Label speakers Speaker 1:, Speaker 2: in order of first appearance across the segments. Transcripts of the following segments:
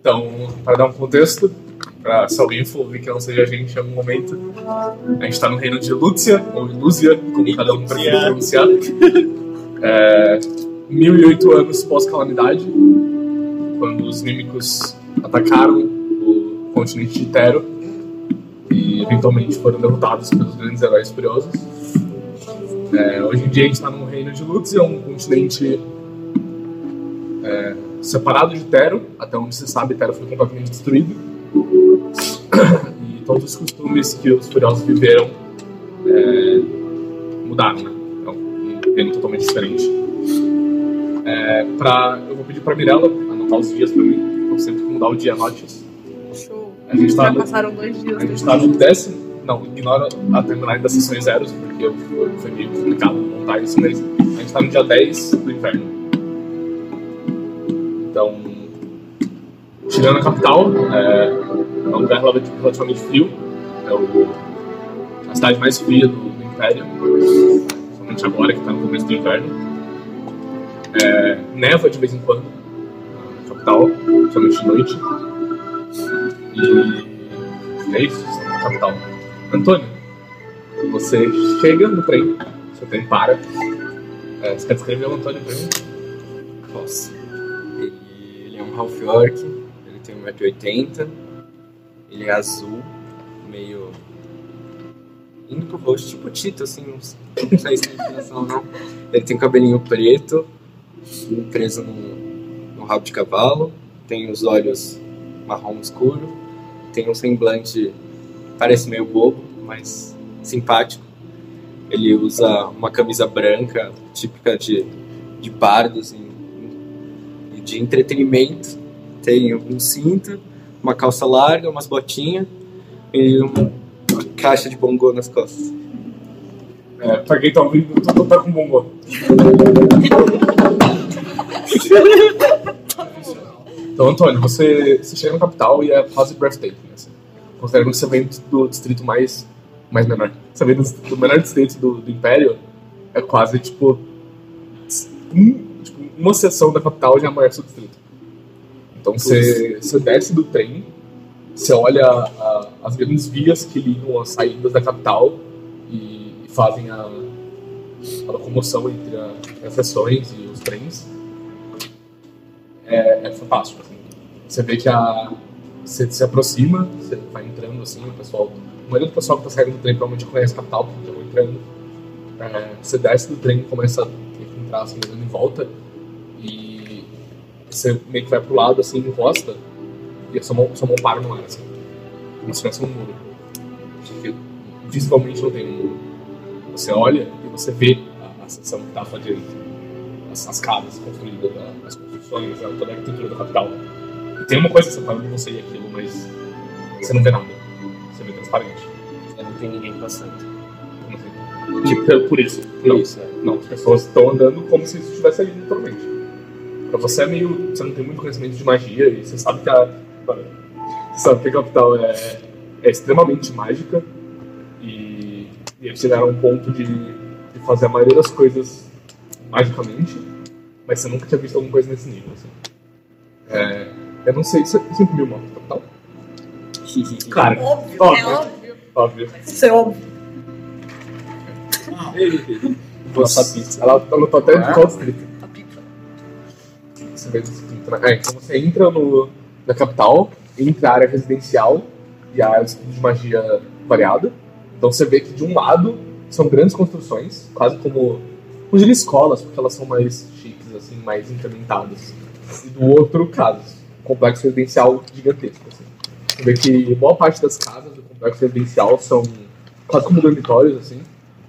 Speaker 1: Então, para dar um contexto, pra, se alguém for ouvir que não seja a gente em algum momento, a gente está no reino de Lúcia, ou Lúcia, como cada um prefere pronunciar. É, mil e oito anos pós-calamidade, quando os mímicos atacaram o continente de Tero e eventualmente foram derrotados pelos grandes heróis furiosos. É, hoje em dia a gente está no reino de Lúcia, um continente separado de Tero, até onde se sabe, Tero foi completamente destruído. E todos os costumes que os Furiosos viveram é, mudaram, né? É um reino totalmente diferente. É, pra- eu vou pedir pra Mirella anotar os dias pra mim, então sempre que mudar o dia, anote.
Speaker 2: Show.
Speaker 1: A gente tá
Speaker 2: Já
Speaker 1: no-
Speaker 2: passaram dois dias.
Speaker 1: A gente tá no décimo. Não, ignora a timeline das sessões zeros, porque eu- eu- foi meio complicado montar isso, mas a gente tá no dia 10 do inverno. Então, tirando a capital, é, é um lugar relati- relativamente frio, é o, a cidade mais fria do, do Império, principalmente agora que tá no começo do inverno. É, neva de vez em quando na capital, principalmente de noite. E é isso, você tá na capital. Antônio, você chega no trem, seu trem para. É, você quer descrever o Antônio pra mim?
Speaker 3: Posso. Ele, ele é um half orc, ele tem 1,80m, ele é azul, meio. indo pro rosto, tipo Tito, assim, não s- não sei se é inspiração ou não. Ele tem cabelinho preto, um preso num, num rabo de cavalo, tem os olhos marrom escuro, tem um semblante, parece meio bobo, mas simpático. Ele usa uma camisa branca, típica de, de bardos em e de entretenimento. Tem um cinto, uma calça larga, umas botinhas e um, uma caixa de bongô nas costas.
Speaker 1: É, pra quem tá ouvindo, tu tu tá com bongo. então, Antônio, você, você chega na capital e é quase breathtaking. Assim. Considerando que você vem do distrito mais, mais menor. Você vem do, do menor distrito do, do Império, é quase tipo, um- tipo. Uma seção da capital já é amanhece o distrito. Então, você, você desce do trem, você olha a- as grandes vias que ligam as saídas da capital e fazem a, a locomoção entre a- as seções e os trens. É, é fantástico. assim. Você vê que a, você se aproxima, você vai entrando assim, o pessoal. A maioria do pessoal que está saindo do trem provavelmente conhece a capital, porque estão entrando. É, você desce do trem e começa a entrar assim, olhando em volta. E você meio que vai pro lado assim, encosta, e a sua mão, sua mão para no ar, assim. Como se tivesse um muro. Porque visualmente não tem um muro. Você olha e você vê a, a seção que está à sua direita. As, as casas construídas, a- as construções, a, toda a arquitetura da capital. E tem uma coisa separando você e aquilo, mas você não vê nada. Você vê transparente.
Speaker 3: Eu não tem ninguém passando. é.
Speaker 1: Como assim? Tipo, por- por isso. Por
Speaker 3: Não.
Speaker 1: isso. Não, as pessoas estão andando como se isso estivesse ali naturalmente. Pra você é meio. Você não tem muito conhecimento de magia e você sabe que a. Você sabe que a capital é, é extremamente mágica e, e eles chegaram a um ponto de, de fazer a maioria das coisas magicamente, mas você nunca tinha visto alguma coisa nesse nível. Assim. É, eu não sei, você sempre viu uma capital? Claro,
Speaker 2: Óbvio,
Speaker 1: Óbvio.
Speaker 2: é óbvio.
Speaker 1: óbvio.
Speaker 2: Isso é óbvio.
Speaker 1: Ela anotou até de qual distrito. Você vai entra- é, então você entra no, na capital, entre a área residencial e a área de magia variada. Então você vê que de um lado são grandes construções, quase como. Não diria escolas, porque elas são mais chiques, assim, mais incrementadas. E do outro, casas. Um complexo residencial gigantesco. Assim. Você vê que boa parte das casas do complexo residencial são quase como dormitórios, assim,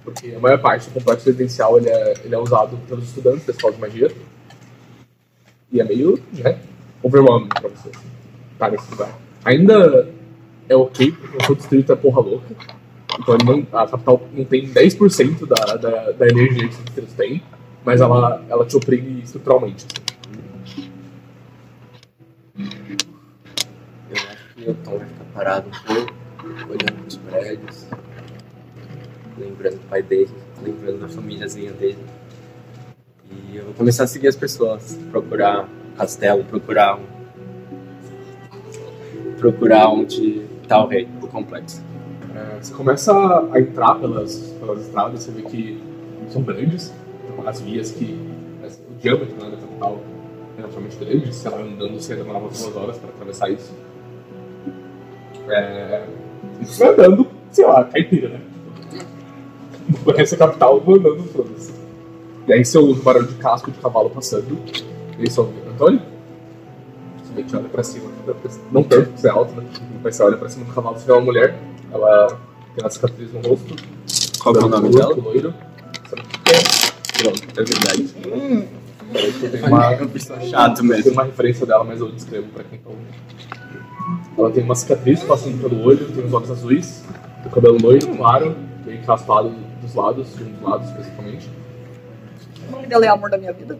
Speaker 1: porque a maior parte do complexo residencial ele é, ele é usado pelos estudantes da escola de magia. E é meio, né, overwhelming pra você assim, estar nesse lugar. Ainda é ok, porque o seu distrito é porra louca. Então ele não- a capital não tem 10% da, da, da energia que o distrito tem, mas ela, ela te oprime estruturalmente. assim.
Speaker 3: Eu acho que o Tom vai ficar parado um pouco, olhando pros prédios, lembrando do pai dele, lembrando da famíliazinha dele. E eu vou começar a seguir as pessoas, procurar um castelo, procurar um. Procurar onde tá o rei, o complexo.
Speaker 1: É, você começa a a entrar pelas, pelas estradas, você vê que são grandes, então, as vias que. as- o diâmetro né, da capital é relativamente grande, sei lá, andando você demorava duas horas para atravessar isso. É, e você vai andando, sei lá, caipira, né? Não conhece a capital, eu vou andando todas. E aí você ouve o barulho de casco de cavalo passando, e aí você ouve, Antônio? Você meio que olha pra cima, não tanto, porque você é alto, né? Mas você olha pra cima do cavalo, você vê uma mulher, ela tem uma cicatriz no rosto,
Speaker 3: Qual que é o nome
Speaker 1: Branco,
Speaker 3: dela?
Speaker 1: Loiro. Sabe o que é? Pronto, é verdade. Tem uma,
Speaker 3: É um pessoal chato
Speaker 1: tem
Speaker 3: mesmo.
Speaker 1: uma referência dela, mas eu descrevo pra quem tá ouvindo. Ela tem uma cicatriz passando pelo olho, tem os olhos azuis, o cabelo loiro, claro, meio que raspado dos lados, de um dos lados principalmente.
Speaker 2: O nome dela é Amor da Minha Vida?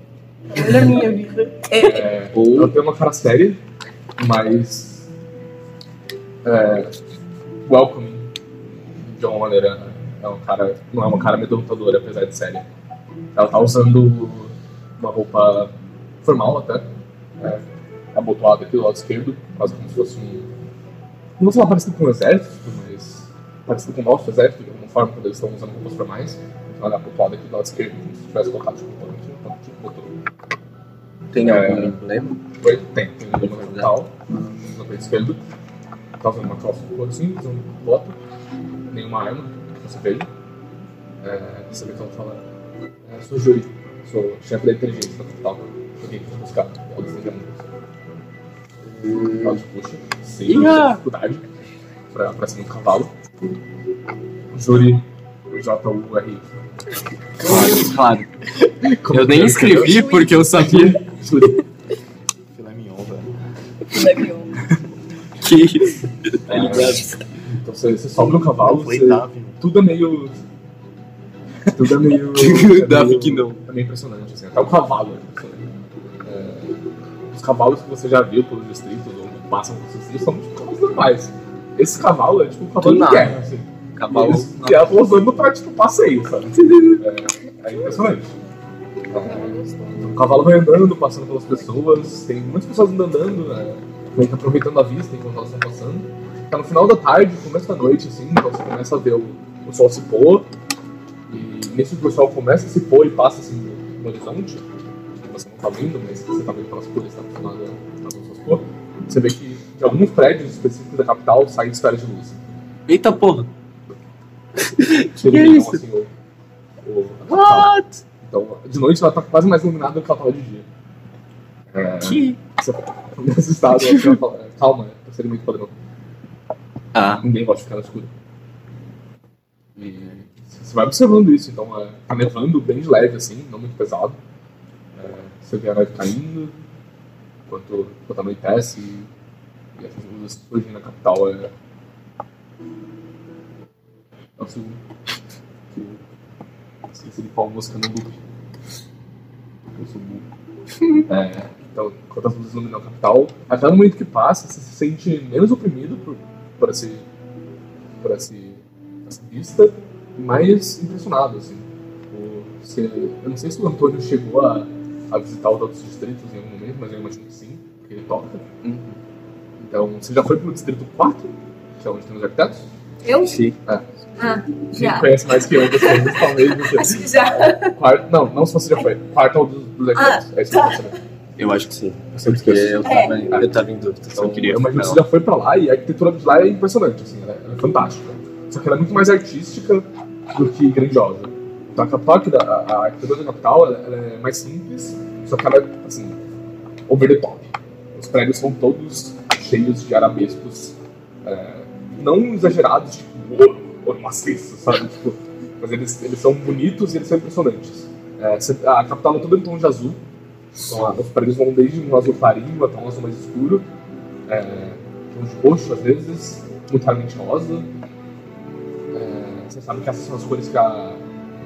Speaker 2: Amor da Minha Vida. É,
Speaker 1: É,
Speaker 3: Ou-
Speaker 1: Ela tem uma cara séria, mas. É, welcoming, de uma maneira. É uma cara, não é uma cara amedrontadora, apesar de séria. Ela tá usando uma roupa formal até, é, abotoada aqui do lado esquerdo, quase como se fosse um. Não vou falar parecido com um exército, mas. parecido com o nosso exército, de alguma forma, quando eles estão usando roupas formais. Ela é abotoada aqui do lado esquerdo, como se tivesse colocado tipo, um tanque, um tanque, tipo, botão.
Speaker 3: Tem
Speaker 1: algum
Speaker 3: algum né? problema?
Speaker 1: Foi, tem, tem uma mental, no pé esquerdo. Tá usando uma calça de couro assim, usando bota, nenhuma arma, você vê. É, você vê que ela fala: é, Sou júri, sou chefe da inteligência da capital. Alguém que te buscar, ela deseja muito. Ela te puxa, sem muita
Speaker 3: Ia!
Speaker 1: dificuldade, pra, pra cima do cavalo. Júri, J-U-R-I.
Speaker 3: Claro, claro. Eu nem escrevi porque eu sabia
Speaker 1: Júri.
Speaker 4: Filé mignon, velho.
Speaker 2: Filé mignon.
Speaker 3: que
Speaker 1: Então você, você sobe no cavalo,
Speaker 4: Foi
Speaker 1: você-
Speaker 4: Davi.
Speaker 1: tudo é meio. Tudo é meio. é
Speaker 3: Davi
Speaker 1: meio-
Speaker 3: que não.
Speaker 1: É meio impressionante, assim. Até o cavalo é impressionante. É, os cavalos que você já viu pelos distritos ou que passam pelos distritos são tipo cavalos normais. Esse cavalo é tipo um cavalo
Speaker 3: Do
Speaker 1: de
Speaker 3: nada.
Speaker 1: guerra, assim.
Speaker 3: Cavalo.
Speaker 1: Eles- E ela tá usando pra, tipo, passeio, sabe? É, é impressionante. Então, o cavalo vai andando, passando pelas pessoas. Tem muitas pessoas andando, andando né? meio que aproveitando a vista enquanto elas estão passando. Tá no final da tarde, começo da noite, assim, então você começa a ver o, o sol se pôr. E nesse que o sol começa a se pôr e passa, assim, no, no horizonte, você não tá vendo, mas você tá vendo pelas cores, tá acostumado a- a ver o sol se pôr. Você vê que de alguns prédios específicos da capital saem esferas de luz.
Speaker 3: Eita porra.
Speaker 1: Que
Speaker 3: é isso?
Speaker 1: Assim, o, o, a capital. Então, de noite ela tá quase mais iluminada do que ela tava de dia. É,
Speaker 3: Que...
Speaker 1: você tá assustado, ela vai falar, calma, né? é um segmento padrão.
Speaker 3: Ah,
Speaker 1: Ninguém gosta de ficar no escuro. E você vai observando isso, então é, tá nevando bem de leve, assim, não muito pesado. É, você vê a neve caindo, enquanto, enquanto a anoitece e, e essas luzes surgindo na capital é. É o segundo. Que eu esqueci de qual música no loop. Eu sou burro. É, então, enquanto as luzes iluminam a capital, a cada momento que passa, você se sente menos oprimido por, por esse por esse, essa pista, mais impressionado, assim. O- Você, eu não sei se o Antônio chegou a, a visitar os outros distritos em algum momento, mas eu imagino que sim, porque ele toca.
Speaker 3: Uhum.
Speaker 1: Então, você já foi pro distrito 4, que é onde tem os arquitetos?
Speaker 2: Eu?
Speaker 3: sim.
Speaker 2: Ah,
Speaker 1: Quem
Speaker 2: já.
Speaker 1: conhece mais que eu das coisas, talvez você. é
Speaker 2: Acho que já.
Speaker 1: Quarto, não, não se você já foi. Quarto é o dos,
Speaker 2: Ah,
Speaker 1: dos arquitetos. é isso
Speaker 2: tá.
Speaker 1: que eu tô sabendo.
Speaker 3: Eu acho que sim.
Speaker 1: Eu sempre
Speaker 3: Porque
Speaker 1: esqueço.
Speaker 3: eu tava, eu tava em dúvida.
Speaker 1: Então,
Speaker 3: eu queria
Speaker 1: eu imagino que
Speaker 3: não.
Speaker 1: você já foi pra lá e a arquitetura de lá é impressionante, assim, ela é, ela é fantástica. Só que ela é muito mais artística do que grandiosa. Então, a capital, aqui da- a, a arquitetura da capital, ela, ela é mais simples, só que ela é, assim, over the top. Os prédios são todos cheios de arabescos, é, não exagerados, tipo, ouro, ouro maciço, sabe? Tipo, mas eles, eles são bonitos e eles são impressionantes. É, cê- a capital é toda em tom de azul, então, a- os prédios vão desde um azul clarinho até um azul mais escuro tons de roxo às vezes, muito raramente rosa. É, você sabe que essas são as cores que a,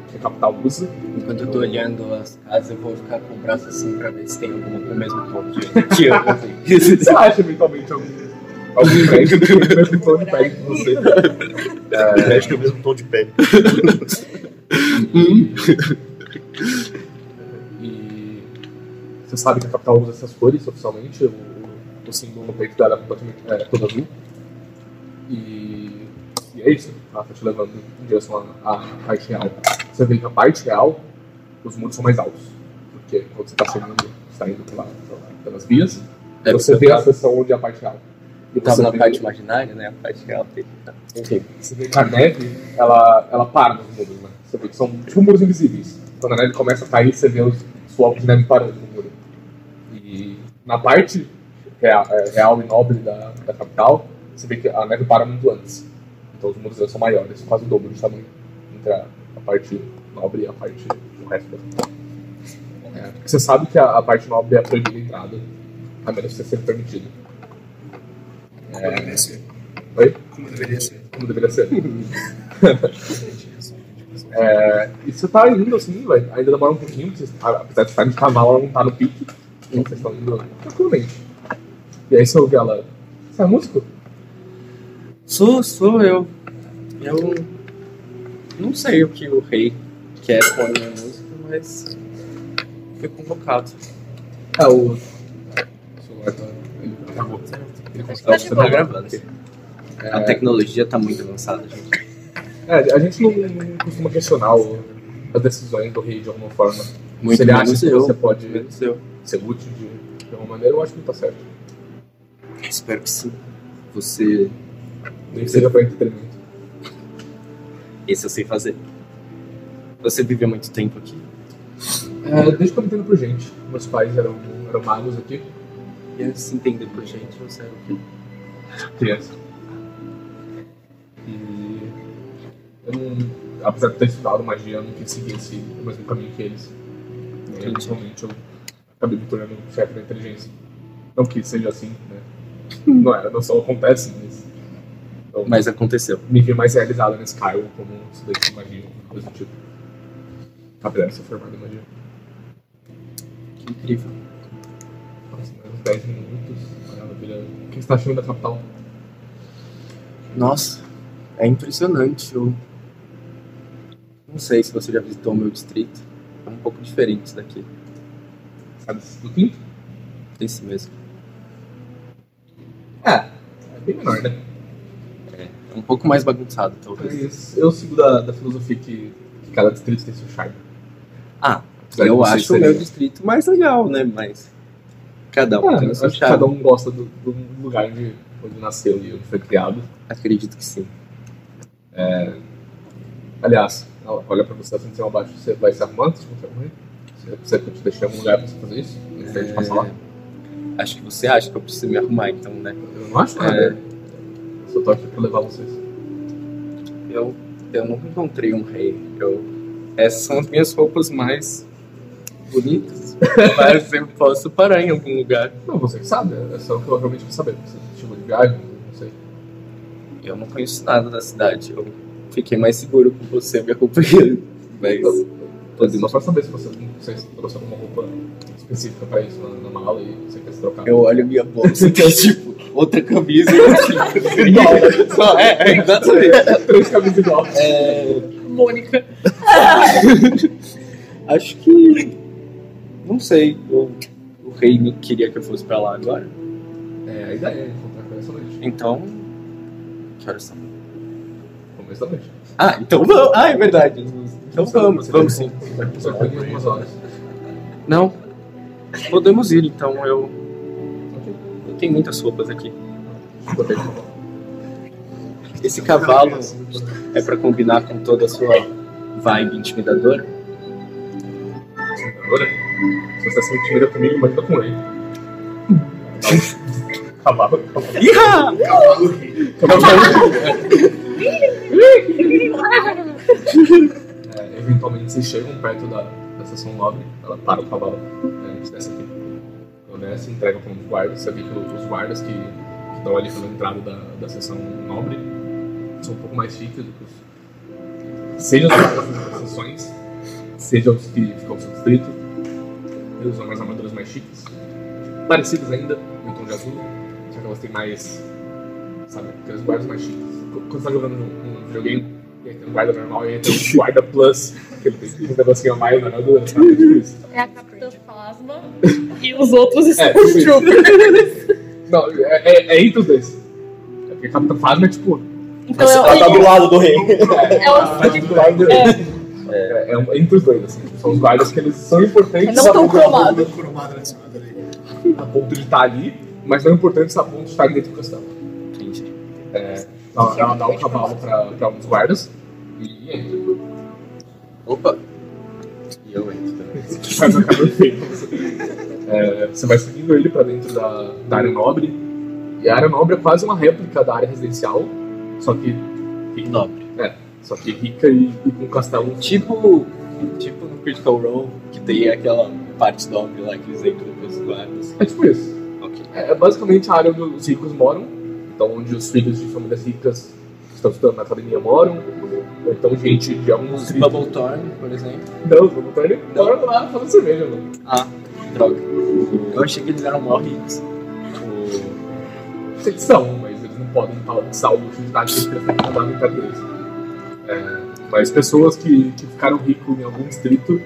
Speaker 1: que a capital usa.
Speaker 3: Enquanto eu tô olhando as casas, eu vou ficar com o braço assim pra ver se tem alguma com o mesmo tom que, que eu. assim.
Speaker 1: Você acha eventualmente algum, algum prédio que tem o mesmo tom de pele que você?
Speaker 4: É, acho que é o mesmo tom de pele.
Speaker 1: E Você sabe que a capital usa essas cores oficialmente. O, o- o símbolo no peito dela é completamente é, todo azul. E, e é isso. Ela tá te levando em direção à, à parte real. Você vê que na parte real, os muros são mais altos. Porque quando você tá chegando, você tá indo pela, pela- pelas vias.
Speaker 3: Deve
Speaker 1: você
Speaker 3: ser
Speaker 1: vê a
Speaker 3: tava,
Speaker 1: seção onde é a parte real. E
Speaker 3: tá tava
Speaker 1: você
Speaker 3: na
Speaker 1: vê-
Speaker 3: parte imaginária, né? A parte real dele.
Speaker 1: Enfim, você vê que a neve, ela, ela para nos muros, né? Você vê que são tipo muros invisíveis. Quando a neve começa a cair, você vê os, os flocos de neve parando no muro. E na parte real, é, real e nobre da, da capital, você vê que a neve para muito antes. Então os muros são maiores, quase o dobro de tamanho. Entre a, a parte nobre e a parte do resto da capital. É, porque você sabe que a, a parte nobre é proibida a entrada, a menos que você seja permitido. É.
Speaker 5: Como deveria ser.
Speaker 1: Oi?
Speaker 5: Como deveria ser.
Speaker 1: Como deveria ser. É, e você tá indo assim, vai, ainda demora um pouquinho, porque vocês- a- apesar de estar de cavalo, ela não tá no pique. Então vocês estão indo tranquilamente. E aí você ouve ela. Você é músico?
Speaker 3: Sou, sou eu. Eu não sei o que o rei quer com a minha música, mas fui convocado.
Speaker 1: É, o. celular tá- Ele acabou. Ele
Speaker 2: Tá
Speaker 1: consegue
Speaker 2: de
Speaker 1: você né?
Speaker 2: boa.
Speaker 1: não grava.
Speaker 3: gravando. A tecnologia tá muito avançada, gente.
Speaker 1: É, a gente não, não costuma questionar o- as decisões do rei de alguma forma.
Speaker 3: Muito
Speaker 1: Se ele acha
Speaker 3: menos
Speaker 1: que
Speaker 3: eu.
Speaker 1: você pode
Speaker 3: Menos eu.
Speaker 1: ser útil de, de alguma maneira, eu acho que tá certo.
Speaker 3: Espero que sim. Você.
Speaker 1: Nem que seja pra entretenimento.
Speaker 3: Esse eu sei fazer. Você viveu muito tempo aqui.
Speaker 1: É, desde que eu me entendo por gente, meus pais eram, eram magos aqui,
Speaker 3: E antes de entender por gente, você é o quê?
Speaker 1: criança. E eu não, apesar de ter estudado magia, eu não quis seguir esse, o mesmo caminho que eles. E aí, realmente eu acabei me tornando um chefe da inteligência. Não que seja assim, né? Não, é, não só acontece, mas. Eu
Speaker 3: Mas aconteceu.
Speaker 1: me vi mais realizado nesse cargo como um estudante de magia, coisa do tipo. Apesar de ser formado em magia.
Speaker 3: Que incrível.
Speaker 1: Nossa, mais uns 10 minutos. Maravilha. O que você tá achando da capital?
Speaker 3: Nossa, é impressionante. Eu não sei se você já visitou o meu distrito. É um pouco diferente daqui.
Speaker 1: Sabe do quinto?
Speaker 3: Esse mesmo.
Speaker 1: É bem menor, né?
Speaker 3: É um pouco mais bagunçado, talvez.
Speaker 1: Mas eu sigo da, da filosofia que, que cada distrito tem seu charme.
Speaker 3: Ah,
Speaker 1: Apesar de
Speaker 3: eu
Speaker 1: não ser
Speaker 3: acho o
Speaker 1: seria-
Speaker 3: meu distrito mais legal, né? Mas cada um
Speaker 1: Ah,
Speaker 3: tem o
Speaker 1: acho
Speaker 3: seu
Speaker 1: que cada
Speaker 3: charme.
Speaker 1: um gosta do, do lugar onde, onde nasceu e onde foi criado.
Speaker 3: Acredito que sim.
Speaker 1: Aliás, ela olha pra você assim, de cima a baixo, você vai se arrumando? Você consegue morrer? Você precisa que eu te deixe em algum lugar pra você fazer isso? Antes da gente passar lá?
Speaker 3: Acho que você acha que eu preciso me arrumar, então, né?
Speaker 1: Eu não acho nada. Eu É. Só tô aqui pra levar vocês.
Speaker 3: Eu, eu nunca encontrei um rei. Eu, essas são as minhas roupas mais bonitas. mas eu posso parar em algum lugar.
Speaker 1: Não, você que sabe, é só o que eu realmente quis saber. Você chegou de viagem, não sei.
Speaker 3: Eu não conheço nada da cidade. Eu fiquei mais seguro com você me acompanhando. Mas
Speaker 1: Só
Speaker 3: podemos.
Speaker 1: pra saber se você, você trouxe alguma roupa específica pra isso na, na mala e você quer se trocar.
Speaker 3: Eu olho minha bolsa que é tipo outra camisa. assim, igual. Só- é, é, exatamente.
Speaker 1: Três camisas igual.
Speaker 2: Mônica.
Speaker 3: Acho que. Não sei. eu- o rei me queria que eu fosse pra lá agora.
Speaker 1: É, a ideia é encontrar com essa noite.
Speaker 3: Então. Que horas são?
Speaker 1: Começo da noite.
Speaker 3: Ah, então vamos. Ah, é verdade. Então vamos, vamos sim.
Speaker 1: Você vai em algumas horas.
Speaker 3: Não. Podemos ir, então eu. Eu tenho muitas roupas aqui.
Speaker 1: Botei.
Speaker 3: Esse cavalo é pra combinar com toda a sua vibe intimidadora?
Speaker 1: Agora, se você se intimida comigo, imagina com ele. Cavalo.
Speaker 3: Ihá!
Speaker 1: É, eventualmente vocês chegam perto da, da seção nobre, ela para o cavalo. É, isso desce aqui. Então desce, entrega para um dos guardas. Você vê que o- os guardas que que estão ali pela entrada da, da seção nobre são um pouco mais chiques do que os. Seja os guardas das seções, seja os que ficam no distrito. Eles usam umas armaduras mais chiques, parecidas ainda, no tom de azul, só que elas têm mais. Sabe, aqueles guardas mais chiques. Quando você tá jogando um, um videogame, e aí tem um guarda é normal e aí tem um guarda plus, que ele tem um negocinho a mais na armadura, sabe? Tipo isso.
Speaker 6: É a capitã que falava. fantasma e os outros
Speaker 1: É,
Speaker 6: estão
Speaker 1: tipo isso.
Speaker 6: troopers.
Speaker 1: Não, é, é, é entre os dois. É porque Capitão Fasma é tipo.
Speaker 6: Então
Speaker 4: Ela tá
Speaker 6: é,
Speaker 4: do lado do rei.
Speaker 6: é,
Speaker 1: tá
Speaker 6: o-
Speaker 1: do lado dele.
Speaker 6: é,
Speaker 1: É, é um- entre os dois, assim. Tipo, são os guardas que eles são importantes.
Speaker 2: Não tão
Speaker 1: a ponto-
Speaker 2: cromado.
Speaker 5: Cromada nessa madeira aí.
Speaker 1: A ponto de estar ali, mas não é importante a ponto de estar dentro do castelo.
Speaker 3: Entendi.
Speaker 1: Ela, ela dá um cavalo pra, pra um dos guardas e é entra.
Speaker 3: Opa! E eu entro também.
Speaker 1: Faz uma cara feia. É, você vai seguindo ele pra dentro da, da área nobre. E a área nobre é quase uma réplica da área residencial, só que, é,
Speaker 3: Nobre.
Speaker 1: só que rica e, e com castelo.
Speaker 3: Tipo. Tipo no Critical Role, que tem aquela parte nobre lá que eles entram depois assim. dos guardas.
Speaker 1: É tipo isso.
Speaker 3: Ok.
Speaker 1: É é basicamente a área onde os ricos moram, então onde os filhos de famílias ricas que estão estudando na academia moram, ou então gente de algum
Speaker 3: Os
Speaker 1: distrito.
Speaker 3: Bubble Thorn, por exemplo.
Speaker 1: Não, vamos botar ele moram lá fazendo cerveja, mano.
Speaker 3: Ah, droga. Eu achei que eles eram mó ricos. Tipo.
Speaker 1: Eles são, um, mas eles não podem passar o luxo de estar tá aqui pra na metade deles. É, mas pessoas que, que ficaram ricos em algum distrito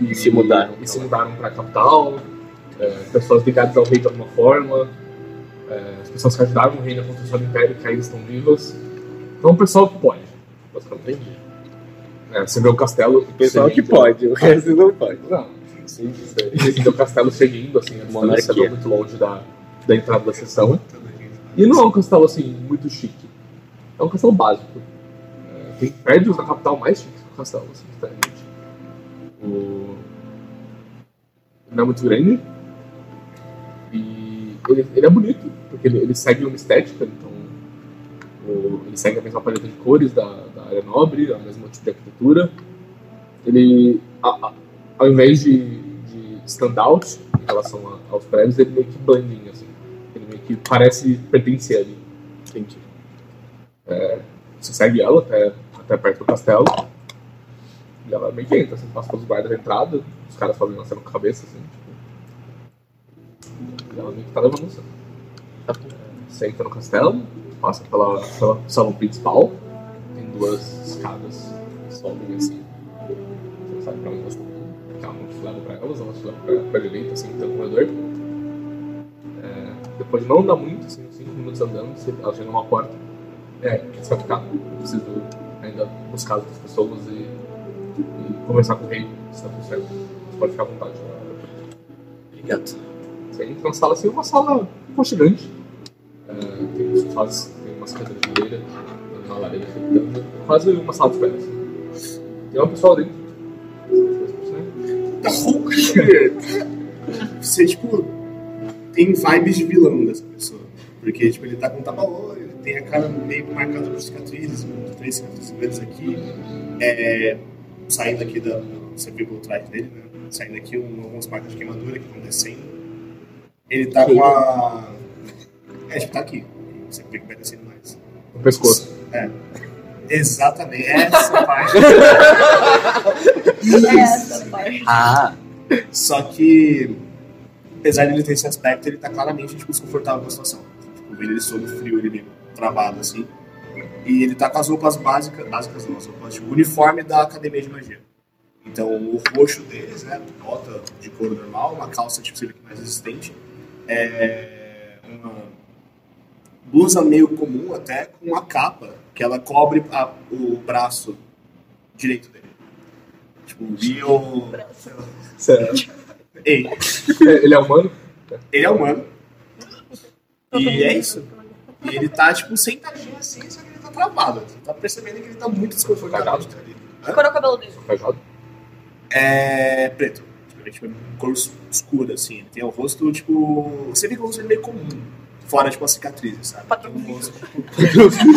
Speaker 1: e
Speaker 3: Se mudaram.
Speaker 1: e se mudaram para a capital, é, pessoas ligadas ao rei de alguma forma, é, as pessoas que ajudaram o rei na construção do império que ainda estão vivas. Então o pessoal que pode, basicamente. É, você vê o castelo. O
Speaker 3: pode, o resto não pode.
Speaker 1: Não, sim, você você vê o castelo seguindo, assim, a
Speaker 3: Monarquia.
Speaker 1: distância não é muito longe da, da entrada da sessão. E não é um castelo assim muito chique. É um castelo básico. É, tem prédios na capital mais chiques que o castelo, assim, sinceramente. O... Não é muito grande. E ele, ele é bonito, porque ele, ele segue uma estética, então. o- ele segue a mesma paleta de cores da, da área nobre, a mesma tipo de arquitetura. Ele, a- a- ao invés de, de stand-out em relação a- aos prédios, ele meio que blending, assim. Ele meio que parece pertencer ali. Entendi. É, você segue ela até, até perto do castelo. E ela meio que entra, assim, passa pelos guardas da entrada, os caras fazem uma cena com a cabeça, assim, tipo. E ela meio que tá levando você. Você entra no castelo, passa pela, pela salão principal, tem duas escadas, sobem assim. Você não sabe pra onde elas estão indo. Ela não te leva pra elas, ela te leva pra, pra direita, assim, tem um corredor. É, Depois de não andar muito, assim, uns 5 minutos andando, você ela chega numa porta. É, você vai ficar. Preciso ainda buscar outras pessoas e, e conversar com o rei, se tá tudo certo. Você pode ficar à vontade. né?
Speaker 3: Obrigado.
Speaker 1: Você entra na sala assim, é uma sala aconchegante. É, tem uns sofás, tem umas cadeiras de madeira, tem uma lareira fritando. Quase uma sala de férias. Tem uma pessoa lá dentro.
Speaker 5: Oh, shit! Você, tipo, tem vibes de vilão dessa pessoa. Porque, tipo, ele tá com tapa-olho, ele tem a cara meio marcada por cicatrizes, um, três cicatrizes grandes aqui. É, saindo aqui da... Você viu pelo trás dele, né? Saindo aqui um, algumas marcas de queimadura que estão descendo. Ele tá com a... É, tipo, tá aqui. Você vê que vai descendo mais. É.
Speaker 1: No Um pescoço.
Speaker 5: Exatamente, essa parte.
Speaker 2: É essa parte.
Speaker 3: Ah!
Speaker 5: Só que, apesar de ele ter esse aspecto, ele tá claramente tipo, desconfortável com a situação. Tipo, ele sob frio, ele meio travado assim. E ele tá com as roupas básicas, básicas não, as roupas, tipo, uniforme da academia de magia. Então, o roxo deles, né? Bota de couro normal, uma calça tipo silhueta mais resistente. É, uma blusa meio comum até, com uma capa que ela cobre a- o braço direito dele. Tipo, e o... Ei,
Speaker 1: Ele é humano?
Speaker 5: ele é humano. E é isso. E ele tá, tipo, sentadinho assim, só que ele tá travado. Você tá percebendo que ele tá muito desconfortável.
Speaker 1: Cagado.
Speaker 5: de estar ali.
Speaker 2: Que cor é o cabelo dele?
Speaker 1: Cajado?
Speaker 5: É preto. Tipo, é, tipo, cor es- escura, assim. Ele tem o rosto, tipo... Você vê que o rosto dele é meio comum. Fora, tipo, as cicatrizes, sabe?
Speaker 2: Patrão.
Speaker 5: Tem um rosto, tipo,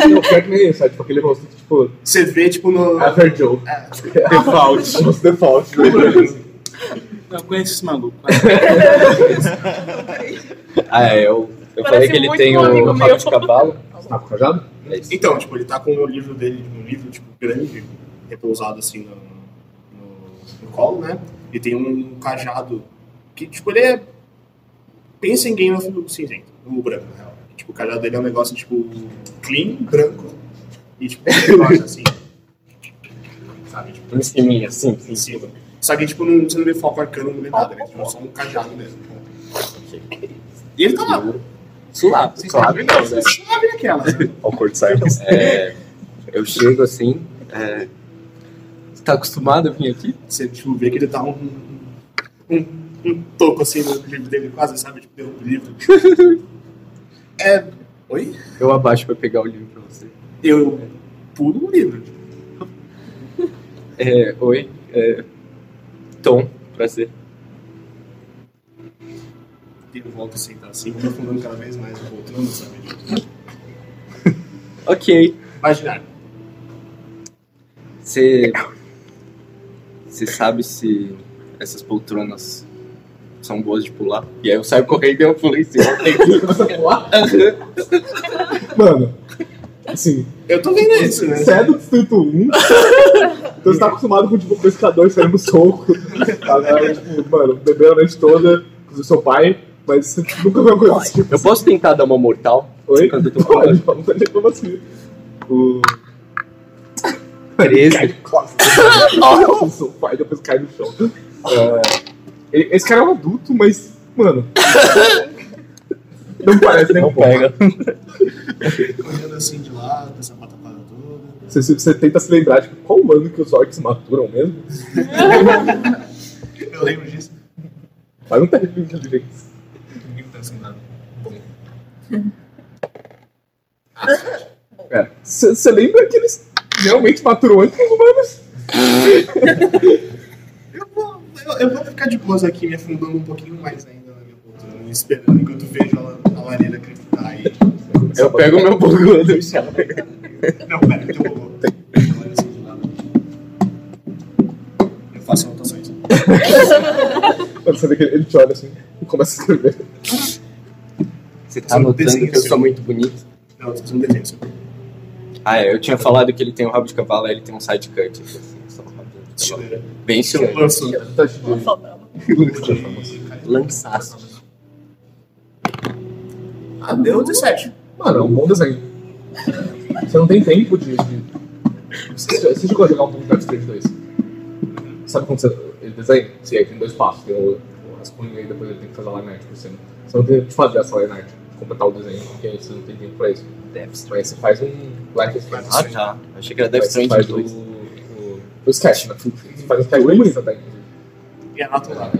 Speaker 1: Não, pior que nem isso. É tipo aquele rosto que, tipo,
Speaker 5: Você vê, tipo, no...
Speaker 1: Average Joe.
Speaker 5: É,
Speaker 1: Default. O rosto default.
Speaker 7: Não, eu conheço esse maluco.
Speaker 3: Ah, é, eu, eu
Speaker 6: Parece
Speaker 3: falei que ele
Speaker 6: muito
Speaker 3: tem
Speaker 6: um amigo
Speaker 3: o rabo
Speaker 6: meu.
Speaker 3: de cavalo.
Speaker 1: Tá com cajado?
Speaker 3: É isso.
Speaker 5: Então, tipo, ele tá com o livro dele, um livro, tipo, grande, repousado assim no, no- no colo, né? E tem um cajado que, tipo, ele é. Pensa em Game of Cinzento, no branco, na real. Tipo, o cajado dele é um negócio, tipo, clean, branco. E, tipo, um negócio assim, sabe? Tipo,
Speaker 3: Em cima, assim.
Speaker 5: em cima. Só que, tipo, não, você não vê foco arcano, não vê nada, né? Tipo, só um cajado mesmo. E ele tá lá.
Speaker 3: Suave, suave.
Speaker 5: Não, você sabe aquela. né?
Speaker 4: Ao Court Silence.
Speaker 3: É, eu chego assim. É, você tá acostumado a vir aqui?
Speaker 5: Você, tipo, vê que ele tá um... um- Um, um toco, assim, no livro dele quase, sabe? Tipo, derruba o livro. É... Oi?
Speaker 3: Eu abaixo pra pegar o livro pra você.
Speaker 5: Eu pulo o livro.
Speaker 3: É, oi. É, Tom, prazer.
Speaker 5: E eu volto a sentar assim, aprofundando cada vez mais, voltando, sabe?
Speaker 3: Ok.
Speaker 5: Imaginar.
Speaker 3: Você. Você sabe se essas poltronas são boas de pular? E aí eu saio correndo e eu pulo em cima.
Speaker 1: Começa a pular. Mano, assim,
Speaker 5: Eu tô vendo isso, né?
Speaker 1: você é do Distrito 1, então você tá acostumado com tipo, o pescador saindo no soco, a galera, tipo, mano, bebeu a noite toda, inclusive seu pai, mas você nunca viu uma coisa assim.
Speaker 3: Eu posso tentar dar uma mortal?
Speaker 1: Oi?
Speaker 3: Quando eu tô
Speaker 1: Pode,
Speaker 3: falando.
Speaker 1: não tem como assim. O...
Speaker 3: 13.
Speaker 1: Nossa, Assim, seu pai depois cai no chão. É, ele- Esse cara é um adulto, mas, mano... Não parece nem um
Speaker 3: Não
Speaker 1: pouco.
Speaker 3: pega.
Speaker 5: Olhando assim de lado, essa patapada toda.
Speaker 1: Você, você- você tenta se lembrar, tipo, qual o ano que os orcs maturam mesmo?
Speaker 5: Eu lembro disso.
Speaker 1: Mas não tem inteligência.
Speaker 5: Ninguém tá sem nada.
Speaker 1: Cara, você você É. lembra que eles realmente maturam antes dos humanos?
Speaker 5: Eu vou, eu, eu vou ficar de boas aqui, me afundando um pouquinho mais ainda na minha poltrona, me esperando enquanto vejo a, a lareira creptar aí.
Speaker 3: Eu pego o meu bugulho do chão.
Speaker 5: Não, pera, que eu vou. Eu olho assim de lado. Eu faço anotações.
Speaker 1: Quando você vê que ele ele te olha assim e começa a escrever.
Speaker 3: Você tá notando que eu sou muito bonito?
Speaker 5: Não, eu um tô fazendo defesa.
Speaker 3: Ah, é. Eu tinha falado que ele tem um rabo de cavalo, aí ele tem um side cut. Assim, só um rabo de cavalo.
Speaker 5: Estileira.
Speaker 3: Bem estiloso.
Speaker 5: Lanço.
Speaker 1: Tá te
Speaker 6: Uma
Speaker 1: dando-
Speaker 6: foto.
Speaker 3: Lançaço.
Speaker 5: Ah, deu 17.
Speaker 1: Mano, é um bom desenho. Você não tem tempo de. de... Você, você chegou a jogar um Punch Draft 3 2? Sabe quando você, ele desenha? Sim, aí tem dois passos. Tem o, o rascunho e aí depois ele tem que fazer a line art por cima. Você não tem tempo de fazer é essa line art, de completar o desenho, porque você não tem tempo pra isso.
Speaker 3: Deve ser.
Speaker 1: Mas você faz um Life is Strange.
Speaker 3: Ah, tá. Achei que era Death
Speaker 1: Você
Speaker 3: Stranding
Speaker 1: faz
Speaker 3: 2.
Speaker 1: o- o- O sketch, né? Você faz um sketch bem bonito até.
Speaker 5: E anoto lá.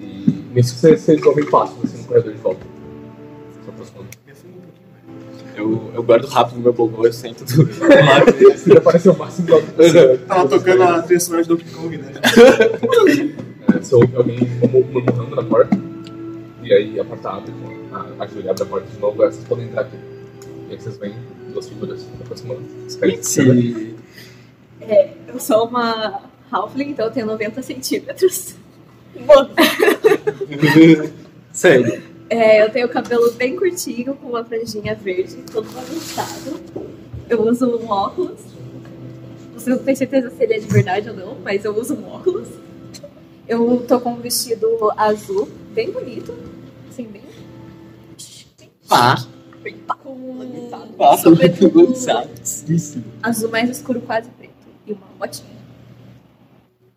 Speaker 1: E nisso que você, você resolve em passos, assim, no corredor de volta. Se aproximando.
Speaker 5: Me afundo um pouquinho mais.
Speaker 3: Eu, eu guardo rápido meu bobô, eu sento do
Speaker 1: Ele apareceu o máximo da
Speaker 5: Tava tocando a trilha sonora de Donkey Kong, né?
Speaker 1: É, Você ouve alguém murmu- murmurando na porta. E aí a porta abre, a, a Júlia abre a porta de novo, aí vocês podem entrar aqui. E aí vocês veem duas figuras se aproximando. Vocês querem saber?
Speaker 3: Esse-
Speaker 6: Eu sou uma halfling, então eu tenho 90 centímetros.
Speaker 3: Sério.
Speaker 6: É, eu tenho o cabelo bem curtinho, com uma franjinha verde, todo bagunçado. Eu uso um óculos. Você não tem certeza se ele é de verdade ou não, mas eu uso um óculos. Eu tô com um vestido azul, bem bonito. Assim, bem.
Speaker 3: Pá.
Speaker 6: Com
Speaker 3: Pá,
Speaker 6: um
Speaker 3: sou muito
Speaker 6: sobretudo
Speaker 3: lançado. Isso.
Speaker 6: azul mais escuro, quase preto. E uma botinha.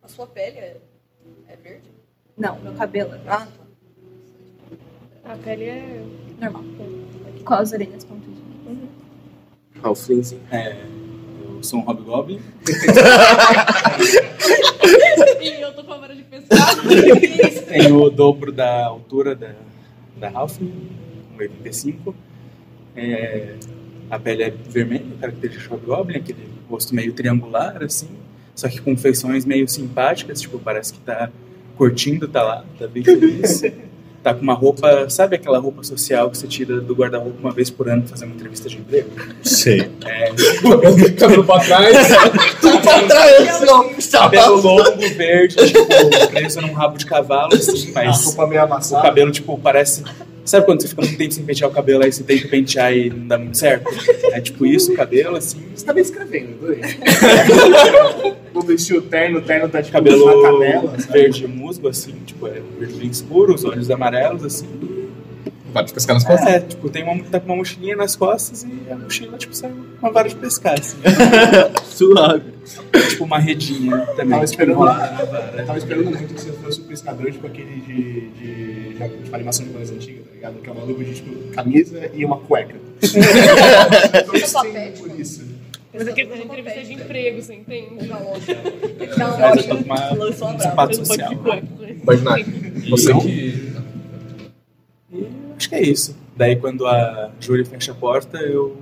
Speaker 8: A sua pele é, é verde?
Speaker 6: Não, meu cabelo é
Speaker 8: Ah,
Speaker 9: A pele é.
Speaker 6: normal. Com as orelhas pontudinhas.
Speaker 3: Ah, o Flinzinho.
Speaker 7: É. Eu sou um Hobgoblin.
Speaker 9: E eu tô com a vara de pescar.
Speaker 7: Tenho o dobro da altura da, da Ralph, 1,85. É, a pele é vermelha, característica Hobgoblin, aquele rosto meio triangular, assim. Só que com feições meio simpáticas, tipo, parece que tá curtindo, tá lá, tá bem feliz. Tá com uma roupa, sabe aquela roupa social que você tira do guarda-roupa uma vez por ano pra fazer uma entrevista de emprego?
Speaker 4: Sei.
Speaker 1: Cabelo pra trás,
Speaker 7: Cabelo longo, verde, tipo, preso num rabo de cavalo, assim,
Speaker 5: A
Speaker 7: mas
Speaker 5: roupa meio
Speaker 7: O
Speaker 5: amassada.
Speaker 7: cabelo, tipo, parece. Sabe quando você fica muito tempo sem pentear o cabelo, aí você tenta pentear e não dá muito certo? É tipo isso, o cabelo, assim.
Speaker 5: Você tá me escrevendo, adorei. Vou vestir o terno, o terno tá de
Speaker 7: Cabelo
Speaker 5: cabelo na canela. sabe?
Speaker 7: verde musgo, assim, tipo, é um verde bem escuro, os olhos amarelos, assim.
Speaker 1: Vara de pescar nas costas?
Speaker 7: É, tipo, tem uma, tá com uma mochilinha nas costas e a mochila, tipo, sai uma vara de pescar, assim.
Speaker 10: Suave.
Speaker 7: tipo, uma redinha
Speaker 5: Tava
Speaker 7: também. tipo,
Speaker 5: esperando-
Speaker 7: enrolada.
Speaker 5: Eu tava esperando muito que você fosse um pescador, tipo aquele de, de, de, de animação de mais antiga, tá ligado? Que é um maluco de tipo, camisa e uma cueca. Então, Eu
Speaker 11: só
Speaker 5: sei
Speaker 11: pede,
Speaker 5: por
Speaker 11: né?
Speaker 5: isso.
Speaker 9: Mas aqui é entrevista de emprego, você entende?
Speaker 11: Uma loja.
Speaker 8: então,
Speaker 12: Não,
Speaker 7: Mas eu
Speaker 12: olha,
Speaker 7: tô com uma-
Speaker 12: lançou a
Speaker 7: um
Speaker 12: brava.
Speaker 7: sapato
Speaker 9: Eu não pode
Speaker 7: social.
Speaker 9: ficar.
Speaker 1: Imaginar. Você
Speaker 7: Não.
Speaker 1: que.
Speaker 7: E acho que é isso. Daí quando a Júlia fecha a porta, eu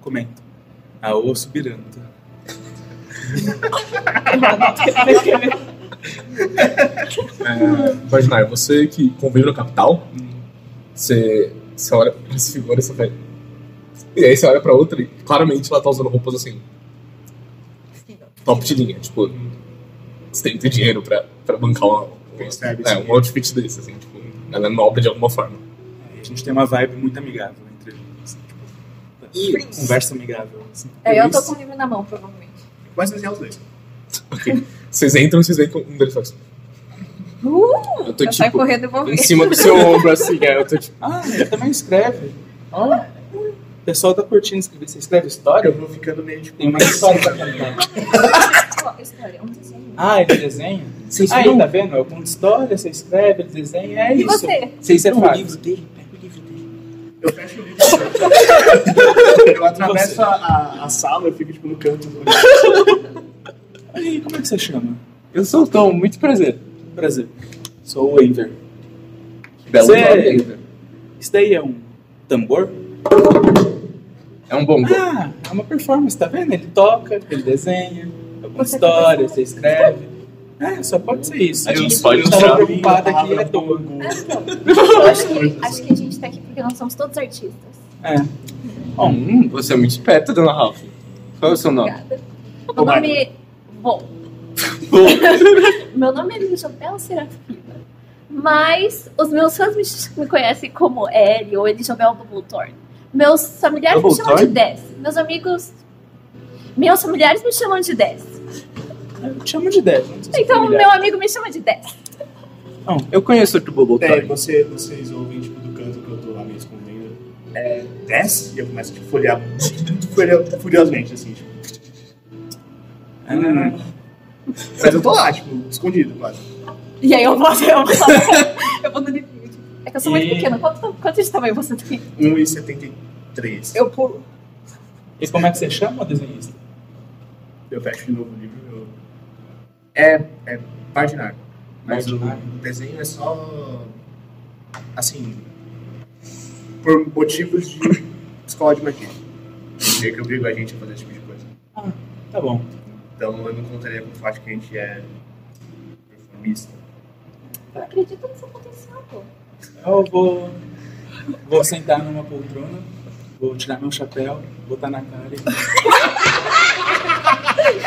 Speaker 7: comento. A osso biranta.
Speaker 1: Imaginar, é você que convive no capital, você, você olha pra essa figura e você vai. E aí você olha pra outra e claramente ela tá usando roupas assim. Top de linha, tipo. Você tem que ter dinheiro pra, pra bancar uma,
Speaker 5: Percebe
Speaker 1: é,
Speaker 5: isso.
Speaker 1: um outfit desse, assim, tipo. Ela é nobre de alguma forma.
Speaker 7: Aí a gente tem uma vibe muito amigável entre eles. Assim, tipo, tá. Conversa amigável. Assim.
Speaker 12: É, eu tô
Speaker 6: um
Speaker 12: com o livro na mão, provavelmente.
Speaker 5: Mas desenhar os dois.
Speaker 1: Vocês entram e vocês veem que um deles faz.
Speaker 12: Uh,
Speaker 3: Eu tô,
Speaker 12: eu saio
Speaker 3: tipo,
Speaker 12: correndo e vou
Speaker 3: em
Speaker 12: ver.
Speaker 3: cima do seu ombro, assim, aí eu tô, tipo,
Speaker 7: Ah, ele também escreve. Ah, o pessoal tá curtindo escrever. Você escreve história?
Speaker 10: vou ficando meio tipo.
Speaker 7: Tem uma história pra contar.
Speaker 12: Ó, História, um desenho.
Speaker 7: Ah, ele desenha?
Speaker 10: Vocês
Speaker 7: Ah, ele tá vendo? Eu conto história, você escreve, ele desenha, é
Speaker 12: E
Speaker 7: isso.
Speaker 12: você?
Speaker 7: Vocês é
Speaker 10: o
Speaker 7: fácil.
Speaker 10: livro dele? Pega o livro dele.
Speaker 5: Eu fecho o livro. eu atravesso a, a- a sala, eu fico tipo no canto.
Speaker 7: Aí, como é que você chama?
Speaker 3: eu sou o Tom, muito prazer.
Speaker 7: Prazer. Sou o Waver.
Speaker 3: Belo
Speaker 7: Você-
Speaker 3: nome ainda.
Speaker 7: Isso daí é um tambor?
Speaker 3: É um bom gol.
Speaker 7: Ah, é uma performance, tá vendo? Ele toca, ele desenha, alguma
Speaker 12: Você assim,
Speaker 7: história, você escreve. É, só pode ser isso.
Speaker 10: A gente
Speaker 7: Eu
Speaker 10: pode
Speaker 7: tava
Speaker 10: usar
Speaker 7: preocupada aqui é toa.
Speaker 12: Ah, então. Eu acho, que, acho que a gente tá aqui porque nós somos todos artistas.
Speaker 7: É. Bom,
Speaker 3: Hum, você é muito esperta, dona Ralph. Qual é o seu nome?
Speaker 12: Obrigada. Meu
Speaker 5: Tomara.
Speaker 12: nome é. Bom. Meu nome é Elisabel Serafina. Mas os meus fãs me ch- me conhecem como Ellie ou Elisabel Bubbletorn. Meus familiares me chamam de Dez. Meus amigos. Meus familiares me chamam de Dez.
Speaker 7: eu te chamo de Dev. não sei se
Speaker 12: Então,
Speaker 7: é
Speaker 12: meu
Speaker 7: familiar.
Speaker 12: amigo me chama de Dez.
Speaker 3: Eu conheço outro
Speaker 5: É,
Speaker 3: Bobotoy.
Speaker 5: você, vocês ouvem tipo do canto que eu tô lá me escondendo. É, desce e eu começo a tipo, folhear folhear furiosamente, assim, tipo.
Speaker 7: Ah, não, não.
Speaker 5: Mas eu tô lá, tipo, escondido quase.
Speaker 12: E aí eu vou. Eu vou, eu vou no limite. É que eu sou muito
Speaker 7: E-
Speaker 12: pequena. Quanto, quanto de tamanho você tem?
Speaker 5: 1,73. Eu,
Speaker 7: E como é que você chama o desenhista?
Speaker 5: eu fecho de novo o livro. Eu... É, é Bardinar. Mas o
Speaker 7: Bardinar.
Speaker 5: desenho é só. Assim. Por motivos de escola de magia. Meio que obriga a gente a fazer esse tipo de coisa.
Speaker 7: Tá bom.
Speaker 5: Então eu não contaria com o fato que a gente é. performista.
Speaker 12: Eu acredito no seu potencial, pô.
Speaker 7: Eu vou, vou sentar numa poltrona, vou tirar meu chapéu, botar na cara e...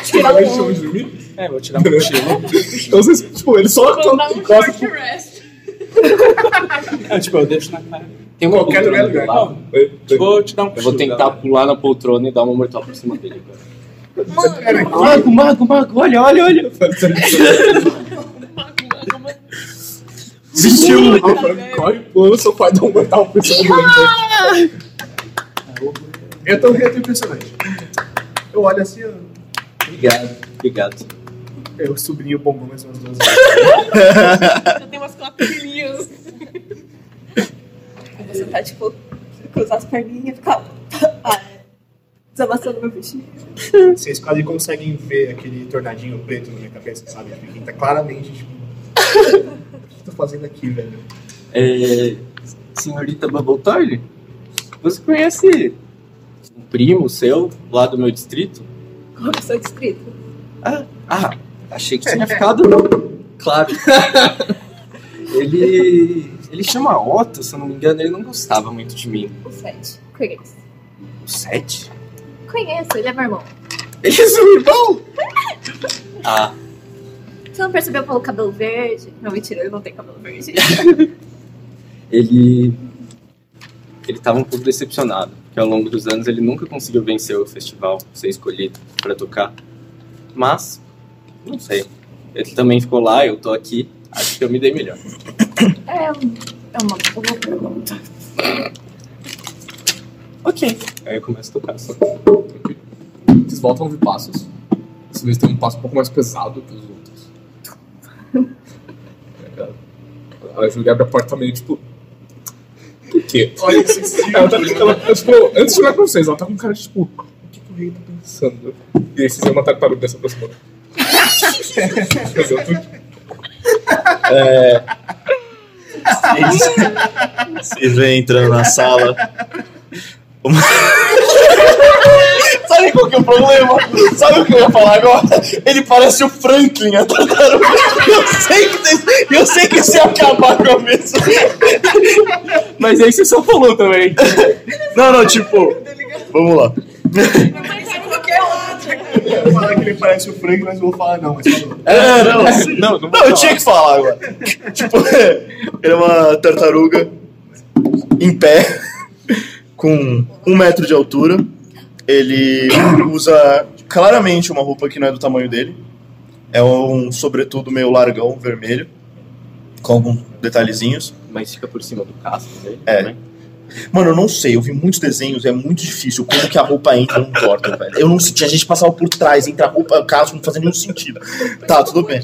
Speaker 1: Tirar o chão de mim?
Speaker 7: É, vou tirar meu mochila.
Speaker 3: né?
Speaker 1: Então vocês, tipo, ele só tipo,
Speaker 9: Vou dar um
Speaker 1: encosta.
Speaker 9: short rest.
Speaker 7: É, tipo, eu deixo na cara.
Speaker 3: Tem uma
Speaker 5: Qualquer
Speaker 3: poltrona
Speaker 5: lugar,
Speaker 3: do lado.
Speaker 1: é,
Speaker 7: Vou tirar um
Speaker 3: Ah, Eu vou
Speaker 7: cochilo,
Speaker 3: tentar
Speaker 7: galera.
Speaker 3: pular na poltrona e dar uma mortal por cima dele. cara.
Speaker 10: Mago, mago, mago, olha, olha, olha.
Speaker 9: Tá Alguma-
Speaker 1: 21! Corre, pula, seu pai dá um mortal pro seu mundo.
Speaker 5: Eu tô reto impressionante. Eu olho assim, eu,
Speaker 3: Obrigado, obrigado.
Speaker 5: eu sublinho o bombom mais umas duas vezes.
Speaker 9: Eu tenho umas quatrilhinhas.
Speaker 12: Você tá, tipo, cruzar as perninhas e ficar desamassando meu vestido.
Speaker 5: Vocês quase conseguem ver aquele tornadinho preto na minha cabeça, sabe? Tipo, que tá claramente, tipo. O que eu tô fazendo aqui, velho?
Speaker 3: É, senhorita Bubbletoy, você conhece um primo seu lá do meu distrito?
Speaker 12: Como eu sou distrito.
Speaker 3: Ah, ah achei que tinha ficado. Claro. ele. Ele chama Otto, se eu não me engano, ele não gostava muito de mim.
Speaker 12: O Sete. Conheço.
Speaker 3: O 7?
Speaker 12: Conheço, ele é meu irmão.
Speaker 3: Ele é seu irmão? Ah,
Speaker 12: Você não percebeu pelo cabelo verde? Não, mentira, ele não tem cabelo verde.
Speaker 3: ele. Ele tava um pouco decepcionado, porque ao longo dos anos ele nunca conseguiu vencer o festival, ser escolhido pra tocar. Mas, não sei. Ele também ficou lá, eu tô aqui, acho que eu me dei melhor.
Speaker 12: É, um- é uma boa pergunta.
Speaker 4: Ok.
Speaker 3: Aí eu começo a tocar só.
Speaker 1: Vocês voltam a ouvir passos. Dessa vez tem um passo um pouco mais pesado que os outros. É, A Júlia abre a porta meio tipo. Por quê?
Speaker 5: Olha esse estilo.
Speaker 1: Ela tá, ela, ela, tipo, antes de olhar pra vocês, ela tá com cara de tipo. O que, que o rei tá pensando? E aí vocês vão matar o barulho dessa próxima. Mas eu tô
Speaker 13: Vocês vêm entrando na sala. Uma- Sabe qual que é o problema? Sabe o que eu ia falar agora? Ele parece o Franklin, a tartaruga. um Eu sei que, vocês- eu sei que isso ia acabar com a mesa.
Speaker 4: Mas aí você só falou também.
Speaker 13: Não, não, tipo. Vamos lá.
Speaker 9: é
Speaker 5: Eu ia falar que ele parece o Frank, mas eu vou falar não. Mas falou.
Speaker 13: É, não, não, não, eu tinha que falar agora. Tipo, ele é uma tartaruga em pé, com um metro de altura. Ele usa claramente uma roupa que não é do tamanho dele. É um sobretudo meio largão, vermelho, com alguns detalhezinhos.
Speaker 3: Mas fica por cima do casco, né?
Speaker 13: É.
Speaker 3: Né?
Speaker 13: Mano, eu não sei, eu vi muitos desenhos, é muito difícil. Como que a roupa entra num corte, velho? Eu não sei, tinha gente que passava por trás, entra a roupa, o caso não fazia nenhum sentido. Tá, tudo bem.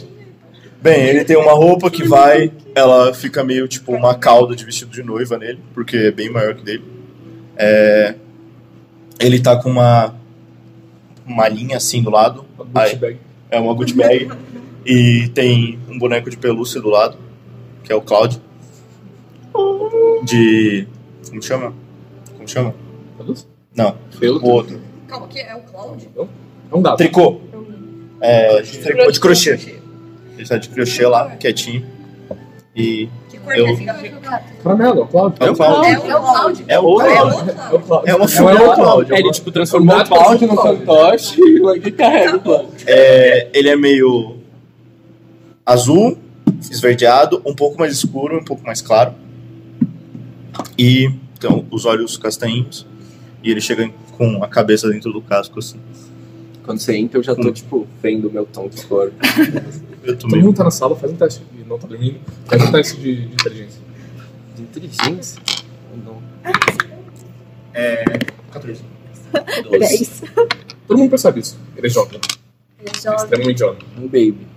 Speaker 13: Bem, ele tem uma roupa que vai, ela fica meio tipo uma cauda de vestido de noiva nele, porque é bem maior que dele. É, Ele tá com uma, uma linha assim do lado,
Speaker 1: uma Gucci bag.
Speaker 13: é uma good bag. E tem um boneco de pelúcia do lado, que é o Cloud. De. Como chama? Como chama?
Speaker 1: Tá luz?
Speaker 13: Não,
Speaker 1: Pelo-
Speaker 13: o outro.
Speaker 8: Calma, que é o Cloud?
Speaker 1: É um dado.
Speaker 13: Tricô. É, de tricô de crochê. Ele tá de crochê lá, quietinho. E.
Speaker 8: Que cor
Speaker 9: é
Speaker 13: Eu-
Speaker 8: que fica jogado?
Speaker 1: Caramelo, Cláudio.
Speaker 13: É o
Speaker 12: um
Speaker 13: Cloud.
Speaker 8: É o Cloud.
Speaker 13: É o
Speaker 8: É o
Speaker 13: Cloud.
Speaker 8: Cloud.
Speaker 1: Cláudio.
Speaker 13: É uma
Speaker 1: Não é
Speaker 13: figura
Speaker 1: o
Speaker 13: Cloud.
Speaker 1: Cláudio.
Speaker 7: Ele, tipo, transformou
Speaker 1: É
Speaker 7: o
Speaker 1: um gato
Speaker 7: Cláudio no
Speaker 1: transformado.
Speaker 7: fantoche e carrega o Cláudio.
Speaker 13: É, ele é meio azul, esverdeado, um pouco mais escuro, um pouco mais claro. E então os olhos castanhos. E ele chega com a cabeça dentro do casco assim.
Speaker 3: Quando você entra, eu já tô, tipo, vendo o meu tom de cor.
Speaker 13: Eu tô
Speaker 1: Todo
Speaker 13: meio...
Speaker 1: mundo tá na sala, faz um teste. E não tá dormindo. Faz um teste de, de inteligência.
Speaker 3: De inteligência? Não.
Speaker 5: é, 14.
Speaker 3: Doze.
Speaker 1: Todo mundo percebe isso. Ele é jovem.
Speaker 8: Ele é
Speaker 1: Ele é
Speaker 8: jovem.
Speaker 1: extremamente jovem.
Speaker 3: Um baby.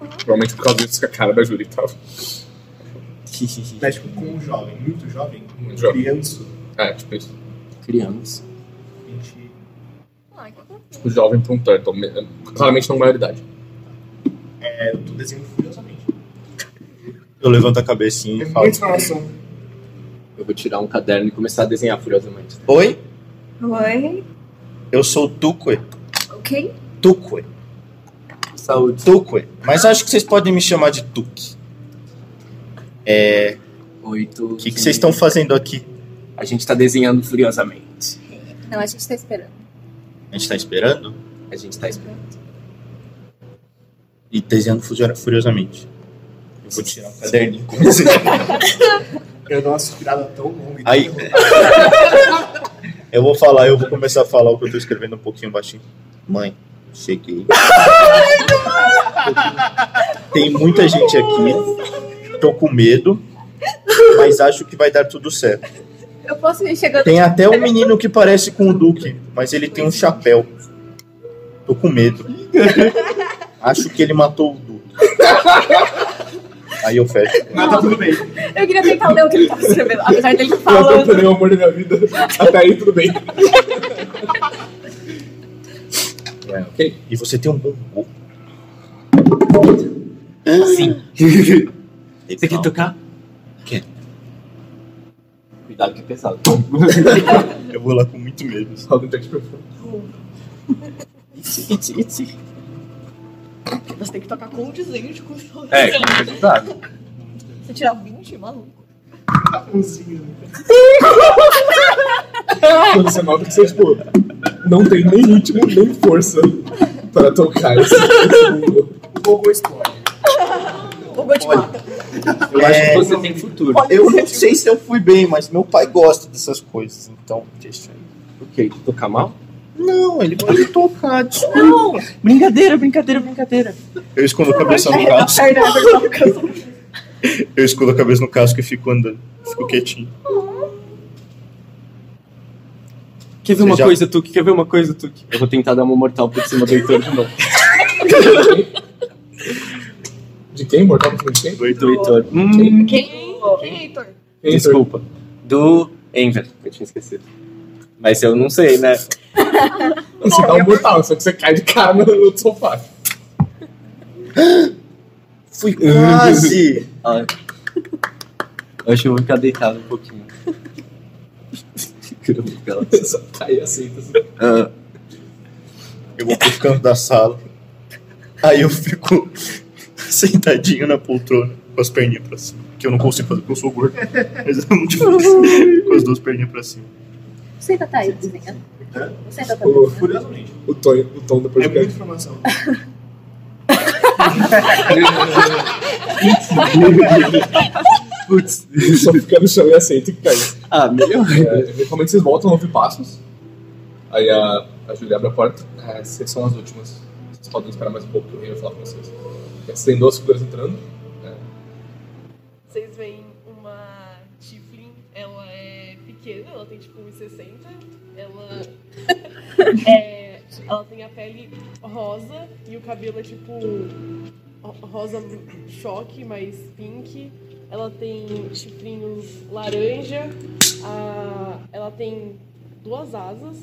Speaker 1: Provavelmente por causa disso que a cara da Júlia tava.
Speaker 5: Mas tipo, com um jovem, muito jovem,
Speaker 1: Muito jovem.
Speaker 5: criança,
Speaker 1: É, tipo isso.
Speaker 3: Criança.
Speaker 5: 20.
Speaker 8: Ah, que cor?
Speaker 1: Tipo, jovem pra um turtle. Me- Claramente não maioridade.
Speaker 5: É, eu tô desenhando furiosamente.
Speaker 13: Eu levanto a cabecinha
Speaker 5: Tem
Speaker 13: e falo.
Speaker 5: muita informação.
Speaker 3: Eu vou tirar um caderno e começar a desenhar furiosamente.
Speaker 13: Oi?
Speaker 2: Oi?
Speaker 13: Eu sou o Tukwe.
Speaker 2: Ok?
Speaker 13: Tukwe.
Speaker 3: Saúde.
Speaker 13: Tukwe. Mas acho que vocês podem me chamar de Tuk.
Speaker 3: Oito.
Speaker 13: O que, que vocês estão fazendo aqui?
Speaker 3: A gente tá desenhando furiosamente.
Speaker 8: Não, a gente tá esperando.
Speaker 13: A gente tá esperando?
Speaker 3: A gente tá esperando.
Speaker 13: E desenhando furio- furiosamente. Eu vou tirar o caderninho. e começar a
Speaker 5: Eu dou uma suspirada tão longa. e
Speaker 13: Aí.
Speaker 5: tão longa.
Speaker 13: eu vou falar, eu vou começar a falar o que eu tô escrevendo um pouquinho baixinho. Mãe, cheguei. Tem muita gente aqui. Tô com medo. Mas acho que vai dar tudo certo.
Speaker 8: Eu posso ir chegando.
Speaker 13: Tem até um menino que parece com o Duque, mas ele tem um chapéu. Tô com medo. Acho que ele matou o Duque. Aí eu fecho.
Speaker 5: Mas tá tudo bem.
Speaker 6: Eu queria tentar ler o que ele tava escrevendo, apesar dele tá
Speaker 1: Eu
Speaker 6: falando.
Speaker 1: tentei o amor da minha vida. Até aí, tudo bem. É, ok.
Speaker 13: E você tem um bom gol. Sim.
Speaker 3: Você quer tocar? Quer. Cuidado que é pesado.
Speaker 13: Eu vou lá com muito medo.
Speaker 1: Roda um Jack Perfume.
Speaker 8: Você tem que tocar condizente com o seu.
Speaker 3: É, com cuidado.
Speaker 8: Você tirar 20, maluco.
Speaker 1: Quando você nota que você, tipo, não tem nem ritmo, nem força pra tocar esse segundo.
Speaker 5: Um O Google explode.
Speaker 8: O Gold mata.
Speaker 3: Eu acho que você tem futuro.
Speaker 13: Eu não sei se eu fui bem, mas meu pai gosta dessas coisas, então deixa aí.
Speaker 3: O quê? Tocar mal?
Speaker 13: Não, ele pode tocar, desculpa.
Speaker 4: Brincadeira, brincadeira, brincadeira.
Speaker 13: Eu escondo a cabeça no casco. Eu escondo a cabeça no casco e fico andando. Fico quietinho.
Speaker 3: Quer ver
Speaker 13: Você
Speaker 3: uma
Speaker 13: já-
Speaker 3: coisa, Tuque? Quer ver uma coisa, Tuque? Eu vou tentar dar uma mortal por cima do Heitor de novo.
Speaker 1: De quem? Mortal por cima de quem?
Speaker 3: Do Heitor. Heitor.
Speaker 14: Quem?
Speaker 3: Hum,
Speaker 14: Quem é Heitor?
Speaker 3: desculpa. Do Enver. Eu tinha esquecido. Mas eu não sei, né?
Speaker 1: Você dá um mortal, só que você cai de cara no outro sofá.
Speaker 13: Fui quase!
Speaker 3: Ah, eu acho que eu vou ficar deitado um pouquinho. Eu vou ficar lá.
Speaker 1: Só cai e aceita. assim.
Speaker 3: Ah,
Speaker 13: Eu vou pro canto da sala. Aí eu fico sentadinho na poltrona com as perninhas pra cima. Que eu não consigo fazer porque eu sou gordo. Mas é muito difícil. com as duas perninhas pra cima.
Speaker 15: Senta, Thaís, desenha. Senta, Thaís. né?
Speaker 1: O,
Speaker 5: Curiosamente.
Speaker 1: o, tom, o tom depois
Speaker 5: É
Speaker 1: de
Speaker 5: muita
Speaker 1: cara.
Speaker 5: informação.
Speaker 3: Putz.
Speaker 1: Só fica no chão e aceita e cai.
Speaker 3: Ah, melhor.
Speaker 1: É, eu recomendo que vocês voltem nove passos. Aí a, a Julia abre a porta. É, vocês são as últimas. Vocês podem esperar mais um pouco que eu ia falar com vocês. É, Vocês têm duas figuras entrando.
Speaker 9: Vocês veem uma Tiflin, ela é pequena, ela tem tipo 1,60. Ela. é, ela tem a pele rosa e o cabelo é tipo. ro- rosa choque, mais pink. Ela tem chifrinhos laranja. a- ela tem duas asas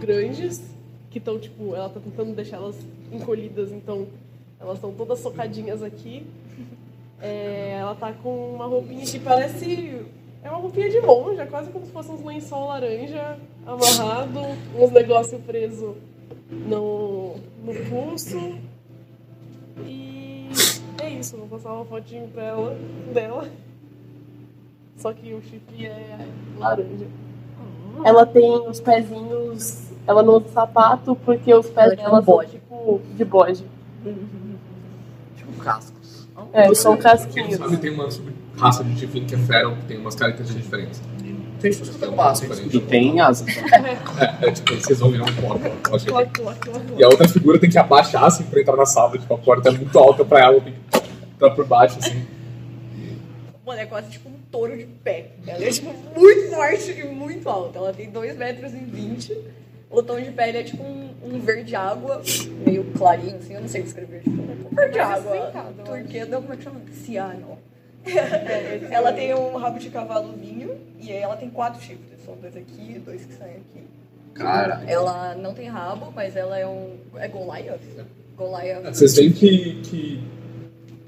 Speaker 9: grandes que estão tipo. Ela tá tentando deixar elas encolhidas, então elas estão todas socadinhas aqui. É, ela tá com uma roupinha tipo, que parece. É uma roupinha de monja, quase como se fosse uns lençol laranja amarrado, uns negócios preso no, no pulso. E é isso, vou passar uma fotinho pra ela, dela. Só que o chip é laranja. Ela tem os pezinhos. Ela não usa sapato porque os
Speaker 14: Ela
Speaker 9: pés
Speaker 14: é tipo
Speaker 9: dela
Speaker 14: um
Speaker 9: são
Speaker 14: bode.
Speaker 9: tipo de bode.
Speaker 14: Tipo cascos.
Speaker 9: É, são
Speaker 1: Quem
Speaker 9: casquinhos.
Speaker 1: não sabe, tem uma sub- raça de Tiflin que é feral, que tem umas características diferentes.
Speaker 5: Tem gente que tem massa, gente.
Speaker 1: Diferente.
Speaker 3: E tem asas.
Speaker 1: É, é, tipo, vocês vão virar um copo. acho que-
Speaker 9: Clá, clá, clá, clá.
Speaker 1: E a outra figura tem que abaixar, assim, pra entrar na sala. Tipo, a porta é muito alta pra ela, tem que entrar por baixo, assim.
Speaker 12: Mano, é quase tipo um touro de pé. Ela é tipo muito forte e muito alta. Ela tem 2 metros e 20. O tom de pele é tipo um, um verde água, meio clarinho, assim, eu não sei descrever. Tipo, um verde
Speaker 9: Mais
Speaker 12: água.
Speaker 9: acinzentado, eu
Speaker 12: Turquesa, como é que chama? Ciano. ela tem um rabo de cavalo vinho e aí ela tem quatro chifres. São dois aqui, dois que saem aqui.
Speaker 3: Cara.
Speaker 12: Ela não tem rabo, mas ela é um. É Goliath? Goliath.
Speaker 1: Vocês veem que, que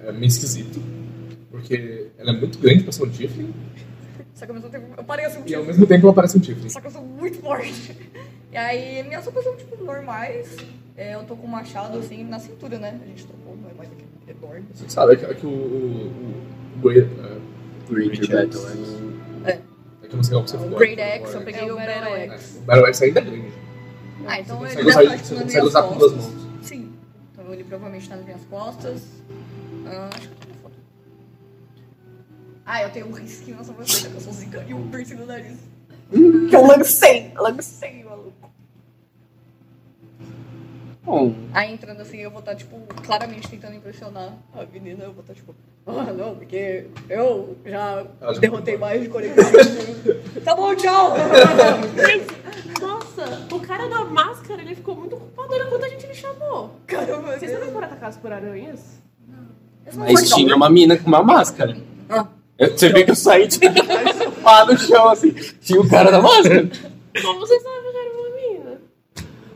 Speaker 1: é meio esquisito, porque ela é muito grande pra ser um Tiflin,
Speaker 12: Só que ao mesmo tempo. Eu pareço um
Speaker 1: e ao
Speaker 12: tipo.
Speaker 1: mesmo tempo ela parece um Tiflin.
Speaker 12: Só que eu sou muito forte. E aí, minhas roupas são, tipo, normais. É, eu tô com um machado, assim, na cintura, né? A gente trocou, não é mais aquele enorme.
Speaker 1: Você sabe, é que, é que o, o, o, o Great, é,
Speaker 3: Great Battle Axe.
Speaker 1: é que eu não sei qual que você
Speaker 12: O
Speaker 1: falou.
Speaker 12: Great
Speaker 1: agora.
Speaker 12: Axe, eu peguei
Speaker 9: É,
Speaker 12: o
Speaker 9: o
Speaker 12: Battle
Speaker 9: Battle
Speaker 1: É,
Speaker 12: Axe.
Speaker 1: O Battle Axe ainda é grande.
Speaker 12: Ah, então
Speaker 1: Você
Speaker 12: ele
Speaker 1: consegue,
Speaker 12: tá,
Speaker 1: usar-
Speaker 12: tipo,
Speaker 1: você
Speaker 12: nas
Speaker 1: consegue
Speaker 12: minhas
Speaker 1: usar com duas
Speaker 12: costas.
Speaker 1: mãos.
Speaker 12: Sim. Então ele provavelmente tá nas minhas costas. Ah, acho que eu tô na foto. Ah, eu tenho um risquinho na sobrancelha, que eu sou zica e um piercing no nariz.
Speaker 14: Que eu lancei, lancei, maluco.
Speaker 3: Bom,
Speaker 12: Aí entrando assim, eu vou estar, tipo, claramente tentando impressionar a menina. Eu vou estar, tipo, ah, não, porque eu já
Speaker 1: Ela já-
Speaker 12: derrotei mais de 40 mil. Tá bom, tchau!
Speaker 9: Gente, Nossa, o cara da máscara, ele ficou muito culpado. Olha quanta gente ele chamou.
Speaker 12: Caramba,
Speaker 9: Vocês também foram atacados por aranhas?
Speaker 3: mas tinha uma mina com uma máscara.
Speaker 13: Ah.
Speaker 3: Eu- Você vê que eu saí de pá no chão, assim. Tinha o cara da máscara.
Speaker 9: Como vocês sabem que era uma mina?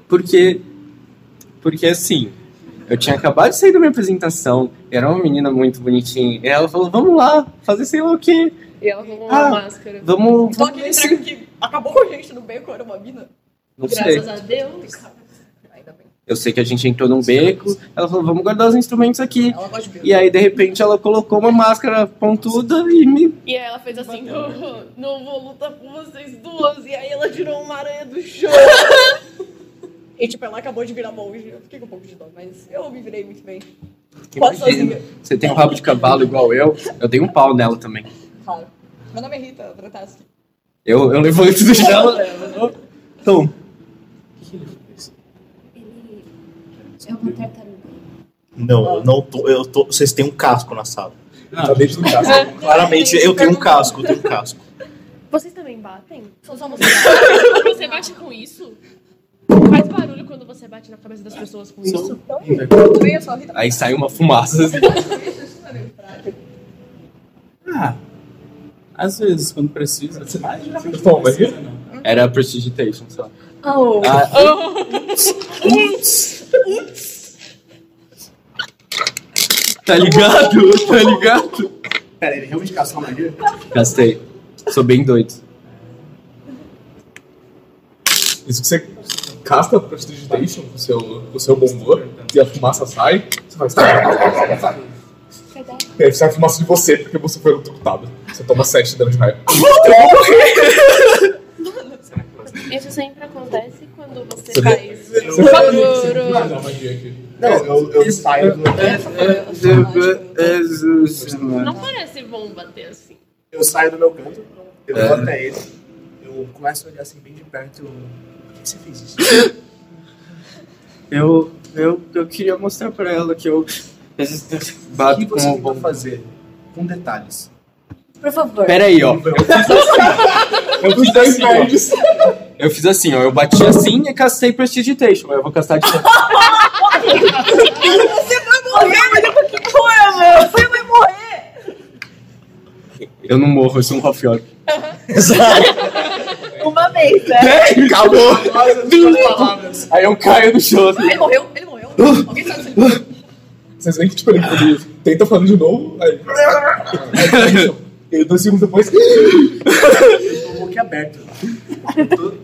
Speaker 3: Porque. Porque assim, eu tinha acabado de sair da minha apresentação, era uma menina muito bonitinha. E ela falou, vamos lá, fazer sei lá o quê.
Speaker 9: E ela com
Speaker 3: uma
Speaker 15: Ah,
Speaker 9: uma máscara.
Speaker 3: Vamos.
Speaker 12: Só
Speaker 3: vamos
Speaker 12: aquele
Speaker 3: nesse-
Speaker 12: treco que acabou com a gente no beco era uma mina.
Speaker 3: Não sei.
Speaker 15: Graças a Deus.
Speaker 12: Ainda bem.
Speaker 3: Eu sei que a gente entrou num beco. Ela falou, vamos guardar os instrumentos aqui.
Speaker 12: Ela gosta de beco.
Speaker 3: E aí, de repente, ela colocou uma máscara pontuda e me.
Speaker 9: E aí ela fez assim, não, não vou lutar com vocês duas. E aí ela tirou uma aranha do chão.
Speaker 12: E tipo, ela acabou de virar monge. Eu fiquei com um pouco de dó, mas eu me virei muito bem.
Speaker 3: Que
Speaker 12: Quase
Speaker 3: imagina.
Speaker 12: sozinha.
Speaker 3: Você tem um rabo de cavalo igual eu. Eu dei um pau nela também.
Speaker 12: Claro. Meu nome é Rita Brataski.
Speaker 3: Eu, eu levanto do chão. Então,
Speaker 15: É uma tartaruga.
Speaker 13: Não, eu não tô. Eu tô. Vocês têm um casco na sala.
Speaker 1: Tá dentro do caso.
Speaker 13: Claramente, eu tenho um casco, eu tenho um casco.
Speaker 9: Vocês também batem? São só vocês. que batem? você bate com isso? Faz barulho quando você bate na cabeça das pessoas com isso?
Speaker 2: Veio só Rita.
Speaker 3: Aí sai uma fumaça. assim.
Speaker 7: Ah, às vezes, quando precisa. Você vai, geralmente.
Speaker 1: Toma,
Speaker 7: precisa, não.
Speaker 3: Era a Prestigitation, sei lá.
Speaker 6: Oh,
Speaker 3: Ah, tá ligado? Tá ligado?
Speaker 5: Pera, ele realmente castou a magia?
Speaker 3: Gastei. Sou bem doido.
Speaker 1: Isso que você casta Prestidigitation com o seu, com o seu bombor e a fumaça sai, você faz. E aí sai a fumaça de você porque você foi eletrocutado. Você toma 7 de dano de raio.
Speaker 9: Isso sempre acontece quando você
Speaker 1: Você-
Speaker 9: faz
Speaker 1: Você faz você tem que fazer uma magia aqui.
Speaker 5: Ah, Não, eu, eu saio do.
Speaker 9: Não parece bom bater assim.
Speaker 5: Eu saio do meu canto, eu vou
Speaker 13: É.
Speaker 5: até ele, eu começo a olhar assim bem de perto. Eu... Por que você fez isso?
Speaker 4: Eu, eu, eu queria mostrar pra ela que eu
Speaker 5: O que
Speaker 4: bato
Speaker 5: você
Speaker 4: com o
Speaker 5: tentou
Speaker 4: bom.
Speaker 5: fazer? Com detalhes.
Speaker 6: por favor.
Speaker 3: Pera aí, ó. assim,
Speaker 1: Eu fiz
Speaker 4: assim,
Speaker 1: 10 médios.
Speaker 3: Eu fiz assim, ó. Eu bati assim e castei Prestigitation. Eu vou castar de
Speaker 2: Morrer, mas depois que foi, amor? Você vai morrer.
Speaker 3: Eu não morro, eu sou um Ralfior.
Speaker 2: Uma vez, né?
Speaker 3: Acabou! Aí eu caio no chão. assim.
Speaker 8: Ele morreu, ele morreu. Alguém sabe se ele
Speaker 1: Vocês veem que tipo, ele, ele tenta fazer de novo, aí. aí cai no chão. E aí, dois segundos depois.
Speaker 5: Eu tô boquiaberto. Eu tô-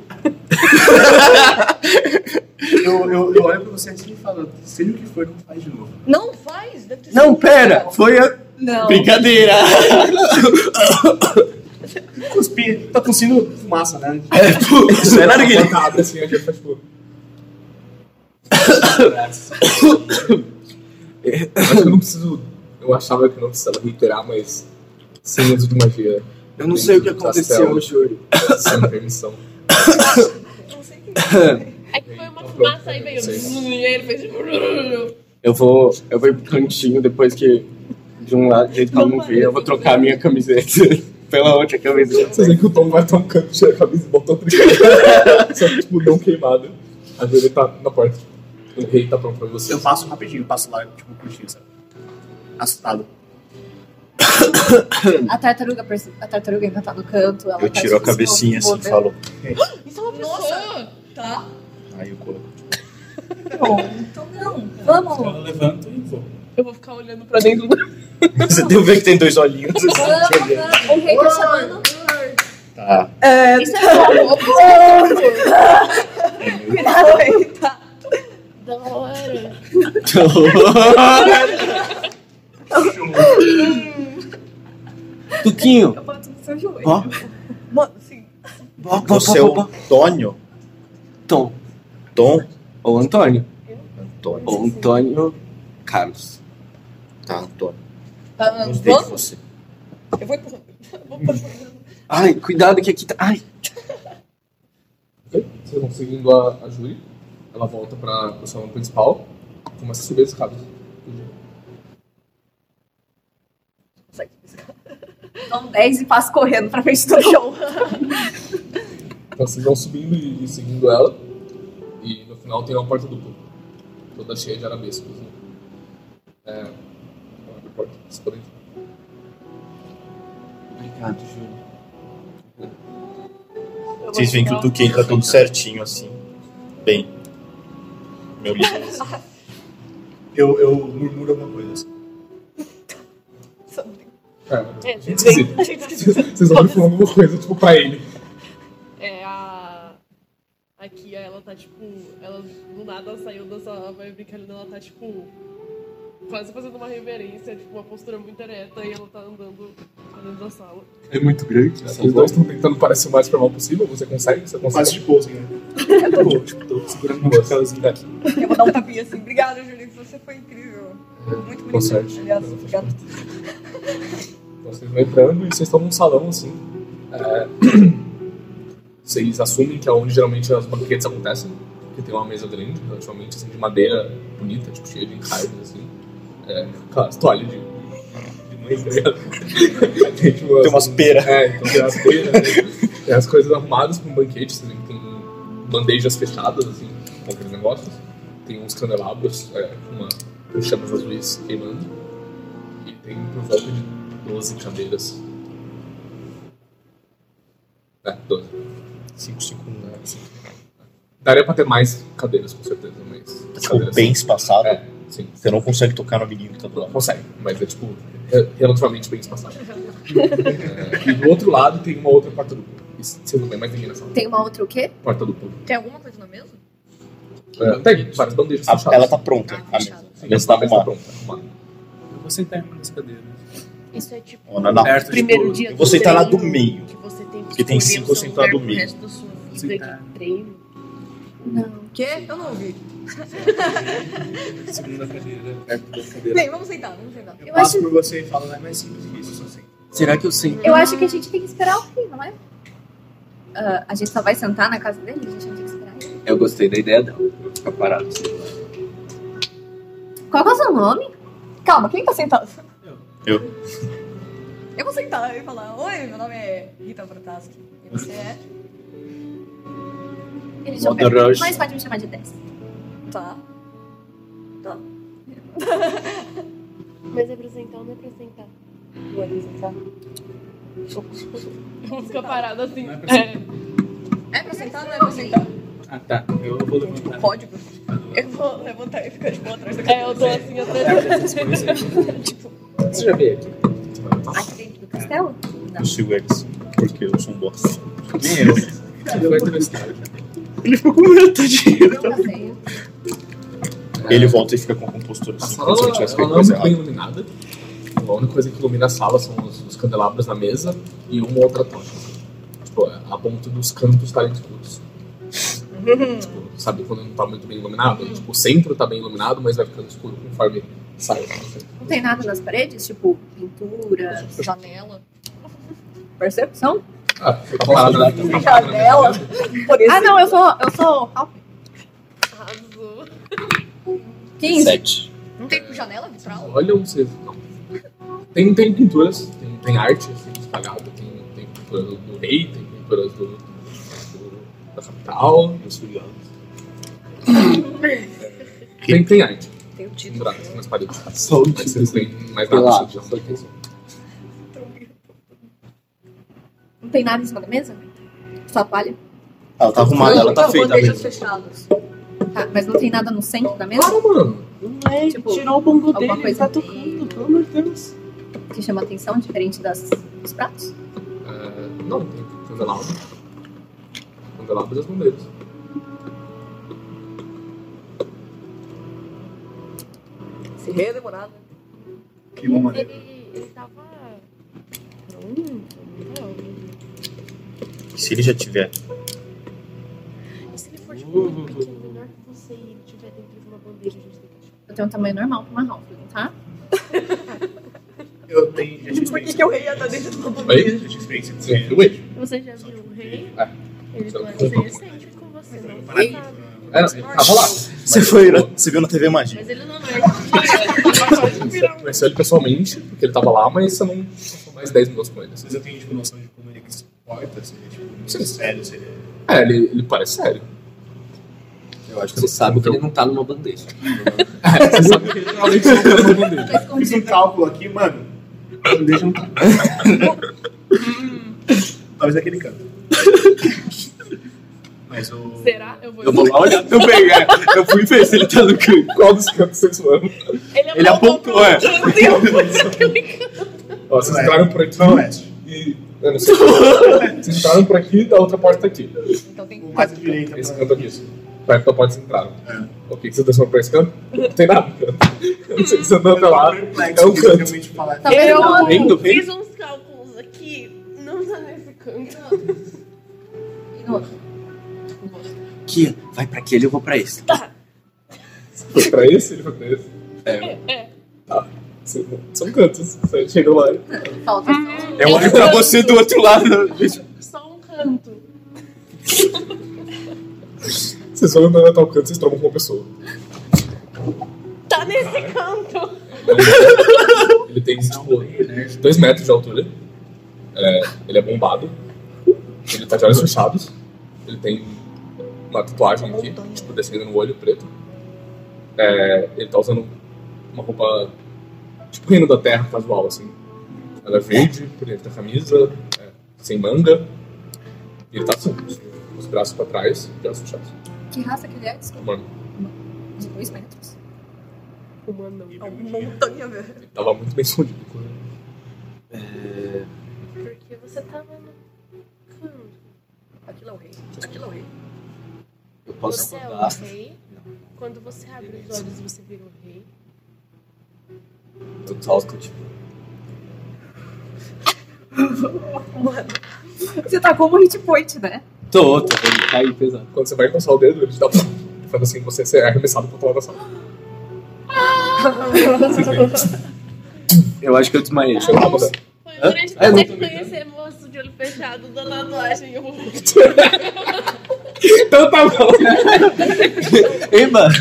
Speaker 5: Eu, eu, eu olho pra você assim e falo, seja o que for, não faz de novo.
Speaker 8: Não faz, deve ter
Speaker 4: Não,
Speaker 12: um
Speaker 8: sido-
Speaker 4: pera! Foi a.
Speaker 6: Não.
Speaker 3: Brincadeira!
Speaker 5: Cuspi, tá tossindo fumaça, né?
Speaker 3: Isso é narguilha.
Speaker 1: Ela abre assim, aí ele faz tipo. Acho que eu não preciso. Eu achava que eu não precisava reiterar, mas. Sem uso de magia.
Speaker 4: Eu não sei o que aconteceu, eu juro.
Speaker 1: Sem permissão.
Speaker 8: Não sei quem.
Speaker 9: É que foi uma fumaça aí veio. E ele fez tipo.
Speaker 3: Eu vou, eu vou ir pro cantinho depois que. De um lado, jeito que ela não vê, eu vou trocar a minha camiseta pela outra camiseta.
Speaker 1: Vocês veem que o Tom vai tomar um canto, tira a camisa e bota outro canto. Só que, tipo, não queimado. Às vezes ele tá na porta. O rei tá pronto pra você.
Speaker 5: Eu passo rapidinho, passo lá, tipo, curtindo, sabe? Assustado.
Speaker 6: A tartaruga, perce- a tartaruga ainda tá no canto. Ela
Speaker 13: Eu
Speaker 6: faz
Speaker 12: tipo,
Speaker 13: tiro a
Speaker 6: isso,
Speaker 13: cabecinha
Speaker 6: se
Speaker 13: assim e
Speaker 6: mover.
Speaker 13: falo.
Speaker 9: Isso é uma
Speaker 8: Nossa.
Speaker 9: pessoa.
Speaker 8: Tá.
Speaker 13: Aí eu coloco.
Speaker 8: Então não.
Speaker 6: Vamos,
Speaker 7: Eu levanto e vou.
Speaker 2: Eu vou ficar olhando pra dentro do.
Speaker 13: Você deu ver que tem dois olhinhos.
Speaker 6: vamos, vamos. O rei tá chamando.
Speaker 13: Tá.
Speaker 2: É,
Speaker 9: Isso é uma Da hora.
Speaker 4: Tuquinho!
Speaker 2: eu bato no seu joelho.
Speaker 4: Ó,
Speaker 2: Mano, sim.
Speaker 4: ó, ó,
Speaker 13: Você é
Speaker 4: ó,
Speaker 13: o
Speaker 4: ó, ó.
Speaker 13: Antônio?
Speaker 3: Tom.
Speaker 13: Tom?
Speaker 3: Ou Antônio.
Speaker 13: Antônio.
Speaker 3: Ou Antônio Carlos.
Speaker 13: Tá, Antônio.
Speaker 6: Ah,
Speaker 13: Gostei de você.
Speaker 8: Eu vou empurrando. Eu Vou empurrando.
Speaker 3: Ai, cuidado que aqui tá. Ai!
Speaker 1: Ok? Vocês vão seguindo a, a Júlia. Ela volta pra, pra salão principal. Começa a subir as escadas.
Speaker 8: Sai desse cara.
Speaker 6: Dão 10 e passo correndo pra frente do show.
Speaker 1: Então vocês vão subindo e, e seguindo ela. E no final tem uma porta dupla. Toda cheia de arabescos. Né? É. Abre a porta. Vocês podem
Speaker 4: Obrigado, Júlio.
Speaker 13: Vocês veem que o Tuquinho tá tudo certinho assim. Bem. Meu livro.
Speaker 5: Eu, eu murmuro alguma coisa assim.
Speaker 8: Something.
Speaker 1: É,
Speaker 9: É,
Speaker 1: gente esquisita. Vocês vão falando alguma coisa, tipo, pra ele.
Speaker 9: É a. Aqui ela tá tipo. Ela do nada saiu da sala, vai brincando, ela tá tipo. Quase fazendo uma reverência, tipo, uma postura muito ereta e ela tá andando pra dentro da sala.
Speaker 3: É muito grande.
Speaker 1: Os dois estão tentando parecer o mais formal possível. Você consegue? Você
Speaker 5: Quase
Speaker 1: consegue?
Speaker 5: de pose, né?
Speaker 1: Tipo, tipo, tô segurando meu chapéuzinho daqui.
Speaker 8: Eu vou dar um tapinha assim. Obrigada, Julinho. Você foi incrível. Muito
Speaker 1: Boa
Speaker 8: bonito.
Speaker 1: sorte.
Speaker 8: Aliás, obrigado.
Speaker 1: Então, vocês vão entrando e vocês estão num salão assim. é, vocês assumem que é onde geralmente as banquetes acontecem, que tem uma mesa grande, relativamente assim, de madeira bonita, tipo cheia de encargos assim. É, com as toalhas de, de mãe, tá ligado? Tem, tipo,
Speaker 13: Tem umas pera.
Speaker 1: É, então tem as coisas, né? Tem as coisas arrumadas pra um banquete, tem, tem bandejas fechadas, assim, com aqueles negócios. Tem uns candelabros é, com uma, com chamas azuis queimando. E tem por volta de 12 cadeiras. É, 12.
Speaker 13: 5, 5, 1, né?
Speaker 1: Daria pra ter mais cadeiras, com certeza, mas. as
Speaker 13: Tipo,
Speaker 1: cadeiras-
Speaker 13: bem espaçado.
Speaker 1: É, sim.
Speaker 13: Você não consegue tocar no amiguinho que tá do lado.
Speaker 1: Consegue, mas é tipo re- relativamente bem espaçado. É, e do outro lado tem uma outra porta dupla. Isso Vocês não tem mais ninguém nessa
Speaker 6: Tem uma outra o quê?
Speaker 1: porta dupla.
Speaker 8: Tem alguma coisa na mesa?
Speaker 1: É, tem várias bandejas
Speaker 13: A-
Speaker 1: fechadas.
Speaker 13: ela tá pronta, a mesa.
Speaker 6: Fechado.
Speaker 13: A mesa tá arrumada.
Speaker 1: pronta. arrumada.
Speaker 7: Eu vou sentar tá em uma das cadeiras.
Speaker 8: Isso é tipo
Speaker 13: Ó, na- na-
Speaker 7: Perto,
Speaker 9: Primeiro
Speaker 7: tipo,
Speaker 9: dia do
Speaker 13: Eu vou sentar tá lá do
Speaker 9: treino,
Speaker 13: meio.
Speaker 9: Que você tem que
Speaker 13: Porque tem
Speaker 9: escolher
Speaker 13: cinco,
Speaker 9: o
Speaker 13: eu
Speaker 9: seu
Speaker 13: sento lá
Speaker 9: lugar
Speaker 13: do
Speaker 9: pro
Speaker 13: meio.
Speaker 9: resto da sua vida
Speaker 7: Sentar.
Speaker 9: de treino.
Speaker 2: O quê? Eu não ouvi.
Speaker 7: Segunda cadeira.
Speaker 8: Bem, vamos sentar, vamos sentar.
Speaker 5: Eu
Speaker 6: Eu
Speaker 5: passo
Speaker 6: acho-
Speaker 5: por você e falo, não é mais simples que isso, só sei.
Speaker 3: Será que eu sei?
Speaker 6: Eu acho que a gente tem que esperar o fim, não é? Ah, a gente só vai sentar na casa dele, a gente não tem que esperar ele.
Speaker 3: Eu gostei da ideia dela. Vou ficar parado.
Speaker 6: Qual que é o seu nome?
Speaker 2: Calma, quem tá sentado?
Speaker 8: Eu vou sentar e falar, oi, meu nome é Rita Protaski. E você é?
Speaker 6: Ele já
Speaker 3: Modo
Speaker 6: pega.
Speaker 3: Rush.
Speaker 6: Mas pode me chamar de 10.
Speaker 8: Tá. Tá.
Speaker 9: Mas é pra sentar ou não é pra sentar? Vamos ficar parado assim.
Speaker 7: Não é pra
Speaker 8: É pra sentar ou não é pra sentar?
Speaker 7: Ah, tá. Eu vou levantar.
Speaker 8: Código. Eu vou levantar e ficar de boa atrás da
Speaker 9: É, eu tô assim atrás
Speaker 7: é
Speaker 9: da
Speaker 1: Você já veio aqui.
Speaker 6: Aqui dentro do castelo? Não.
Speaker 13: Eu sigo eles. Porque eu sou um boss.
Speaker 1: Você vai ter uma história.
Speaker 13: Ele ficou com medo, tadinho.
Speaker 6: Eu não sei.
Speaker 4: É.
Speaker 13: Ele volta e fica com a compostura
Speaker 1: A
Speaker 13: assim,
Speaker 1: sala
Speaker 13: como se ele
Speaker 1: ela,
Speaker 13: tivesse
Speaker 1: ela não é
Speaker 13: feito coisa
Speaker 1: muito bem
Speaker 13: errada.
Speaker 1: iluminada. A única coisa que ilumina a sala são os, os candelabros na mesa e uma outra tocha. Tipo, a ponto dos cantos estarem escuros. tipo, sabe quando não tá muito bem iluminado? Tipo, o centro tá bem iluminado, mas vai ficando escuro conforme sai.
Speaker 6: Não tem nada nas paredes? Tipo, pintura,
Speaker 8: janela.
Speaker 6: percepção?
Speaker 1: Ah, foi parada na- tá parada na
Speaker 2: Janela?
Speaker 1: mesa.
Speaker 2: Por isso. Ah, não, eu sou. Eu sou.
Speaker 9: Arrasou.
Speaker 2: 15.
Speaker 13: Sete.
Speaker 8: Não tem janela vitral?
Speaker 1: Olha vocês. Não. Tem, tem pinturas, tem, tem arte assim, espalhada, tem, tem pinturas do, do rei, tem pinturas do, do- da capital. dos filiados. tem, tem arte.
Speaker 8: Tem o título.
Speaker 1: Pendurada nas paredes.
Speaker 3: Só o
Speaker 1: Mas vocês não têm mais
Speaker 3: Sei
Speaker 1: nada
Speaker 3: lá,
Speaker 1: sobre isso.
Speaker 6: Não tem nada em cima da mesa? Só a toalha?
Speaker 13: Ela tá arrumada, ela tá feita
Speaker 8: Bandejas
Speaker 13: mesmo.
Speaker 8: fechadas.
Speaker 6: Tá, mas não tem nada no centro da mesa
Speaker 1: Para, mano.
Speaker 4: Não é,
Speaker 6: Tipo,
Speaker 4: tirou o bongo
Speaker 6: alguma
Speaker 4: dele, ele
Speaker 6: coisa
Speaker 4: tá
Speaker 6: bem-
Speaker 4: tocando, pelo amor de Deus.
Speaker 6: que chama atenção, diferente das, dos pratos?
Speaker 1: É, não, tem candelabro. Candelabro e as bandeiras.
Speaker 8: Se redemorar, né?
Speaker 5: Que bom, maneiro.
Speaker 9: Ele, ele tava. Hum, não.
Speaker 13: Se ele já
Speaker 9: E
Speaker 13: tiver.
Speaker 9: se ele for tipo muito pequeno, menor que você e ele tiver dentro de uma bandeja, a gente tem que achar.
Speaker 6: Eu tenho um tamanho normal pra uma Ralph, não tá?
Speaker 5: Eu tenho. Eu tive
Speaker 8: Por que,
Speaker 5: experiência.
Speaker 8: que eu rei ia estar dentro do bandeja?
Speaker 1: Aí,
Speaker 5: Eu tive experiência de
Speaker 1: você
Speaker 5: ser. um
Speaker 1: viu ele?
Speaker 9: Você já viu
Speaker 7: um
Speaker 9: o rei?
Speaker 13: Ah,
Speaker 1: É.
Speaker 9: Ele
Speaker 1: Só
Speaker 9: pode
Speaker 13: um
Speaker 1: que
Speaker 9: ser
Speaker 1: conta.
Speaker 9: excêntrico com você, não
Speaker 5: Parabéns.
Speaker 9: sabe.
Speaker 1: É, não, tava lá.
Speaker 13: Você foi, né? Você viu na TV Magia.
Speaker 9: Mas ele não é. Ele pode virar um.
Speaker 1: Conheceu ele pessoalmente, porque ele tava lá, mas você não passou mais 10 minutos com ele. assim.
Speaker 5: Vocês já têm tipo, noção de como ele se porta, se ele é tipo, muito
Speaker 1: Sim.
Speaker 5: sério, se ele é.
Speaker 1: É, ele, ele parece sério. Então,
Speaker 3: Eu acho que você sabe que ele não tá numa bandeja.
Speaker 1: É, você sabe que ele realmente não tá no mundo dele.
Speaker 6: Tá
Speaker 5: Fiz
Speaker 6: escondido.
Speaker 5: um cálculo aqui, mano. Não deixa um. Talvez naquele canto. Mas o.
Speaker 9: Será? Eu vou.
Speaker 13: Eu vou lá olhar. Eu
Speaker 1: é.
Speaker 13: pegar. Eu fui ver se ele tá no canto.
Speaker 1: Qual dos cantos vocês foram?
Speaker 13: Ele apontou, é.
Speaker 1: Ó, vocês entraram por aqui
Speaker 13: é.
Speaker 5: Não, oeste.
Speaker 1: e. Eu não sei. vocês entraram por aqui da outra porta tá aqui.
Speaker 8: Então tem
Speaker 5: O mais à direita.
Speaker 1: Esse
Speaker 5: Pra...
Speaker 1: canto aqui. Perto da porta vocês entraram.
Speaker 13: É.
Speaker 1: O que vocês desceram pra esse canto? Não tem nada. Vocês andam até lá. É
Speaker 5: É
Speaker 1: um
Speaker 5: o
Speaker 1: canto.
Speaker 5: realmente falar.
Speaker 6: Talvez
Speaker 9: Eu
Speaker 6: não.
Speaker 1: Vendo, vendo.
Speaker 9: fiz uns cálculos aqui. Não tá nesse canto.
Speaker 6: E no outro.
Speaker 3: Kia, vai pra aquele, eu vou pra esse.
Speaker 1: Foi pra esse? Ele foi pra esse. Tá.
Speaker 3: É,
Speaker 1: Vocês- São cantos. Vocês chegam lá.
Speaker 6: Falta só.
Speaker 13: Eu olho pra você do outro lado. Gente,
Speaker 9: Só um canto.
Speaker 1: Vocês vão andando até o canto e vocês trombam com uma pessoa.
Speaker 9: Tá nesse canto.
Speaker 1: Ele Ele tem, tipo, 2 metros de altura. É, ele é bombado. Ele tá de olhos fechados. Ele tem uma tatuagem aqui, tipo, descendo no olho preto. É, ele tá usando uma roupa tipo reino da terra casual, assim. Ela é verde, por dentro da camisa, é, sem manga. E ele tá assim, com os braços pra trás, de olhos fechados.
Speaker 6: Que raça que ele é? Desculpa.
Speaker 1: Mano,
Speaker 6: De dois metros.
Speaker 9: Humano.
Speaker 8: É uma montanha, velho.
Speaker 1: ele tava muito bem escondido.
Speaker 9: Porque você tava no canto.
Speaker 8: Aquilo é o rei. Aquilo é o rei.
Speaker 3: Eu posso
Speaker 9: Você é o
Speaker 3: acordar.
Speaker 9: rei. Quando você abre os olhos, você vira o rei.
Speaker 3: Eu salto, tipo.
Speaker 6: Você tá como hit point, né?
Speaker 3: Tô, tô, ele tá aí pesado.
Speaker 1: Quando você vai encostar o dedo, ele te dá um... Faz assim, você é arremessado pro outro lado da sala.
Speaker 3: Eu acho que eu desmaiei.
Speaker 1: Chegou na mudança.
Speaker 9: Foi durante
Speaker 3: É,
Speaker 9: você
Speaker 3: muito
Speaker 9: que conhecer moço de olho fechado da tatuagem. Eu vou
Speaker 1: Então tá bom.
Speaker 3: Ei, mano.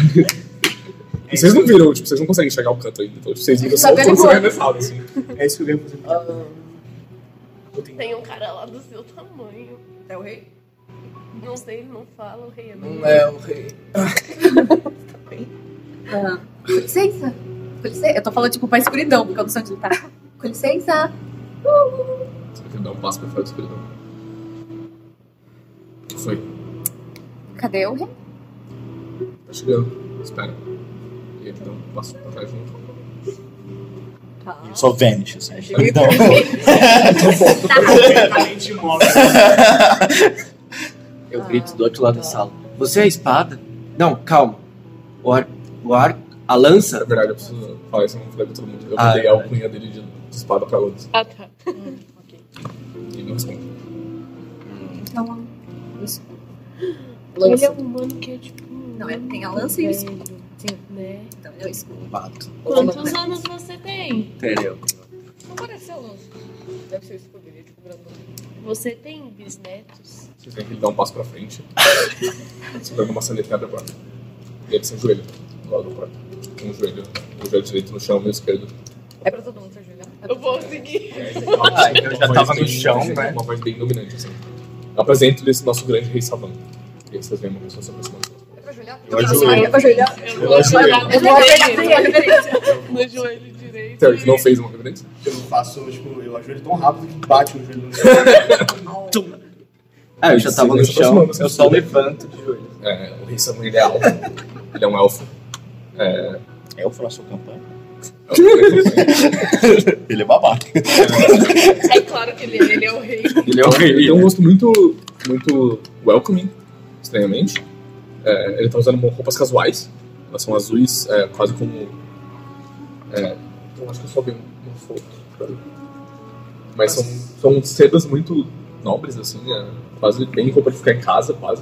Speaker 1: E vocês não viram, tipo, vocês não conseguem enxergar o canto ainda. Então, tipo, vocês viram
Speaker 2: Tá
Speaker 1: só quando você
Speaker 2: perigoso.
Speaker 1: vai arremessado, assim.
Speaker 5: É isso que eu ganho fazer.
Speaker 9: Tem um cara lá do seu tamanho.
Speaker 8: É o rei?
Speaker 9: Não sei, ele não fala, o rei é
Speaker 3: Não
Speaker 9: não.
Speaker 3: é o rei.
Speaker 6: Ah, com licença. Com licença. Eu tô falando tipo pra escuridão, porque eu não sei onde ele tá. Com licença. Uh!
Speaker 1: Você vai ter que dar um passo pra fora da escuridão. O que foi?
Speaker 6: Cadê o rei?
Speaker 1: Tá chegando. Espera. E ele dá um passo pra trás junto.
Speaker 8: Tá.
Speaker 13: Ele só vanish, assim.
Speaker 8: Achei
Speaker 13: Então,
Speaker 5: Completamente imóvel.
Speaker 9: Ah.
Speaker 3: Eu grito do outro lado da sala. Você é a espada? Não, calma. O ar... O ar... A
Speaker 1: Na
Speaker 3: lança?
Speaker 1: verdade, eu preciso falar isso, eu não falei pra todo mundo. Eu
Speaker 3: Ah,
Speaker 1: mudei
Speaker 3: é
Speaker 1: a alcunha dele de, de espada pra lança.
Speaker 9: Ah, tá.
Speaker 1: E não responde.
Speaker 6: Então, isso.
Speaker 9: Ele é
Speaker 6: Lança.
Speaker 9: um humano que é tipo.
Speaker 6: Não, ele tem a lança e o escudo. Sim.
Speaker 9: Né?
Speaker 6: Então, ele é o escudo.
Speaker 3: Bato.
Speaker 9: Quantos anos você tem?
Speaker 3: Entendeu?
Speaker 8: Não pareceu lança. Deve ser escuderia, tipo, grandão.
Speaker 9: Você tem bisnetos?
Speaker 1: Vocês veem que ele dá um passo pra frente. Segurando uma sandália que abre a porta. E ele se ajoelha do lado da porta. Com o joelho, o joelho direito no chão e o esquerdo.
Speaker 8: É pra todo mundo se ajoelhar.
Speaker 9: Eu vou seguir.
Speaker 1: E aí, ele fala,
Speaker 3: Ah, então
Speaker 1: uma
Speaker 3: já
Speaker 1: voz
Speaker 3: tava no
Speaker 1: bem-
Speaker 3: chão, né?
Speaker 1: Uma voz bem dominante, assim. Eu apresento esse nosso grande rei Savan. E aí vocês veem uma pessoa se aproximando.
Speaker 8: É pra ajoelhar?
Speaker 1: Eu ajoelho.
Speaker 8: É pra ajoelhar?
Speaker 9: Eu
Speaker 6: Eu
Speaker 9: vou jogar no
Speaker 6: vou pegar
Speaker 9: joelho,
Speaker 6: ele.
Speaker 9: no joelho direito.
Speaker 1: Terry, que Então, não fez uma reverência?
Speaker 5: Eu faço, tipo, eu ajoelho tão rápido que bate o joelho no chão.
Speaker 3: Ah, eu já tava no
Speaker 1: Sim,
Speaker 3: chão.
Speaker 1: aproximando,
Speaker 3: Eu só levanto de joelho.
Speaker 1: É, o rei Savan, ele é alto. Ele é um elfo. É,
Speaker 13: eu falo a sua campanha.
Speaker 1: é um elfo, assim.
Speaker 13: Ele é babaca.
Speaker 9: É claro que ele é, ele é o rei.
Speaker 3: Ele é o rei.
Speaker 1: Ele tem um rosto muito, muito welcoming, estranhamente. É, ele tá usando uma- roupas casuais. Elas são azuis, é, quase como. É, eu acho que eu só vi uma foto. peraí. Mas são, são sedas muito nobres, assim. É, quase bem roupa de ficar em casa, quase.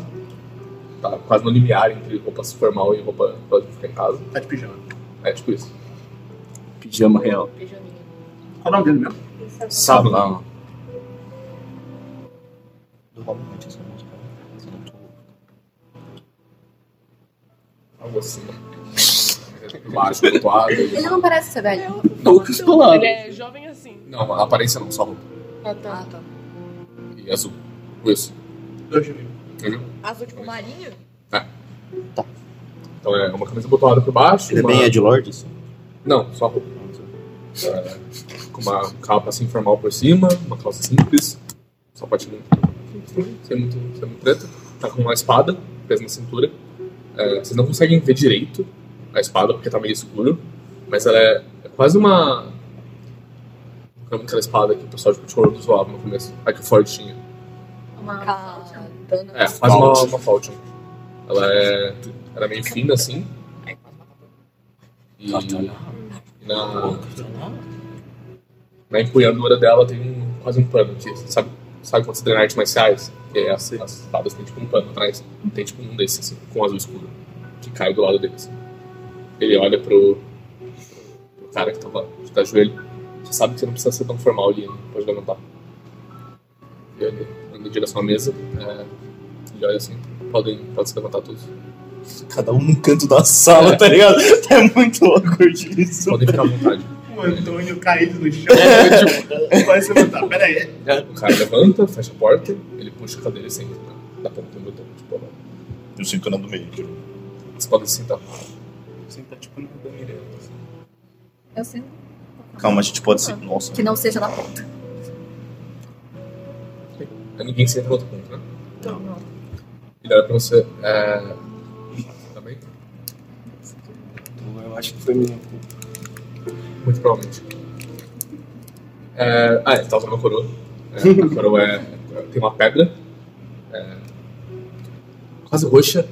Speaker 1: Tá quase no limiar entre roupa formal e roupa quase de ficar em casa.
Speaker 5: Tá de pijama.
Speaker 1: É tipo isso.
Speaker 3: Pijama real.
Speaker 5: Qual o nome dele mesmo?
Speaker 1: Sabe lá.
Speaker 13: Do Robin Hood, essa música. Se eu não tô-
Speaker 1: Algo assim. Baixo, tatuado.
Speaker 6: Ele não parece ser velho.
Speaker 3: Tô pistolado.
Speaker 9: Ele é jovem assim.
Speaker 1: Não, a aparência não, só roupa.
Speaker 9: Ah, tá.
Speaker 1: E azul. Isso.
Speaker 5: Dois de mim.
Speaker 1: Entendeu? É.
Speaker 8: Azul, tipo, marinho?
Speaker 1: Então é uma camisa botoada por baixo.
Speaker 13: Tá. Ele é
Speaker 1: uma...
Speaker 13: bem Ed Lord, assim.
Speaker 1: Não, só roupa. É, com uma capa assim formal por cima, uma calça simples, sapatinho sem muito, sem muito preto. Tá com uma espada presa na cintura. É, vocês não conseguem ver direito a espada porque tá meio escuro, mas ela é, é quase uma. Não lembro aquela espada que o pessoal de Pitchfork zoava no começo, a que o Ford tinha.
Speaker 6: Uma
Speaker 8: Katana.
Speaker 1: É, quase uma, uma Falchion. Ela é. Ela é meio fina assim. E, e na. Na empunhadura dela tem um, quase um pano. que- Sabe, sabe quando você treina artes marciais? Que é as, as espadas tem tipo um pano atrás. Tem tipo um desses, assim, com azul escuro. Que cai do lado dele. assim. Ele olha pro. pro cara que tava que tá de joelho. Você sabe que você não precisa ser tão formal ali, né? pode levantar. E ele anda em direção à mesa. é, ele olha assim, podem, pode se levantar todos.
Speaker 13: Cada um num canto da sala, tá ligado? É muito louco isso.
Speaker 1: Podem ficar à vontade.
Speaker 5: Um o Antônio caído no chão.
Speaker 1: É, tipo,
Speaker 5: Parece que eu vou tá, Peraí.
Speaker 1: O cara levanta, fecha a porta, ele puxa a cadeira e senta na, na ponta do botão. Tipo, ó,
Speaker 13: Eu sinto que eu não do meio. tipo.
Speaker 1: vocês podem se sentar.
Speaker 7: Senta tipo na da Mirella. assim.
Speaker 6: Eu sinto
Speaker 13: Calma, a gente pode se. Nossa.
Speaker 6: que não seja na ponta.
Speaker 1: Aí Então, ninguém senta no outro ponto, né? Não. Ele olha pra você. É... Tá bem?
Speaker 4: Eu acho que foi minha.
Speaker 1: Muito provavelmente. É... Ah, ele tá usando a coroa. É, a coroa é... tem uma pedra. é, Quase roxa.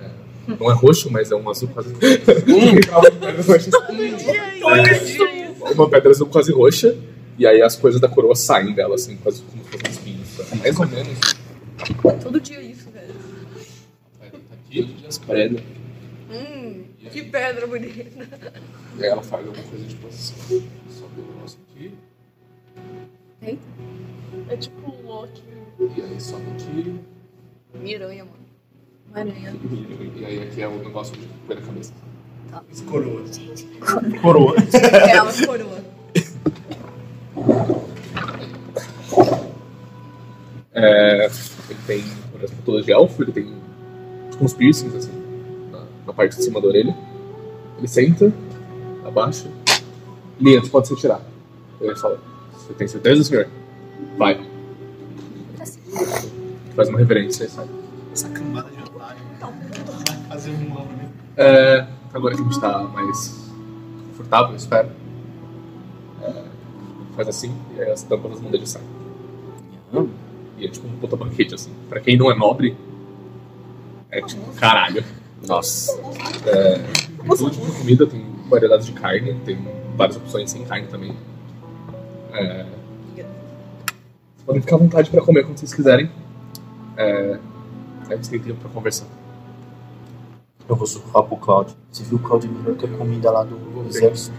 Speaker 1: É, Não é roxo, mas é um azul quase.
Speaker 9: é
Speaker 1: uma pedra azul quase roxa. E aí as coisas da coroa saem dela, assim, quase como se fossem espinhos. tá? Mais ou menos.
Speaker 8: Todo dia
Speaker 9: é
Speaker 8: isso, velho.
Speaker 3: Aqui, as predas.
Speaker 8: Hum, que pedra bonita.
Speaker 3: E aí ela faz alguma coisa tipo assim. Só que o negócio aqui.
Speaker 9: É tipo um Loki.
Speaker 3: E aí sobe aqui.
Speaker 8: Miranha, mano.
Speaker 6: Aranha.
Speaker 3: E, e aí aqui
Speaker 1: um
Speaker 3: é o negócio de pé da cabeça.
Speaker 5: Coroa.
Speaker 13: Coroa.
Speaker 8: É uma coroa.
Speaker 1: É, ele tem as pontudas de elfo, ele tem uns piercings assim, na, na parte de cima da orelha. Ele senta, abaixa. Linha, você pode se tirar. Ele fala, você tem certeza, senhor? Vai. Faz uma reverência e sai.
Speaker 5: Essa cambada de otário. Fazer um lama, né?
Speaker 1: É, agora que a gente tá mais confortável, eu espero. É, faz assim, e aí as tampas das mãos dele saem. E é tipo um puta banquete, assim. Pra quem não é nobre, é tipo, caralho.
Speaker 3: Nossa.
Speaker 1: Tem todo tipo de comida, tem variedades de carne, tem várias opções sem carne também. É... Vocês podem ficar à vontade pra comer quando vocês quiserem. É... Aí vocês têm tempo pra conversar.
Speaker 4: Eu vou surrar pro Claudio. Você viu o Claudio Miller que é comida lá do exército?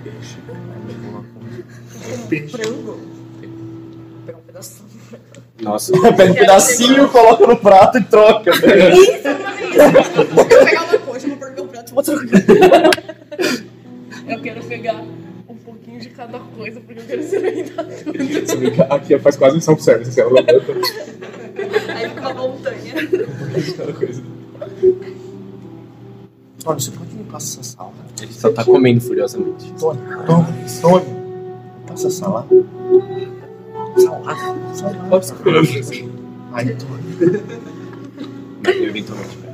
Speaker 2: Pegar um pedaço.
Speaker 3: Nossa.
Speaker 13: Pega um pedacinho, coloca no prato e troca.
Speaker 8: Eu quero pegar uma coxa, vou perder um prato e vou trocar.
Speaker 9: Eu quero pegar um pouquinho de cada coisa, porque eu quero experimentar tudo.
Speaker 1: Você vê que aqui faz quase um self-service, assim, ela levanta.
Speaker 8: Aí fica uma montanha.
Speaker 1: Aquela coisa.
Speaker 4: Tony, você pode me passar essa sala?
Speaker 3: Ele só tá comendo furiosamente.
Speaker 4: Tony, Tony, Tony. Passa essa lá. Salada. Salada. Pode Ai, Tony.
Speaker 3: Mas eu eventualmente pego.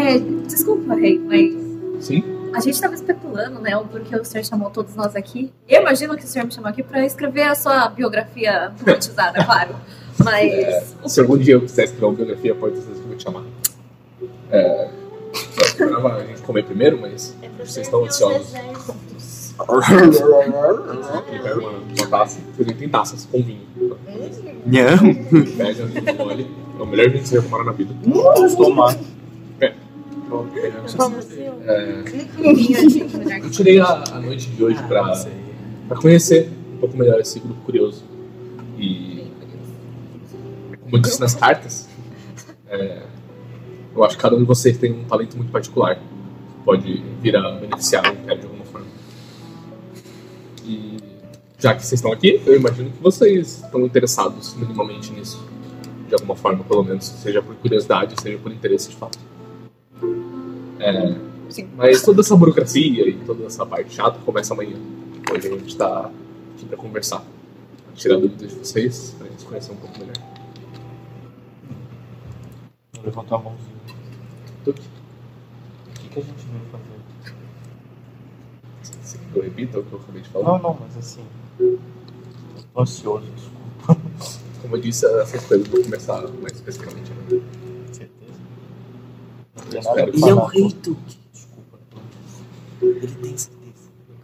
Speaker 6: É, desculpa, Rei, mas
Speaker 1: Sim?
Speaker 6: a gente tava especulando, né? O porquê o senhor chamou todos nós aqui. Eu imagino que o senhor me chamou aqui pra escrever a sua biografia romantizada, claro. Mas.
Speaker 1: Se algum dia eu quiser escrever uma biografia, pode ser que eu vou te chamar. É... Só esperava a gente comer primeiro, mas vocês estão ansiosos. Ele pega uma, uma taça, vocês nem tem taças com vinho.
Speaker 4: Nham.
Speaker 1: Pega, mole. É o melhor vinho que vocês já tomaram na vida. É.
Speaker 4: Tomar.
Speaker 1: Eu tirei a, a noite de hoje pra, pra conhecer um pouco melhor esse grupo curioso. E. Como eu disse nas cartas, é, eu acho que cada um de vocês tem um talento muito particular. que Pode vir a beneficiar o Império de alguma forma. E. Já que vocês estão aqui, eu imagino que vocês estão interessados minimamente nisso. De alguma forma, pelo menos. Seja por curiosidade, seja por interesse de fato. É,
Speaker 2: Sim.
Speaker 1: Mas toda essa burocracia e toda essa parte chata começa amanhã. Hoje a gente tá aqui pra conversar. Tirar dúvidas de vocês, pra gente se conhecer um pouco melhor.
Speaker 4: Vou levantar a mãozinha.
Speaker 1: Tuque.
Speaker 4: O que, que a gente veio fazer?
Speaker 1: Você quer que eu repita o que eu acabei de falar?
Speaker 4: Não, não, mas assim. Eu tô ansioso, desculpa.
Speaker 1: Como eu disse, essas coisas vão começar mais especificamente amanhã.
Speaker 4: Certeza. Não
Speaker 1: Eu
Speaker 4: tem nada
Speaker 1: espero
Speaker 4: pra
Speaker 1: que
Speaker 4: falar.
Speaker 7: Tuque.
Speaker 4: Desculpa. Ele tem certeza.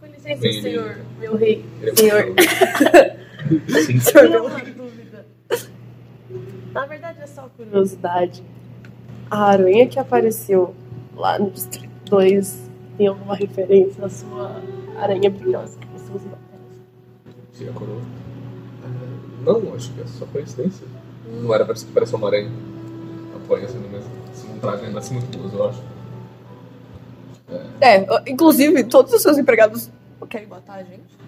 Speaker 9: Com licença,
Speaker 1: Bem,
Speaker 9: senhor, meu rei.
Speaker 1: Ele é
Speaker 2: Senhor.
Speaker 1: muito novo.
Speaker 9: Eu tenho uma dúvida. Na verdade, é só curiosidade. A aranha que apareceu lá no Distrito 2 tem alguma referência à sua aranha brilhosa que você usa na tela?
Speaker 1: Tira a coroa. Ah, Não, acho que é só coincidência. Não era pra que parecia uma aranha. Apoia-se no mesmo. assim, Se não traz, ainda assim muito boas, eu acho.
Speaker 2: É, inclusive, todos os seus empregados querem matar a gente.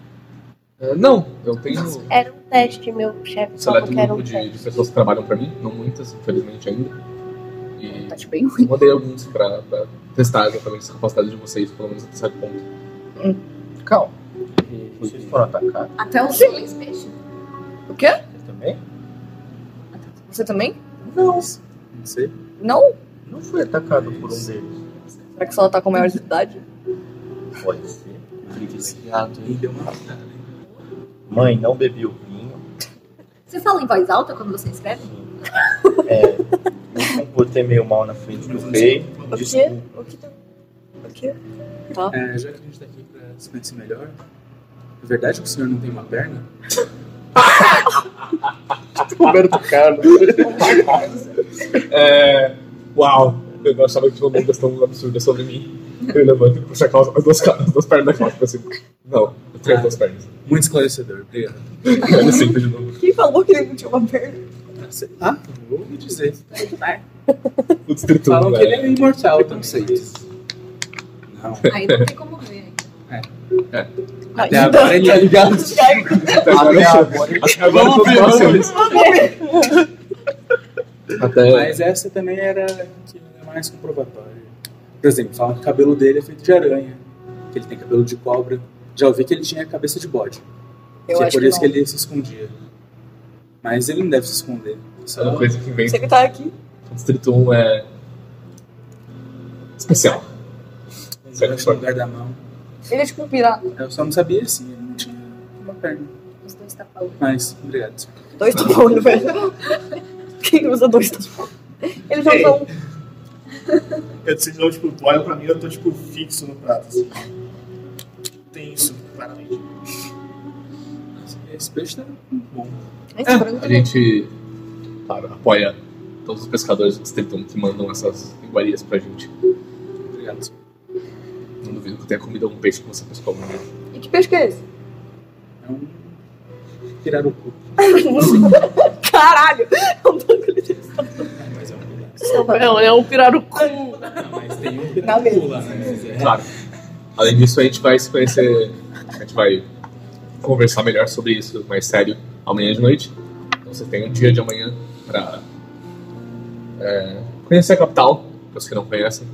Speaker 1: Ah, não, eu tenho
Speaker 16: Era um teste, meu chefe falou
Speaker 1: seleto
Speaker 16: que era
Speaker 1: grupo
Speaker 16: um
Speaker 1: de,
Speaker 16: teste.
Speaker 1: de pessoas que trabalham pra mim, não muitas, infelizmente ainda. E
Speaker 2: Tá bem
Speaker 1: eu mandei alguns pra, pra testar exatamente essa capacidade de vocês, pelo menos até certo ponto.
Speaker 13: Calma. Vocês foram atacar
Speaker 2: Até os dois peixes. O quê?
Speaker 13: também?
Speaker 2: Você também?
Speaker 13: Não.
Speaker 7: Não sei.
Speaker 2: Não?
Speaker 13: Não foi atacado por um deles.
Speaker 2: Será que só ela tá com maior de idade?
Speaker 13: Pode ser.
Speaker 7: Privilegiado. Me deu uma matada.
Speaker 13: Mãe, não bebi o vinho.
Speaker 6: Você fala em voz alta quando você escreve?
Speaker 13: É, me comportei meio mal na frente do rei.
Speaker 2: O quê?
Speaker 13: Desculpa.
Speaker 2: O que? tá- O quê?
Speaker 7: É, já que a gente tá aqui pra se conhecer melhor, é verdade que o senhor não tem uma perna?
Speaker 13: Roberto Carlos.
Speaker 1: É... Uau, eu não achava que tinha uma questão absurda sobre mim. Eu levanto e puxo a calça, as duas, ca- as duas pernas da calça pra cima. Não, eu tenho as duas pernas.
Speaker 7: Muito esclarecedor, obrigado.
Speaker 1: Ele senta de novo.
Speaker 2: Quem falou que ele não tinha uma perna?
Speaker 7: Sei lá, não Tá vou me dizer.
Speaker 1: O distrito,
Speaker 7: Falam que ele
Speaker 1: né?
Speaker 7: é imortal, eu não sei disso. Não.
Speaker 6: Aí não tem como ver ainda.
Speaker 7: É. Até
Speaker 2: então,
Speaker 7: agora ele é
Speaker 1: Tá ligado? Até agora, até agora eu tô próximo. Até... É.
Speaker 7: Mas essa também era que era mais comprobatória. Por exemplo, falam que o cabelo dele é feito de aranha, que ele tem cabelo de cobra. Já ouvi que ele tinha cabeça de bode.
Speaker 2: Eu
Speaker 7: que é
Speaker 2: acho
Speaker 7: por
Speaker 2: que
Speaker 7: isso
Speaker 2: não.
Speaker 7: que ele se escondia. Mas ele não deve se esconder.
Speaker 1: É uma
Speaker 7: Só
Speaker 1: coisa que vem
Speaker 2: Você que tá aqui.
Speaker 1: O Distrito 1 é. especial.
Speaker 7: um grande no lugar da mão.
Speaker 2: Ele é tipo um pirata.
Speaker 7: Eu só não sabia assim, ele não tinha uma perna.
Speaker 6: Os dois tá falando.
Speaker 7: Mas, obrigado. senhor.
Speaker 2: Dois tá bom, velho. Quem usa dois tá bom? Ele já usa um.
Speaker 5: Eu sei não, tipo, olha pra mim, eu tô, tipo, fixo no prato, assim. Tenso, claramente.
Speaker 7: Esse peixe tá muito bom. É.
Speaker 2: Esse branco
Speaker 1: A
Speaker 2: ele
Speaker 1: gente, claro, apoia todos os pescadores do Distrito 1 que mandam essas iguarias pra gente.
Speaker 7: Obrigado. senhor.
Speaker 1: Não duvido que eu tenha comido algum peixe que você pescou né? algum dia.
Speaker 2: E que peixe que é esse?
Speaker 7: É um pirarucu.
Speaker 2: Caralho! É um
Speaker 7: Mas é um pedaço.
Speaker 16: Não, é um pirarucu.
Speaker 7: Mas tem um
Speaker 2: Na
Speaker 7: pirarucu
Speaker 2: mesa.
Speaker 7: lá, né? Mas é-
Speaker 1: Claro. Além disso, a gente vai se conhecer. A gente vai conversar melhor sobre isso, mais sério, amanhã de noite. Então você tem um dia de amanhã pra é, conhecer a capital, para os que não conhecem.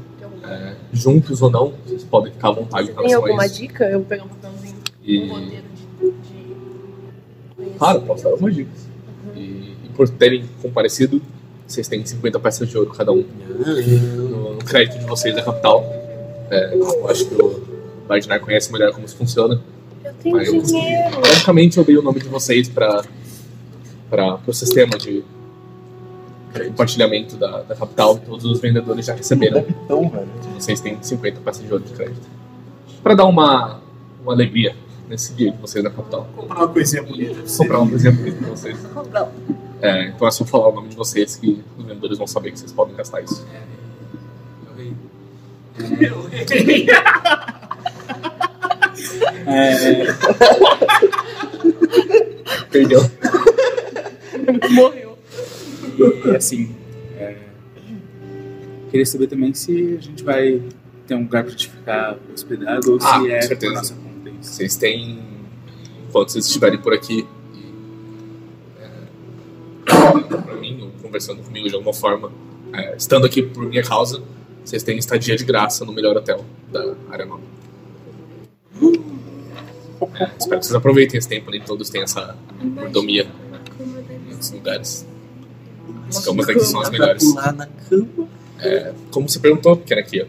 Speaker 1: É, juntos ou não, vocês podem ficar à vontade em
Speaker 16: Tem
Speaker 1: relação a
Speaker 16: alguma
Speaker 1: isso.
Speaker 16: dica? Eu vou pegar um papelzinho.
Speaker 1: E-
Speaker 9: Um roteiro de. de...
Speaker 1: Claro, posso dar algumas dicas. E, e por terem comparecido, vocês têm 50 peças de ouro cada um. No, no crédito de vocês da capital. É, eu acho que o Vardinar conhece melhor como isso funciona.
Speaker 16: Eu tenho
Speaker 1: Aí eu-
Speaker 16: dinheiro.
Speaker 1: Basicamente, eu dei o nome de vocês para o sistema de compartilhamento da, da capital. Todos os vendedores já receberam.
Speaker 13: Então, velho.
Speaker 1: Vocês têm 50 peças de ouro de crédito. Para dar uma, uma alegria nesse dia de vocês na capital.
Speaker 5: Vou comprar uma coisinha bonita.
Speaker 1: Vou comprar um presente bonito pra vocês.
Speaker 2: Comprar.
Speaker 1: É, então é só falar o nome de vocês que os vendedores vão saber que vocês podem gastar isso.
Speaker 7: Meu rei. É,
Speaker 1: Perdeu.
Speaker 9: Morreu.
Speaker 7: E assim, é, queria saber também se a gente vai ter um lugar pra te ficar hospedado ou se
Speaker 1: Ah, com
Speaker 7: é por
Speaker 1: certeza.
Speaker 7: nossa conta. isso.
Speaker 1: Vocês têm. Enquanto vocês estiverem por aqui e. É, pra mim, ou conversando comigo de alguma forma, é, estando aqui por minha causa, vocês têm estadia de graça no melhor hotel da área nova. É, espero que vocês aproveitem esse tempo, nem todos têm essa mordomia nesses lugares. As
Speaker 3: é
Speaker 1: camas aqui são as melhores.
Speaker 4: pular na cama.
Speaker 1: como você perguntou, pequena aqui, ó.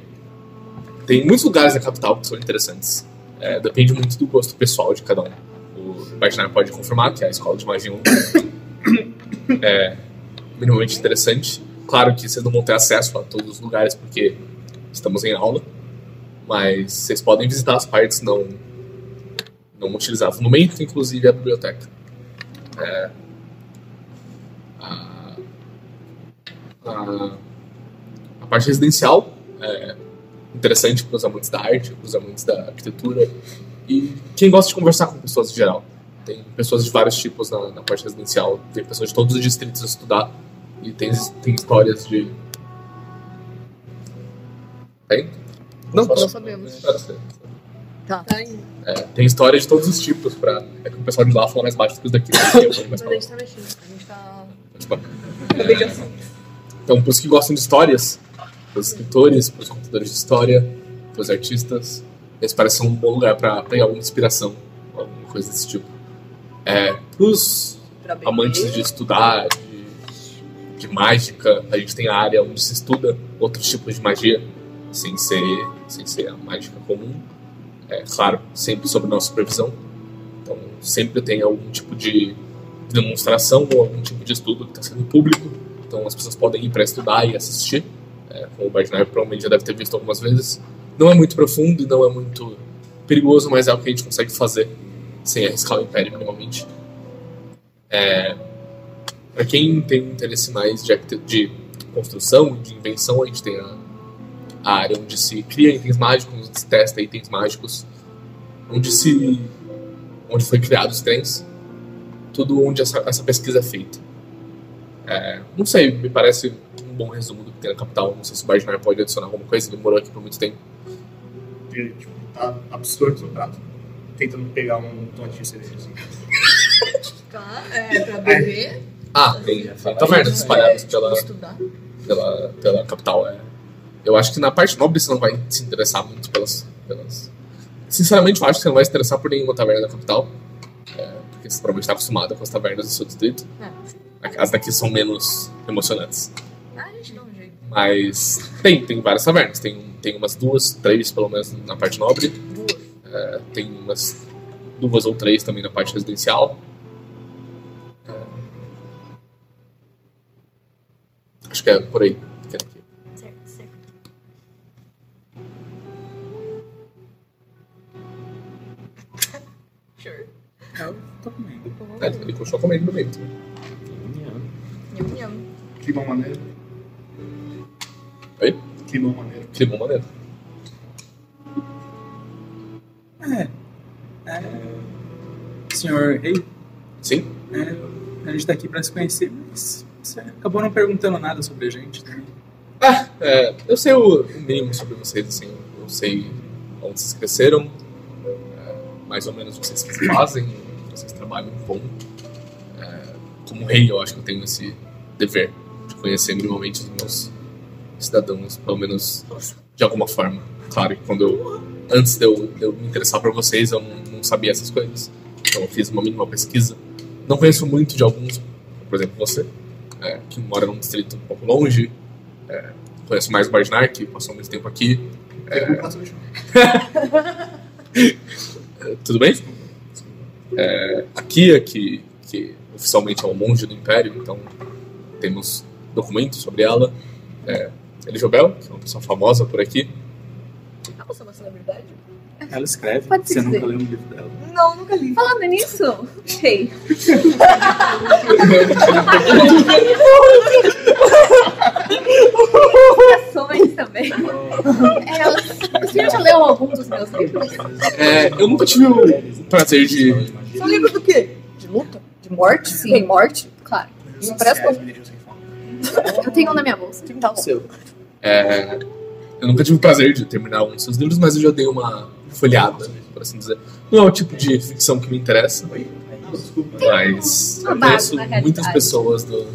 Speaker 1: Tem muitos lugares da capital que são interessantes. É, depende muito do gosto pessoal de cada um. O Bartinar pode confirmar que a escola de magia é um- é minimamente interessante. Claro que vocês não vão ter acesso a todos os lugares porque estamos em aula, mas vocês podem visitar as partes não, não utilizadas no momento, inclusive a biblioteca. É, a- a a parte residencial é interessante para os amantes da arte, para os amantes da arquitetura e quem gosta de conversar com pessoas em geral. Tem pessoas de vários tipos na, na parte residencial, tem pessoas de todos os distritos a estudar e tem, tem histórias de. Tem? Não,
Speaker 16: Não
Speaker 1: posso.
Speaker 16: sabemos.
Speaker 1: Ah, certo.
Speaker 2: Tá.
Speaker 1: É, tem história de todos os tipos pra. É que o pessoal de lá fala mais baixo do que os daqui. né? Eu falo
Speaker 2: Mas
Speaker 1: mais
Speaker 2: a
Speaker 1: alto.
Speaker 2: gente tá mexendo. A gente tá.
Speaker 1: Tipo, é, então, pros que gostam de histórias, pros escritores, pros contadores de história, pros artistas, esse parece ser um bom lugar pra pegar alguma inspiração, alguma coisa desse tipo. É, pros amantes de estudar, de, de mágica, a gente tem a área onde se estuda outros tipos de magia, sem ser, sem ser a mágica comum. É claro, sempre sob nossa supervisão. Então, sempre tem algum tipo de demonstração ou algum tipo de estudo que está sendo público. Então, as pessoas podem ir para estudar e assistir. É, como o Bardinari provavelmente já deve ter visto algumas vezes. Não é muito profundo e não é muito perigoso, mas é algo que a gente consegue fazer sem arriscar o império, normalmente. É, para quem tem um interesse mais de, arquite- de construção e de invenção, a gente tem a, a área onde se cria itens mágicos, onde se testa itens mágicos, onde se onde foi criado os trens, tudo onde essa, essa pesquisa é feita. É, não sei, me parece um bom resumo do que tem na capital. Não sei se o Bardinar pode adicionar alguma coisa, ele morou aqui por muito tempo.
Speaker 5: Ele, tipo, tá absorto no prato. Tentando pegar um tontinho de cerveja. assim.
Speaker 12: Tá, é, pra beber,
Speaker 1: Ah, tem tavernas espalhadas pela,
Speaker 12: estudar.
Speaker 1: pela, pela capital. é. Eu acho que na parte nobre você não vai se interessar muito pelas. pelas... Sinceramente, eu acho que você não vai se interessar por nenhuma taverna da capital. é, porque você provavelmente está acostumado com as tavernas do seu distrito. As daqui são menos emocionantes.
Speaker 12: É. Ah, a gente dá um jeito.
Speaker 1: Mas tem, tem várias tavernas. Tem, tem umas duas, três pelo menos na parte nobre. É, tem umas duas ou três também na parte residencial. É. Acho que é por aí.
Speaker 12: Certo, certo. Sure.
Speaker 7: Eu tô comendo.
Speaker 12: Uhum.
Speaker 1: É, ele continua comendo no meio.
Speaker 12: Nham, nham.
Speaker 5: Clima maneiro.
Speaker 1: Oi?
Speaker 5: Clima maneiro.
Speaker 1: Clima maneiro.
Speaker 7: É, senhor Rei?
Speaker 1: Sim?
Speaker 7: a gente tá aqui pra se conhecer, mas você acabou não perguntando nada sobre a gente né? também.
Speaker 1: Ah, é, eu sei o, o mínimo sobre vocês, assim. Eu sei onde vocês cresceram, é, mais ou menos o que vocês fazem, o que vocês trabalham com. É, como rei, eu acho que eu tenho esse dever de conhecer minimamente os meus cidadãos, pelo menos de alguma forma. Claro que quando eu. Antes de eu, de eu me interessar por vocês, eu não, não sabia essas coisas. Então eu fiz uma mínima pesquisa. Não conheço muito de alguns, por exemplo, você, é, que mora num distrito um pouco longe. É, conheço mais o Bardinar, que passou muito tempo aqui. É, é, tudo bem? É, a Kia, que, que oficialmente é um monge do Império, então temos documentos sobre ela. É, Elijobel, que é uma pessoa famosa por aqui.
Speaker 8: Ah, você é uma celebridade?
Speaker 7: Ela escreve,
Speaker 6: Pode
Speaker 7: você
Speaker 6: ser.
Speaker 7: nunca leu um livro dela.
Speaker 6: Não, nunca li. Falando nisso,
Speaker 12: É,
Speaker 6: sei. Ações também.
Speaker 12: Você já leu algum dos meus livros?
Speaker 1: É, eu nunca tive o prazer de.
Speaker 2: São livros do quê? De luta? De morte?
Speaker 12: Sim.
Speaker 2: Tem morte?
Speaker 12: Claro.
Speaker 2: Não parece como.
Speaker 12: Eu tenho um na minha bolsa.
Speaker 2: Tá bom.
Speaker 1: É, eu nunca tive o prazer de terminar um dos seus livros, mas eu já dei uma folhada, por assim dizer. Não é o tipo de ficção que me interessa, mas
Speaker 12: Uma
Speaker 1: eu
Speaker 12: base
Speaker 1: conheço
Speaker 12: na realidade.
Speaker 1: muitas pessoas do,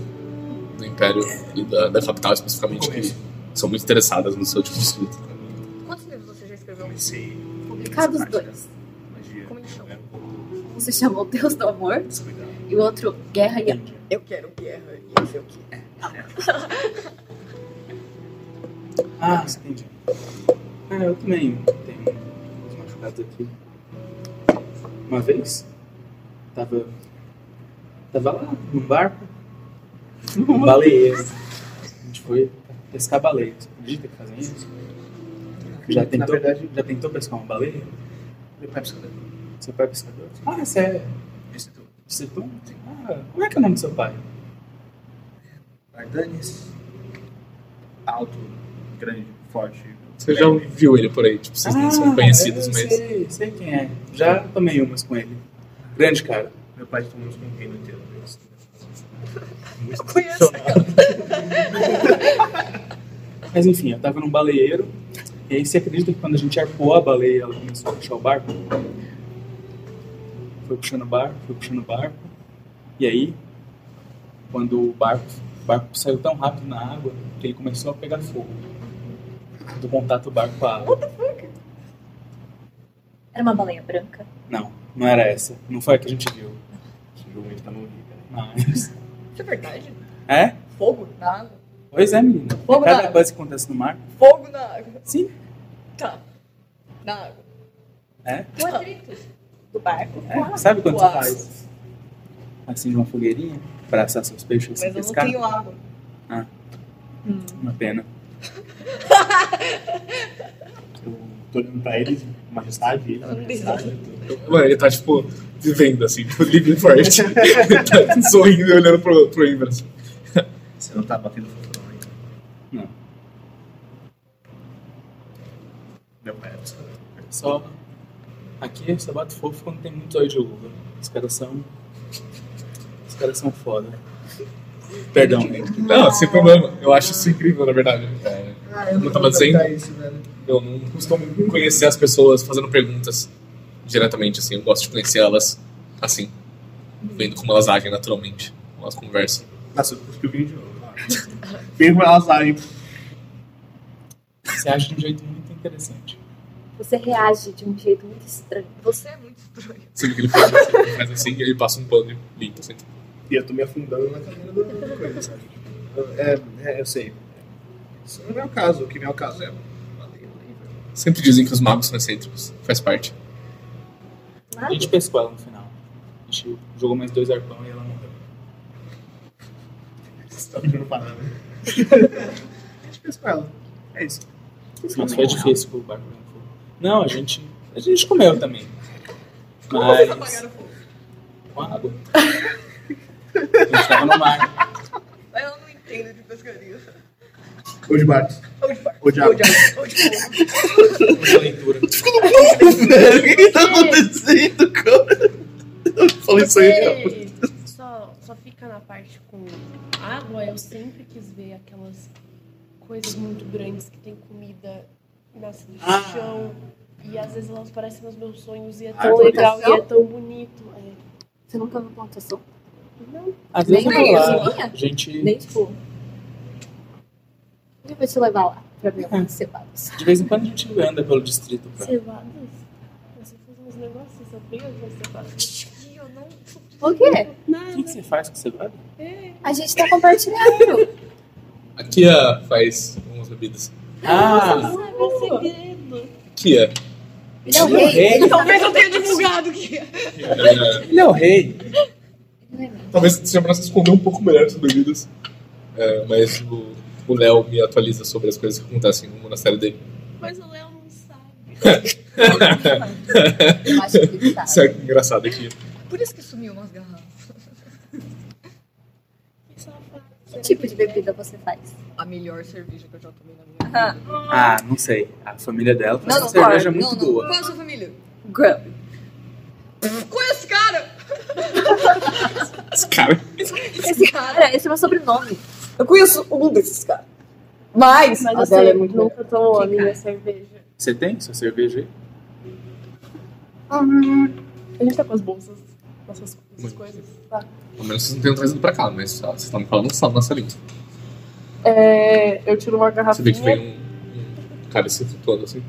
Speaker 1: do Império e da, da capital especificamente que são muito interessadas no seu tipo de escrita.
Speaker 12: Quantos livros você já escreveu?
Speaker 5: Comecei.
Speaker 12: Publicados dois. Como ele
Speaker 1: né?
Speaker 12: chama? Um se chamou Deus do Amor e o outro Guerra e Amor.
Speaker 8: Eu quero guerra e eu sei o que.
Speaker 7: Ah, entendi. Ah, eu também tenho uns machucados aqui. Uma vez, tava. Tava lá, num barco. Um baleeiro. A gente foi pescar baleia. Você acredita que fazem isso? Já tentou, já tentou pescar uma baleia?
Speaker 5: Meu pai é pescador.
Speaker 7: Seu pai é pescador? Ah, você é. Você tu? Ah, como é que é o nome do seu pai?
Speaker 5: Ardanes. Alto, grande, forte.
Speaker 1: Você já viu ele por aí, tipo, vocês não são
Speaker 7: Ah,
Speaker 1: conhecidos,
Speaker 7: eu
Speaker 1: mas.
Speaker 7: Sei, sei quem é. Já tomei umas com ele. Grande cara.
Speaker 5: Meu pai tomou uns com o reino inteiro.
Speaker 7: Mas enfim, eu tava num baleeiro E aí você acredita que quando a gente arpou a baleia, ela começou a puxar o barco? Foi puxando o barco, foi puxando o barco. E aí, quando o barco, o barco saiu tão rápido na água que ele começou a pegar fogo. Do contato do barco com a água.
Speaker 12: Era uma baleia branca.
Speaker 7: Não, não era essa. Não foi a que a gente viu. A gente viu muito pra não rir, Mas.
Speaker 17: Isso é verdade?
Speaker 7: É?
Speaker 17: Fogo na água?
Speaker 7: Pois é, menina.
Speaker 17: Fogo
Speaker 7: Cada
Speaker 17: na-
Speaker 7: coisa que acontece no mar.
Speaker 17: Fogo na água.
Speaker 7: Sim.
Speaker 17: Tá. Na água.
Speaker 7: É?
Speaker 17: O
Speaker 9: Tá.
Speaker 17: atrito do barco.
Speaker 7: É, sabe quando
Speaker 17: Com
Speaker 7: você
Speaker 17: a-
Speaker 7: faz? Acende uma fogueirinha pra assar seus peixes
Speaker 17: Mas
Speaker 7: sem
Speaker 17: eu não
Speaker 7: pescar?
Speaker 17: tenho água.
Speaker 7: Ah. Uma pena.
Speaker 5: Tô olhando pra ele, majestade, ele, majestade.
Speaker 1: Mano, ele tá, tipo, vivendo, assim, tipo, living for it. Ele tá sorrindo e olhando pro, pro Imbra, assim.
Speaker 18: Você não tá batendo fogo ainda.
Speaker 7: Não.
Speaker 18: Meu pet.
Speaker 7: Só. Aqui eu só bato fofo quando tem muito óleo de uva. Os caras são. Os caras são foda. Perdão, né?
Speaker 1: Não, sem problema. Eu acho isso incrível, na verdade. É,
Speaker 7: Ah, eu
Speaker 1: não
Speaker 7: não
Speaker 1: tava
Speaker 7: vou
Speaker 1: dizendo.
Speaker 7: perguntar
Speaker 1: Eu não costumo conhecer as pessoas fazendo perguntas diretamente, assim. Eu gosto de conhecer elas assim, vendo como elas agem naturalmente, como elas conversam.
Speaker 5: Nossa, eu fiquei bem de novo. Mesmo elas saem.
Speaker 7: Você acha de um jeito muito interessante.
Speaker 12: Você reage de um jeito muito estranho.
Speaker 17: Você é muito estranho.
Speaker 1: Você vê que ele faz assim, ele faz assim e ele passa um pano e limpa, assim.
Speaker 5: E eu tô me afundando na cadeira do tipo coisa, sabe? Eu- É, é, eu sei. Isso não é o caso. O que não é o caso é.
Speaker 1: Sempre dizem que os magos são excêntricos. Faz parte.
Speaker 7: A gente pescou ela no final. A gente jogou mais dois arpão e ela morreu.
Speaker 5: Você tá pedindo parada. A gente fez com ela. É isso.
Speaker 7: Mas foi difícil com o barco pegando fogo. Não, a gente. A gente comeu também. Mas. Com a água. A gente tava no mar.
Speaker 17: Mas eu não entendo de pescaria.
Speaker 5: Ou de barco.
Speaker 17: Ou de barco.
Speaker 5: Ou de água.
Speaker 17: Ou de fogo.
Speaker 13: Ficou louco, velho. O que que tá acontecendo, cara? Eu falei isso aí, cara.
Speaker 9: Você só, só fica na parte com água. Eu sempre quis ver aquelas coisas muito grandes que tem comida nasce do
Speaker 19: Ah.
Speaker 9: chão. E às vezes elas parecem nos meus sonhos e é tão
Speaker 12: Árvore.
Speaker 9: legal e é tão bonito. É.
Speaker 12: Você nunca viu plantação?
Speaker 9: Não.
Speaker 7: Às vezes
Speaker 12: Nem
Speaker 7: eu vou
Speaker 12: eu,
Speaker 7: lá,
Speaker 12: minha?
Speaker 7: a gente.
Speaker 12: Nem tipo. Eu vou te levar lá pra ver umas cebadas.
Speaker 7: De vez em quando a gente anda pelo distrito pra.
Speaker 9: Cevadas? Você faz uns negócios, eu brigo com cevadas.
Speaker 17: Eu não.
Speaker 12: Por quê?
Speaker 7: O que, que você faz com cevada?
Speaker 12: A gente tá compartilhando.
Speaker 1: A Kia faz algumas bebidas.
Speaker 7: Ah!
Speaker 9: Sabe o segredo?
Speaker 1: Kia.
Speaker 12: Ele é o
Speaker 7: Ele é
Speaker 12: rei.
Speaker 7: o rei.
Speaker 17: Talvez eu tenha divulgado que.
Speaker 1: É,
Speaker 7: Ele é o rei.
Speaker 1: talvez seja pra se esconder um pouco melhor essas bebidas. É, mas o o Léo me atualiza sobre as coisas que acontecem no monastério dele.
Speaker 9: Mas o Léo não sabe.
Speaker 12: Eu acho que tá. ele sabe.
Speaker 1: Isso é engraçado aqui.
Speaker 17: Por isso que sumiu umas garrafas.
Speaker 9: Que safado.
Speaker 12: Que tipo de bebida você faz?
Speaker 17: A melhor cerveja que eu já tomei na minha vida.
Speaker 7: Ah, não sei. A família dela faz
Speaker 17: Não,
Speaker 7: uma
Speaker 17: não,
Speaker 7: cerveja
Speaker 17: não,
Speaker 7: muito
Speaker 17: não.
Speaker 7: boa.
Speaker 17: Qual é a sua família?
Speaker 12: Grub.
Speaker 17: Qual é esse cara?
Speaker 1: Esse cara.
Speaker 12: Esse cara, esse é meu sobrenome.
Speaker 20: Eu conheço um desses caras. Mas,
Speaker 9: Mas
Speaker 20: a
Speaker 9: eu
Speaker 20: dela
Speaker 9: sei,
Speaker 20: é muito boa.
Speaker 9: nunca tomou a minha cerveja.
Speaker 7: Você tem sua cerveja aí?
Speaker 9: A gente tá com as bolsas, nossas nossas coisas. Tá.
Speaker 1: Pelo menos vocês não tenham trazido pra cá, mas ah, vocês estão me falando só nossa língua.
Speaker 9: É, eu tiro uma
Speaker 1: Você vê que vem
Speaker 9: garrafinha.
Speaker 1: um, um cara se flutuando assim.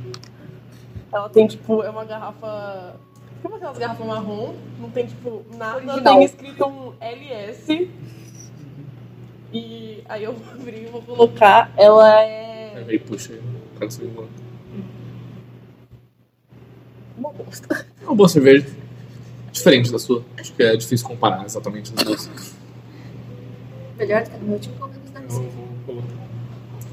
Speaker 9: Ela tem tipo, é uma garrafa. Como aquelas garrafas marrom? Não tem tipo nada,
Speaker 20: Original.
Speaker 9: tem escrito um LS. E aí eu vou abrir e vou colocar. Ela é.
Speaker 1: Aí puxa o cara se voando.
Speaker 9: Uma bosta.
Speaker 1: É uma boa cerveja. Diferente da sua. Acho que é difícil comparar exatamente as duas.
Speaker 12: Melhor do que o meu tipo, pelo menos deve ser.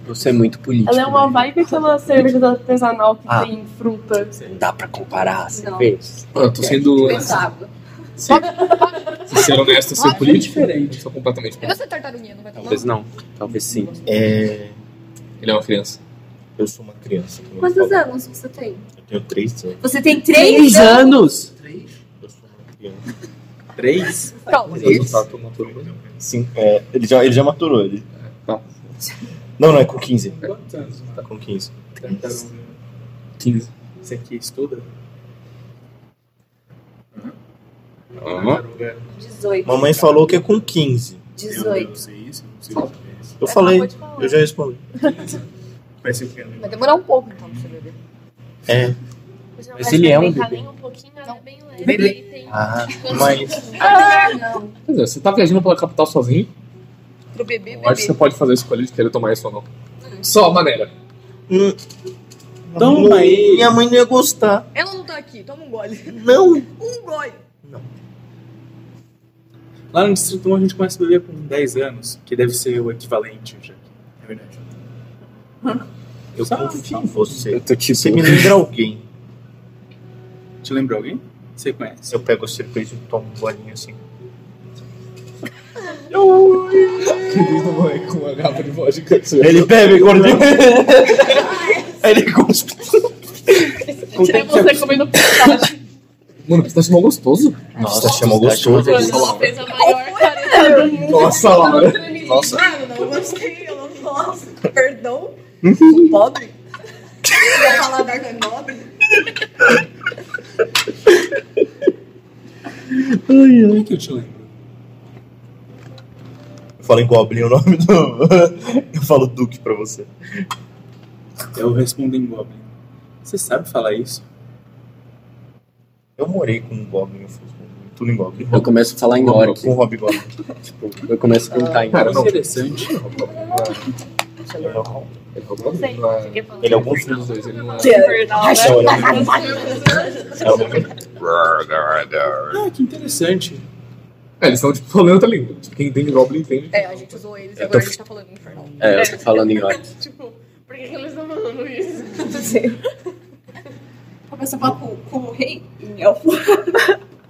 Speaker 3: Você é muito político.
Speaker 9: Ela é uma
Speaker 3: né?
Speaker 9: vibe aquela cerveja artesanal que
Speaker 3: Ah.
Speaker 9: tem fruta.
Speaker 3: Não dá pra comparar, você
Speaker 12: Não.
Speaker 3: fez.
Speaker 1: Mano, eu tô sendo.
Speaker 12: Pensa água.
Speaker 1: Se, se ser honesto e ser político,
Speaker 7: diferente.
Speaker 1: eu sou completamente
Speaker 17: E
Speaker 1: político.
Speaker 17: você, tartaruguinha, não vai tomar?
Speaker 3: Talvez não, talvez sim.
Speaker 13: É,
Speaker 1: Ele é uma criança.
Speaker 13: eu sou uma criança. como eu
Speaker 12: Quantos
Speaker 13: falo.
Speaker 12: anos você tem?
Speaker 13: Eu tenho três anos.
Speaker 12: Você tem três anos?
Speaker 3: anos?
Speaker 13: Eu sou uma criança.
Speaker 7: Três?
Speaker 17: Calma.
Speaker 1: Ele não tá tomando todo mundo.
Speaker 13: Sim, é, ele, já, ele já maturou. Ele...
Speaker 1: Tá.
Speaker 13: Não, não, é com 15.
Speaker 7: Quantos anos?
Speaker 13: Tá com 15.
Speaker 7: Tartaruga. 15. Você aqui estuda? Tartaruga.
Speaker 12: 18.
Speaker 13: Mamãe falou que é com 15.
Speaker 12: 18. É,
Speaker 13: Eu falei, eu já respondi.
Speaker 5: Vai ser o
Speaker 7: é,
Speaker 5: quê?
Speaker 7: né?
Speaker 2: Vai demorar um pouco então pra você beber.
Speaker 13: É.
Speaker 16: Mas ele é um bebê.
Speaker 9: Um pouquinho, ela é bem leve.
Speaker 16: Bem leve.
Speaker 9: e tem- um tipo
Speaker 13: Ah, mas.
Speaker 2: Ah, não.
Speaker 1: Quer dizer, você tá viajando pela capital sozinho?
Speaker 9: Pro bebê,
Speaker 1: Eu acho que você pode fazer a escolha de querer tomar isso ou não. Só a maneira.
Speaker 13: Toma aí. Minha mãe não ia gostar.
Speaker 9: Ela não tá aqui, toma um gole.
Speaker 13: Não.
Speaker 9: Um gole.
Speaker 7: Lá no Distrito 1 a gente começa a beber com 10 anos, que deve ser o equivalente já. É verdade.
Speaker 13: Eu confio em você. Você me lembra alguém.
Speaker 7: Te lembra alguém? Você conhece?
Speaker 13: Eu pego a cerveja e tomo um bolinho assim.
Speaker 1: Querido mãe, com uma garrafa um de vodka.
Speaker 13: Ele bebe, gordinho. Ele gosta.
Speaker 9: Tirei você comendo pistache.
Speaker 1: Mano, pistache é mó gostoso.
Speaker 13: Nossa, chamou gostoso.
Speaker 9: Ela fez a maior careta do mundo.
Speaker 1: Nossa, Laura.
Speaker 13: Nossa.
Speaker 9: Mano, Ah, não gostei, eu não gosto. Perdão.
Speaker 1: Uhum.
Speaker 9: Pobre. Meu paladar não é nobre.
Speaker 7: Como é que eu te lembro?
Speaker 13: Eu falo em Goblin o nome do. Eu falo Duque pra você.
Speaker 7: Eu respondo em É Goblin. Você sabe falar isso?
Speaker 13: Eu morei com um Goblin, eu fui tudo em Goblin.
Speaker 3: Eu começo a falar em
Speaker 13: Com-
Speaker 3: orc.
Speaker 13: Com o Rob Goblin.
Speaker 3: Eu começo a cantar em
Speaker 1: Cara, não.
Speaker 7: Interessante.
Speaker 1: Ele roubou não é-
Speaker 13: Ele é algum
Speaker 1: um dos dois, ele não é.
Speaker 13: é
Speaker 7: Ah, que interessante.
Speaker 1: É, eles estão tipo, falando outra língua. Tipo, quem entende Goblin entende.
Speaker 9: É, a gente usou eles e
Speaker 3: Eu
Speaker 9: agora
Speaker 3: tô-
Speaker 9: a gente tá falando infernal.
Speaker 3: É, eu tô falando em orc.
Speaker 9: Tipo, por que que eles estão falando isso?
Speaker 2: Começa a falar com, com o rei em elfo.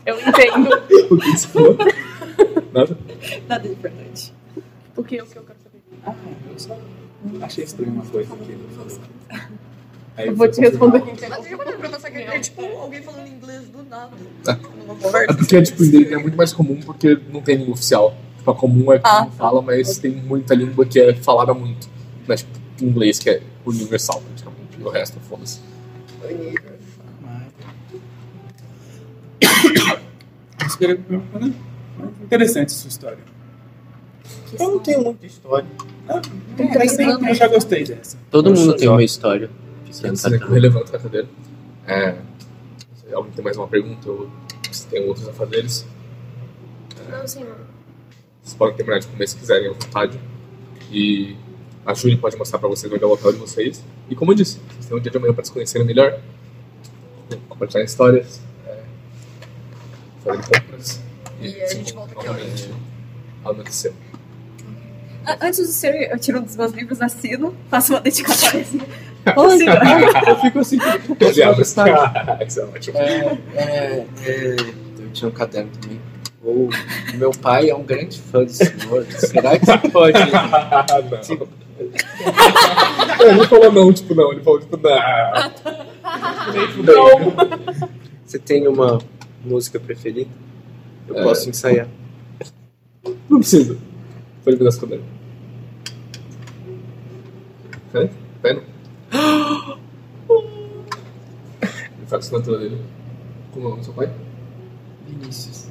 Speaker 9: Eu entendo.
Speaker 1: O que isso tipo, falou? Nada.
Speaker 2: Nada de verdade.
Speaker 9: Porque é o que eu quero saber.
Speaker 7: Eu só achei estranho uma coisa que ele falou. Aí
Speaker 9: Eu vou te
Speaker 7: fui confirmar.
Speaker 9: responder. Mas eu vou pra passar que é tipo alguém falando inglês do nada. Numa
Speaker 1: É
Speaker 9: conversa.
Speaker 1: porque, tipo, ele é muito mais comum porque não tem língua oficial. Tipo, a comum é que
Speaker 9: Ah.
Speaker 1: não fala, mas tem muita língua que é falada muito. Mas, tipo, inglês que é universal, praticamente. E O resto, foda-se.
Speaker 7: Isso que eu queria perguntar. é Interessante sua história.
Speaker 13: Eu não tenho muita história.
Speaker 7: Mas tem- eu já gostei dessa.
Speaker 3: Todo
Speaker 13: Eu
Speaker 3: mundo
Speaker 13: sou
Speaker 3: tem
Speaker 13: orc.
Speaker 3: uma história.
Speaker 1: Antes de eu levantar a cadeira. É, se alguém tem mais uma pergunta? Ou se tem outros a fazer? Eles
Speaker 16: Não, senhor.
Speaker 1: vocês podem terminar de comer se quiserem à vontade. E a Júlia pode mostrar pra vocês onde é o local de vocês. E como eu disse, vocês têm um dia de amanhã pra se conhecerem melhor. Compartilhar histórias. É, fazer compras.
Speaker 2: E a gente volta aqui
Speaker 1: novamente ao anoitecer.
Speaker 2: Ah, Antes de ser, eu tiro um dos meus livros, assino, faço uma dedicatória assim. Ô, senhor,
Speaker 1: Eu fico assim. Ele abre esse cara. Isso é ótimo.
Speaker 3: É, é, eu tinha um caderno também. Ou meu pai é um grande fã do senhor. Será que pode?
Speaker 1: Não. Tipo, Ele não falou não, tipo, não. Ele falou, tipo, não.
Speaker 3: Você tem uma música preferida? Eu posso ensaiar.
Speaker 1: Não precisa. Pode me dar essa cadeira. Pera, pera. Ele faz a assinatura dele. Como é o nome do seu pai?
Speaker 3: Vinícius.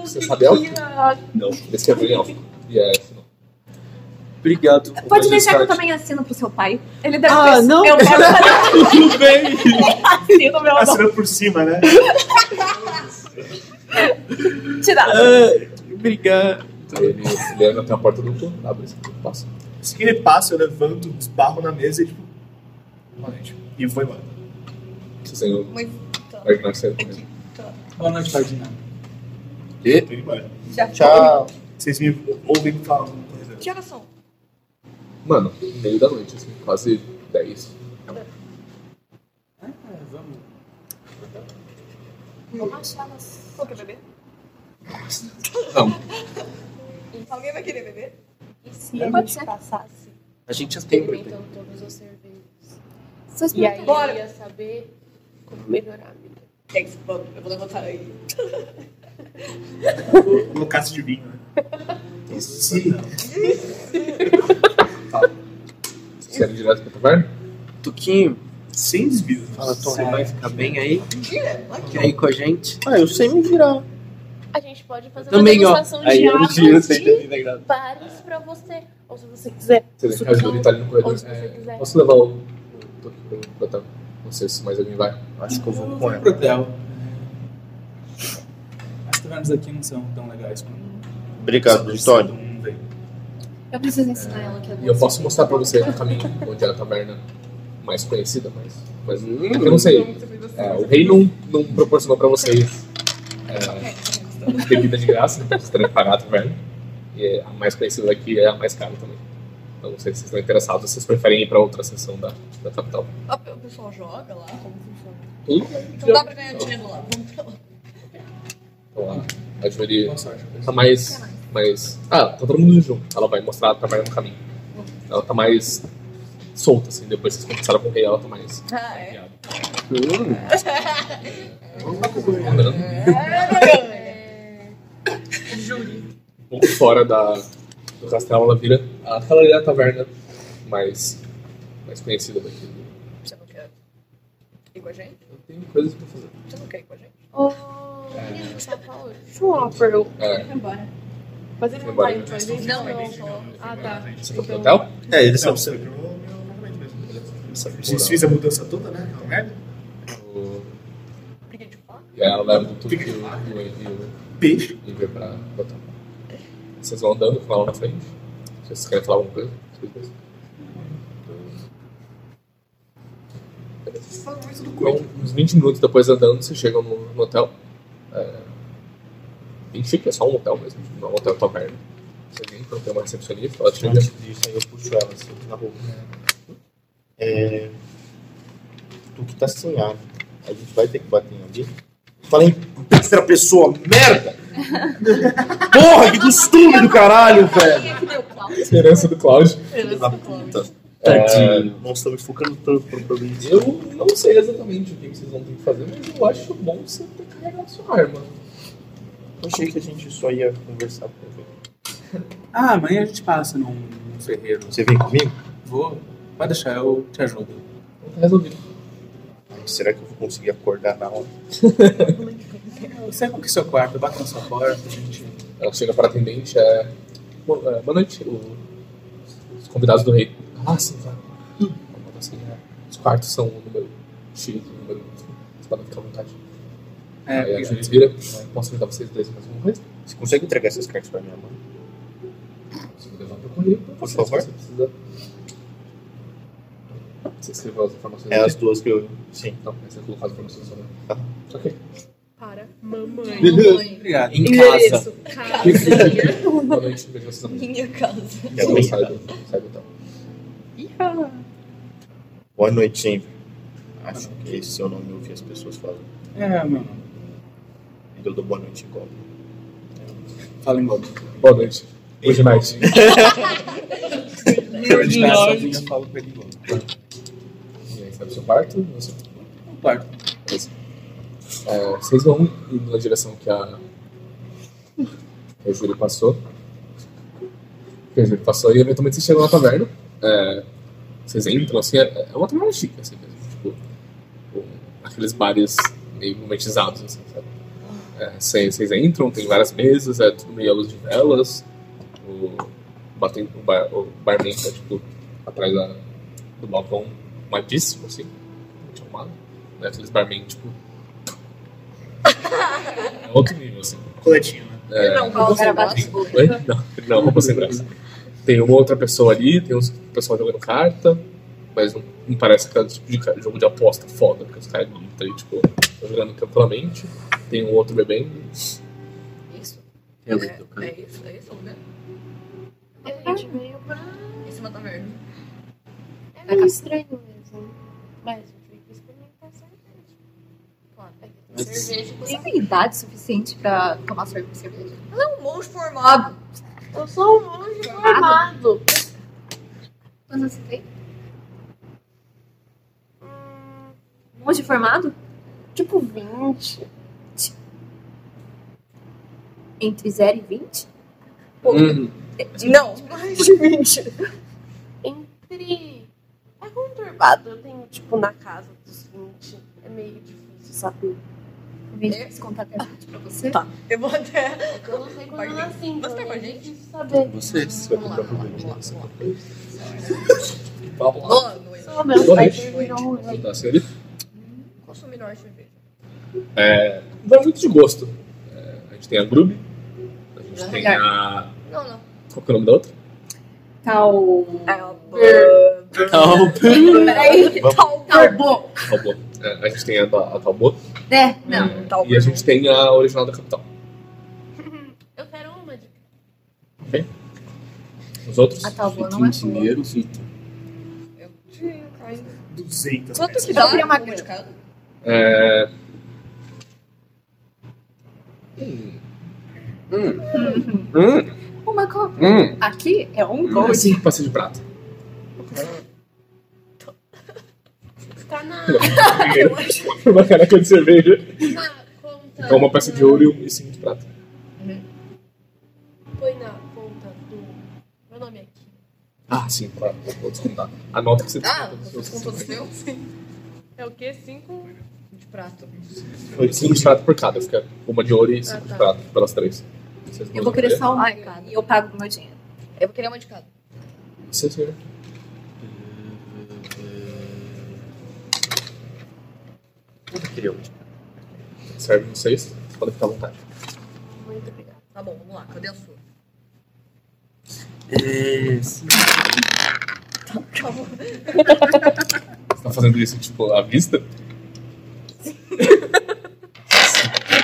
Speaker 1: Você sabe elfo? Não. Ele escreveu em elfo. E é elfo, não.
Speaker 3: Obrigado.
Speaker 12: Pode deixar que eu também assino pro seu pai.
Speaker 2: ele deve
Speaker 13: Ah,
Speaker 2: ter-
Speaker 13: não.
Speaker 2: Eu quero fazer
Speaker 13: Tudo bem.
Speaker 2: assim no meu nome.
Speaker 5: Assinando por cima, né?
Speaker 2: Tirar.
Speaker 13: É. Obrigado.
Speaker 1: Aí ele, ele anda até a porta do outro, abre esse passa.
Speaker 5: Assim que ele passa, eu levanto, esbarro na mesa e tipo. Boa noite. E foi embora.
Speaker 1: Você sendo
Speaker 16: tá.
Speaker 9: Muito.
Speaker 1: imaginar que você
Speaker 16: É
Speaker 1: também.
Speaker 7: Boa noite, Ferdinando.
Speaker 5: Tô indo embora.
Speaker 2: Já
Speaker 13: Tchau.
Speaker 5: Vocês me ouvem falar no corredor.
Speaker 9: Que horas são?
Speaker 1: Mano, meio da noite, assim, quase 10.
Speaker 9: Qual que é bebê?
Speaker 1: Não.
Speaker 9: Alguém vai querer beber?
Speaker 16: E se a gente passasse
Speaker 3: A gente já tem um
Speaker 9: então
Speaker 3: bebê.
Speaker 16: experimentando todos os cervejas?
Speaker 12: Seus
Speaker 16: E aí
Speaker 9: Bora.
Speaker 16: eu ia saber como melhorar a vida.
Speaker 9: Thanks, vamos. Eu vou levantar aí.
Speaker 5: No caso de vinho, né?
Speaker 1: Sim. Você era direto pra taverna?
Speaker 3: Tuquinho.
Speaker 5: Sem desvio.
Speaker 3: Fala, Tom, você vai ficar bem aí? Quer ir com a gente?
Speaker 13: Ah, eu sei me virar.
Speaker 16: A gente pode fazer
Speaker 3: Também, ó.
Speaker 16: uma demonstração
Speaker 3: Aí
Speaker 16: de
Speaker 3: eu
Speaker 16: águas
Speaker 3: giro,
Speaker 16: de
Speaker 3: tenta me degradar.
Speaker 16: bares pra você. Ou se você quiser.
Speaker 1: Você vê que a Júlia
Speaker 3: então.
Speaker 1: tá ali no corredor.
Speaker 16: Ou se você quiser.
Speaker 1: Posso levar o. Tô aqui pro pro hotel. Não sei se mais alguém vai.
Speaker 13: Acho que eu vou
Speaker 7: Vamos pro hotel. As tavernas aqui não são tão legais um, quanto.
Speaker 13: Obrigado, Vitória.
Speaker 12: Eu preciso ensinar ela que é
Speaker 1: E eu posso mostrar pra você o caminho onde é a taverna mais conhecida, mas, mas é que eu não sei. É, o rei não, não proporcionou pra vocês é, bebida de graça, então vocês terão que pagar a taverna. E é, a mais conhecida daqui é a mais cara também. Então não sei se vocês estão interessados, vocês preferem ir pra outra seção da, da capital.
Speaker 8: Ah, O pessoal joga lá, como funciona?
Speaker 1: Hum?
Speaker 8: Então dá pra ganhar dinheiro lá, vamos pra lá.
Speaker 1: Então a, a Júlia tá mais, mais. Ah, tá todo mundo junto. Ela vai mostrar a taverna no caminho. Ela tá mais solta, assim, depois que vocês conversaram com o rei, ela tá mais.
Speaker 8: Ah, é.
Speaker 1: andando.
Speaker 8: Júri.
Speaker 1: Um pouco fora da, do castelo, ela vira aquela ali é a taverna mais, mais conhecida daqui.
Speaker 8: Você não quer ir com a gente?
Speaker 1: Eu tenho coisas pra fazer.
Speaker 8: Você não quer ir com a gente?
Speaker 16: Ô, menino,
Speaker 1: É.
Speaker 16: que tá falando. Deixa eu falar pra eu.
Speaker 1: É.
Speaker 16: embora. Mas ele não
Speaker 1: Embora.
Speaker 16: tá indo pra gente?
Speaker 8: Não,
Speaker 16: não. Ah, tá.
Speaker 1: Você foi pro hotel?
Speaker 13: É, eles
Speaker 5: Não,
Speaker 13: são.
Speaker 5: você pegou meu momento um mesmo. A gente fez a mudança toda, né? Aquela merda.
Speaker 8: Briga de faca?
Speaker 1: E aí ela leva tudo que o Peixe. E vem pra botar. Vocês vão andando com ela na frente. Se vocês querem falar alguma coisa, vocês dois.
Speaker 5: Vocês falam muito do
Speaker 1: Então,
Speaker 5: coito.
Speaker 1: uns 20 minutos depois andando, vocês chegam no, no hotel. É... Bem chique, é só um hotel mesmo, não é um hotel taverna. Você vem pra ter uma recepcionista, ela chega.
Speaker 4: Antes disso, aí eu puxo ela assim, na roupa. É. Tu que tá sem ar. A gente vai ter que bater em alguém.
Speaker 13: Falei em terceira pessoa, merda! Porra, que costume do caralho, velho!
Speaker 8: Quem é que deu pau?
Speaker 1: Esperança do Cláudio.
Speaker 13: Da puta. Tadinho. Não estamos focando tanto pro problema.
Speaker 1: Eu não sei exatamente o que vocês vão ter que fazer, mas eu acho bom você ter que carregar a sua arma.
Speaker 4: Achei que a gente só ia conversar com ele.
Speaker 7: Ah, amanhã a gente passa num, num ferreiro.
Speaker 13: Você vem comigo?
Speaker 7: Vou. Pode deixar, eu te ajudo.
Speaker 1: Então tá resolvido.
Speaker 13: Ai, Será que eu vou conseguir acordar na hora?
Speaker 7: Você com que seu quarto, bate na sua porta, a gente.
Speaker 1: Ela chega pra atendente, é. Bo- é, Boa noite, o- os convidados do rei. Ah, sim, claro. Ela bota assim, é, Os quartos são o número X, o número Y. Vocês podem ficar à vontade.
Speaker 7: É,
Speaker 1: Aí a
Speaker 7: obrigado.
Speaker 1: gente vira. é, Posso ajudar vocês dois em mais alguma coisa?
Speaker 13: Você consegue entregar essas cartas pra minha mãe?
Speaker 1: Se eu levar pra correr,
Speaker 13: Por favor.
Speaker 1: Você precisa. Você escreveu as informações
Speaker 13: É
Speaker 1: ali?
Speaker 13: as duas que eu. Sim.
Speaker 1: Não, mas você colocou as informações sobre.
Speaker 13: Tá.
Speaker 1: Ok.
Speaker 16: Para mamãe.
Speaker 7: Obrigado.
Speaker 3: Em casa.
Speaker 16: Casinha.
Speaker 1: Boa noite, vejo vocês amanhã.
Speaker 8: Minha casa.
Speaker 13: É bem
Speaker 1: Sai do- sai do hotel.
Speaker 13: Boa noite, Jim. Acho que esse é o nome que as pessoas falam.
Speaker 7: É, mano.
Speaker 13: Eu dou boa noite igual.
Speaker 7: Fala em golpe.
Speaker 1: Boa noite. é Good night.
Speaker 7: Se eu estiver sozinho, eu falo com ele em golpe.
Speaker 1: E aí, sabe o seu quarto? Você-
Speaker 7: Um quarto.
Speaker 1: é, vocês vão indo na direção que a. que a Júlia passou. Que a Júlia passou e eventualmente vocês chegam na taverna. É, vocês entram assim, é, é uma taverna chique, assim mesmo. Tipo, com aqueles bares meio gourmetizados, assim, sabe? É, Vocês vocês entram, tem várias mesas, é tudo meio à luz de velas. O, batem, o, bar, o barman tá, tipo, atrás da, do balcão, madíssimo, assim. muito arrumado. Né? Aqueles barman, tipo. é outro nível, assim.
Speaker 5: Coletinho, né?
Speaker 1: É,
Speaker 8: Não, com o gravata.
Speaker 1: Oi? Não, não, roupa sem graça. Tem uma outra pessoa ali, tem uns pessoal jogando carta, mas não, não parece aquele tipo de ca- jogo de aposta foda, porque os caras não estão tipo, jogando tranquilamente. Tem um outro bebendo.
Speaker 8: Isso.
Speaker 3: É lindo,
Speaker 8: É,
Speaker 3: cara.
Speaker 8: é isso, é isso, né?
Speaker 16: É, A gente veio pra.
Speaker 8: Em cima da merda.
Speaker 16: É meio
Speaker 12: tá
Speaker 16: estranho mesmo. Mas a gente veio pra experimentar cerveja.
Speaker 8: Claro.
Speaker 16: É, Cerveja com
Speaker 12: Você tem idade suficiente pra tomar sorvete de cerveja?
Speaker 8: Ela é um monge formado.
Speaker 16: Eu sou um monge formado.
Speaker 12: Quantos anos você tem? é Monge formado?
Speaker 16: Tipo 20.
Speaker 12: Entre 0 e 20?
Speaker 21: Uhum.
Speaker 17: Não, mais de 20.
Speaker 9: Entre. É conturbado. Eu tenho, tipo, na casa dos 20. É meio difícil saber.
Speaker 12: Deixa eu descontar até 20 pra você.
Speaker 17: Tá. Eu vou até.
Speaker 9: Eu não sei quando eu nasci. então
Speaker 17: Você tá com a gente?
Speaker 9: É difícil saber.
Speaker 22: Vocês.
Speaker 9: Vamos lá.
Speaker 1: Vamos lá.
Speaker 17: Boa noite.
Speaker 9: Só meu
Speaker 1: Boa
Speaker 9: pai
Speaker 1: noite.
Speaker 9: virou
Speaker 1: Tá, senhorita?
Speaker 17: Consumi menor cerveja.
Speaker 1: É, vai muito de gosto. É, a gente tem a Grub, a gente tem a.
Speaker 17: Não, não.
Speaker 1: Qual que é o nome da outra?
Speaker 23: Tal.
Speaker 17: Peraí.
Speaker 1: Vamos.
Speaker 17: Tal.
Speaker 12: Calbô.
Speaker 1: Talbot. É, a gente tem a, da- a Talbot
Speaker 12: Né? Não.
Speaker 17: Tal.
Speaker 1: e a gente tem a original da capital.
Speaker 9: Eu quero uma de.
Speaker 1: Os outros?
Speaker 12: A Talbô não é sua.
Speaker 22: Vitor.
Speaker 5: 200
Speaker 17: Quanto
Speaker 5: peças.
Speaker 17: que dá?
Speaker 12: Eu queria uma grana.
Speaker 17: de cada?
Speaker 1: É, hum,
Speaker 12: Uma copa.
Speaker 1: hum.
Speaker 23: Aqui é um
Speaker 1: Como
Speaker 23: gold.
Speaker 1: assim, passeio de prata?
Speaker 9: Tá na.
Speaker 1: Uma caneca de cerveja.
Speaker 9: na conta.
Speaker 1: É uma peça de ouro e um- e cinco de prata.
Speaker 9: Põe na conta do. Meu nome é aqui.
Speaker 1: Ah, sim, claro. Vou vou descontar. A nota que você
Speaker 9: Tá
Speaker 17: Ah,
Speaker 1: descontou.
Speaker 17: com todos os meus?
Speaker 24: É o quê? Cinco?
Speaker 17: De prato.
Speaker 1: Foi 5 de prata por cada, fica uma de ouro e 5
Speaker 17: tá.
Speaker 1: de prata pelas três. Vocês
Speaker 12: Eu
Speaker 1: duas
Speaker 12: vou querer
Speaker 1: vão
Speaker 12: só uma.
Speaker 17: Ai, cara.
Speaker 12: E eu pago o meu dinheiro.
Speaker 17: Eu vou querer uma de cada.
Speaker 1: Você, senhor?
Speaker 22: Queria hoje.
Speaker 1: Serve vocês? Vocês podem ficar à vontade.
Speaker 9: Muito obrigada.
Speaker 17: Tá bom, vamos lá. Cadê a sua?
Speaker 22: É, sim.
Speaker 1: Você tá fazendo isso, tipo, à vista?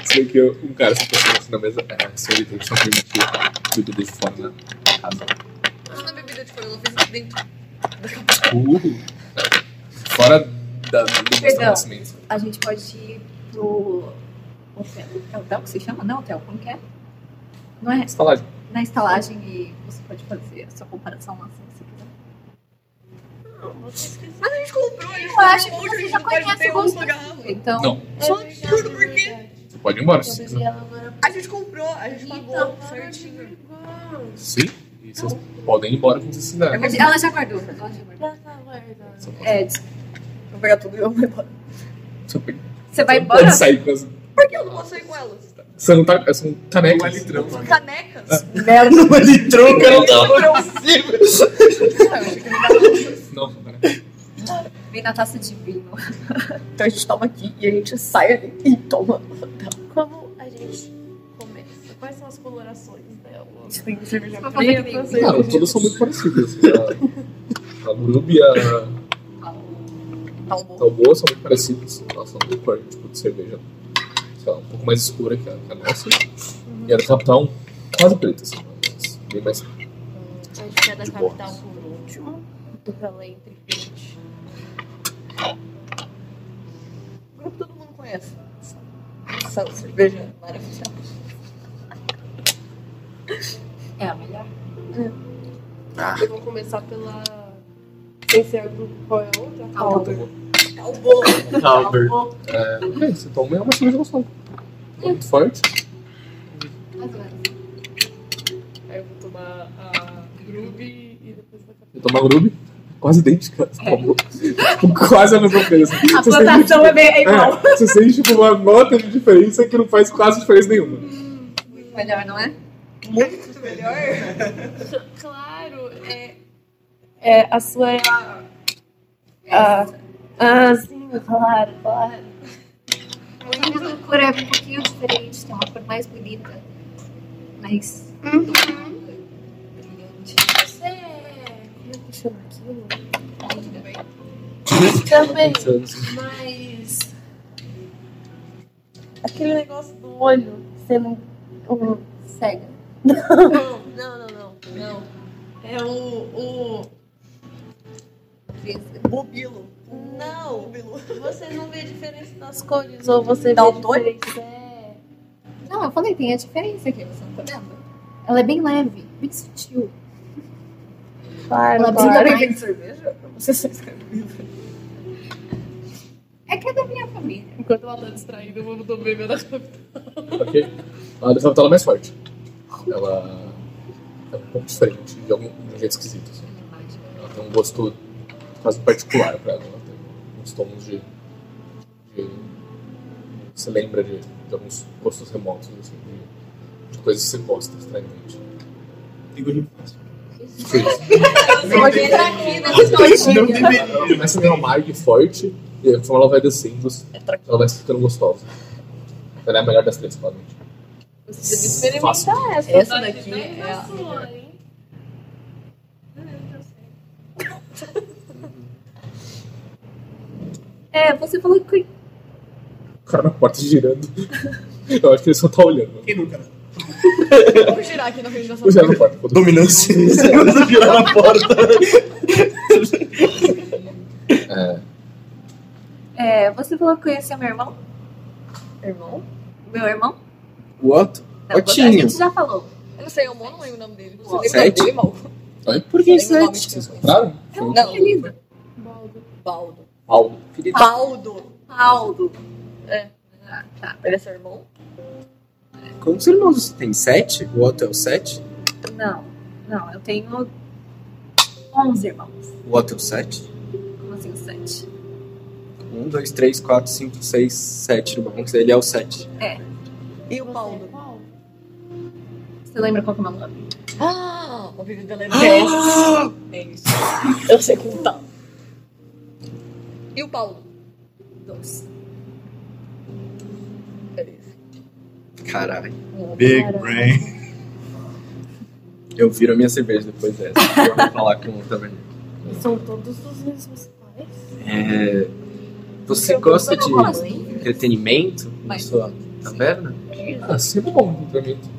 Speaker 1: Sei que eu- um cara se passou assim na mesa. É, senhorita, a gente só permitiu bebida de fora né? casa.
Speaker 17: Mas na Ah, é bebida de fora, ela fez aqui dentro.
Speaker 1: Fora da, do
Speaker 12: Perdão.
Speaker 1: estabelecimento.
Speaker 12: A gente pode ir pro. hotel. É hotel que se chama? Não, hotel. Como que é? Não é
Speaker 1: Você tá lá,
Speaker 12: na estalagem e você pode fazer a sua comparação lá se você quiser.
Speaker 9: Não, você esqueceu.
Speaker 17: Mas a gente comprou, a gente
Speaker 12: Eu acho que
Speaker 17: comprou,
Speaker 12: você
Speaker 17: a gente
Speaker 12: já
Speaker 17: não pode
Speaker 12: conhece
Speaker 17: ter
Speaker 12: o
Speaker 17: um
Speaker 12: gosto.
Speaker 17: lugar.
Speaker 12: Então,
Speaker 1: Não.
Speaker 17: Só
Speaker 9: É
Speaker 17: absurdo,
Speaker 9: verdade,
Speaker 17: por
Speaker 9: é
Speaker 17: quê?
Speaker 9: verdade.
Speaker 1: você pode ir embora.
Speaker 9: Eu
Speaker 1: se
Speaker 9: bebi ela agora.
Speaker 17: A gente comprou, a gente pagou
Speaker 9: Então,
Speaker 17: certinho.
Speaker 9: agora.
Speaker 1: Sim, e vocês podem ir embora quando vocês quiserem.
Speaker 17: vou-
Speaker 12: ela já guardou. Ela já guardou.
Speaker 9: Ela tá guardada.
Speaker 1: Só pode-
Speaker 12: É,
Speaker 17: Vou pegar tudo e eu vou embora.
Speaker 1: só pode-
Speaker 12: você vai
Speaker 1: só
Speaker 12: embora?
Speaker 1: Pode sair com as. tá,
Speaker 17: Por que eu não posso sair com elas?
Speaker 1: São, ta- são
Speaker 5: Uma
Speaker 1: canecas.
Speaker 5: é litrão.
Speaker 17: São canecas?
Speaker 12: Merda.
Speaker 1: é
Speaker 25: Ele tronca, não dá.
Speaker 1: Não, são canecas.
Speaker 12: Vem na taça de vinho.
Speaker 17: Então a gente toma aqui e a gente sai ali e toma.
Speaker 9: Como a gente começa? Quais são as colorações dela?
Speaker 17: Tem cerveja
Speaker 12: Vou
Speaker 17: preta,
Speaker 12: fazer comigo.
Speaker 17: cerveja-
Speaker 1: Cara, todas são muito parecidas. A- A Grub e a
Speaker 17: Tá bom.
Speaker 1: Talboa são muito parecidas. Elas são do cor tipo, de cerveja. Sei lá, um pouco mais escura que a, que a nossa. E a da Capital, quase preta, assim. mas Bem mais.
Speaker 9: A gente é da
Speaker 1: De
Speaker 9: capital
Speaker 1: boas.
Speaker 9: por último. Ela é entre 20.
Speaker 17: O grupo todo mundo conhece. Essa cerveja maravilhosa.
Speaker 12: É a melhor.
Speaker 9: Eu vou começar pela. Sem ser a grupo, qual é a outra?
Speaker 12: Calma.
Speaker 1: Talboa.
Speaker 22: Calber.
Speaker 17: Calbô.
Speaker 1: É, você toma é uma cerveja gostosa. Muito forte.
Speaker 24: Aí eu vou tomar a Groove e depois da
Speaker 1: Eu tomo a Grub, quase idêntica. à Talboa. quase a mesma coisa.
Speaker 23: É. A
Speaker 1: Você sente,
Speaker 23: plantação é, bem, é
Speaker 1: é,
Speaker 23: igual.
Speaker 1: você sente tipo, uma nota de diferença que não faz quase diferença nenhuma.
Speaker 12: Melhor, não é?
Speaker 17: Muito melhor.
Speaker 9: Claro, é. É, a sua é a.
Speaker 12: Ah,
Speaker 9: Ah, sim, claro, claro.
Speaker 12: a cor é um pouquinho diferente, tem uma cor mais bonita. Mas. Brilhante.
Speaker 9: Você é. Como é que chama aquilo?
Speaker 1: Tem
Speaker 9: Também,
Speaker 1: que ser assim.
Speaker 9: mas. Aquele negócio do olho sendo. um-
Speaker 12: Cega.
Speaker 9: Não, não, não, não. não. É o. o...
Speaker 17: Bobilo.
Speaker 9: Não!
Speaker 17: Bobilo.
Speaker 9: Você não vê diferença nas cores ou você
Speaker 17: Dá
Speaker 9: vê
Speaker 17: o doido?
Speaker 9: diferença? É.
Speaker 12: Não, eu falei, tem a diferença aqui, você não tá vendo? Ela é bem leve, bem sutil.
Speaker 9: Claro,
Speaker 12: Ela
Speaker 9: claro.
Speaker 12: brilha
Speaker 17: Tem
Speaker 12: mais.
Speaker 17: cerveja? Você sabe escrever.
Speaker 12: É que é da minha família.
Speaker 24: Enquanto ela tá distraída, eu vou beber meu da capital.
Speaker 1: Ok? A da Capital é mais forte. Ela é um pouco diferente de, algum, de um jeito esquisito. assim. Ela tem um gosto quase particular pra ela. Ela tem uns tons de. de- você lembra de, de alguns gostos remotos, assim, de, de coisas que você gosta, estranhamente.
Speaker 5: Igor de
Speaker 1: Não
Speaker 12: entrar aqui na
Speaker 1: não deveria. Começa a ganhar uma marg forte, e aí, conforme ela vai descendo, ela vai se ficando gostosa. Ela é a melhor das três, claramente.
Speaker 9: Você deve experimentar
Speaker 1: Fácil.
Speaker 9: essa.
Speaker 12: Essa
Speaker 9: Tá de
Speaker 12: daqui
Speaker 9: bem
Speaker 12: é
Speaker 9: na
Speaker 12: a-
Speaker 9: sua, hein?
Speaker 12: É, você falou que.
Speaker 1: O cara na porta girando. Eu acho que ele só tá olhando.
Speaker 5: Quem nunca? né?
Speaker 9: Vamos girar aqui na frente da sua
Speaker 1: O girar na porta. Dominância.
Speaker 13: Você virar na porta.
Speaker 1: É.
Speaker 12: É, você falou que conhecia meu irmão?
Speaker 9: Irmão?
Speaker 12: Meu irmão?
Speaker 3: What?
Speaker 12: Não, você- a gente já falou.
Speaker 9: Eu não sei, eu não lembro o nome dele. Você lembra o nome
Speaker 3: Sete?
Speaker 9: dele, mal?
Speaker 1: Oi? Por que é sete? Vocês encontraram?
Speaker 9: Não,
Speaker 12: é
Speaker 9: não.
Speaker 26: Baldo.
Speaker 9: Baldo.
Speaker 1: Algo.
Speaker 9: Baldo.
Speaker 12: Aldo.
Speaker 9: É.
Speaker 12: Tá.
Speaker 9: Ele é seu irmão?
Speaker 3: Quantos irmãos você tem? Sete? O outro é o sete?
Speaker 12: Não, não, eu tenho 11 irmãos.
Speaker 3: O outro é o sete?
Speaker 12: Como assim, 7?
Speaker 3: Um, dois, três, quatro, cinco, seis, sete irmãos. Ele é o sete.
Speaker 12: É.
Speaker 9: E o Baldo?
Speaker 12: Você lembra qual que é o meu nome?
Speaker 9: Ah, o vídeo dela é
Speaker 12: Ah!
Speaker 9: 10. É isso. Eu sei contar. E o Paulo?
Speaker 12: Dois.
Speaker 9: Beleza.
Speaker 3: Caralho.
Speaker 26: É,
Speaker 13: Big brain.
Speaker 3: Eu viro a minha cerveja depois dessa. eu vou falar com o taverneiro.
Speaker 26: São todos dos mesmos pais.
Speaker 3: É, Você
Speaker 26: Eu
Speaker 3: gosta
Speaker 26: não
Speaker 3: de
Speaker 26: falo assim.
Speaker 3: entretenimento na
Speaker 26: Mas-
Speaker 3: sua taverna?
Speaker 1: Ah, sempre bom entretenimento.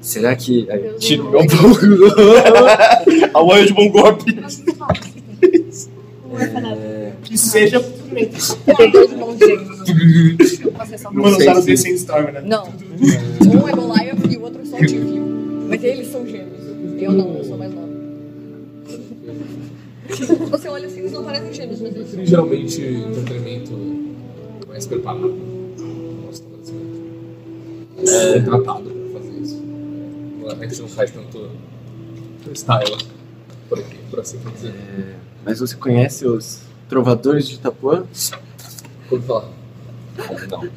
Speaker 3: Será que.
Speaker 26: Meu
Speaker 3: Tiro
Speaker 26: Deus.
Speaker 3: meu pouco.
Speaker 13: A olha de bom golpe.
Speaker 5: Que seja primeiro.
Speaker 9: Vocês são
Speaker 5: Não lançaram The Sand Storm, né?
Speaker 9: Não. Um é Goliath e o outro é só o Tiflin. Mas eles são gêmeos. Eu não, eu sou mais nova. Você olha assim, eles não parecem gêmeos, mas eles são.
Speaker 1: Geralmente, entretenimento um mais preparado. tá Eu Gosto mais é. tratado pra fazer isso. A gente não faz tanto freestyle por aqui, por assim dizer.
Speaker 3: Mas você conhece os trovadores de Itapuã?
Speaker 1: Por falar. Não.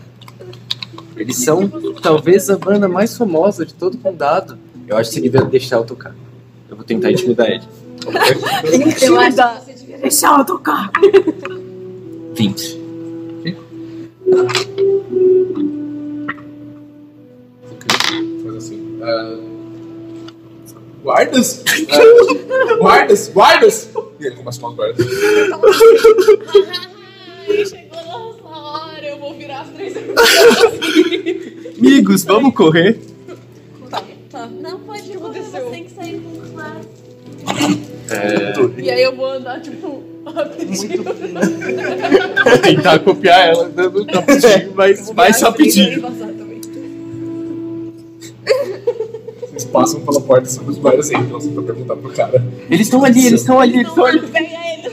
Speaker 3: Eles são talvez a banda mais famosa de todo o condado. Eu acho que você devia deixar eu tocar. Eu vou tentar intimidar ele.
Speaker 12: Eu acho que você devia deixar eu tocar.
Speaker 3: 20.
Speaker 1: Faz assim. ah, guardas? Ah, guardas? Guardas? E ele começa a tomar os guardas.
Speaker 27: Ai, chegou a nossa hora, eu vou virar as três
Speaker 3: Amigos, vamos correr.
Speaker 9: Tá, tá. Não pode acontecer. Você tem que sair do claro.
Speaker 27: E aí eu vou andar, tipo, rapidinho.
Speaker 13: Tentar copiar ela né? dando rapidinho, mas mais rapidinho.
Speaker 1: Vocês passam pela porta sobre os guardas e entram assim pra perguntar pro cara.
Speaker 3: Eles estão ali, eles estão ali, eles
Speaker 13: Então
Speaker 3: estão ali.
Speaker 27: Pega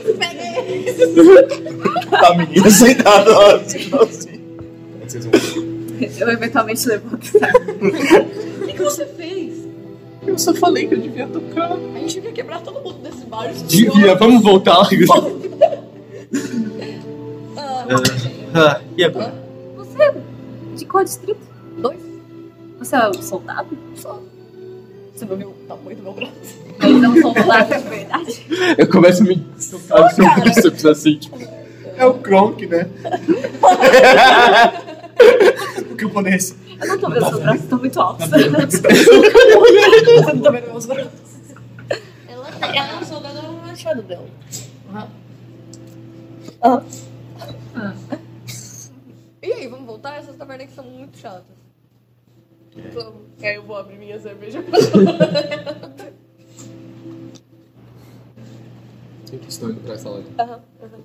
Speaker 27: eles, pega eles.
Speaker 13: A tá, menina sentada lá, assim, assim.
Speaker 1: é Vocês vão.
Speaker 12: Eu eventualmente levanto. sabe?
Speaker 27: O que, que você fez?
Speaker 13: Eu só falei que eu devia tocar.
Speaker 27: A gente devia quebrar todo mundo desse bar. isso
Speaker 13: Devia, vamos voltar.
Speaker 9: Ah,
Speaker 3: Ah, e agora?
Speaker 12: Você é de qual distrito?
Speaker 9: Dois.
Speaker 12: Você é um soldado?
Speaker 9: Só. Você não viu o tamanho do meu braço?
Speaker 12: Mas não um soldado de verdade?
Speaker 3: Eu começo a me socar no seu bíceps assim, tipo.
Speaker 5: É o Kronk, né? o que eu pudesse.
Speaker 12: Eu não tô vendo seus braços, estão muito altos.
Speaker 9: Você não tá vendo meus braços?
Speaker 26: Ela tá ela é um soldado ela é um machado dela.
Speaker 9: Ah. E aí, vamos voltar? Essas tavernas que são muito chatas.
Speaker 27: Vamos. E aí eu vou abrir minha cerveja.
Speaker 1: Vocês estão indo pra sala.
Speaker 9: Aham, aham.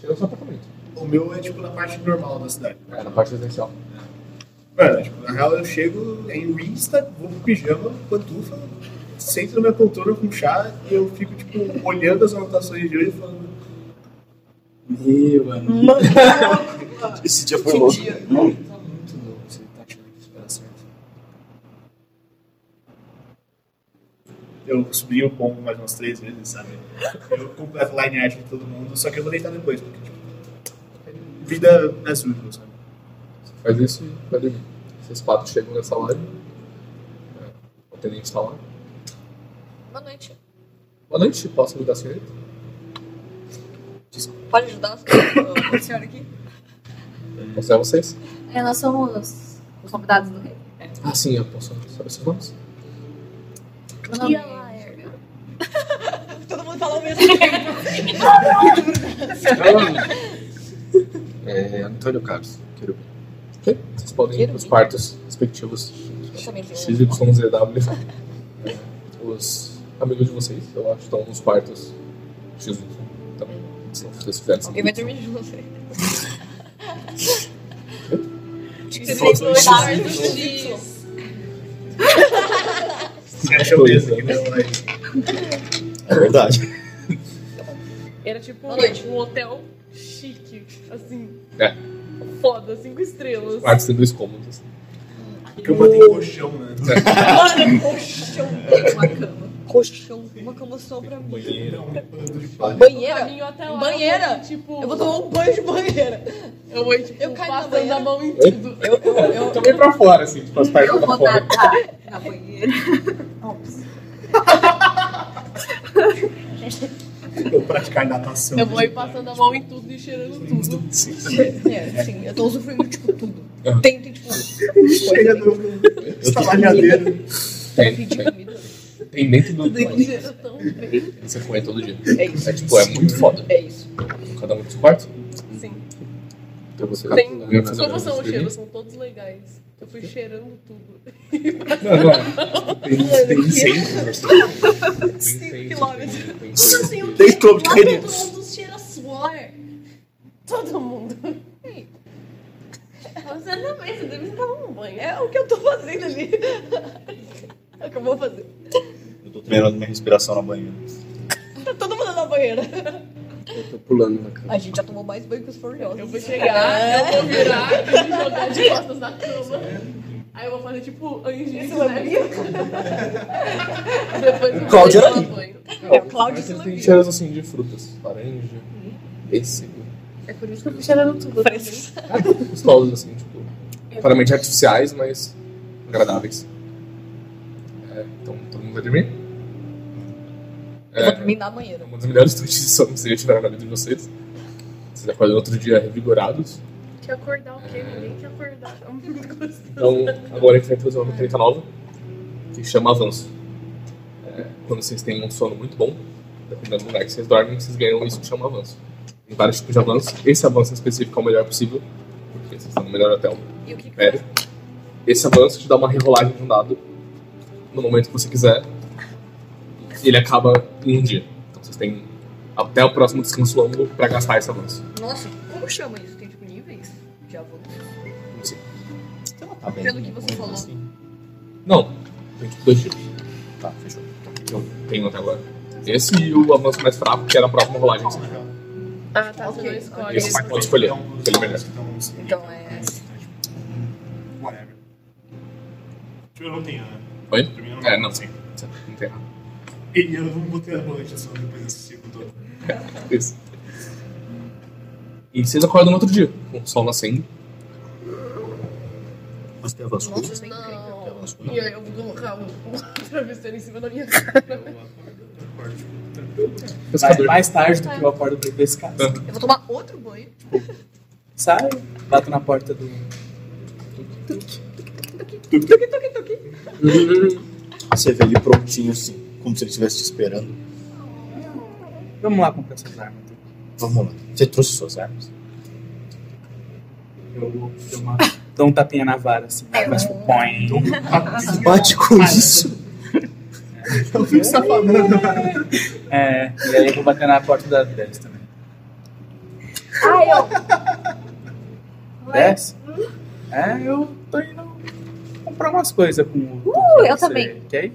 Speaker 1: Chega no seu apartamento.
Speaker 5: O meu é tipo na parte normal da cidade.
Speaker 1: É, na parte residencial.
Speaker 5: Mano, tipo, na real eu chego em Winsta, vou pro pijama, pantufa, sento na minha poltrona com chá e eu fico, tipo, olhando as anotações de hoje e falando. Meu amigo.
Speaker 13: Esse dia foi louco.
Speaker 5: tipo, Tá muito louco, você tá achando que isso vai dar certo. eu subi o combo mais umas três vezes, sabe? Eu completo line art de todo mundo, só que eu vou deitar depois, porque, tipo, vida é sujo, sabe?
Speaker 1: Faz isso e vai dormir. Vocês quatro chegam nessa live. É, O tenente tá lá.
Speaker 9: Boa noite.
Speaker 1: Boa noite, posso mudar a senhorita?
Speaker 9: Pode ajudar a senhora aqui?
Speaker 1: Posso dar a vocês?
Speaker 12: É, nós somos os convidados do rei.
Speaker 1: Ah, sim, eu posso. Sabe seus nomes?
Speaker 12: Meu nome é
Speaker 9: Todo mundo fala o mesmo tempo.
Speaker 3: É Antônio Carlos, quero
Speaker 1: Ok? Vocês podem ir pros quartos respectivos.
Speaker 9: Também tem um-
Speaker 1: XYZW. É, Os amigos de vocês, eu acho, estão nos quartos XY também. Se vocês quiserem.
Speaker 9: Alguém vai dormir junto. Acho que
Speaker 1: Fotos
Speaker 9: tem
Speaker 1: do
Speaker 9: que olhar
Speaker 1: X.
Speaker 9: do X.
Speaker 1: Fecha o dedo aqui,
Speaker 13: É verdade.
Speaker 9: Era tipo um hotel chique, assim,
Speaker 1: É,
Speaker 9: foda, cinco estrelas.
Speaker 1: os quartos tem dois cômodos. assim.
Speaker 5: Cama tem colchão, né?
Speaker 9: Mano, colchão, uma cama. Colchão, uma cama só pra mim.
Speaker 5: Banheiro, um bando de palha.
Speaker 9: Banheira?
Speaker 16: lá,
Speaker 9: banheira?
Speaker 16: eu vou, tipo-
Speaker 9: Eu vou tomar um banho de banheira. Eu vou, tipo,
Speaker 16: Eu caio na
Speaker 9: passando
Speaker 16: banheira.
Speaker 9: a mão em tudo. Eu, eu, eu,
Speaker 1: Tô meio pra fora, assim, tipo, as partes pra fora.
Speaker 9: na banheira.
Speaker 5: Eu praticar natação.
Speaker 9: Eu vou ir passando a mão em tudo e cheirando tudo. É, sim, eu tô usufruindo, tipo, tudo.
Speaker 1: Aham.
Speaker 9: Tem, tem, tipo,
Speaker 5: Chega no estalajadeiro.
Speaker 1: Tem, tem. Tem dentro do.
Speaker 9: cheiro tão bem.
Speaker 1: Você come todo dia.
Speaker 9: É isso.
Speaker 1: É tipo, é muito foda.
Speaker 9: É isso.
Speaker 1: Cada um dos quartos.
Speaker 9: Sim.
Speaker 1: Então você
Speaker 9: Tem,
Speaker 1: Eu ia fazer
Speaker 9: como
Speaker 1: um
Speaker 9: são os
Speaker 1: experimento.
Speaker 9: cheiros? São todos legais. Eu fui cheirando tudo.
Speaker 1: Não, não. Tem, tem incêndio.
Speaker 9: Quilômetros.
Speaker 1: Tem
Speaker 13: Tem todo querido.
Speaker 9: um Todo mundo cheira suor. Todo mundo. Ei. Você também, você deve estar um banho. É o que eu tô fazendo ali. É o que eu vou fazer.
Speaker 13: Eu tô treinando minha respiração na banheira.
Speaker 9: Tá todo mundo na banheira.
Speaker 3: Tô pulando na cama.
Speaker 8: A gente já tomou mais banho que os forniosos.
Speaker 9: Eu vou chegar, eu vou virar, eu vou me jogar de costas na cama. Aí eu vou fazer tipo Angélica
Speaker 8: Isso é
Speaker 9: Neves. Depois eu vou
Speaker 13: Cláudia
Speaker 9: tomar
Speaker 13: Raia.
Speaker 9: banho.
Speaker 8: É, o Cláudio se
Speaker 1: Tem
Speaker 8: lambia.
Speaker 1: cheiros assim de frutas. Laranja,
Speaker 9: Uhum.
Speaker 1: pêssego.
Speaker 12: É por isso que eu fui cheirando tudo.
Speaker 1: Gostosos assim, tipo. Claramente artificiais, mas agradáveis. É, então todo mundo vai dormir.
Speaker 8: Eu vou dormir na banheira.
Speaker 1: É uma das melhores noites de sono que vocês já tiveram na vida de vocês. Vocês acordam no outro dia revigorados.
Speaker 16: Que acordar o quê? Ninguém quer acordar. É muito gostoso.
Speaker 1: Então, agora a gente vai fazer uma mecânica nova, que chama avanço. É, quando vocês têm um sono muito bom, dependendo do lugar que vocês dormem, vocês ganham isso que chama avanço. Tem vários tipos de avanço. Esse avanço em específico é o melhor possível, porque vocês estão no melhor hotel.
Speaker 9: E o que que
Speaker 1: Médio. É. Esse é avanço te dá uma rerolagem de um dado no momento que você quiser. E ele acaba em um dia. Então vocês têm até o próximo descanso longo pra gastar esse avanço.
Speaker 8: Nossa, como chama isso? Tem tipo níveis? Já vou.
Speaker 1: Sim.
Speaker 13: Tem uma tabela.
Speaker 8: Pelo que você falou.
Speaker 13: assim.
Speaker 1: Não, tem tipo dois tipos. Tá, fechou. Eu tenho até agora. Esse e o avanço mais fraco, que era a próxima rolagem.
Speaker 16: Ah, tá. Você
Speaker 8: Tipo, Ok.
Speaker 16: não escolhe.
Speaker 1: Esse você pode escolher, aquele melhor.
Speaker 5: Então, assim,
Speaker 8: Então é.
Speaker 5: whatever. Tipo, eu não tenho, né?
Speaker 1: Oi?
Speaker 5: Pra mim, eu
Speaker 1: É, não, sim. Não tem nada.
Speaker 5: E eu não botei a noite só depois desse ciclo todo.
Speaker 1: Isso. E vocês acordam no outro dia, com o sol nascendo.
Speaker 13: Você tem avanço?
Speaker 9: Nossa,
Speaker 8: tá
Speaker 9: isso é incrível. E aí eu vou colocar um, um travesseiro em cima da minha cara.
Speaker 7: Sai
Speaker 1: Pescador.
Speaker 7: mais tarde do que eu acordo pra ir pescar.
Speaker 8: Eu vou tomar outro banho.
Speaker 7: Sai, bato na porta do.
Speaker 8: Tuque, tuque, tuque.
Speaker 13: Você vê ele prontinho assim, como se ele estivesse te esperando.
Speaker 7: Vamos lá comprar essas armas. então.
Speaker 13: Vamos lá. Você trouxe suas armas?
Speaker 7: Eu vou dar uma- dou um tapinha na vara, assim. Mas tipo, põe.
Speaker 8: Ah,
Speaker 13: Bate com isso.
Speaker 5: O que você tá falando?
Speaker 7: É, e aí eu vou bater na porta da 10 também.
Speaker 12: Ai, eu.
Speaker 7: 10? É, eu tô indo comprar umas coisas com o.
Speaker 12: Uh, eu
Speaker 7: Você
Speaker 12: também.
Speaker 7: Quer ir?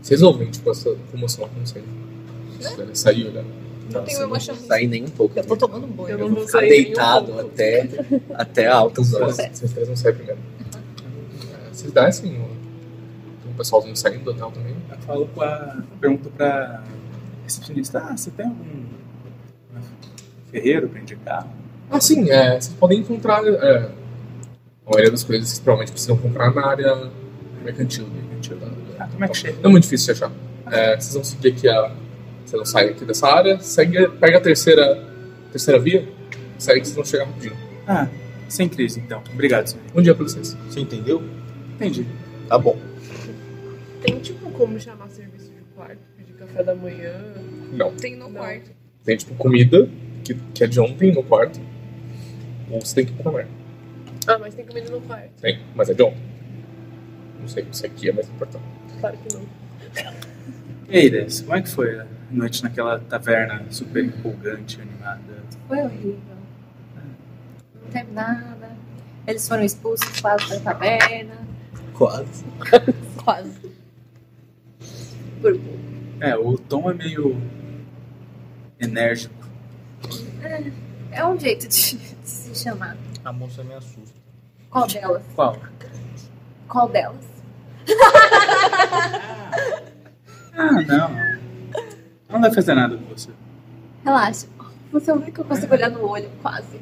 Speaker 1: Vocês ouvem, tipo, essa comoção acontecendo. Ela saiu, né?
Speaker 3: Não,
Speaker 9: tenho
Speaker 3: você não
Speaker 9: emoção.
Speaker 3: sai nem um pouco.
Speaker 8: Eu tô tomando banho.
Speaker 3: Eu
Speaker 9: Eu não
Speaker 3: vou
Speaker 9: vou
Speaker 3: ficar
Speaker 9: sair nem um
Speaker 3: deitado
Speaker 9: pouco.
Speaker 3: até, até altas horas.
Speaker 1: Vocês três vão assim, sair primeiro. É, Vocês descem, ó. tem um pessoalzinho saindo do hotel também.
Speaker 7: Eu falo com a. Pergunto pra recepcionista: Ah, você tem algum ferreiro pra indicar?
Speaker 1: Ah, sim, é, vocês podem encontrar é, a maioria das coisas que vocês provavelmente precisam comprar na área mercantil. mercantil da, da-
Speaker 7: Como é que chega?
Speaker 1: Não é muito difícil de achar. É, vocês vão seguir aqui a. Vocês não saem aqui dessa área, segue, pega a terceira, terceira via, segue que vocês vão chegar rapidinho.
Speaker 7: Ah, sem crise então. Obrigado, senhor.
Speaker 1: Bom dia pra vocês.
Speaker 13: Você entendeu?
Speaker 7: Entendi.
Speaker 13: Tá bom.
Speaker 9: Tem tipo como chamar serviço de quarto, pedir café da manhã.
Speaker 1: Não.
Speaker 9: Tem no quarto.
Speaker 1: Tem tipo comida, que, que é de ontem no quarto, ou você tem que comer.
Speaker 9: Ah, mas tem comida no quarto.
Speaker 1: Tem, mas é de ontem. Não sei se aqui é mais importante.
Speaker 9: Claro que não.
Speaker 7: E aí, Dez, como é que foi a noite naquela taverna super empolgante, animada?
Speaker 12: Foi horrível. Não teve nada. Eles foram expulsos quase da taberna.
Speaker 13: Quase.
Speaker 12: Quase.
Speaker 7: É, o tom é meio enérgico.
Speaker 12: É, é um jeito de, de se chamar.
Speaker 13: A moça me assusta.
Speaker 12: Qual delas?
Speaker 7: Qual?
Speaker 12: Qual delas?
Speaker 7: Ah, não. Não vai fazer nada com você.
Speaker 12: Relaxa. Você é o único que eu consigo olhar no olho, quase.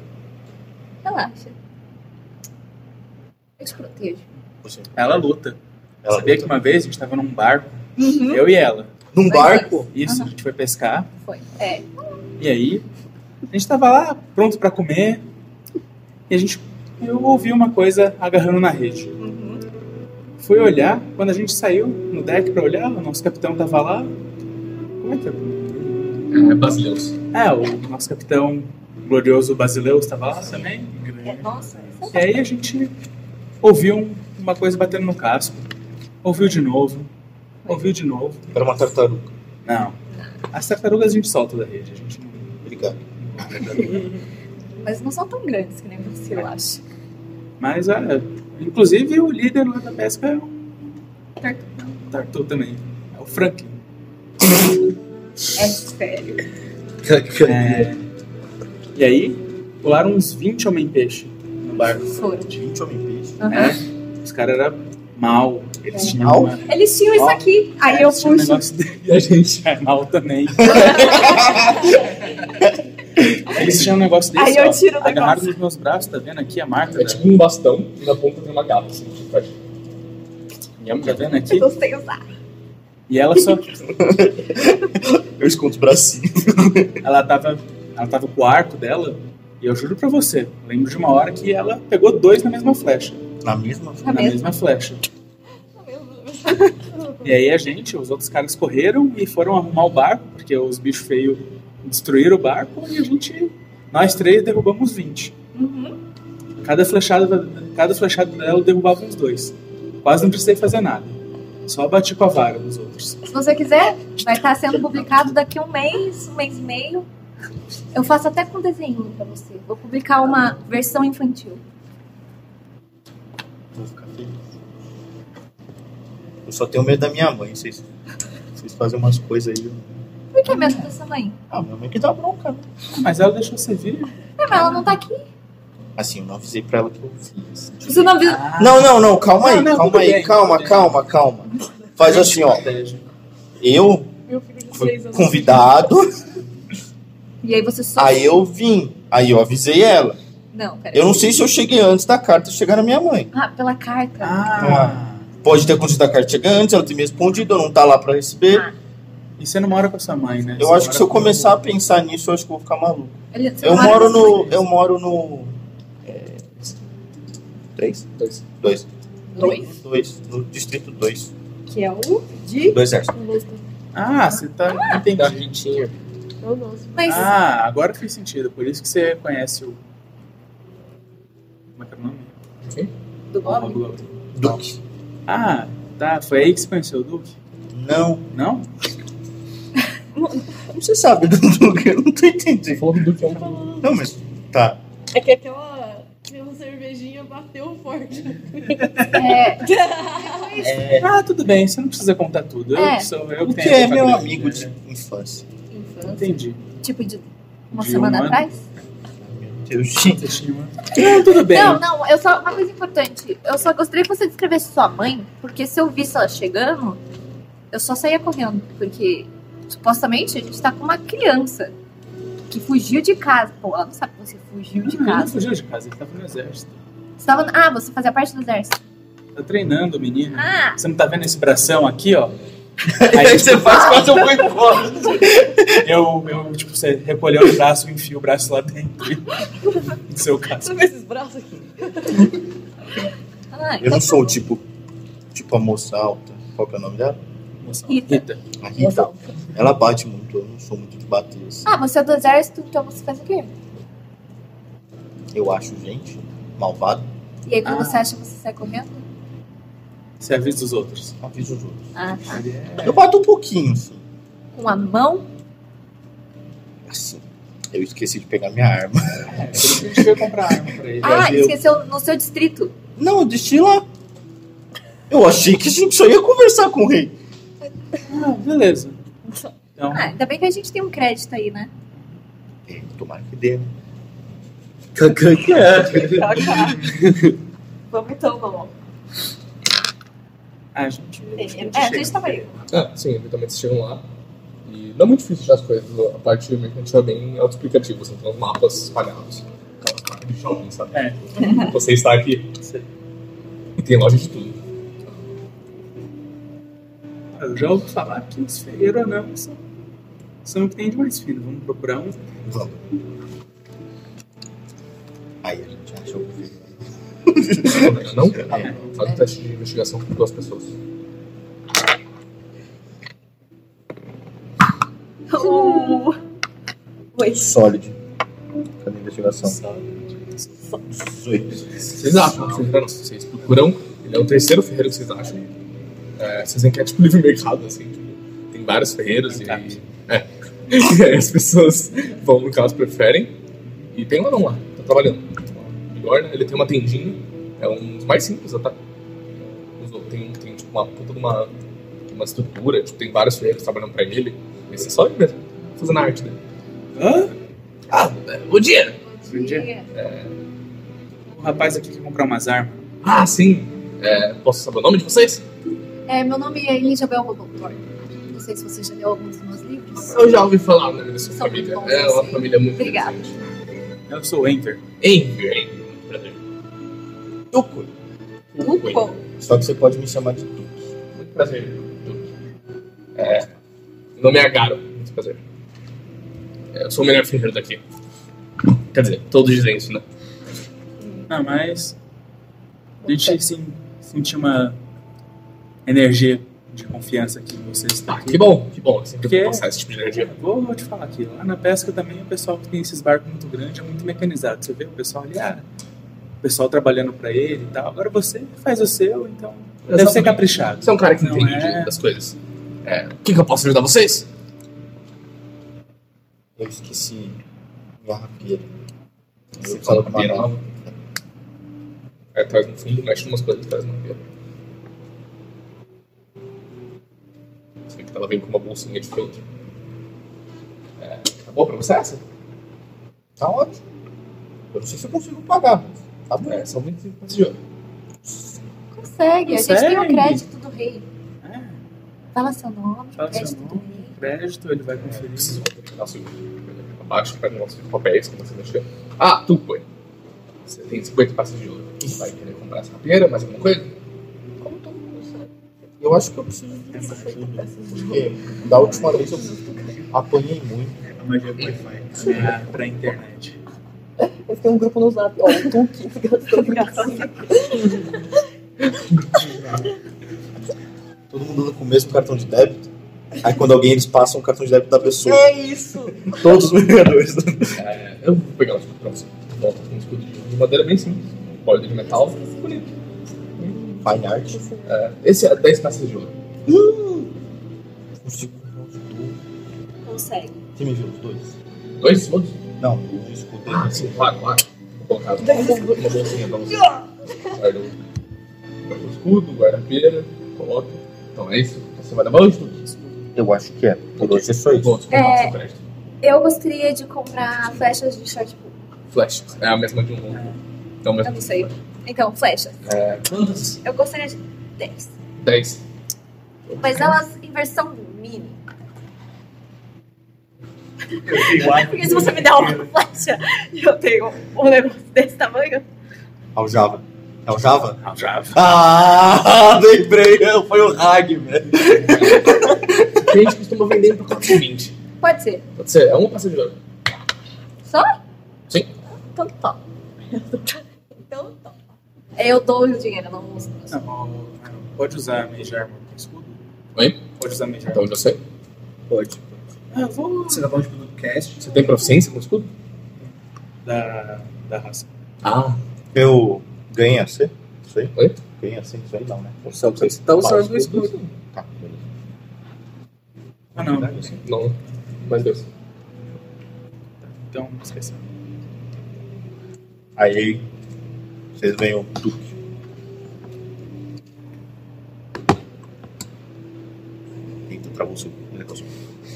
Speaker 12: Relaxa. Eu te protejo.
Speaker 7: Ela luta. Uhum. Sabia que uma vez a gente tava num barco, eu e ela.
Speaker 13: Num
Speaker 7: Um barco? Isso, a gente foi pescar.
Speaker 12: Foi. É.
Speaker 7: E aí, a gente tava lá pronto pra comer. E a gente. Eu ouvi uma coisa agarrando na rede. Fui olhar, quando a gente saiu no deck pra olhar, o nosso capitão tava lá. Como é que é?
Speaker 1: É, Basileus.
Speaker 7: É, o nosso capitão glorioso Basileus tava lá também.
Speaker 12: Nossa.
Speaker 7: E aí a gente ouviu um- uma coisa batendo no casco. Ouviu de novo. Ouviu de novo.
Speaker 13: Era uma tartaruga.
Speaker 7: Não. As tartarugas a gente solta da rede. A gente não...
Speaker 13: Obrigado.
Speaker 12: Mas não são tão grandes que nem você, eu acho.
Speaker 7: Mas, olha, inclusive o líder lá da pesca é um tartu também. É o Franklin.
Speaker 12: É sério.
Speaker 7: É, E aí, pularam uns 20 homem-peixe no barco.
Speaker 12: Foram.
Speaker 13: 20 homem-peixe?
Speaker 7: É, os caras eram mal. Eles tinham
Speaker 13: Mal?
Speaker 7: uma...
Speaker 12: Eles tinham isso aqui. Aí eu
Speaker 7: eles tinham um
Speaker 12: puxo.
Speaker 7: negócio dele e a gente é mal também. Eles tinham um negócio desse,
Speaker 12: Aí eu
Speaker 7: ó,
Speaker 12: tiro o
Speaker 7: agarrado
Speaker 12: negócio.
Speaker 7: nos meus braços, tá vendo aqui a marca?
Speaker 1: É tipo um bastão e na ponta tem uma garra assim. tipo, faz-
Speaker 7: da... Tá vendo aqui?
Speaker 12: Eu sei usar.
Speaker 7: E ela só...
Speaker 13: Eu escondo os bracinhos.
Speaker 7: ela tava, ela tava com o arco dela, e eu juro pra você, eu lembro de uma hora que ela pegou dois na mesma flecha.
Speaker 13: Na mesma?
Speaker 7: Na
Speaker 12: mesma?
Speaker 7: mesma flecha. E aí a gente, os outros caras correram e foram arrumar o barco, porque os bichos feios destruíram o barco, e a gente, nós três, derrubamos 20.
Speaker 12: Uhum.
Speaker 7: Cada, flechada, cada flechada dela derrubava uns dois. Quase não precisei fazer nada. Só bati com a vara nos outros.
Speaker 12: Se você quiser, vai estar sendo publicado daqui a um mês, um mês e meio. Eu faço até com desenho pra você. Vou publicar uma versão infantil.
Speaker 13: Vou ficar feliz. Eu só tenho medo da minha mãe. Vocês, vocês fazem umas coisas aí. eu-
Speaker 12: Por que mesmo dessa mãe?
Speaker 13: Ah, minha mãe que dá bronca.
Speaker 7: Mas ela deixou você vir.
Speaker 12: É, mas ela não tá aqui.
Speaker 13: Assim, eu não avisei pra ela que eu fiz.
Speaker 12: Você não viu?
Speaker 13: Não, não, não, calma
Speaker 7: Ah,
Speaker 13: aí,
Speaker 7: não,
Speaker 13: calma
Speaker 7: tudo
Speaker 13: aí,
Speaker 7: bem, tudo
Speaker 13: calma,
Speaker 7: bem.
Speaker 13: calma, calma. Faz assim, ó. Eu
Speaker 9: Meu filho de
Speaker 13: fui
Speaker 9: seis
Speaker 7: assim.
Speaker 9: anos.
Speaker 13: convidado,
Speaker 12: E aí você só.
Speaker 13: aí eu vim, aí eu avisei ela.
Speaker 12: Não, peraí.
Speaker 13: Eu não sei se eu cheguei antes da carta chegar na minha mãe.
Speaker 12: Ah, pela carta.
Speaker 7: Ah!
Speaker 13: Pode ter acontecido a carta chegar antes, ela ter me respondido, eu não tá lá pra receber.
Speaker 7: Ah, E você não mora com a sua mãe, né?
Speaker 13: Eu
Speaker 7: Você
Speaker 13: acho que se eu
Speaker 7: mora com-
Speaker 13: começar a pensar nisso, eu acho que eu vou ficar maluco.
Speaker 12: Ele- você
Speaker 13: Eu
Speaker 12: não
Speaker 13: moro
Speaker 12: olha pra
Speaker 13: no. Eu moro no. é, Três?
Speaker 1: Dois.
Speaker 13: Dois.
Speaker 12: Dois?
Speaker 13: Dois. No distrito 2.
Speaker 12: Que é o de.
Speaker 13: Dois exércitos.
Speaker 7: Ah, você tá. Entendi.
Speaker 3: Argentina.
Speaker 9: Eu gosto.
Speaker 12: Mas
Speaker 7: Ah, agora fez sentido. Por isso que você conhece o. Como é que é o nome?
Speaker 12: do
Speaker 7: O
Speaker 12: Bob?
Speaker 7: Globo.
Speaker 13: Duque.
Speaker 7: Ah, tá. Foi aí que você conheceu o Duque?
Speaker 13: Não.
Speaker 7: Não?
Speaker 13: Como você sabe do Duque? Eu não tô entendendo.
Speaker 1: Falou do Duque é um
Speaker 13: Não, mas. Tá.
Speaker 9: É que aquela, aquela cervejinha bateu forte.
Speaker 12: É.
Speaker 7: Ah, tudo bem. Você não precisa contar tudo. Eu
Speaker 12: É.
Speaker 7: que sou eu
Speaker 13: É. O
Speaker 7: que
Speaker 13: que
Speaker 7: tenho
Speaker 13: é
Speaker 7: essa
Speaker 13: meu
Speaker 7: habilidade,
Speaker 13: amigo
Speaker 7: né?
Speaker 13: de infância?
Speaker 9: Tá
Speaker 12: Infância.
Speaker 7: Entendi.
Speaker 12: Tipo de uma
Speaker 7: De
Speaker 12: semana
Speaker 7: um ano?
Speaker 12: atrás?
Speaker 13: Eu gente.
Speaker 7: Você tinha uma- Não, tudo bem.
Speaker 12: Não, não, eu só. Uma coisa importante. Eu só gostaria que você descrevesse sua mãe, porque se eu visse ela chegando, eu só saía correndo, porque supostamente a gente tá com uma criança que fugiu de casa. Pô, ela não sabe que você fugiu de
Speaker 7: Não, ele não
Speaker 12: casa.
Speaker 7: fugiu de casa, ele tava no exército.
Speaker 12: Você tava... Ah, você fazia parte do exército.
Speaker 7: Tá treinando o menino. Você não tá vendo esse bração aqui, ó? tipo, você
Speaker 13: faz quase um coisa
Speaker 7: Eu, eu, tipo, você recolheu o braço e enfia o braço lá dentro. No seu caso.
Speaker 8: Você vê esses braços aqui?
Speaker 12: Ah,
Speaker 13: Eu não sou o tipo. Tipo a moça alta. Qual que é o nome dela?
Speaker 7: Rita.
Speaker 13: A Rita. Ela bate muito, eu não sou muito de bater. assim.
Speaker 12: Ah, você é do exército, então você faz o quê?
Speaker 13: Eu acho gente malvada.
Speaker 12: E aí quando
Speaker 13: Ah.
Speaker 12: você acha que você sai correndo?
Speaker 7: Você avisa os outros.
Speaker 13: Avisa os outros.
Speaker 12: Ah, tá.
Speaker 13: Eu bato um pouquinho, assim.
Speaker 12: Com a mão?
Speaker 13: assim. Eu esqueci de pegar minha arma.
Speaker 7: A gente veio comprar arma pra ele.
Speaker 12: Ah,
Speaker 13: eu...
Speaker 12: esqueceu no seu distrito.
Speaker 13: Não, eu deixei lá. Eu achei que a gente só ia conversar com o rei.
Speaker 7: Ah, beleza. Então,
Speaker 12: Ah, ainda bem que a gente tem um crédito aí, né?
Speaker 13: É, tomara que dê. né? Kkk.
Speaker 6: Vamos então, vamos.
Speaker 7: a gente.
Speaker 6: É, a
Speaker 12: tá
Speaker 6: gente tava aí.
Speaker 1: Ah, sim, eventualmente vocês chegam lá. E não é muito difícil achar as coisas, a parte mecânica é bem autoexplicativa, assim, tem uns mapas espalhados. Aquela cara de jovem, sabe?
Speaker 7: É.
Speaker 1: Você está aqui. E tem loja de tudo.
Speaker 7: Eu já ouvi falar que os Ferreira não são, são o que tem de mais fino. Vamos procurar um.
Speaker 13: Vamos. Aí a gente achou que
Speaker 1: Não? É. Faz um teste de investigação com duas pessoas.
Speaker 6: Uh,
Speaker 13: Sólido. Cadê a investigação? 18.
Speaker 1: Vocês acham, vocês, não, vocês procuram. Ele é o terceiro ferreiro que vocês acham. É, vocês veem que é tipo livre mercado, assim. tipo, tem vários ferreiros e. aí- É. E aí as pessoas vão, no caso, preferem. E tem um anão lá, tá trabalhando. Bigorna, ele tem uma tendinha, é um dos mais simples, tá? Os outros- Tem, tem tipo, uma puta de uma, uma estrutura, tipo, tem vários ferreiros trabalhando pra ele. Esse é só ele mesmo, fazendo a arte dele.
Speaker 7: Hã?
Speaker 1: Ah, o dinheiro!
Speaker 7: O rapaz aqui quer comprar umas armas.
Speaker 1: Ah, sim! É, posso saber o nome de vocês?
Speaker 12: É, meu nome é Elisabel Rodoltor. Não sei se você já leu alguns dos meus livros.
Speaker 1: Eu já ouvi falar o nome da sua família.
Speaker 12: bons,
Speaker 1: É uma
Speaker 12: sim.
Speaker 1: família muito
Speaker 12: Obrigada.
Speaker 7: Eu sou o Enter.
Speaker 1: Envy, Envy, muito prazer.
Speaker 13: Tuco.
Speaker 6: Tuco.
Speaker 13: Só que você pode me chamar de Tuco.
Speaker 1: Muito prazer. É, meu nome é Garo, muito prazer. É, eu sou o melhor ferreiro daqui. Quer dizer, todos dizem isso, né?
Speaker 7: Não, mas. A gente sim, sentiu uma energia de confiança que vocês estão aqui.
Speaker 1: Que bom, que bom. É sempre
Speaker 7: Porque-
Speaker 1: bom passar esse tipo de energia.
Speaker 7: Vou, vou te falar aqui, lá na pesca também o pessoal que tem esses barcos muito grandes é muito mecanizado. Você vê o pessoal ali, ah, o pessoal trabalhando pra ele e tal. Agora você faz o seu, então deve ser
Speaker 1: Exatamente.
Speaker 7: caprichado.
Speaker 1: Você é um cara que
Speaker 7: Não
Speaker 1: entende
Speaker 7: é-
Speaker 1: das coisas. É, o que, que eu posso ajudar vocês?
Speaker 13: Eu esqueci minha rapieira.
Speaker 1: Você
Speaker 13: Eu falo com
Speaker 1: fala
Speaker 13: uma
Speaker 1: com a
Speaker 13: nova.
Speaker 1: É, traz no fundo, mexe umas coisas atrás no pelo. Você vê que ela vem com uma bolsinha de feltro. É, tá boa pra você essa?
Speaker 13: Tá ótimo. Eu não sei se eu consigo pagar, mas tá bom.
Speaker 1: É, são 25 peças de ouro.
Speaker 12: Consegue, a gente
Speaker 7: Consegue.
Speaker 12: tem o crédito do rei.
Speaker 7: É,
Speaker 12: Fala seu nome,
Speaker 7: fala seu
Speaker 12: crédito do
Speaker 7: nome,
Speaker 12: rei.
Speaker 7: é crédito, ele vai conferir.
Speaker 1: Preciso pegar o seu. Abaixo, um pega os seus papéis que você mexeu. Ah, tu foi. Você tem 50 peças de ouro. Vai querer comprar essa rapieira, mais alguma coisa?
Speaker 8: Como todo mundo sabe.
Speaker 13: Eu acho que eu preciso de ajuda. Porque da última vez eu apanhei muito.
Speaker 7: A magia do Wi-Fi é pra internet.
Speaker 8: Eu tenho um grupo no zap, ó, o Tuque, gastando gastando.
Speaker 13: Todo mundo anda com o mesmo cartão de débito. Aí quando alguém eles passam o cartão de débito da pessoa.
Speaker 8: É isso.
Speaker 13: Todos os mercadores.
Speaker 1: É, eu vou pegar um escudo pra você. Volta com um escudo de madeira bem simples. Borda de metal. Bonito.
Speaker 13: Fine art.
Speaker 1: É, esse é 10 peças de ouro.
Speaker 13: Consigo comprar os dois.
Speaker 6: Consegue.
Speaker 13: um Você me viu os dois?
Speaker 1: Dois escudos?
Speaker 13: Não, o escudo dele.
Speaker 1: Ah, sim, claro, claro. Vou colocar uma uma bolsinha pra você. Guarda o, guarda o escudo, guarda a pera, coloca. Então é isso. Você vai dar valor de tudo.
Speaker 13: Eu acho que é. Por hoje é só isso.
Speaker 1: Bom, você comprar
Speaker 12: É.
Speaker 1: seu crédito.
Speaker 12: Eu gostaria de comprar flechas de short pull.
Speaker 1: Flash. É a mesma de um. Então, mesmo
Speaker 12: Eu não sei. Então, flechas.
Speaker 1: É, quantas?
Speaker 12: Eu gostaria de 10.
Speaker 1: 10.
Speaker 12: Mas elas em versão mini.
Speaker 17: Porque se você me der uma flecha e eu tenho um negócio desse tamanho,
Speaker 13: Aljava. É o Java?
Speaker 7: Aljava.
Speaker 13: Ah, lembrei. Foi o Hag, velho.
Speaker 1: O cliente costuma vender por 420.
Speaker 12: Pode ser.
Speaker 1: Pode ser, é uma passageira.
Speaker 12: Só?
Speaker 1: Sim.
Speaker 12: Então tá. Então É, Eu dou o dinheiro, não uso.
Speaker 7: Não, pode usar Mage Armor com escudo?
Speaker 1: Oi?
Speaker 7: Pode usar Mage
Speaker 1: Então
Speaker 7: Armor.
Speaker 1: eu sei.
Speaker 7: Pode.
Speaker 5: Ah, vou... Você tá falando de podcast?
Speaker 1: Você tem proficiência com escudo?
Speaker 7: Da, da raça.
Speaker 1: Ah.
Speaker 13: Eu ganhei a C? Isso aí?
Speaker 1: Oi?
Speaker 13: Ganhei a C? Isso aí não, né?
Speaker 3: Só que você tá usando o escudo.
Speaker 13: Tá, beleza.
Speaker 7: Ah, não.
Speaker 1: Não. Mais dois.
Speaker 7: Então, esqueci.
Speaker 13: Aí vocês veem o Duque. Eita, travou o seu negócio.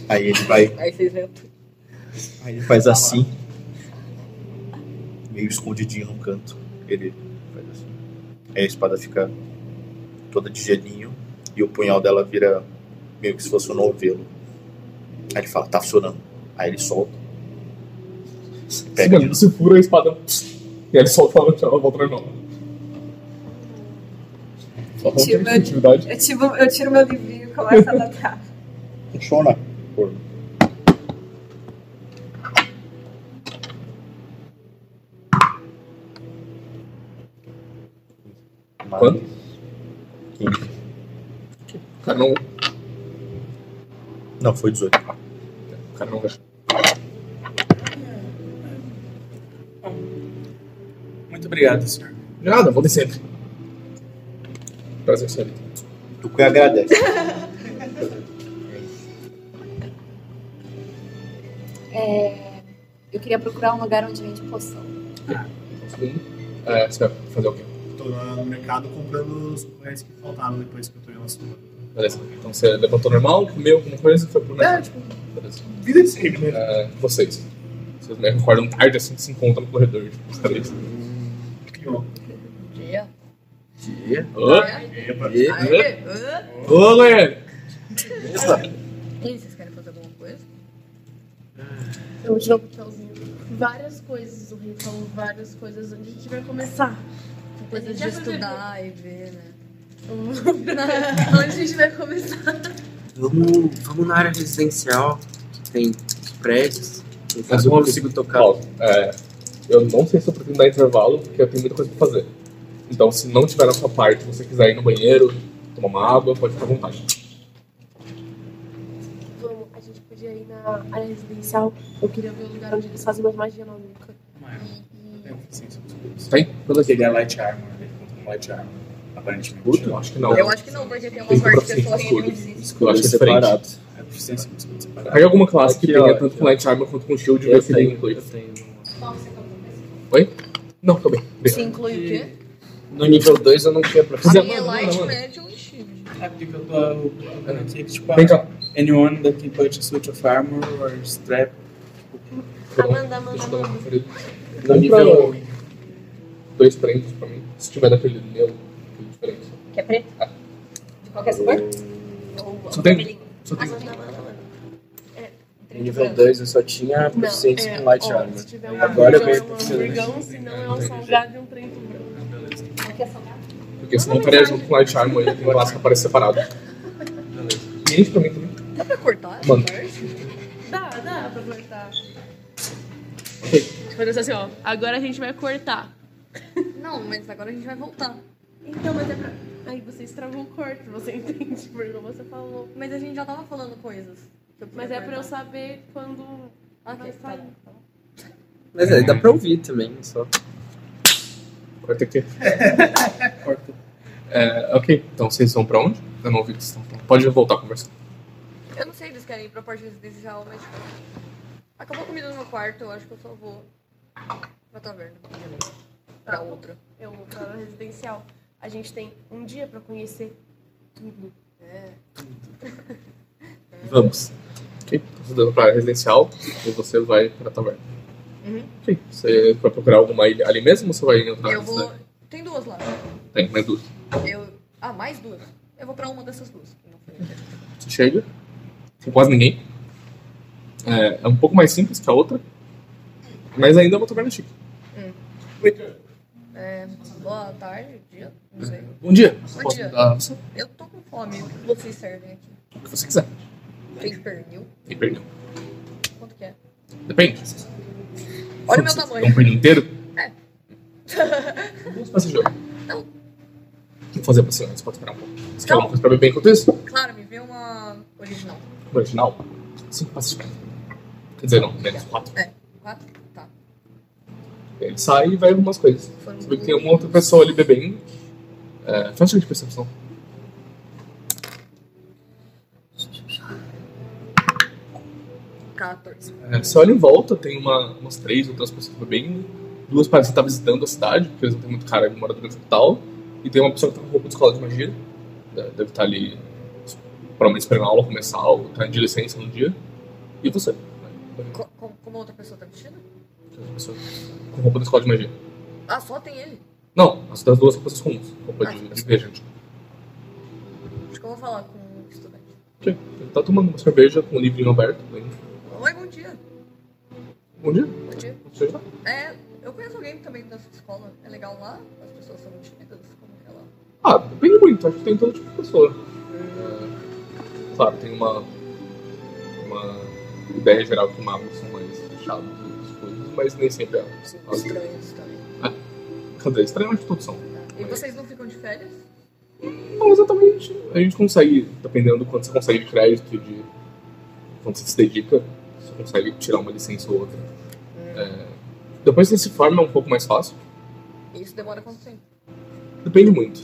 Speaker 13: Aí ele vai,
Speaker 17: aí vocês veem tudo.
Speaker 13: aí ele faz assim, meio escondidinho no canto. Ele faz assim. Aí a espada fica toda de gelinho e o punhal dela vira meio que se fosse um novelo. Aí ele fala, tá funcionando. Aí ele solta.
Speaker 1: Se,
Speaker 13: Pega de
Speaker 1: mano, se fura a espada. pss, E ele solta ela e ela volta ao normal. Só
Speaker 28: Eu tiro,
Speaker 1: falta
Speaker 28: meu,
Speaker 1: atividade.
Speaker 28: eu, tiro, eu tiro meu livrinho e começo a anotar.
Speaker 13: Funciona. Mais
Speaker 1: Quanto?
Speaker 13: 15.
Speaker 1: O cara não.
Speaker 13: Não, foi 18.
Speaker 1: O cara não vai.
Speaker 7: Muito obrigado, senhor.
Speaker 1: De nada, vou descer. Prazer, senhor.
Speaker 13: Tu que agradece.
Speaker 29: É, eu queria procurar um lugar onde vende poção.
Speaker 1: É, você vai fazer o quê?
Speaker 5: Tô lá no mercado comprando os pães que faltaram depois que eu tô em relação.
Speaker 1: Beleza. Então você levantou normal, comeu alguma coisa, foi pro
Speaker 2: É,
Speaker 1: mercado.
Speaker 5: tipo,
Speaker 1: Beleza.
Speaker 5: vida de sempre, né?
Speaker 1: É, vocês. Vocês me acordam tarde assim que se encontram no corredor. Tipo, os três. Ô,
Speaker 9: É,
Speaker 1: ô, galera!
Speaker 9: E aí, vocês querem fazer alguma coisa? Eu tirei um papelzinho. Várias coisas, o Rio falou várias coisas onde a gente vai começar.
Speaker 12: Coisa
Speaker 9: Coisas
Speaker 12: de estudar e ver, né?
Speaker 9: onde a gente vai começar?
Speaker 3: Vamos, vamos na área residencial, que tem os prédios. Quem sabe
Speaker 1: Mas
Speaker 3: eu
Speaker 1: eu
Speaker 3: consigo tocar.
Speaker 1: Paulo, é, eu não sei se eu pretendo dar intervalo, porque eu tenho muita coisa pra fazer. Então, se não tiver na sua parte, se você quiser ir no banheiro, tomar uma água, pode ficar à vontade.
Speaker 9: Vamos, a gente podia ir na área residencial. Eu queria ver o lugar onde eles fazem mais magia na nuca.
Speaker 7: é, Tem eficiência com escudos.
Speaker 3: Tá
Speaker 1: Tem? Beleza.
Speaker 7: Seria Light Armor. Ele conta um Light Armor. Aparentemente.
Speaker 1: Eu acho que não.
Speaker 17: Eu acho que não, porque
Speaker 1: Tem
Speaker 17: tem uma
Speaker 1: que
Speaker 17: parte que eu tô
Speaker 1: proficiência
Speaker 17: rindo. assim.
Speaker 1: escura.
Speaker 3: Escudo
Speaker 1: Eu acho que é
Speaker 3: separado.
Speaker 7: É eficiência com escudos separados.
Speaker 1: Pega alguma classe que
Speaker 3: Aqui,
Speaker 1: tenha
Speaker 3: ó.
Speaker 1: tanto com Light Armor quanto com Shield e vê
Speaker 3: Eu
Speaker 1: se tem
Speaker 3: tenho,
Speaker 1: dois.
Speaker 3: eu tenho.
Speaker 1: Oi? Não, tô bem. Obrigado.
Speaker 17: Se inclui o quê?
Speaker 3: No nível 2 eu não tinha pra
Speaker 1: Mas
Speaker 17: A
Speaker 1: é
Speaker 3: fazer.
Speaker 17: minha
Speaker 1: uma-
Speaker 17: light,
Speaker 1: uma-
Speaker 17: médium e shield.
Speaker 7: É porque eu tô. Eu não sei que, tipo,
Speaker 1: Vem cá.
Speaker 7: anyone that can put a suit of armor or strap.
Speaker 17: Amanda, Amanda,
Speaker 1: Tá Deixa eu dar uma
Speaker 17: Amanda.
Speaker 1: conferida. um.
Speaker 3: No
Speaker 1: Compra
Speaker 3: nível um.
Speaker 7: um.
Speaker 1: Dois prêmios pra mim. Se tiver daquele meu, aquele diferente.
Speaker 17: Quer preto? De qualquer cor?
Speaker 1: Só tem. Só tem.
Speaker 17: Amanda, Amanda, Amanda.
Speaker 9: É,
Speaker 3: No nível 2 eu só tinha proficiência com Light
Speaker 9: ó,
Speaker 3: Armor.
Speaker 9: Se tiver um
Speaker 3: Agora eu
Speaker 9: Agora
Speaker 3: ganho
Speaker 9: é um
Speaker 3: proficiência.
Speaker 9: hamburgão, se não é um salgado e um preto branco.
Speaker 1: Porque senão eu estaria junto com Light Armor e tem classe que aparece separado. Gente, pra mim também.
Speaker 17: Dá pra cortar? essa
Speaker 1: Mano.
Speaker 17: parte?
Speaker 9: Dá, dá pra cortar. Tipo, assim, ó. Agora a gente vai cortar.
Speaker 12: Não, mas agora a gente vai voltar.
Speaker 9: Então, mas é pra... Aí você estragou o corte, você entende porque você falou.
Speaker 12: Mas a gente já tava falando coisas. que eu
Speaker 9: Mas é pra eu
Speaker 12: guardar.
Speaker 9: saber quando...
Speaker 12: Ok,
Speaker 9: Vai
Speaker 12: tá
Speaker 9: sair.
Speaker 12: bom.
Speaker 3: Mas aí dá pra ouvir também, só.
Speaker 1: Corta aqui. É, ok, então vocês vão pra onde? Eu não ouvi o que vocês estão falando. Pode voltar a conversar.
Speaker 12: Eu não sei se eles querem ir pra parte residencial, mas tipo. Acabou a comida no meu quarto, eu acho que eu só vou pra taverna. de novo. Pra outra.
Speaker 9: Eu vou pra área residencial. A gente tem um dia pra conhecer tudo.
Speaker 1: Vamos. Ok, então você dando pra área residencial e você vai pra taverna.
Speaker 12: Uhum.
Speaker 1: Ok, você vai procurar alguma ilha ali mesmo ou você vai em outra
Speaker 12: Eu
Speaker 1: cidade?
Speaker 12: vou. Tem duas lá.
Speaker 1: Tem, mais duas.
Speaker 12: Eu... Ah, mais duas. Eu
Speaker 17: Eu vou pra uma dessas duas. Não foi
Speaker 1: Você chega, com quase ninguém. É, é um pouco mais simples que a outra, mas ainda é uma taverna chique.
Speaker 17: É, boa tarde, dia, não sei.
Speaker 1: Bom Um dia.
Speaker 17: Bom
Speaker 1: Posso
Speaker 17: Um dia.
Speaker 1: dar a você?
Speaker 17: Eu tô com fome. O que vocês servem aqui?
Speaker 1: O que você quiser.
Speaker 17: Tem pernil?
Speaker 1: Tem pernil.
Speaker 17: Quanto que é?
Speaker 1: Depende.
Speaker 17: Olha o meu
Speaker 1: Você
Speaker 17: tamanho.
Speaker 1: quer Um pernil inteiro?
Speaker 17: É.
Speaker 1: Mas você joga. O que fazer pra senhora? Você pode esperar um pouco. Você quer alguma coisa pra beber enquanto isso?
Speaker 17: Claro, me vê uma original.
Speaker 1: O original? Cinco passos de prata. Quer dizer, não, menos quatro.
Speaker 17: É, quatro? Tá.
Speaker 1: Ele sai e vai algumas coisas. Você vê que tem uma outra pessoa ali bebendo. É, faz um check de percepção.
Speaker 17: Quatorze.
Speaker 1: É, você olha em volta, tem uma, umas três outras pessoas bebendo. Duas parecem estar visitando a cidade, porque eles não têm muito cara que mora no capital. E tem uma pessoa que tá com roupa de escola de magia. É, Deve estar ali, provavelmente esperando a aula começar, ou tá de licença no dia. E você? né?
Speaker 17: Co- Como, como a outra pessoa tá vestida?
Speaker 1: Outra pessoa Com roupa da escola de magia.
Speaker 17: Ah, só tem ele.
Speaker 1: Não, as das duas são pessoas comuns. Roupa de,
Speaker 17: Ah.
Speaker 1: de viajante.
Speaker 17: Acho que eu vou falar com o estudante.
Speaker 1: Ok. Ele tá tomando uma cerveja com o livrinho aberto. Bem,
Speaker 17: Oi, bom dia.
Speaker 1: Bom dia.
Speaker 17: Bom dia.
Speaker 1: Você já?
Speaker 17: É, eu conheço alguém também da sua escola. É legal lá? As pessoas são tímidas? Como que é lá?
Speaker 1: Ah, bem bonito, acho que tem todo tipo de pessoa. É, claro, tem uma, uma ideia geral que magos são mais fechados e outras coisas, mas nem sempre é.
Speaker 17: Estranhos também.
Speaker 1: É. Quer dizer, estranho acho que todos são.
Speaker 17: E vocês não ficam de férias?
Speaker 1: Não, exatamente. A gente consegue, dependendo do quanto você consegue de crédito, de quanto você se dedica, você consegue tirar uma licença ou outra. É, depois que você se forma é um pouco mais fácil.
Speaker 17: E isso demora quanto tempo?
Speaker 1: Depende muito.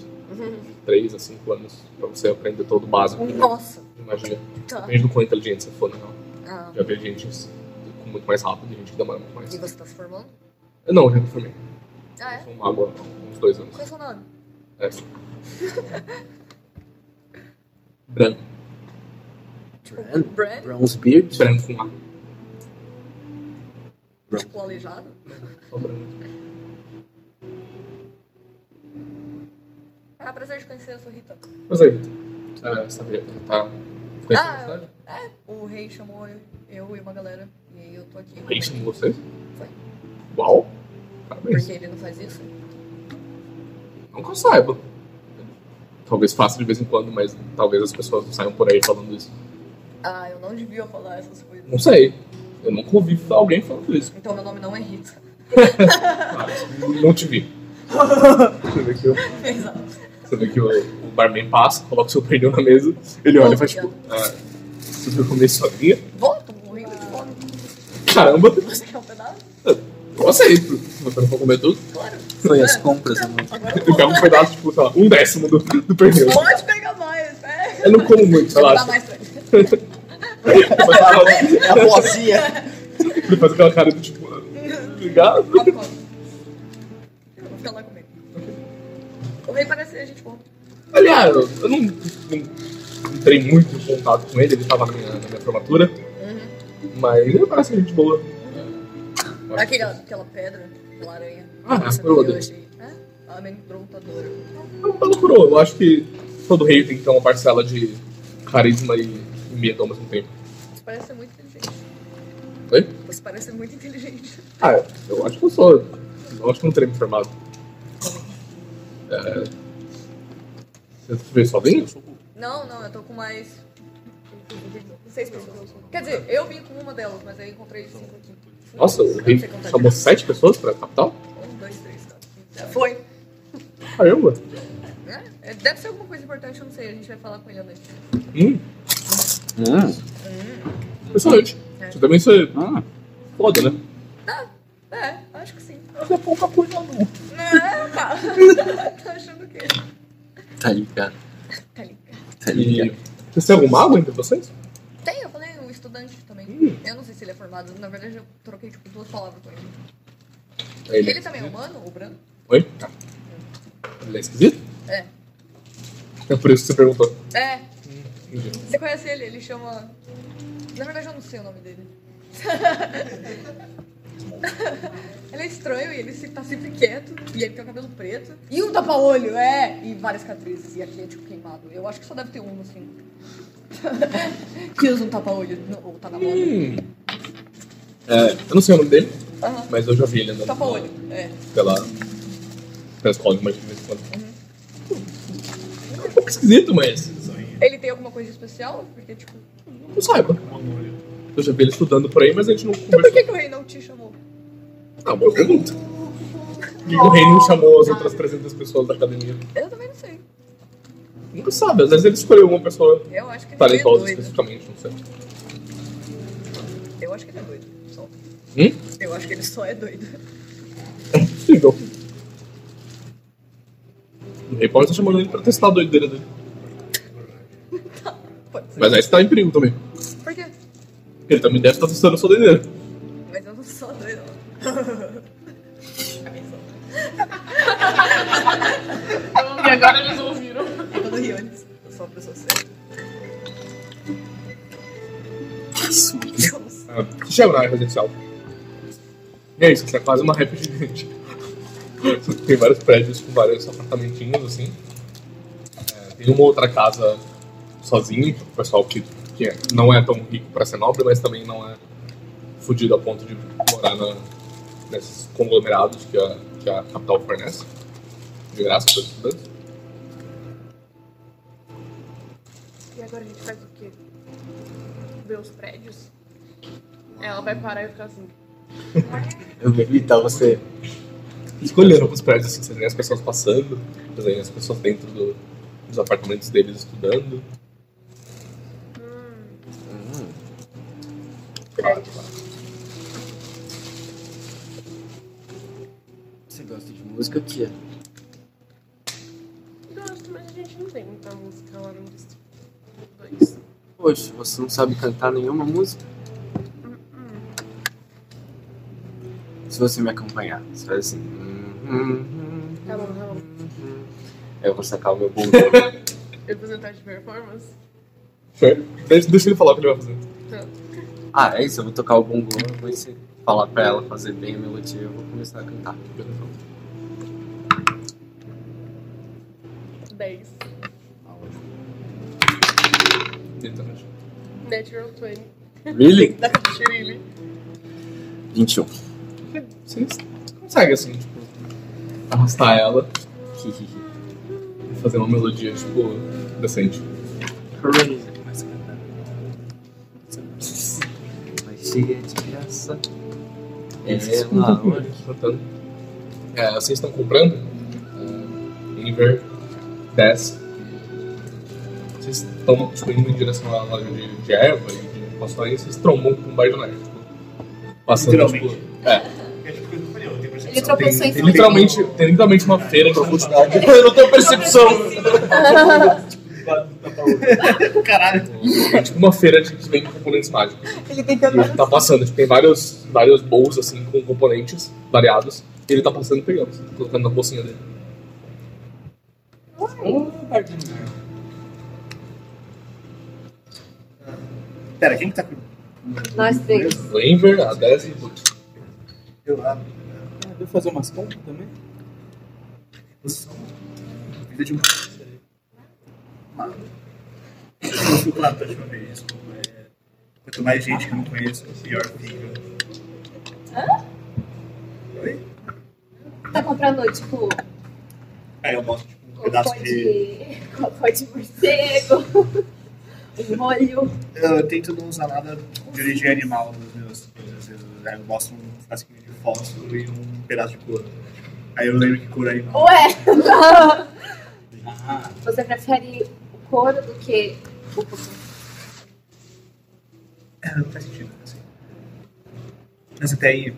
Speaker 1: 3 a 5 anos pra você aprender todo o básico de-
Speaker 17: Nossa.
Speaker 1: de magia.
Speaker 17: Tá.
Speaker 1: Depende do quão inteligente você for, na real.
Speaker 17: Ah.
Speaker 1: Já vi gente assim, com muito mais rápido, gente que demora muito mais.
Speaker 17: E você tá se formando?
Speaker 1: Eu não, já me formei.
Speaker 17: Ah, é?
Speaker 1: Sou um mago há uns dois anos.
Speaker 17: Qual é o seu nome?
Speaker 1: É. Branco.
Speaker 17: Brand?
Speaker 1: Bronzebeard? Branco com A.
Speaker 17: Tipo, aleijado?
Speaker 1: Só branco.
Speaker 17: Ah, prazer de conhecer, eu sou Rita.
Speaker 1: Mas aí, Rita. É, sabia que tá. Conhecendo a cidade?
Speaker 17: ah, é. O rei chamou eu, eu e uma galera. E aí eu tô aqui.
Speaker 1: O rei chamou vocês?
Speaker 17: Foi.
Speaker 1: Uau! Parabéns.
Speaker 17: Porque ele não faz isso?
Speaker 1: Não que eu saiba. Talvez faça de vez em quando, mas talvez as pessoas não saiam por aí falando isso.
Speaker 17: Ah, eu não devia falar essas coisas.
Speaker 1: Não sei. Eu nunca ouvi alguém falando isso.
Speaker 17: Então meu nome não é Rita.
Speaker 1: Não te vi. Você vê que eu.
Speaker 17: Exato.
Speaker 1: Você vê que o, o barman passa, coloca o seu pernil na mesa, ele olha e faz tipo. Ah, você viu comer sozinha?
Speaker 17: Volta, morrendo de fome.
Speaker 1: Caramba!
Speaker 17: Você quer um pedaço?
Speaker 1: Eu aceito. Você não for comer tudo?
Speaker 17: Claro.
Speaker 1: Foi as compras, mano.
Speaker 17: Agora eu
Speaker 1: Ele pega um pedaço, tipo, sei lá, um décimo do, do pernil.
Speaker 17: Pode pegar mais, é.
Speaker 1: Eu não como muito,
Speaker 17: Dá
Speaker 1: relaxa.
Speaker 17: mais pra ele.
Speaker 1: É a vozinha. Ele faz aquela cara do tipo. ah, Obrigado.
Speaker 17: Eu vou ficar lá comigo. O rei parece a gente bom.
Speaker 1: Aliás, eu não, não entrei muito em contato com ele, ele tava na minha, na minha formatura, mas ele parece gente boa.
Speaker 17: Aquela, aquela pedra, aquela aranha.
Speaker 1: Ah,
Speaker 17: Nossa,
Speaker 1: eu odeio.
Speaker 17: eu achei. É? Amedrontadora.
Speaker 1: Ela curou, tá eu acho que todo rei tem que ter uma parcela de carisma e, e medo ao mesmo tempo.
Speaker 17: Você parece ser muito inteligente.
Speaker 1: Oi?
Speaker 17: Você parece ser muito inteligente.
Speaker 1: Ah, eu- eu acho que eu sou. Eu acho que eu não teria me formado. É, você veio sozinho?
Speaker 17: Não, não, eu tô com mais. Seis pessoas. Quer dizer, eu vim com uma delas, mas aí encontrei cinco aqui.
Speaker 1: Nossa, o rei chamou sete pessoas pra capital?
Speaker 17: Um, dois, três, quatro. cinco, seis. Foi.
Speaker 1: Caramba!
Speaker 17: É, Deve ser alguma coisa importante, eu não sei. A gente vai falar com ele à noite.
Speaker 1: Hum. Impressionante.
Speaker 17: É.
Speaker 1: Você também você. Foda, né?
Speaker 17: É, acho que sim.
Speaker 1: Mas é pouca coisa, não.
Speaker 17: Não, tá. tá achando o quê?
Speaker 1: Tá ligado.
Speaker 17: Tá ligado.
Speaker 1: Tá ligado. Vocês têm algum mago entre vocês?
Speaker 17: Tem, eu falei, um estudante também. Eu não sei se ele é formado. Na verdade, eu troquei tipo, duas palavras com ele.
Speaker 1: Ele-
Speaker 17: Ele também é humano, o branco?
Speaker 1: né? Oi? Tá. Ele é esquisito?
Speaker 17: É.
Speaker 1: É por isso que você perguntou.
Speaker 17: É,
Speaker 1: Entendi.
Speaker 17: você conhece ele, ele chama. Na verdade, eu não sei o nome dele.
Speaker 8: Ele é estranho e ele se- tá sempre quieto. E ele tem o cabelo preto. E um tapa-olho, é! E várias cicatrizes. E aqui é tipo queimado. Eu acho que só deve ter um, assim. que usa um tapa-olho. não, Ou tá na moda.
Speaker 1: Hum. É, eu não sei o nome dele,
Speaker 8: Aham.
Speaker 1: mas eu já vi ele andando
Speaker 8: Tapa-olho, é.
Speaker 1: pela, pela escola de magia de vez em quando.
Speaker 8: Uhum.
Speaker 1: É um pouco esquisito, mas
Speaker 8: Ele tem alguma coisa especial? Porque, tipo.
Speaker 1: não saiba. Eu já vi ele estudando por aí, mas a gente não
Speaker 8: Então por
Speaker 1: conversou.
Speaker 8: que, que o rei não te chamou?
Speaker 1: Ah, boa pergunta. Por que o rei não chamou as outras 300 pessoas da academia?
Speaker 8: Eu também não sei.
Speaker 1: Nunca sabe, às vezes ele escolheu uma pessoa
Speaker 8: Eu acho que ele é
Speaker 1: talentosa
Speaker 8: doido.
Speaker 1: especificamente, não sei.
Speaker 8: Eu acho que ele é doido. Só.
Speaker 1: Hum?
Speaker 8: Eu acho que ele só é doido.
Speaker 1: Possível. O rei pode estar chamando ele pra testar a doideira dele. Mas aí você tá em perigo também.
Speaker 8: Por quê?
Speaker 1: Ele também deve estar testando a sua doideira.
Speaker 8: Mas eu não sou doido.
Speaker 9: E agora eles ouviram.
Speaker 8: É todo Riones. Eu sou uma pessoa certa.
Speaker 1: Ah, que chega na área residencial. E é isso, isso é quase uma rap gigante. tem vários prédios com vários apartamentinhos, assim. É, tem uma outra casa sozinho, pro pessoal que, que é- não é tão rico pra ser nobre, mas também não é fudido a ponto de morar na- nesses conglomerados que a, que a capital fornece. De graça para os estudantes.
Speaker 9: E agora a gente faz o quê? Ver os prédios? Ela vai parar e ficar assim.
Speaker 1: Eu vou evitar você. Escolhendo os prédios, assim, você vê as pessoas passando, você vê as pessoas dentro do- dos apartamentos deles estudando.
Speaker 3: Você gosta de música, é tia?
Speaker 9: Gosto, mas a gente não tem muita música lá no distrito.
Speaker 3: Poxa, você não sabe cantar nenhuma música? Se você me acompanhar, você faz assim.
Speaker 9: Tá bom, tá bom.
Speaker 3: Eu vou sacar o meu bom.
Speaker 9: Eu vou tentar de performance?
Speaker 1: Deixa, deixa ele falar o que ele vai fazer. tipo,
Speaker 3: ah, é isso, eu vou tocar o bongo, depois você falar pra ela fazer bem a melodia, eu vou começar a cantar.
Speaker 9: 10. Natural 20.
Speaker 3: Really?
Speaker 9: Really.
Speaker 3: 21.
Speaker 1: Você consegue, assim, tipo, arrastar ela e fazer uma melodia, tipo, decente.
Speaker 7: Começa a cantar.
Speaker 3: Mas chega de graça.
Speaker 1: Vocês
Speaker 3: É
Speaker 1: não
Speaker 3: lá,
Speaker 1: tão com medo, portanto. É, vocês estão comprando? É, Inver desce. Vocês estão tipo, indo em direção à loja de, de erva e de pastorinha, vocês trombam com um baionete. Tipo, passando, tipo,
Speaker 5: Literalmente.
Speaker 1: é.
Speaker 5: É tipo coisa que eu falei, eu tenho percepção.
Speaker 12: Ele tropeçou
Speaker 1: tem,
Speaker 12: em
Speaker 1: tem literalmente, tem literalmente uma feira de profundidade. Eu não tenho percepção!
Speaker 5: Caralho.
Speaker 1: É tipo uma feira de, que vem com componentes mágicos.
Speaker 8: Ele tem
Speaker 1: E ele tá passando, tipo, tem vários, vários bowls assim com componentes variados. E ele tá passando e pegando, assim, colocando na bolsinha dele.
Speaker 7: Ah,
Speaker 5: Pera, quem que tá com.
Speaker 12: Nós três.
Speaker 1: O Enver, a Dez e o Duke.
Speaker 5: Eu abro.
Speaker 7: Ah, Devo fazer umas compras também?
Speaker 5: Vida de um. Mano. Eu fui lá da última vez. é, Quanto mais gente que eu não conheço, pior fica. Oi?
Speaker 12: Tá comprando, tipo,
Speaker 5: Aí eu mostro tipo, um pedaço
Speaker 12: cocô
Speaker 5: de.
Speaker 12: de... cocô de morcego, um molho.
Speaker 5: Eu tento não usar nada de origem animal nas minhas coisas. Eu- Aí eu mostro um frasquinho de fósforo e um pedaço de couro. Aí eu lembro que couro é animal.
Speaker 12: Ué, não. Você prefere o couro do que o cocô?
Speaker 5: É, não faz sentido, assim. Mas até aí.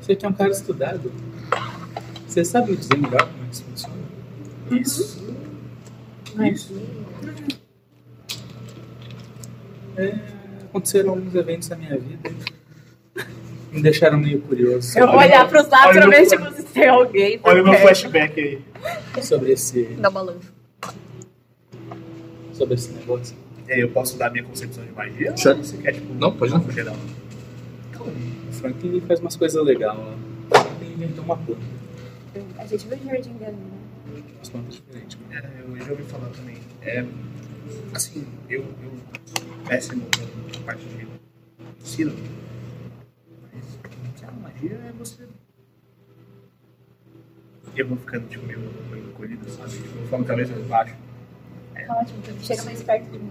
Speaker 7: Você que é um cara estudado. Você sabe me dizer melhor como é isso funciona?
Speaker 5: Uhum. Isso.
Speaker 7: Isso. É, aconteceram alguns eventos na minha vida. Me deixaram meio curioso
Speaker 2: Eu vou olhar pros lados
Speaker 5: Olha
Speaker 2: pra
Speaker 5: meu
Speaker 2: ver se
Speaker 5: flash-
Speaker 2: você tem alguém.
Speaker 5: Olha o meu
Speaker 2: perto.
Speaker 5: flashback aí.
Speaker 7: sobre esse,
Speaker 8: Dá uma lancha.
Speaker 7: sobre esse negócio.
Speaker 5: É, eu posso dar minha concepção de magia?
Speaker 1: Sure.
Speaker 5: Ou Você quer, tipo,
Speaker 1: Não, pode não.
Speaker 5: no geral?
Speaker 12: Como
Speaker 7: Frank ele faz umas coisas legais lá. Ele inventou uma planta.
Speaker 8: A gente viu o jardim dele, né?
Speaker 7: Umas plantas diferentes.
Speaker 5: É, eu já ouvi falar também. É, assim, eu, eu péssimo na parte de ensino. Mas, sei lá, magia é você. Eu vou ficando, tipo, meio, meio encolhido, sabe? Tipo, eu falo cabeça mais baixo.
Speaker 6: Tá ótimo,
Speaker 12: então
Speaker 6: porque chega mais perto de mim.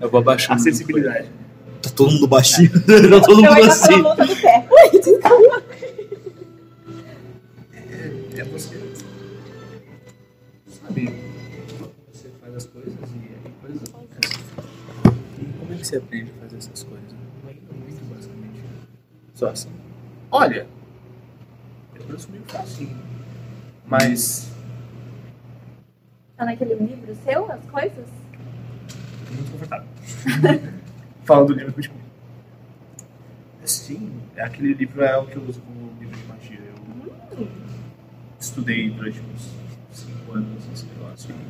Speaker 7: Eu vou abaixar.
Speaker 5: A sensibilidade.
Speaker 13: Tá todo mundo baixinho. tá todo
Speaker 12: Então,
Speaker 6: Eu
Speaker 13: mundo
Speaker 6: ainda tô na
Speaker 13: assim.
Speaker 6: ponta do pé. Ai, desculpa.
Speaker 5: É, é você. Sabe? Você faz as coisas e é aí coisas acontecem.
Speaker 7: E como é que você aprende a fazer essas coisas?
Speaker 5: Muito, muito, basicamente.
Speaker 7: Só assim.
Speaker 5: Olha, eu trouxe meio facinho. Mas.
Speaker 6: Tá naquele livro seu, as coisas?
Speaker 5: muito confortável. Falando do livro do Bitcoin. Sim, aquele livro é o que eu uso como livro de magia. Eu estudei durante uns 5 anos esse negócio.
Speaker 1: Assim.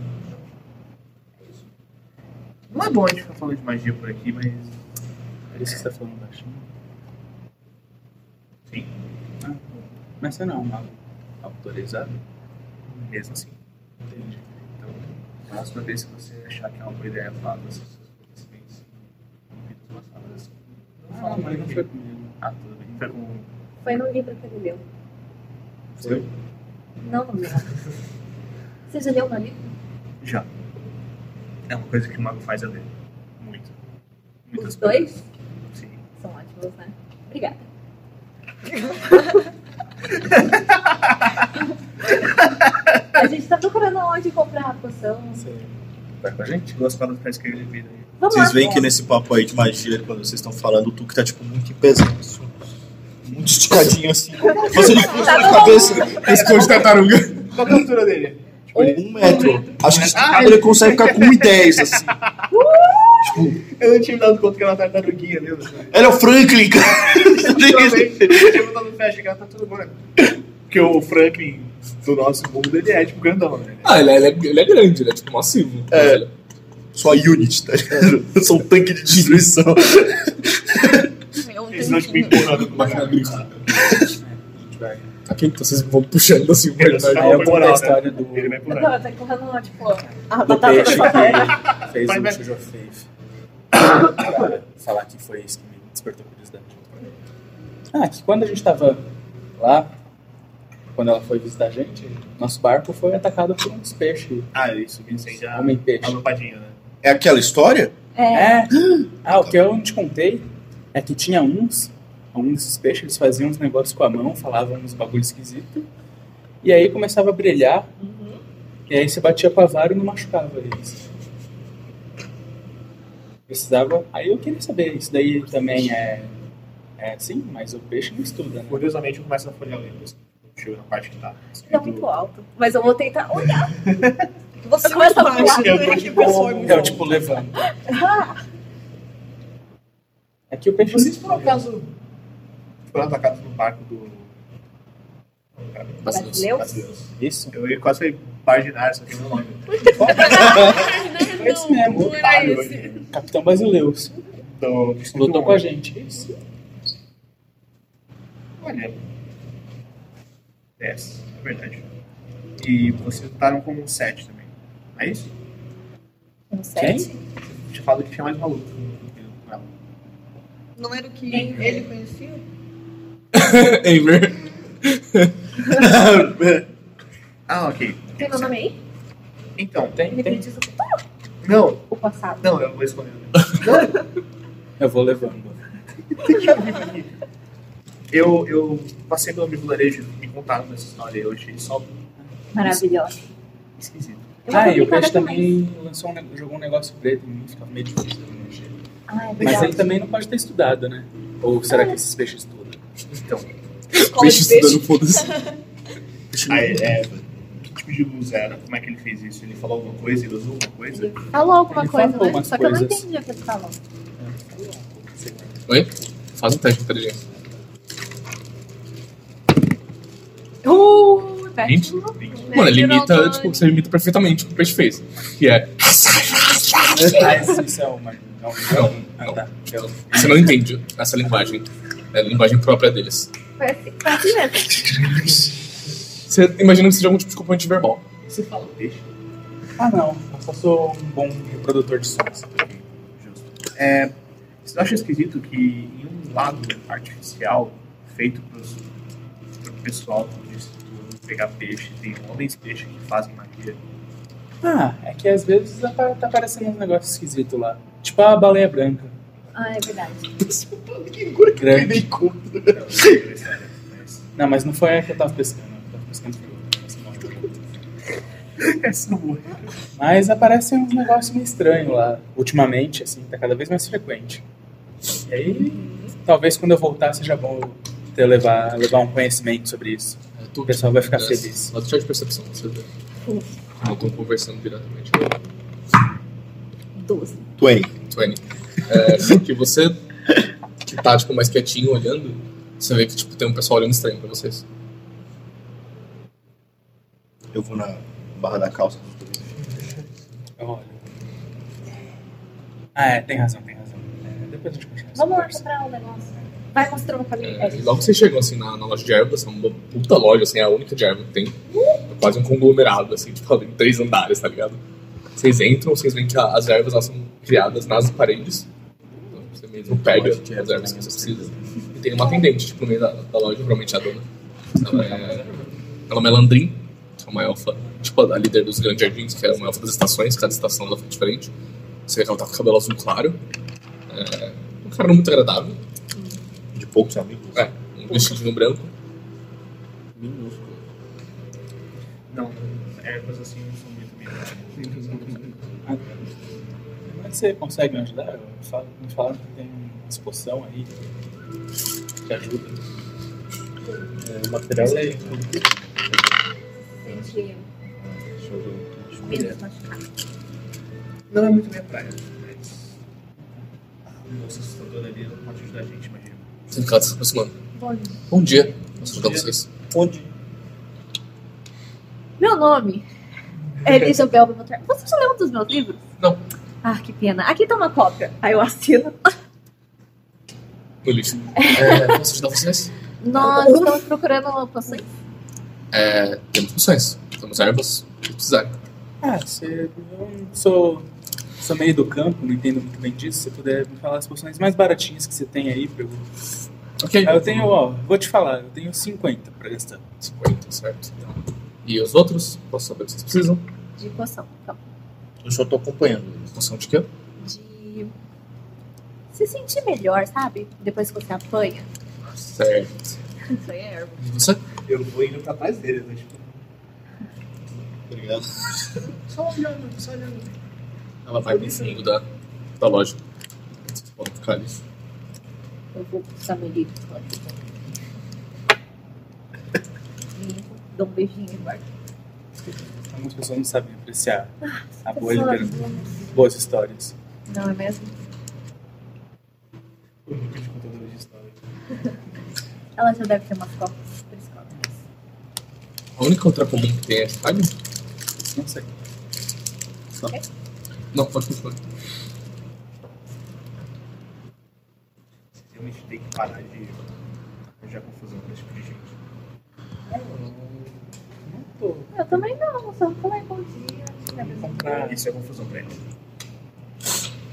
Speaker 5: e é isso. Não é bom a gente ficar falando de magia por aqui, mas.
Speaker 7: Por isso que você tá falando baixinho.
Speaker 5: Sim,
Speaker 7: Ah, bom. Mas você não é um mago autorizado?
Speaker 5: mesmo assim. Entende? Então, a próxima vez que você achar que é uma boa ideia falar dos seus conhecimentos em vidas passadas, não fala mais do que.
Speaker 7: comigo.
Speaker 5: Ah, tudo bem. Foi com.
Speaker 6: Foi no livro que ele leu.
Speaker 5: Foi?
Speaker 6: Não no meu. Você já leu o meu livro?
Speaker 5: Já. É uma coisa que o mago faz a ler. Muito.
Speaker 6: Os dois?
Speaker 5: coisas. Sim.
Speaker 6: São ótimos, né? Obrigada. A gente tá procurando onde comprar a poção.
Speaker 5: Vai tá com a gente? Duas quadras pra esquerda de vida.
Speaker 6: Vamos
Speaker 13: Vocês
Speaker 6: lá.
Speaker 13: veem que nesse papo aí de magia, quando vocês estão falando, o Tuque tá tipo muito pesado. assim. Muito esticadinho assim. Você discute
Speaker 6: Tá
Speaker 13: na
Speaker 6: bom.
Speaker 13: cabeça, pescoço de tartaruga.
Speaker 5: Qual a altura dele?
Speaker 13: Um metro. Acho que esticado ele consegue ficar com 1,10 assim.
Speaker 5: Eu não tinha me dado conta que era uma tartaruguinha, viu? Eu
Speaker 13: Ela é o Franklin, cara.
Speaker 5: também. Eu tinha me dado flash que ela tá tudo bom. Porque o Franklin do nosso mundo, ele é tipo grandão, né?
Speaker 1: Ah, ele é, ele é- ele é grande, ele é tipo massivo. É.
Speaker 13: Só a unit, tá ligado? Eu sou um tanque de destruição.
Speaker 8: Meu
Speaker 5: Eles não
Speaker 8: Deus.
Speaker 5: tipo empurrando com
Speaker 1: Máquina
Speaker 5: uma
Speaker 1: agrícola. Aqui que vocês vão puxando assim o
Speaker 5: Ele vai
Speaker 7: Aí eu
Speaker 5: por
Speaker 7: conto a
Speaker 5: hora.
Speaker 7: história do,
Speaker 5: Ele vai
Speaker 6: Eu
Speaker 5: por aí.
Speaker 17: tá
Speaker 6: tava correndo, tipo, a
Speaker 7: do
Speaker 6: batata da
Speaker 7: peixe
Speaker 6: sua perna.
Speaker 7: que fez
Speaker 5: Vai,
Speaker 7: o
Speaker 5: vai.
Speaker 7: Sujo Faith. Pra falar que foi isso que me despertou curiosidade. Ah, que quando a gente tava lá, quando ela foi visitar a gente, nosso barco foi atacado por uns peixes.
Speaker 5: Ah, isso, me incende a, a
Speaker 7: Homem-peixe.
Speaker 5: lampadinha, né?
Speaker 13: É aquela história?
Speaker 6: É,
Speaker 7: É. Ah, o que eu não te contei é que tinha uns, alguns desses peixes, eles faziam uns negócios com a mão, falavam uns bagulho esquisito. E aí começava a brilhar. E aí você batia com a vara e não machucava eles. Precisava. Aí eu queria saber, isso daí também é. É assim, mas o peixe não estuda, né?
Speaker 5: Curiosamente, eu começo a folhear lendas. Chego na parte que tá.
Speaker 6: tá muito alto. Mas eu vou tentar olhar.
Speaker 8: Você
Speaker 6: Eu começo a pular.
Speaker 8: mais baixo, né? Que pessoa é muito
Speaker 7: Eu, tipo, levando. É que o peixe.
Speaker 5: Vocês, por acaso, foram atacados no barco do.
Speaker 6: Brasileiro?
Speaker 7: Isso?
Speaker 5: Eu ia quase falei Bardinário, só que não é o nome.
Speaker 7: É isso mesmo.
Speaker 9: Não era
Speaker 5: Otário
Speaker 9: esse.
Speaker 5: hoje.
Speaker 7: Capitão Basileus.
Speaker 5: Do Distrito
Speaker 7: Lutou
Speaker 5: um.
Speaker 7: com a gente. é Isso.
Speaker 5: Olha. Dez, é verdade. E vocês lutaram com um 7 também. Não é isso?
Speaker 6: Um sete.
Speaker 5: Te falo que tinha mais uma luta. com ela.
Speaker 8: Não era o que ele conhecia?
Speaker 1: Aver.
Speaker 5: Ah, ok.
Speaker 6: Tem meu nome aí?
Speaker 5: Então,
Speaker 7: Tem,
Speaker 6: Ele
Speaker 7: tem.
Speaker 6: me diz
Speaker 5: não,
Speaker 6: o passado.
Speaker 5: não, eu vou responder.
Speaker 7: Eu vou levando.
Speaker 5: Eu, eu passei pelo amigo larejo me contaram dessa história. Eu achei só
Speaker 6: Maravilhosa.
Speaker 5: esquisito.
Speaker 6: Eu vou
Speaker 7: Ah, e o
Speaker 6: complicada
Speaker 7: peixe
Speaker 6: demais.
Speaker 7: também lançou um, ne- jogou um negócio preto em mim, ficava meio difícil de mexer.
Speaker 6: Ah, é
Speaker 7: Mas
Speaker 6: verdade.
Speaker 7: ele tá também não pode ter estudado, né? Ou será que esses peixes estudam?
Speaker 8: Escola
Speaker 1: Peixe
Speaker 8: de peixe.
Speaker 1: estudando, foda-se.
Speaker 5: Aí, é, que tipo de luz era? Como é que ele fez isso? Ele falou alguma coisa? Ele usou alguma coisa?
Speaker 6: Ele falou alguma
Speaker 7: Ele
Speaker 6: coisa,
Speaker 7: falou
Speaker 6: né?
Speaker 7: umas
Speaker 6: Só que eu não
Speaker 7: coisas.
Speaker 6: entendi o que ele falou.
Speaker 1: Oi? Faz um teste de inteligência.
Speaker 6: Uh, peste.
Speaker 1: Mano, ele imita, tipo, você imita perfeitamente o que o peixe fez. Que é.
Speaker 5: é um,
Speaker 7: Ah, esse- isso é uma. Não, não. Ah, tá. Eu-
Speaker 1: Você não entende essa linguagem. É a linguagem própria deles.
Speaker 6: Foi assim, foi assim mesmo.
Speaker 1: Você imagina que seja algum tipo de componente verbal.
Speaker 7: Você fala peixe? Ah, não. Eu só sou um bom reprodutor de sons.
Speaker 5: É, você não acha esquisito que em um lago artificial feito pros, pro pessoal de estudo pegar peixe, tem homens peixe que fazem magia?
Speaker 7: Ah, é que às vezes apa- tá aparecendo um negócio esquisito lá. Tipo a baleia branca.
Speaker 6: Ah, é verdade.
Speaker 7: Grande. Não, mas não foi a que eu tava pescando. Eu tava pescando por outra, essa morre. Mas aparecem uns negócios meio estranhos lá. Ultimamente, assim, tá cada vez mais frequente. E aí, talvez quando eu voltar seja bom eu ter levar, levar um conhecimento sobre isso. O pessoal vai ficar feliz.
Speaker 1: Mas deixa tipo de percepção, você vê. Eu tô conversando diretamente.
Speaker 6: 12.
Speaker 13: 20.
Speaker 1: 20. É, que você que tá, tipo, mais quietinho olhando, você vê que, tipo, tem um pessoal olhando estranho pra vocês.
Speaker 13: Eu vou na barra da calça.
Speaker 7: Eu olho. Ah, é, tem razão, tem razão. É, depois a gente continua.
Speaker 12: Vamos lá comprar um negócio. Vai mostrando o caminho.
Speaker 6: É,
Speaker 1: E logo vocês chegam, assim, na, na loja de ervas, é uma puta loja, assim, é a única de erva que tem. É quase um conglomerado, assim, tipo, tem três andares, tá ligado? Vocês entram, vocês veem que a- as ervas, elas são criadas nas paredes. Então, você mesmo pega as ervas que você precisa. E tem uma atendente, tipo, no meio da, da loja, provavelmente a dona. Ela é... Ela é uma Elandrin, que é uma elfa, tipo, a líder dos Grandes Jardins, que é uma elfa das estações, cada estação ela foi diferente. Você vê que ela tá com cabelo azul claro. É... Um cara muito agradável.
Speaker 13: De poucos amigos?
Speaker 1: É, um vestidinho branco.
Speaker 13: Minúsculo.
Speaker 5: Não, ervas assim não são muito bem.
Speaker 7: Mas você consegue me ajudar? Eu falo- Me falaram que tem uma exposição aí que ajuda.
Speaker 13: o material é
Speaker 6: Senti menos machucado.
Speaker 5: Não é muito minha praia, mas. A moça assustadora ali não pode ajudar a gente, mas.
Speaker 1: Você fica tá se aproximando.
Speaker 6: Bom,
Speaker 1: Bom dia. Posso ajudar vocês?
Speaker 13: Onde?
Speaker 6: Meu nome é Elizabeth Motor. Você já leu um dos meus livros?
Speaker 1: Não.
Speaker 6: Ah, que pena. Aqui tá uma cópia. Aí eu assino.
Speaker 1: No lixo. É, posso ajudar vocês?
Speaker 6: Nós estamos procurando uma poção.
Speaker 1: É, temos poções. Temos ervas. Se precisarem.
Speaker 7: Ah, você. Eu sou, sou meio do campo, não entendo muito bem disso. Se você puder me falar as poções mais baratinhas que você tem aí pra eu.
Speaker 1: Ok.
Speaker 7: Ah, eu tenho, ó, vou te falar, eu tenho 50 pra gastar.
Speaker 1: 50, certo. E os outros? Posso saber o que vocês precisam?
Speaker 6: De poção. Então,
Speaker 13: Eu só tô acompanhando.
Speaker 1: Poção de quê?
Speaker 6: de se sentir melhor, sabe? Depois que você apanha.
Speaker 1: Certo.
Speaker 6: Isso aí é erva.
Speaker 1: E você?
Speaker 5: Eu vou indo pra trás dele, mas tipo.
Speaker 13: Obrigado.
Speaker 5: Só olhando, só olhando.
Speaker 1: Ela vai pro fundo da, da loja. Vocês podem ficar ali.
Speaker 6: Eu vou precisar meu livro. pode. Limpo, dou um beijinho e guardo.
Speaker 7: Algumas Então, pessoas não sabem apreciar a Ah, boa
Speaker 6: pessoas
Speaker 7: literatura. Boas histórias.
Speaker 6: Não é mesmo?
Speaker 5: O Lucas de contador de história.
Speaker 6: Ela já deve ter umas cópias por escola.
Speaker 1: A única outra comum que tem é de palha?
Speaker 7: Não sei.
Speaker 1: Não, pode continuar.
Speaker 5: Vocês realmente têm que parar de arranjar confusão com esse tipo de gente.
Speaker 6: Eu também não, só como é bom dia. me apresento.
Speaker 5: Isso é confusão pra eles.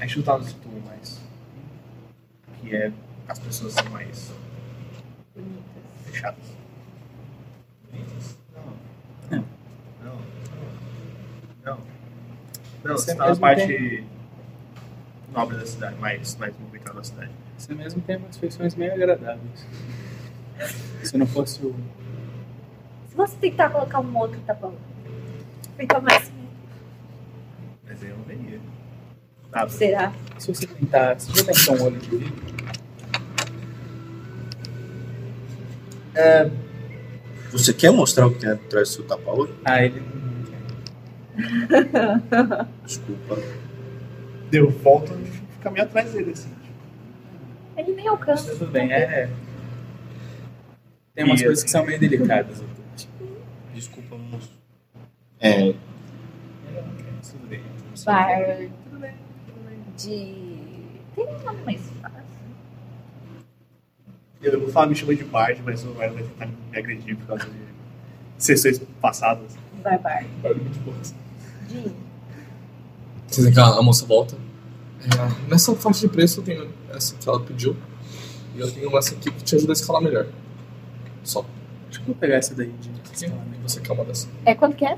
Speaker 5: É chutar no tubo mais. Que é as pessoas são mais fechadas. Não. Não. Não. Não. Não,
Speaker 7: Você
Speaker 5: você tá na
Speaker 7: mesmo
Speaker 5: parte
Speaker 7: tem-
Speaker 5: nobre da cidade, mais, mais complicada da cidade.
Speaker 7: Você mesmo tem umas feições meio agradáveis. Se não fosse o.
Speaker 6: Se você tentar colocar um outro, tá bom. Fica mais.
Speaker 5: Mas aí eu não veria. Ah,
Speaker 6: Será?
Speaker 7: Se você tentar. Se você tentar um olho de vidro.
Speaker 13: Você quer mostrar o que tem atrás do seu tapa-olho?
Speaker 7: Ah, ele.
Speaker 13: Desculpa.
Speaker 5: Deu volta e fica meio atrás dele, assim.
Speaker 6: Ele nem alcança.
Speaker 7: Tudo bem, é. Tem umas
Speaker 5: E
Speaker 7: coisas
Speaker 5: assim-
Speaker 7: que são meio delicadas. eu acho.
Speaker 13: Desculpa, moço. É,
Speaker 5: É, Tudo bem.
Speaker 6: Bar. De. Tem um nome mais fácil.
Speaker 5: Eu vou falar, me chama de Bard, mas o Ryan vai tentar me agredir por causa de sessões passadas.
Speaker 17: Vai, vai.
Speaker 1: Vocês veem que a, a moça volta. É, nessa faixa de preço eu tenho essa que ela pediu. E eu tenho essa aqui que te ajuda a escalar melhor. Só.
Speaker 7: Acho que eu vou pegar essa daí.
Speaker 1: E você quer uma dessa?
Speaker 12: É quanto que é?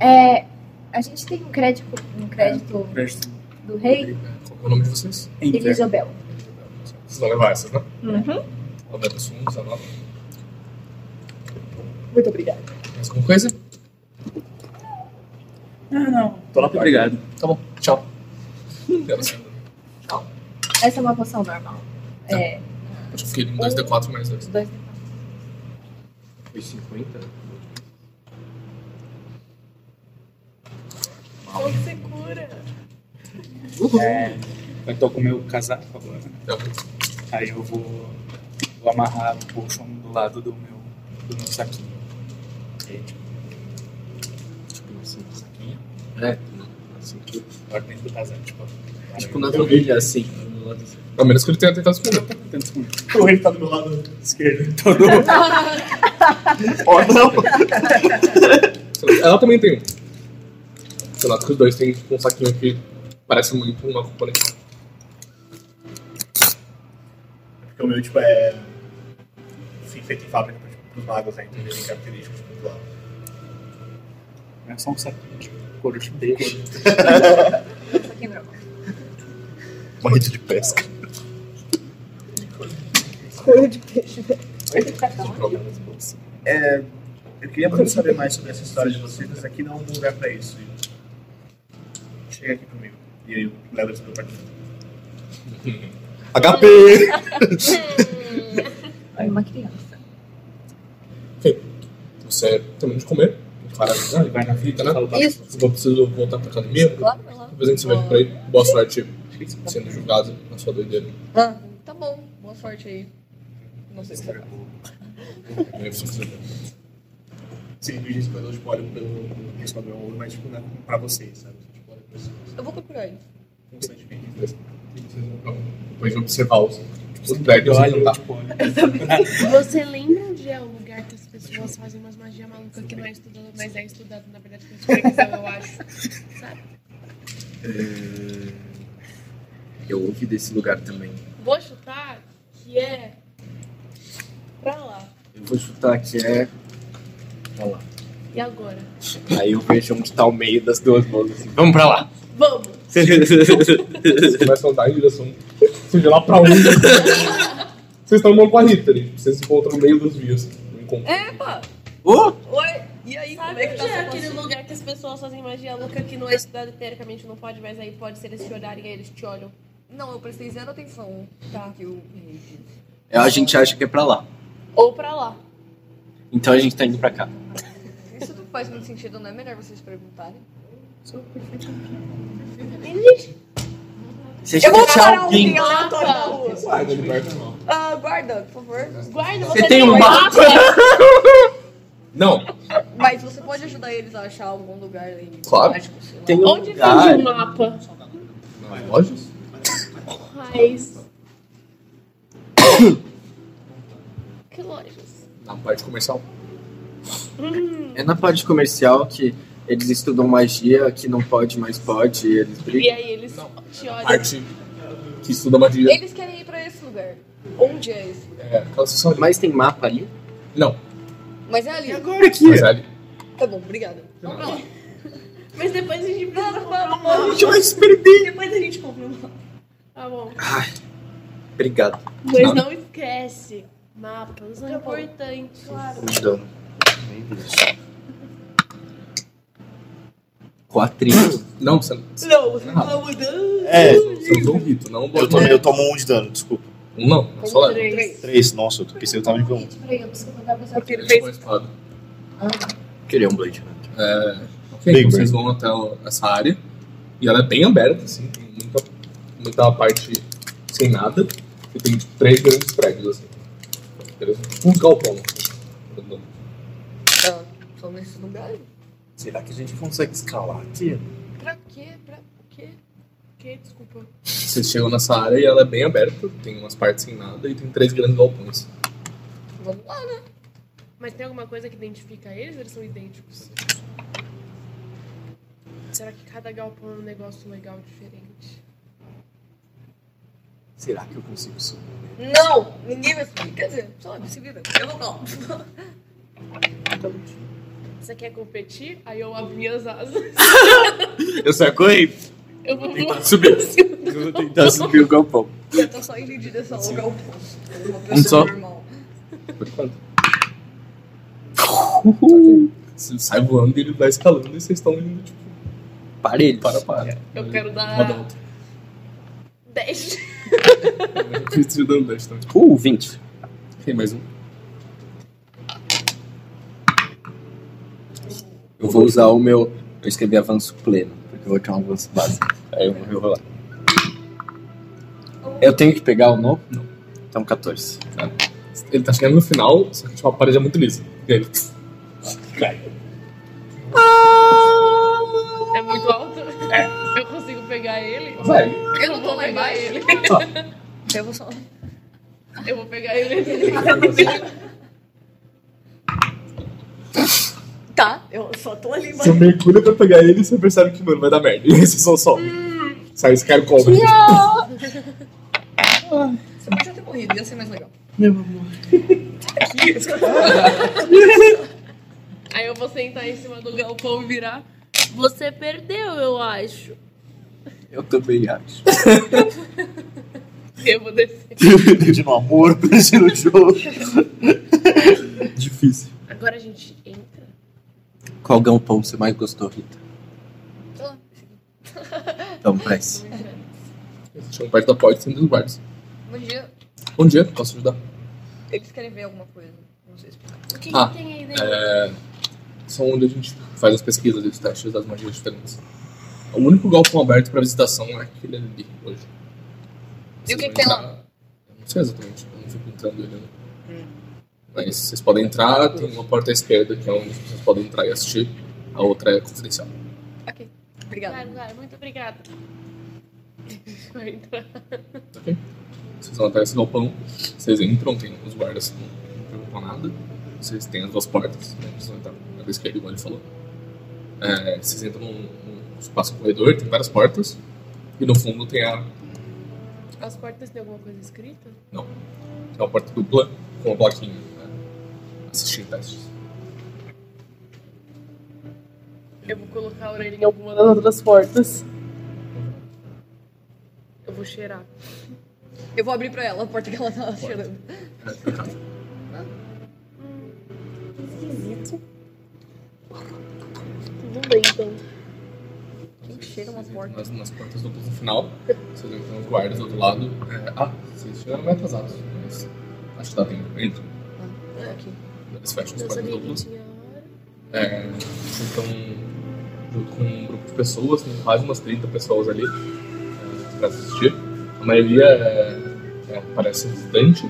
Speaker 12: É, a gente tem um crédito, um crédito
Speaker 7: Crédito.
Speaker 12: do rei,
Speaker 1: Qual que é o nome de vocês?
Speaker 12: Elisabel.
Speaker 1: Vocês vão levar essas, né?
Speaker 12: Uhum.
Speaker 1: Roberto Sum, 19.
Speaker 12: Muito obrigada.
Speaker 1: Mais alguma coisa?
Speaker 7: Ah, não.
Speaker 5: Tô lá
Speaker 7: Muito obrigado.
Speaker 1: Tá bom, tchau. Ela sai.
Speaker 12: Essa é uma poção normal. É,
Speaker 1: Acho que fiquei em 2D4 mais 2.
Speaker 12: dois...
Speaker 1: Foi 50?
Speaker 30: Como que você cura?
Speaker 7: É, eu tô com o meu casaco agora. Aí eu vou, vou amarrar o colchão do lado do meu, do meu saquinho. E aí, tipo,
Speaker 1: Tipo assim.
Speaker 7: saquinho,
Speaker 1: É, assim que.
Speaker 7: agora dentro do casaco. Tipo,
Speaker 1: Tipo na virilha, assim. A menos que ele tenha tentado esconder.
Speaker 7: tentando esconder.
Speaker 5: O rei tá do meu lado esquerdo. então.
Speaker 7: Todo
Speaker 5: Ó, não!
Speaker 1: Ela também tem um. Sei lá, que os dois têm tipo, um saquinho que parece muito uma componente.
Speaker 5: Porque o meu, tipo, é. Fim feito em fábrica pros, pros magos, né? Então ele tem características muito lá.
Speaker 7: É só um saquinho de couro de peixe.
Speaker 12: quebrou.
Speaker 13: Uma rede de pesca.
Speaker 5: É, eu queria muito saber mais sobre essa história de vocês, mas aqui não é um lugar pra isso. Chega aqui comigo. E aí eu levo esse meu partido.
Speaker 13: HP!
Speaker 12: É uma criança.
Speaker 1: Você termina de comer. Claramente,
Speaker 7: Não, ele vai na vida, né?
Speaker 12: Isso.
Speaker 1: Tá, Eu preciso voltar pra academia.
Speaker 17: Claro, lá.
Speaker 1: Depois a gente se vê por aí. Boa sorte sendo julgado na sua doideira.
Speaker 17: Ah, tá bom. Boa sorte aí. Não sei se vai.
Speaker 5: Sim, me disse, mas eu tipo, olho pelo risco do meu olho, mas tipo, não é pra vocês, sabe? Eu, Tipo, olho pra vocês
Speaker 17: Eu vou procurar ele.
Speaker 5: constantemente.
Speaker 1: Depois de observar os, os né?
Speaker 7: Eu
Speaker 1: prédios e
Speaker 7: olho,
Speaker 1: tentar.
Speaker 7: tipo, olho.
Speaker 9: Você lembra onde é o lugar que as pessoas fazem umas magia maluca que não é estudado, mas é estudado, na verdade, com supervisão, eu acho. Sabe?
Speaker 1: É, Eu ouvi desse lugar também.
Speaker 9: Vou chutar que é pra lá.
Speaker 1: Eu vou chutar que é. Olha lá.
Speaker 9: E agora?
Speaker 1: Aí eu vejo onde tá o meio das duas mãos assim. Vamos pra lá!
Speaker 9: Vamos!
Speaker 31: Vocês começam a andar em direção. Seja lá pra onde. Vocês estão andando com a Rita ali. Vocês se encontram no meio dos rios. Um encontro.
Speaker 9: Epa!
Speaker 1: Oh!
Speaker 9: Oi!
Speaker 17: E aí, como
Speaker 9: Sabe
Speaker 17: é que
Speaker 9: onde
Speaker 17: tá
Speaker 9: é
Speaker 17: essa
Speaker 9: aquele
Speaker 17: coisa?
Speaker 9: lugar que as pessoas fazem magia louca que não é estudado teoricamente, não pode, mas aí pode ser eles te olharem e aí eles te olham.
Speaker 17: Não, eu prestei zero atenção no que o rei disse.
Speaker 1: A gente acha que é pra lá.
Speaker 9: Ou pra lá.
Speaker 1: Então a gente tá indo pra cá.
Speaker 17: Isso não faz muito sentido, não é melhor vocês perguntarem?
Speaker 1: Se a gente achar
Speaker 3: um
Speaker 32: alguém
Speaker 1: alguém.
Speaker 32: aleatório na rua. Ah, guarda, por favor.
Speaker 9: Guarda,
Speaker 1: Você tem um mapa?
Speaker 9: né?
Speaker 1: Não,
Speaker 17: Mas você pode ajudar eles a achar algum lugar aí.
Speaker 8: tipo,
Speaker 1: Claro.
Speaker 17: Mágico, sei lá.
Speaker 1: tem um
Speaker 9: Onde
Speaker 1: lugar.
Speaker 9: vende o mapa?
Speaker 1: Lojas?
Speaker 9: Mas... que lojas?
Speaker 1: Na parte comercial.
Speaker 3: É na parte comercial que eles estudam magia, que não pode, mas pode, e eles
Speaker 9: E
Speaker 3: brigam.
Speaker 9: aí eles te olham.
Speaker 1: Parte que estuda magia.
Speaker 17: Eles querem ir pra esse lugar. Onde é esse lugar?
Speaker 1: É, aquela sessão ali.
Speaker 3: Mas tem mapa ali?
Speaker 1: Não,
Speaker 17: Mas é ali.
Speaker 1: mas ali.
Speaker 17: Tá bom, obrigada.
Speaker 9: Vamos pra lá. Mas depois a gente precisa comprar um
Speaker 17: Vamos,
Speaker 9: mapa.
Speaker 17: vamos.
Speaker 9: Depois a gente compra um mapa. Tá bom.
Speaker 3: Obrigado.
Speaker 9: Mas não esquece. Mapas são importantes.
Speaker 3: Então, Quatrinho.
Speaker 1: Não, você não.
Speaker 32: Não, você não tá mudando.
Speaker 13: É,
Speaker 1: Você usou um rito, não um
Speaker 13: eu tomei, eu tomo um de dano, desculpa.
Speaker 1: Um não, só leva.
Speaker 9: Três.
Speaker 13: Três, nossa, eu pensei que eu tava nível um.
Speaker 12: Gente, peraí, eu preciso contar pra vocês.
Speaker 33: Porque ele
Speaker 1: Ele com a
Speaker 33: fez.
Speaker 1: espada.
Speaker 3: Queria um Blade Runner.
Speaker 1: É, ok,
Speaker 13: Bem,
Speaker 1: então vocês vão até o- essa área e ela é bem aberta, assim, tem muita, muita parte sem nada e tem tipo, três grandes prédios, assim. Beleza? Um galpão. assim.
Speaker 17: Ah, são nesses lugares?
Speaker 3: Será que a gente consegue escalar aqui?
Speaker 17: Pra quê? Pra quê?
Speaker 9: Que? Desculpa.
Speaker 1: Vocês chegam nessa área e ela é bem aberta, tem umas partes sem nada e tem três grandes galpões.
Speaker 9: Vamos lá, né? Mas tem alguma coisa que identifica eles ou eles são idênticos? Será que cada galpão é um negócio legal diferente?
Speaker 3: Será que eu consigo subir?
Speaker 8: Não! Ninguém vai subir. Quer dizer, sobe, se vira. Eu não não.
Speaker 9: Você quer competir? Aí eu abro minhas asas.
Speaker 3: Eu saio correndo.
Speaker 9: Eu vou
Speaker 3: Tentar subir. Eu vou tentar subir o galpão.
Speaker 8: Eu tô tá só indo em direção ao galpão. Uma
Speaker 3: Um só?
Speaker 8: pessoa normal.
Speaker 1: Por quanto? Uhul. Você sai voando e ele vai escalando e vocês estão indo, tipo.
Speaker 3: Parelhos.
Speaker 1: Para, para.
Speaker 9: É, Eu quero
Speaker 1: Uma da
Speaker 9: dar. É
Speaker 1: outra.
Speaker 9: 10.
Speaker 1: Vocês te dando dash, então, tipo,
Speaker 3: Uh, 20.
Speaker 1: Tem mais um.
Speaker 3: Eu vou usar o meu. Eu escrevi avanço pleno, porque eu vou ter um avanço básico. Aí eu vou rolar. Eu tenho que pegar o novo? Não. Então 14.
Speaker 1: Ele tá chegando no final, só que tipo, a parede é muito lisa. E aí ele. Cai.
Speaker 9: É muito alto?
Speaker 3: É.
Speaker 9: Eu consigo pegar ele?
Speaker 1: Vai.
Speaker 9: Eu não vou pegar ele.
Speaker 8: Eu vou só.
Speaker 9: Eu vou pegar ele.
Speaker 8: Tá, eu só tô ali,
Speaker 1: Você
Speaker 8: mas.
Speaker 1: mergulha pra pegar ele e você percebe que, mano, vai dar merda. E aí você só sobe. Sai esse cara cobra.
Speaker 8: Você podia ter morrido, ia ser mais legal.
Speaker 13: Meu amor.
Speaker 9: Aí eu vou sentar em cima do galpão e virar. Você perdeu, eu acho.
Speaker 3: Eu também acho.
Speaker 9: Eu vou descer.
Speaker 13: Perdi no amor, perdi no jogo.
Speaker 1: É
Speaker 3: Difícil.
Speaker 9: Agora a gente entra.
Speaker 3: Qual é galpão você mais gostou, Rita? Então, press.
Speaker 1: Vocês chegam perto da porta e tem dois guardas.
Speaker 8: Bom Um dia.
Speaker 1: Bom dia, posso ajudar?
Speaker 8: Eles querem ver alguma coisa. Não sei explicar.
Speaker 9: O que,
Speaker 1: Ah,
Speaker 9: que tem aí dentro?
Speaker 1: é, são onde a gente faz as pesquisas e os testes das magias diferentes. O único galpão aberto pra visitação é aquele ali, hoje.
Speaker 8: E o que, que tem lá?
Speaker 1: Não sei exatamente, eu não fico entrando olhando.
Speaker 8: Hum.
Speaker 1: Mas vocês podem entrar, tem uma porta à esquerda que é onde vocês podem entrar e assistir, a outra é confidencial.
Speaker 8: Ok.
Speaker 17: É.
Speaker 8: Obrigada.
Speaker 9: Claro, claro, muito obrigada. Vou entrar.
Speaker 1: Vocês vão até esse galpão, vocês entram, tem os guardas que não perguntam nada. Vocês têm as duas portas, né? Vocês vão entrar na da esquerda, igual ele falou. É, vocês entram num, num espaço um corredor, tem várias portas. E no fundo tem a
Speaker 9: As portas têm alguma coisa escrita?
Speaker 1: Não. É uma porta dupla com uma plaquinha. Né? Assistir testes.
Speaker 9: Eu vou colocar a orelha em alguma das outras portas. Eu vou cheirar.
Speaker 8: Eu vou abrir pra ela a porta que ela tá cheirando.
Speaker 9: Esquisito. Tudo bem, então.
Speaker 8: Quem cheira uma porta?
Speaker 1: Nas, nas portas duplas no final, vocês entram os guardas do outro lado. É, ah, vocês chegaram meio atrasados, mas acho que dá tempo. Entram.
Speaker 9: Ok.
Speaker 1: Eles fecham as
Speaker 9: Não
Speaker 1: portas
Speaker 9: sabia que
Speaker 1: duplas.
Speaker 9: tinha hora.
Speaker 1: É, vocês estão junto com um grupo de pessoas, tem quase umas 30 pessoas ali é, pra assistir. A maioria é, é, parece visitante,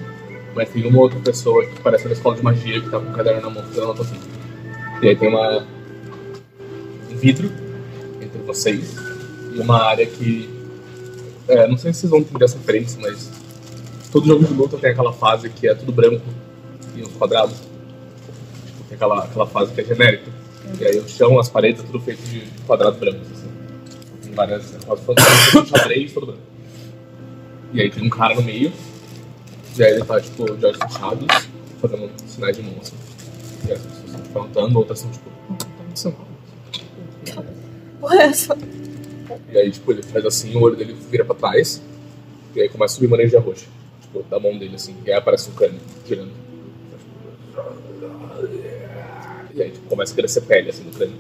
Speaker 1: mas tem uma outra pessoa que parece da escola de magia que tá com o caderno na mão fazendo anotação. E aí tem uma, um vidro entre vocês e uma área que. é, não sei se vocês vão entender essa referência, mas todo jogo de luta tem aquela fase que é tudo branco e uns quadrados. Tipo, tem aquela, aquela fase que é genérica. E aí o chão, as paredes, é tudo feito de quadrados brancos. Assim. Tem várias é quase fantásticas, tudo xadrez, tudo branco. E aí tem um cara no meio, e aí ele tá tipo de olhos fechados, fazendo sinais de mão. Assim. E as pessoas estão perguntando, outras são tipo, "Não, tá acontecendo nada."
Speaker 2: Porra, é essa.
Speaker 1: E aí, tipo, ele faz assim, o olho dele vira pra trás. E aí começa a subir manejo de arroz. Tipo, da mão dele, assim. E aí aparece um crânio, girando. E aí, tipo, começa a crescer pele, assim, no crânio.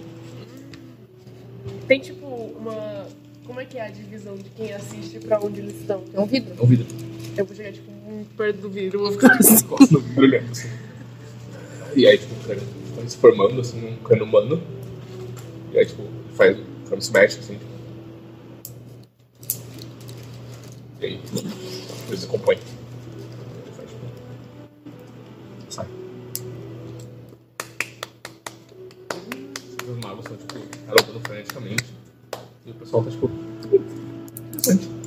Speaker 9: Tem tipo uma. Como é que é a divisão de quem assiste e pra onde eles estão?
Speaker 8: É um vidro.
Speaker 1: É um vidro.
Speaker 9: Eu vou chegar tipo muito perto do vidro, vou ficar assim.
Speaker 1: Costa no vidro olhando, assim. E aí, tipo, o crânio vai se formando, assim, num crânio humano. E aí, tipo, faz o crânio se mexe, assim. Tipo. E aí, tipo, ele se compõe. Ele faz, tipo, Sai. Os magos estão, tipo, arrotando freneticamente. E o pessoal tá, tipo... "O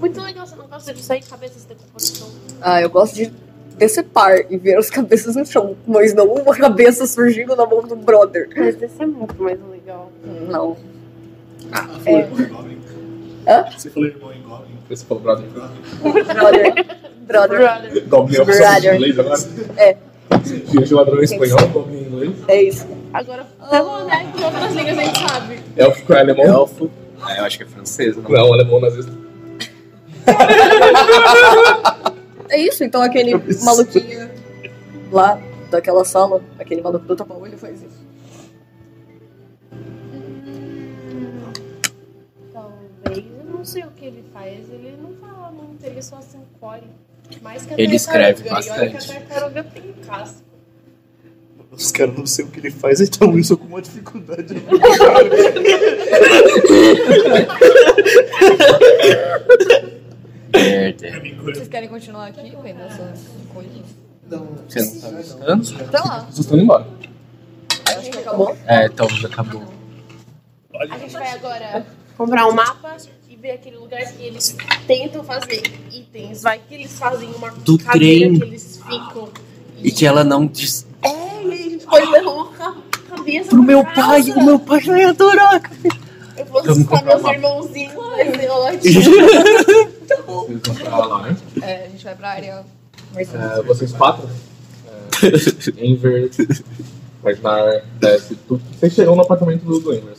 Speaker 1: que
Speaker 9: não é que você não gosta de sair cabeças de decomposição.
Speaker 17: Ah, eu gosto de decepar e ver as cabeças no chão, mas não uma cabeça surgindo na mão do brother.
Speaker 9: Mas esse é muito mais legal.
Speaker 17: Não.
Speaker 5: Ah, foi irmão em Goblin?
Speaker 17: É. Hã?
Speaker 5: Você falou irmão em Goblin?
Speaker 1: Você falou brother.
Speaker 17: Brother. Brother.
Speaker 1: Goblin é o que
Speaker 17: Brother.
Speaker 1: em inglês agora?
Speaker 17: É,
Speaker 1: Filho de ladrão em espanhol, goblin em inglês.
Speaker 17: é isso.
Speaker 9: Agora, vamos olhar que outras línguas a gente sabe.
Speaker 1: Elfo com alemão.
Speaker 34: Elfo. Ah, eu acho que é francês, não?
Speaker 1: Não, alemão nazista.
Speaker 17: É isso, então aquele maluquinho lá daquela sala, aquele maluco do tapa olho faz isso.
Speaker 9: Talvez, eu não sei o que ele faz. Ele não fala muito, ele é só se encolhe. Mais que a
Speaker 34: Ele escreve
Speaker 9: tartaruga, E olha que
Speaker 34: bastante.
Speaker 9: a tartaruga tem casco.
Speaker 13: Os caras não sei o que ele faz, então isso com uma dificuldade.
Speaker 17: Vocês querem continuar aqui ou ainda essas coisas?
Speaker 34: Você não tá gostando?
Speaker 17: Então lá,
Speaker 1: Vocês estão indo embora.
Speaker 17: acho que acabou.
Speaker 34: É,
Speaker 3: então
Speaker 34: talvez acabou.
Speaker 9: A gente vai
Speaker 3: É.
Speaker 9: agora comprar um mapa e ver aquele lugar que eles tentam fazer itens. Vai que eles fazem uma
Speaker 3: Do
Speaker 9: cadeira
Speaker 3: trem.
Speaker 9: que eles ficam.
Speaker 3: E que ela não diz.
Speaker 9: É, e aí a gente pode levar uma ca- cabeça
Speaker 3: Pro
Speaker 9: pra
Speaker 3: meu
Speaker 9: casa.
Speaker 3: pai, o meu pai vai adorar, cara.
Speaker 9: Eu vou
Speaker 3: Vamos
Speaker 9: assustar
Speaker 3: comprar
Speaker 9: meus
Speaker 3: um mapa.
Speaker 9: irmãozinhos, mas eu
Speaker 1: Vocês vão pra lá, né?
Speaker 12: É, a gente vai pra área.
Speaker 1: É, vocês quatro? É, Enver, Ragnar, Beth, tu- vocês chegam no apartamento do, do Enver.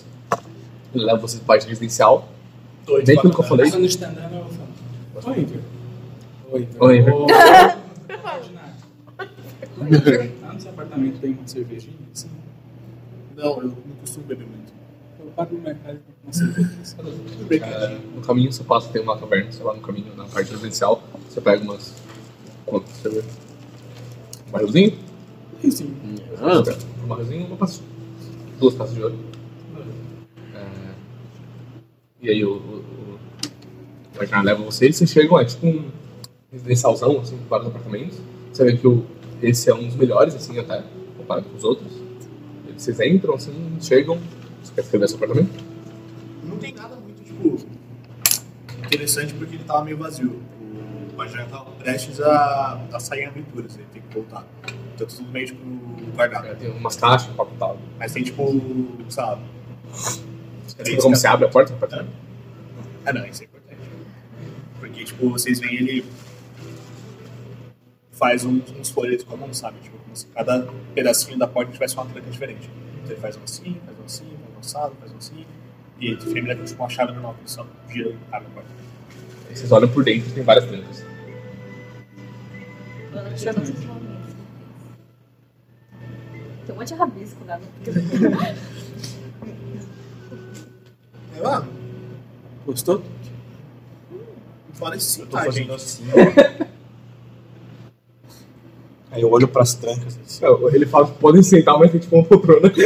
Speaker 1: Ele leva vocês pra parte residencial. Bem aquilo que eu falei.
Speaker 7: Você não está andando, eu falo. Oi, Igor. Oi, Igor.
Speaker 1: Oi, Igor.
Speaker 7: Ô, Renato. Lá no seu apartamento tem uma cervejinha? Sim.
Speaker 5: Não, eu não costumo beber muito.
Speaker 7: Eu pago no mercado e compro uma cerveja. Sabe?
Speaker 1: É, no caminho você passa, tem uma caverna, sei lá, no caminho, na parte residencial. Você pega umas. Quanto? Deixa eu ver. Um barrilzinho?
Speaker 7: Sim, sim.
Speaker 1: Você pega Um barrilzinho, uma taça. Duas taças de ouro. É, E aí o, o, o- o Ragnar leva vocês, vocês chegam, é tipo um residencialzão, assim, com vários apartamentos. Você vê que o, esse é um dos melhores, assim, até, comparado com os outros. E Vocês entram, assim, chegam. Você quer escrever seu apartamento?
Speaker 5: Não tem nada muito, tipo, interessante porque ele tava meio vazio. O Pajé tava prestes a, a sair em aventuras, ele tem que voltar. Então tudo meio, tipo, guardado.
Speaker 1: Tem umas caixas, um papo e tal.
Speaker 5: Mas tem, tipo, sei lá...
Speaker 1: Você quer saber como você abre a porta do apartamento?
Speaker 5: Ah, não, isso é importante. Porque, tipo, vocês veem ele faz uns, uns folhetos com a mão, sabe? Tipo, como se cada pedacinho da porta tivesse uma tranca diferente. Então ele faz um assim, faz um assim, faz um assado, faz um assim. E ele termina com tipo, uma chave normal, que ele só gira e abre a porta.
Speaker 1: Aí Vocês olham por dentro, tem várias trancas.
Speaker 12: Tem um monte de rabisco lá.
Speaker 5: Eu, ah,
Speaker 7: Gostou?
Speaker 5: fora isso,
Speaker 13: Eu tô
Speaker 5: tá,
Speaker 13: fazendo
Speaker 5: gente.
Speaker 13: assim. Aí eu olho pras trancas. Assim.
Speaker 1: Ele fala que podem sentar, mas tem tipo uma poltrona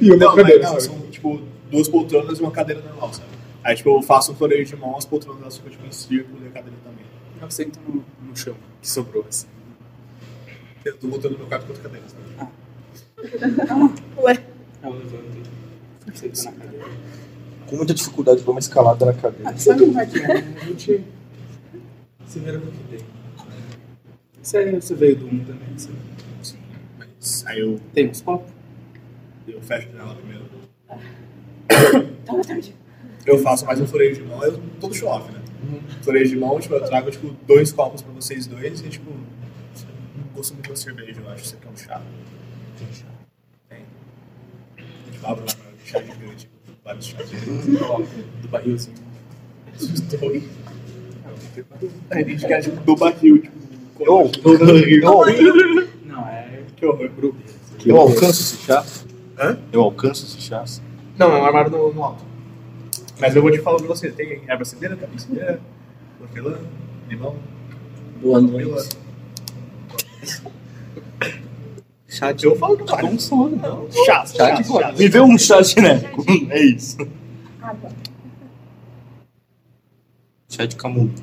Speaker 1: e uma
Speaker 5: Não, mas,
Speaker 1: cadeira,
Speaker 5: não,
Speaker 1: sabe?
Speaker 5: são, tipo, duas poltronas e uma cadeira normal, sabe? Aí, tipo, eu faço um floreio de mão, as poltronas elas ficam, tipo, em círculo e a cadeira também.
Speaker 7: Eu sento no, no chão, que sobrou assim.
Speaker 5: Eu tô voltando no meu quarto com as cadeiras, né?
Speaker 7: Ah, Eu levanto e sento na cadeira.
Speaker 13: Com muita dificuldade, dou uma escalada na cadeira.
Speaker 7: Sabe como é que é? né? A gente se vira com o que tem. Você, você veio do mundo também, você
Speaker 5: Sim, mas aí eu,
Speaker 7: tem uns copos?
Speaker 5: eu fecho a janela primeiro.
Speaker 9: Tá boa tarde.
Speaker 5: Eu faço mais um floreio de mão, eu todo show off, né? Floreio de mão, tipo, eu trago, tipo, dois copos pra vocês dois e, tipo, não gosto muito da cerveja, eu acho. Isso aqui é um chá. Tem chá? Tem. A gente abre lá pra chá gigante, tipo, vários chás gigantes.
Speaker 7: Do
Speaker 5: assim.
Speaker 7: barrilzinho.
Speaker 5: A gente quer, tipo, do barril, tipo,
Speaker 13: Eu,
Speaker 7: Não, é
Speaker 5: que horror.
Speaker 7: grupo.
Speaker 13: eu alcanço esse chá?
Speaker 5: Hã?
Speaker 13: Eu alcanço esse chá?
Speaker 5: Não, é um armário no, no alto. Mas eu vou te falar pra você, tem erva cedeira, capim cedeira, hortelã, limão,
Speaker 3: Boa
Speaker 5: pila.
Speaker 3: noite.
Speaker 5: Chá de... Eu falo que vale.
Speaker 13: Não sou, não.
Speaker 5: então. Chá, chá,
Speaker 13: de
Speaker 5: chá.
Speaker 13: Me vê um chá genérico. É isso. Chá de camomila.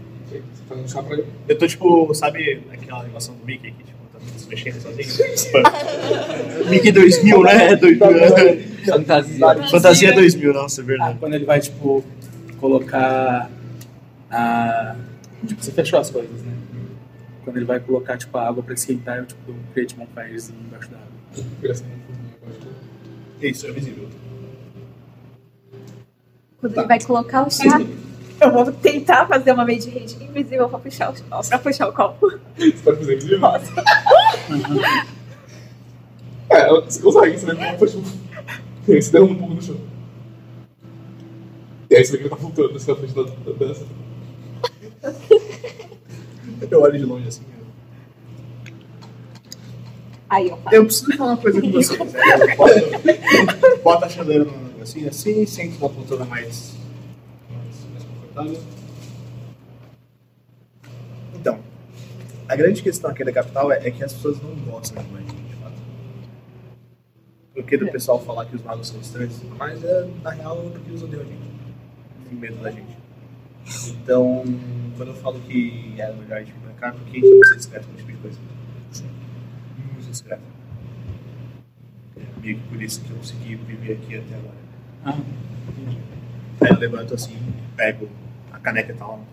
Speaker 5: Eu tô tipo, sabe aquela animação do Mickey que tipo, tá se mexendo sozinho?
Speaker 13: Mickey 2000, né? É 2000.
Speaker 3: Fantasia.
Speaker 13: Fantasia
Speaker 7: ah,
Speaker 13: 2000, nossa, é verdade.
Speaker 7: Quando ele vai, tipo, colocar a, Tipo, você fechou as coisas, né? Quando ele vai colocar, tipo, a água pra esquentar, eu, tipo, dou um create bonfirezinho embaixo da água.
Speaker 5: Isso, é visível.
Speaker 6: Quando
Speaker 12: Tá.
Speaker 6: ele vai colocar o chá, eu vou tentar fazer uma made hand invisível pra puxar o, pra puxar o copo.
Speaker 1: Você tá pode fazer invisível? Posso. é, você consegue, você vai puxar E aí você derruba um pouco no chão. E aí você vê que ele tá flutuando assim na frente da, da dança.
Speaker 5: Eu olho de longe assim.
Speaker 6: Aí eu
Speaker 5: Eu preciso falar uma coisa com vocês. Aí eu boto- Bota a chaleira no negocinho assim, sente uma poltrona mais, mais, mais confortável. Então, a grande questão aqui da capital é, é que as pessoas não gostam de magia, de fato. Porque do pessoal falar que os magos são distantes, mas é, na real, porque eles odeiam a gente. Tem medo da gente. Então, quando eu falo que é melhor a gente vir pra cá, porque a gente precisa ser discreto com esse tipo de coisa. Muito discreto. É meio que por isso que eu consegui viver aqui até agora.
Speaker 7: Ah,
Speaker 5: Aí eu levanto assim, pego a caneca e tal, né?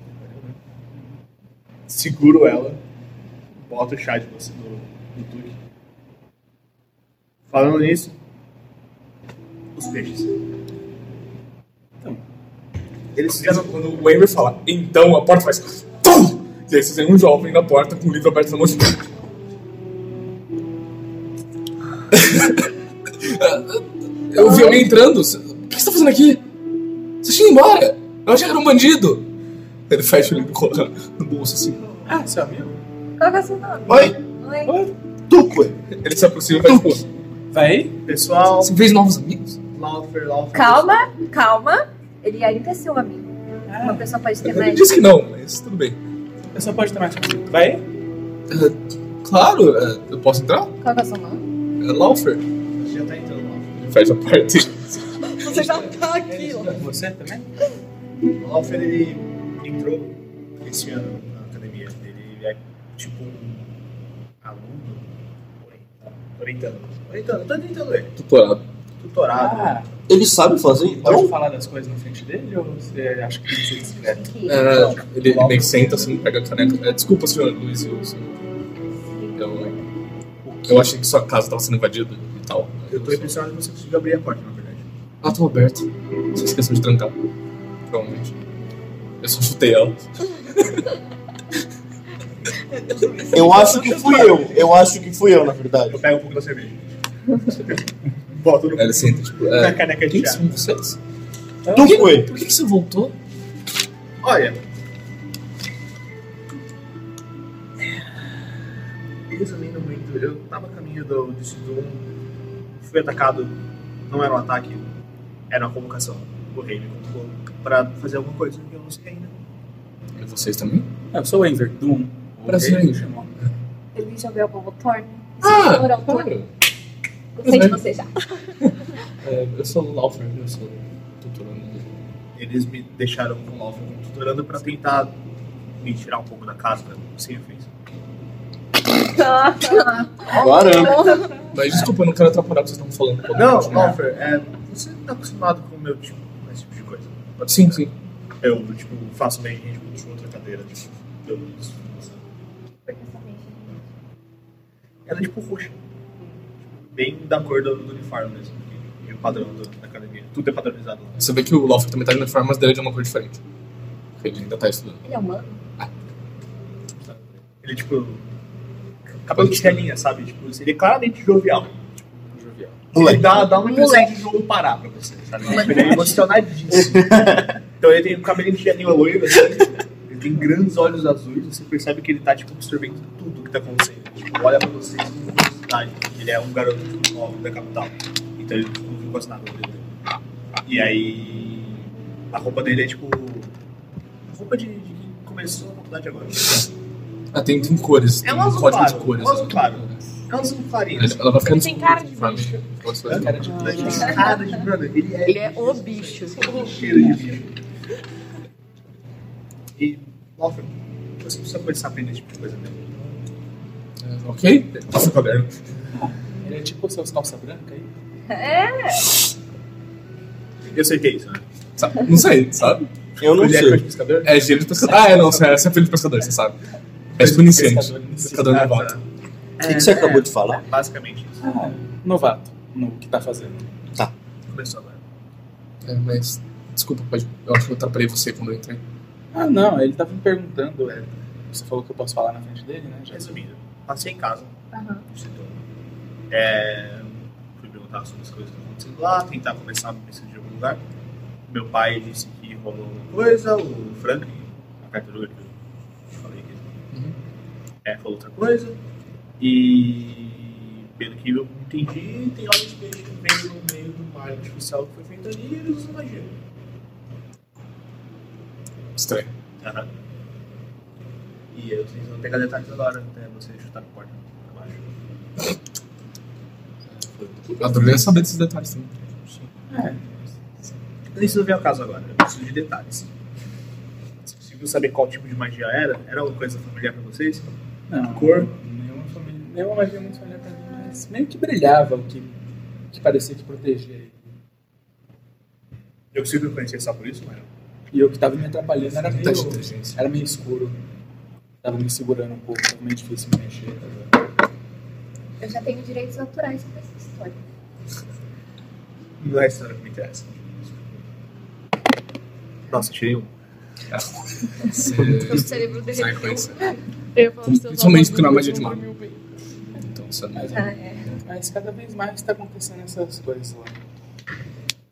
Speaker 5: seguro ela, boto o chá de você no, no Duque. Falando nisso, os peixes. Então, eles fizeram
Speaker 1: quando o Ember fala, então a porta faz. TUM! E aí vocês veem um jovem na porta com o livro aberto na mão. tipo, Eu vi alguém entrando. cê- O que você tá fazendo aqui? Você tinha ido embora. Eu achei que era um bandido. Ele fecha o livro e coloca no bolso assim.
Speaker 7: Ah, seu amigo?
Speaker 6: Qual que é o seu nome?
Speaker 1: Oi?
Speaker 6: Oi.
Speaker 1: Ele se aproxima e faz tipo.
Speaker 7: Vai?
Speaker 5: Pessoal.
Speaker 1: Você fez novos amigos?
Speaker 5: Laufer, Laufer.
Speaker 6: Calma, calma. Ele ainda é seu amigo. Uma pessoa pode ter
Speaker 1: Ele
Speaker 6: mais.
Speaker 1: disse que não, mas tudo bem.
Speaker 7: Eu só pode ter mais. Vai?
Speaker 1: claro, eh, eu posso entrar?
Speaker 6: Qual que é o seu nome?
Speaker 1: É Laufer.
Speaker 5: Já tá entrando, Laufer.
Speaker 1: Ele fecha a porta.
Speaker 9: Você já tá aqui, ó.
Speaker 7: Você também?
Speaker 5: O Laufer, ele entrou esse ano na academia. Ele é tipo um aluno orientando. Orientando, tá orientando ele.
Speaker 1: Tutorado.
Speaker 5: Tutorado.
Speaker 7: Ah,
Speaker 13: Ele sabe fazer, então?
Speaker 7: Pode falar das coisas na frente dele ou você acha que tem que ser discreto?
Speaker 1: É, ele, ele meio que senta assim, pega a caneca. É, desculpa, senhor Luiz Wilson. Eu, eu achei que sua casa estava sendo invadida e tal.
Speaker 5: Eu tô impressionado que você conseguiu abrir a porta, na verdade.
Speaker 1: Ah, tá aberto. Você esqueceu de trancar. Provavelmente. Eu só chutei ela.
Speaker 13: Eu acho que fui eu. Eu acho que fui eu, na verdade. Eu
Speaker 5: pego um pouco da cerveja. Bota no.
Speaker 1: Ela senta, tipo, é,
Speaker 5: Na caneca de
Speaker 1: quem que
Speaker 5: chá.
Speaker 1: são vocês?
Speaker 13: Tu
Speaker 1: Quem-
Speaker 13: foi.
Speaker 1: Por que, que você voltou?
Speaker 5: Olha. Resumindo muito, eu tava a caminho do distrito 1, fui atacado, não era um ataque, era uma convocação. O rei me convocou pra fazer alguma coisa que eu não sei ainda.
Speaker 1: E É vocês também?
Speaker 7: Eu sou o Enver, do 1.
Speaker 1: Prazer, Enver.
Speaker 6: Ele jogou o povo torno.
Speaker 1: Ah,
Speaker 12: é
Speaker 6: moral
Speaker 1: claro.
Speaker 6: Gostei de você já.
Speaker 1: É, eu sou o Laufer, eu sou tutorando.
Speaker 5: Eles me deixaram com o Malfoy como tutorando pra tentar me tirar um pouco da casca, sem efeito.
Speaker 1: Mas desculpa, eu não quero atrapalhar o que vocês estão falando. Podem
Speaker 5: Não,
Speaker 1: continuar.
Speaker 5: Malfoy, é, você não tá acostumado com o meu tipo, com esse tipo de coisa.
Speaker 1: Sim, sim.
Speaker 5: Eu, tipo, faço meio que puxo outra cadeira, tipo, eu isso. Ela é tipo roxa. Bem da cor do, do uniforme mesmo. que- E o padrão do- da academia. Tudo é padronizado lá.
Speaker 1: Você vê que o Laufer também tá de uniforme, mas dele é de uma cor diferente. Porque ele ainda tá estudando.
Speaker 6: Ele é humano?
Speaker 5: Ele, tipo. Cabelo de telinha, sabe? Tipo, ele é claramente jovial.
Speaker 3: Jovial.
Speaker 5: Ele dá, dá uma impressão
Speaker 6: Moleque.
Speaker 5: de jogo parar pra você, sabe?
Speaker 3: Moleque.
Speaker 5: Ele é emocionadíssimo. então ele tem um cabelinho de telinha loiro, assim. Ele tem grandes olhos azuis. Você percebe que ele tá, tipo, absorvendo tudo que tá acontecendo. Tipo, olha pra você com curiosidade. Ele é um garoto tipo, novo da capital. Então ele tipo, não gosta nada dele. E aí. A roupa dele é tipo. A roupa de, de quem começou a faculdade agora.
Speaker 1: Ah, tem, tem cores.
Speaker 5: É
Speaker 1: tem
Speaker 5: um azul
Speaker 1: código
Speaker 5: claro.
Speaker 1: de cores. assim.
Speaker 5: É um azul claro. É um azul clarinho.
Speaker 1: Ela- ela vai ficando
Speaker 9: Tem cara de
Speaker 1: Pra mim,
Speaker 9: bicho.
Speaker 1: eu gosto dessa cor.
Speaker 7: É.
Speaker 5: Cara de brother, ele é
Speaker 9: Ele é
Speaker 17: um
Speaker 9: o bicho.
Speaker 5: cheiro de bicho. E, Alfred, você precisa começar a aprender esse tipo de coisa mesmo.
Speaker 1: É, Ok? Passa o caderno.
Speaker 7: Ele é tipo seus calça branca aí.
Speaker 6: É.
Speaker 5: Eu sei que é isso, né?
Speaker 1: Sabe? Não sei, sabe?
Speaker 35: Eu não
Speaker 1: Ele
Speaker 35: sei.
Speaker 1: É de pescador? É gíria de pescador. Ah, é, não, você é, você é filho de pescador, você sabe. É tipo iniciante. Ah, tá. Pescador novato.
Speaker 7: O que que você acabou de
Speaker 35: falar?
Speaker 5: É, Basicamente isso.
Speaker 7: Ah, novato no que tá fazendo.
Speaker 13: Tá.
Speaker 5: Começou agora.
Speaker 1: É, mas. Desculpa, pode- eu acho que eu atrapalhei você quando eu entrei.
Speaker 7: Ah, não, ele tava me perguntando. é, você falou que eu posso falar na frente dele, né? Já
Speaker 5: Resumindo, passei em casa. É, fui perguntar sobre as coisas que estão acontecendo lá, tentar começar a pesquisa de algum lugar. Meu pai disse que rolou alguma coisa, o Frank, a carturuga que eu falei que é, falou outra coisa. E pelo que eu entendi, tem olhos de peixe que veio no meio de uma área artificial que foi feita ali e eles usam magia.
Speaker 1: Estranho.
Speaker 5: Aham. E eu vocês vão pegar detalhes agora, até você chutar na porta pra baixo.
Speaker 1: Adorei saber desses detalhes também.
Speaker 5: Mas Então, Isso não vem ao caso agora, eu preciso de detalhes. Você conseguiu saber qual tipo de magia era? Era uma coisa familiar pra vocês?
Speaker 7: Não.
Speaker 5: Cor?
Speaker 7: Nenhuma, família, nenhuma magia muito familiar pra mim, mas meio que brilhava o que, que parecia que protegia ele.
Speaker 5: Eu consigo reconhecer só por isso, mas não.
Speaker 7: E o que tava me atrapalhando
Speaker 1: Tá
Speaker 7: era meio,
Speaker 5: Teste de inteligência.
Speaker 7: era meio escuro. Tava me segurando um pouco, tava meio difícil me mexer. tá ligado?
Speaker 6: Eu já tenho direitos autorais com essa história.
Speaker 5: Não é a história que me interessa. Nossa, tirei um.
Speaker 9: Seu cérebro derreteu.
Speaker 7: Eu
Speaker 9: falo pro seu
Speaker 1: Principalmente porque não é
Speaker 7: bagulho,
Speaker 1: magia de
Speaker 7: eu
Speaker 1: mago.
Speaker 9: dormiu bem.
Speaker 1: Então, você não
Speaker 7: Mas, mas cada vez mais tá acontecendo essas coisas lá.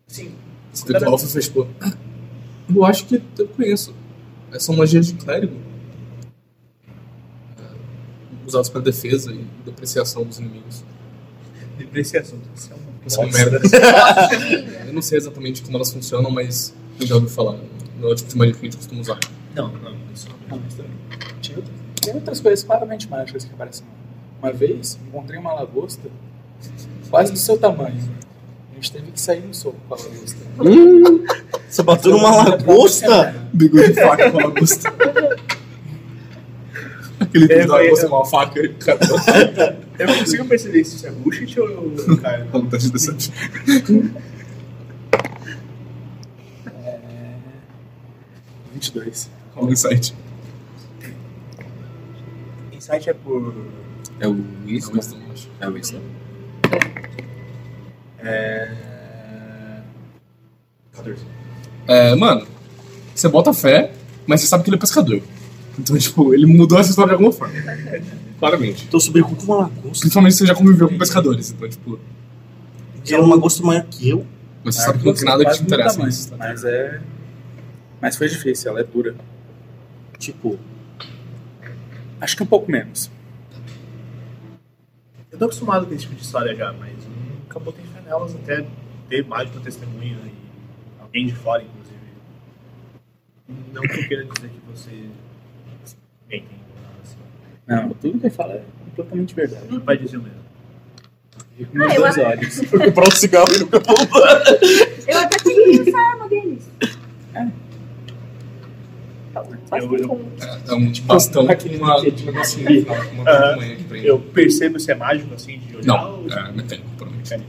Speaker 5: Sim.
Speaker 1: Você teve o Alpha e fez, pô. Eu acho que eu conheço. Essas são magias de clérigo. É, Usadas pra defesa e depreciação dos inimigos.
Speaker 5: Depreciação, isso é uma
Speaker 1: São
Speaker 5: Nossa.
Speaker 1: merdas.
Speaker 5: Nossa.
Speaker 1: eu não sei exatamente como elas funcionam, mas eu já ouvi falar. Não é o tipo de magia que a gente costuma usar.
Speaker 5: Não, não, isso não é
Speaker 7: estranho. Tinha outras, tem outras coisas claramente mágicas que aparecem lá. Uma vez, encontrei uma lagosta quase do seu tamanho. A gente teve que sair no soco com a lagosta. um
Speaker 13: Hum, você bateu numa
Speaker 7: Você
Speaker 13: lagosta?
Speaker 1: Bigode de faca com a lagosta. Aquele vídeo da lagosta com uma faca e acabou.
Speaker 5: Eu consigo perceber se isso é bullshit ou eu caio.
Speaker 1: Não tá de decepção.
Speaker 7: É... 22.
Speaker 1: Qual o insight?
Speaker 5: Insight é por.
Speaker 1: É o Wisdom? É o Wisdom.
Speaker 5: É. 14.
Speaker 1: É, mano, você bota fé, mas você sabe que ele é pescador. Então, tipo, ele mudou essa história de alguma forma. Claramente.
Speaker 13: Então sobre com uma lagosta.
Speaker 1: Principalmente você já conviveu com pescadores, então, tipo.
Speaker 13: Que era uma lagosta maior que eu.
Speaker 1: Mas você sabe que não tem nada que te interessa nisso. tá
Speaker 7: Mas, mas é. Mas foi difícil, ela é dura.
Speaker 13: Tipo.
Speaker 7: Acho que um pouco menos.
Speaker 5: Eu tô acostumado com esse tipo de história já, mas nunca botei fé nelas até ter mais uma testemunha e alguém de fora, inclusive. Não que eu queira dizer que você é, mentem. Assim.
Speaker 7: Não, tudo que ele fala é completamente verdade.
Speaker 5: Não vai dizer o mesmo.
Speaker 7: Fico nos dois olhos.
Speaker 13: Foi comprar um cigarro e nunca voltou.
Speaker 6: Eu até tenho essa arma deles.
Speaker 5: Eu, eu,
Speaker 1: É um bastão com uma, um negocinho no final, com uma tamanha aqui pra ele.
Speaker 5: eu percebo se é mágico assim de olhar.
Speaker 1: é Não,
Speaker 5: ou-
Speaker 1: é mecânico, provavelmente.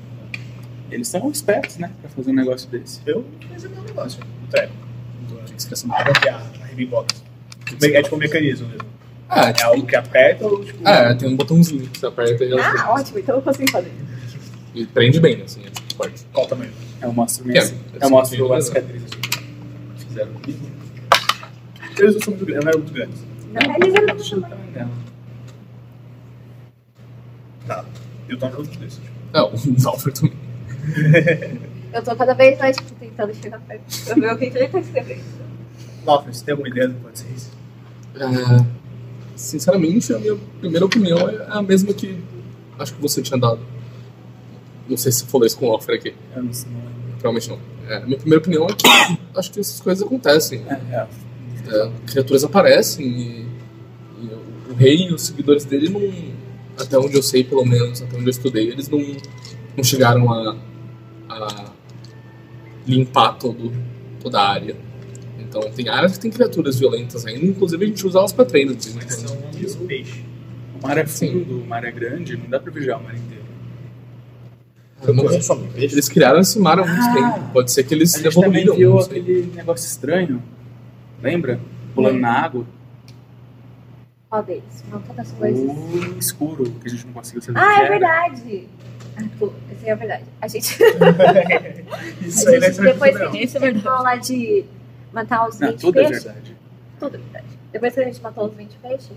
Speaker 7: Eles são espertos, né? Pra fazer um negócio desse.
Speaker 5: Eu fiz o meu negócio, o treco.
Speaker 1: Esquece
Speaker 5: A gambiarra, a heavy box. É tipo um mecanismo mesmo.
Speaker 1: Ah,
Speaker 5: é algo que aperta ou tipo.
Speaker 1: É, tem um botãozinho que você aperta e ela
Speaker 8: Ah, ótimo, então eu consigo fazer.
Speaker 1: e prende bem, né, assim, é tipo forte.
Speaker 5: Qual tamanho?
Speaker 7: Eu mostro
Speaker 1: É,
Speaker 7: minhas, eu mostro
Speaker 1: assim,
Speaker 7: as cicatrizes.
Speaker 1: Fizeram comigo.
Speaker 5: Eles não são muito grandes, não eram muito grandes.
Speaker 6: Não, eles eram do tamanho.
Speaker 5: Tá. Eu tava junto desse. Tipo.
Speaker 1: Não, o Alfred também.
Speaker 6: Eu tô cada vez mais tipo, tentando chegar perto pra ver o que que ele tá escrevendo.
Speaker 5: Lofre, você tem alguma ideia do que pode ser isso?
Speaker 1: Ah, sinceramente, a minha primeira opinião é a mesma que acho que você tinha dado. Não sei se eu falei isso com o Alfred aqui.
Speaker 7: Eu É, não sei, não lembro.
Speaker 1: Provavelmente não. É, a minha primeira opinião é que acho que essas coisas acontecem.
Speaker 7: É,
Speaker 1: É, criaturas aparecem e, e o- o rei e os seguidores dele não. Até onde eu sei, pelo menos, até onde eu estudei, eles não, não chegaram a, a limpar todo, toda a área. Então, tem áreas que tem criaturas violentas ainda, inclusive a gente usa elas pra né? Então, treino. de vez em quando.
Speaker 5: Isso, peixe.
Speaker 7: O mar é fundo, o mar é grande, não dá pra vigiar o mar inteiro.
Speaker 1: Eu não- Eles criaram esse mar há muito
Speaker 7: Ah.
Speaker 1: tempo. Pode ser que
Speaker 7: A
Speaker 1: eles
Speaker 7: gente também
Speaker 1: evoluíram. né?
Speaker 7: viu
Speaker 1: não sei.
Speaker 7: aquele negócio estranho Lembra? Pulando na água.
Speaker 12: Qual deles? Foram tantas coisas.
Speaker 7: O escuro, que a gente não conseguiu saber o que
Speaker 12: Ah, é
Speaker 7: era.
Speaker 12: verdade! Ah, pô, essa aí é a verdade. A gente.
Speaker 7: Isso aí
Speaker 12: A
Speaker 7: não é
Speaker 12: gente- Depois que a
Speaker 7: verdade,
Speaker 12: gente tentou lá de matar os
Speaker 7: Não,
Speaker 12: 20
Speaker 7: tudo é
Speaker 12: peixes.
Speaker 7: verdade.
Speaker 12: Tudo é verdade. Depois que a gente matou os 20 peixes,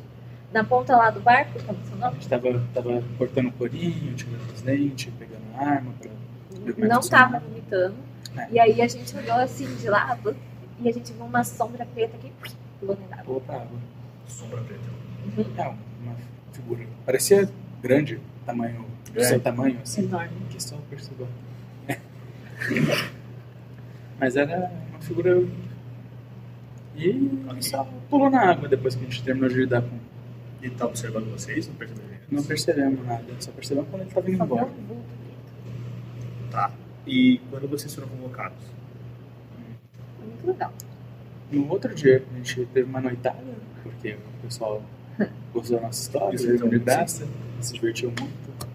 Speaker 12: na ponta lá do barco, que é o seu nome?
Speaker 7: A gente tava, tava cortando o corinho, tirando os dentes, pegando a arma pra ver como é que
Speaker 12: não
Speaker 7: funciona.
Speaker 12: tava vomitando. E aí a gente olhou assim de lado e a gente viu uma sombra preta que pui, pulou na água.
Speaker 7: Pulou pra água. Sombra preta. uma figura. Parecia grande, tamanho, do
Speaker 12: É.
Speaker 7: seu tamanho, assim.
Speaker 12: Enorme.
Speaker 7: Que só percebeu. Mas era uma figura. E só pulou na água depois que a gente terminou de lidar com.
Speaker 5: E tá observando vocês, não percebem
Speaker 7: Não percebemos nada, só percebemos quando ele tava indo embora.
Speaker 12: um
Speaker 5: Tá. E quando vocês foram convocados?
Speaker 12: Muito legal.
Speaker 7: No outro dia, a gente teve uma noitada, porque o pessoal gostou da nossa história,
Speaker 5: Isso,
Speaker 7: deu
Speaker 5: então,
Speaker 7: de graça, se divertiu muito.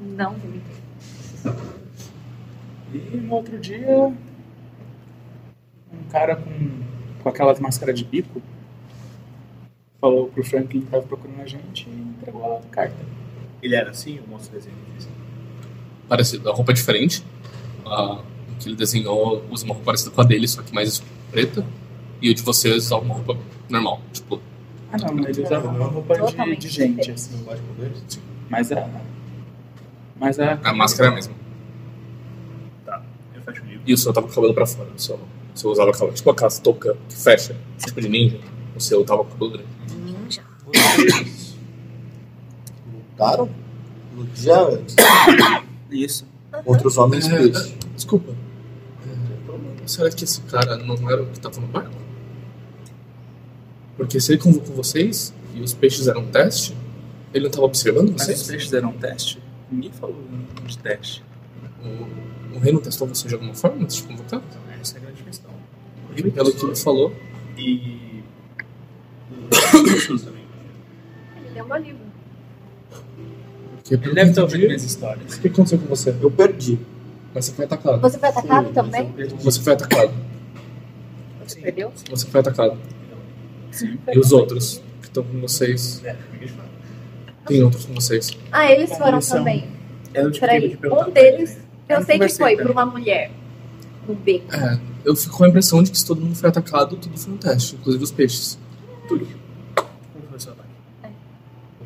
Speaker 12: Não vomitei.
Speaker 7: E no outro dia, um cara com, com aquelas máscaras de bico falou pro Franklin que tava procurando a gente e entregou a carta.
Speaker 5: Ele era assim, o monstro desenho
Speaker 1: Parecido, a roupa é diferente. A que ele desenhou usa uma roupa parecida com a dele, só que mais preta. E o de vocês usa uma roupa normal. Tipo,
Speaker 7: Ah não, ele usava uma roupa um de, de gente, assim. Mas a. Mas a.
Speaker 1: a máscara é a mesma.
Speaker 5: Tá, eu fecho o livro.
Speaker 1: E o seu tava com o cabelo pra fora. O seu, o seu usava cabelo. Tipo aquelas touca que fecha, tipo de ninja. O seu tava com o cabelo grande.
Speaker 12: Ninja.
Speaker 13: Lutaram? No dia antes.
Speaker 7: Isso.
Speaker 13: Outros homens
Speaker 1: É,
Speaker 13: presos.
Speaker 1: Desculpa. É, Será que esse cara não era o que tava no barco? Porque se ele convocou vocês e os peixes eram um teste, ele não tava observando
Speaker 7: Mas
Speaker 1: vocês?
Speaker 7: os peixes eram um teste? Ninguém falou de teste.
Speaker 1: O, o rei não testou vocês de alguma forma antes de convocar?
Speaker 5: Essa é a grande questão.
Speaker 1: E pelo que ele falou,
Speaker 5: E.
Speaker 36: Ele é um livro.
Speaker 1: Ele
Speaker 7: deve estar ouvindo minhas histórias.
Speaker 1: O que aconteceu com você?
Speaker 13: Eu perdi.
Speaker 1: Mas você foi atacado.
Speaker 12: Você foi atacado também?
Speaker 1: Você foi atacado.
Speaker 12: Você perdeu?
Speaker 1: Você foi atacado. E os outros que estão com vocês?
Speaker 5: É,
Speaker 1: Tem outros com vocês.
Speaker 12: Ah, eles foram
Speaker 1: Eles são-
Speaker 12: também.
Speaker 5: Eu
Speaker 12: Peraí, um deles, eu tá? sei que foi por uma mulher. No beco.
Speaker 1: É, eu fico com a impressão de que se todo mundo foi atacado, tudo foi um teste, inclusive os peixes. Tudo.
Speaker 5: Como foi o seu ataque?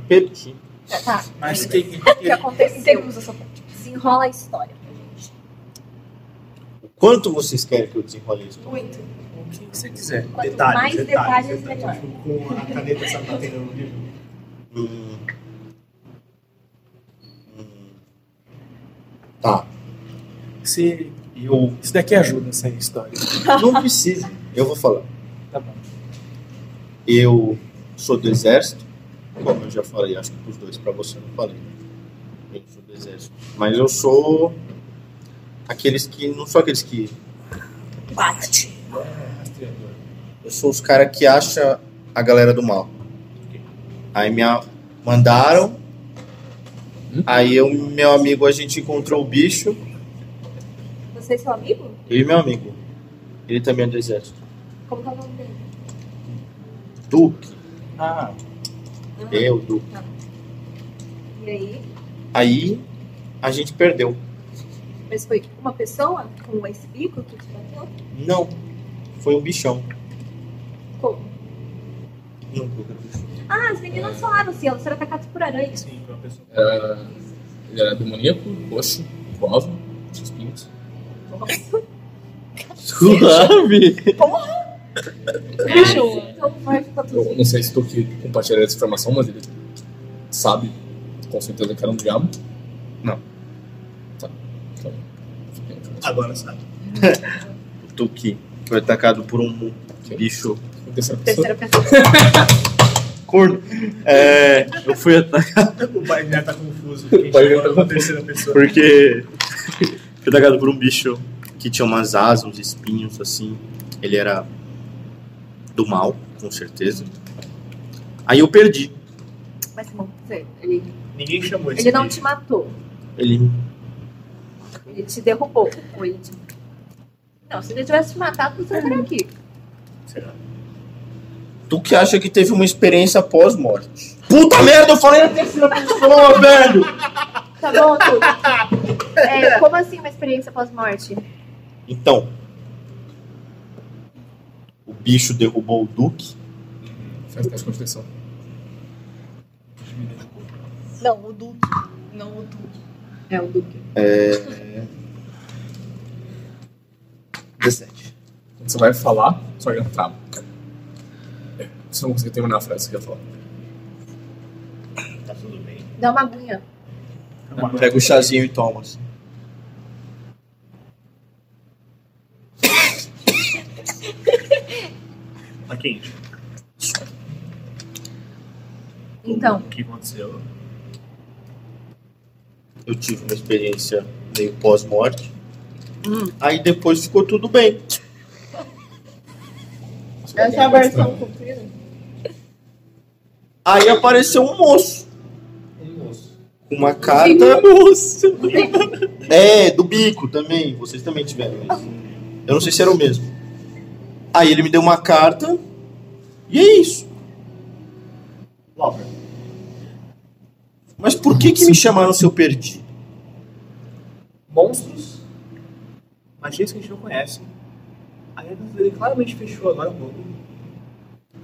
Speaker 13: Perdi.
Speaker 12: Tá, Tá.
Speaker 7: Mas quem.
Speaker 12: O que aconteceu? Desenrola a história.
Speaker 13: O quanto vocês querem que eu desenrole isso?
Speaker 12: Muito.
Speaker 7: O que você quiser.
Speaker 12: Quanto mais detalhes, melhor.
Speaker 5: Com a caneta sabe batendo no livro.
Speaker 13: Hum. Hum. Tá.
Speaker 7: Se. Eu... Isso daqui ajuda essa história.
Speaker 13: Não precisa. Eu vou falar.
Speaker 7: Tá bom.
Speaker 13: Eu sou do exército, como eu já falei, acho que pros dois, pra você eu não falei. né? Eu sou do exército. Mas eu sou aqueles que. Não sou aqueles que.
Speaker 12: Bate.
Speaker 13: Eu sou os caras que acha a galera do mal. Aí me a- mandaram. Aí eu, meu amigo, a gente encontrou o bicho.
Speaker 12: Você é seu amigo?
Speaker 13: Eu e meu amigo. Ele também é do exército.
Speaker 12: Como que é o nome dele?
Speaker 13: Duque.
Speaker 7: Ah.
Speaker 13: Eu, Duque.
Speaker 12: E aí?
Speaker 13: Aí a gente perdeu.
Speaker 12: Mas foi uma pessoa com esse bico que te bateu?
Speaker 13: Não. Foi um bichão.
Speaker 12: Como?
Speaker 13: Não, foi um bicho.
Speaker 12: Ah, as meninas falaram assim, elas foram atacadas por aranha. Sim,
Speaker 5: foi uma pessoa.
Speaker 1: Era, ele era demoníaco, roxo, coava, tinha espinhos.
Speaker 13: Suave!
Speaker 12: Então vai ficar tudo
Speaker 1: Eu não sei se tu que compartilharia essa informação, mas ele sabe com certeza que era um diabo.
Speaker 13: Não.
Speaker 1: Tá. Então,
Speaker 5: Agora sabe.
Speaker 13: O Tuki foi atacado por um bicho.
Speaker 1: Terceira
Speaker 12: Terceira pessoa.
Speaker 13: Corno. É, eu fui atacado
Speaker 5: O pai já tá confuso. O pai já tá na terceira pessoa.
Speaker 13: porque fui atacado por um bicho que tinha umas asas, uns espinhos assim. Ele era do mal, com certeza. Aí eu perdi.
Speaker 12: Mas bom, você- ele,
Speaker 5: Ninguém chamou esse
Speaker 12: ele não
Speaker 5: bicho.
Speaker 12: te matou,
Speaker 13: Ele
Speaker 12: ele te derrubou. Ou ele te... Não, se ele tivesse te matado, você estaria aqui.
Speaker 5: Será?
Speaker 13: Tu que acha que teve uma experiência pós-morte. Puta merda, eu falei na terceira pessoa, velho!
Speaker 6: Tá bom, tudo. É, como assim uma experiência pós-morte?
Speaker 13: Então, o bicho derrubou o Duque.
Speaker 37: Faz teste de constituição.
Speaker 9: Não, o Duque. Não, o Duque.
Speaker 6: É o Duque.
Speaker 13: É... 17.
Speaker 1: Então,
Speaker 37: Quando você vai falar, só
Speaker 1: um
Speaker 37: olha trava. É, Você não conseguiu terminar a frase que eu ia falar.
Speaker 5: Tá tudo bem.
Speaker 6: Dá uma aguinha.
Speaker 13: Pega o chazinho e toma. assim.
Speaker 5: Tá quente.
Speaker 6: Então,
Speaker 5: O que aconteceu?
Speaker 13: Eu tive uma experiência meio pós-morte. Aí depois ficou tudo bem.
Speaker 6: essa
Speaker 9: Tá,
Speaker 6: é a versão comprida.
Speaker 13: Aí apareceu um moço. Um Com uma carta. É, do bico também. Vocês também tiveram isso. Eu não sei se era o mesmo. Aí ele me deu uma carta. E é isso.
Speaker 5: Lover.
Speaker 13: Mas por que, que me chamaram se eu perdi?
Speaker 5: Monstros. Magias que a gente não conhece. Aí ele claramente fechou agora um pouco.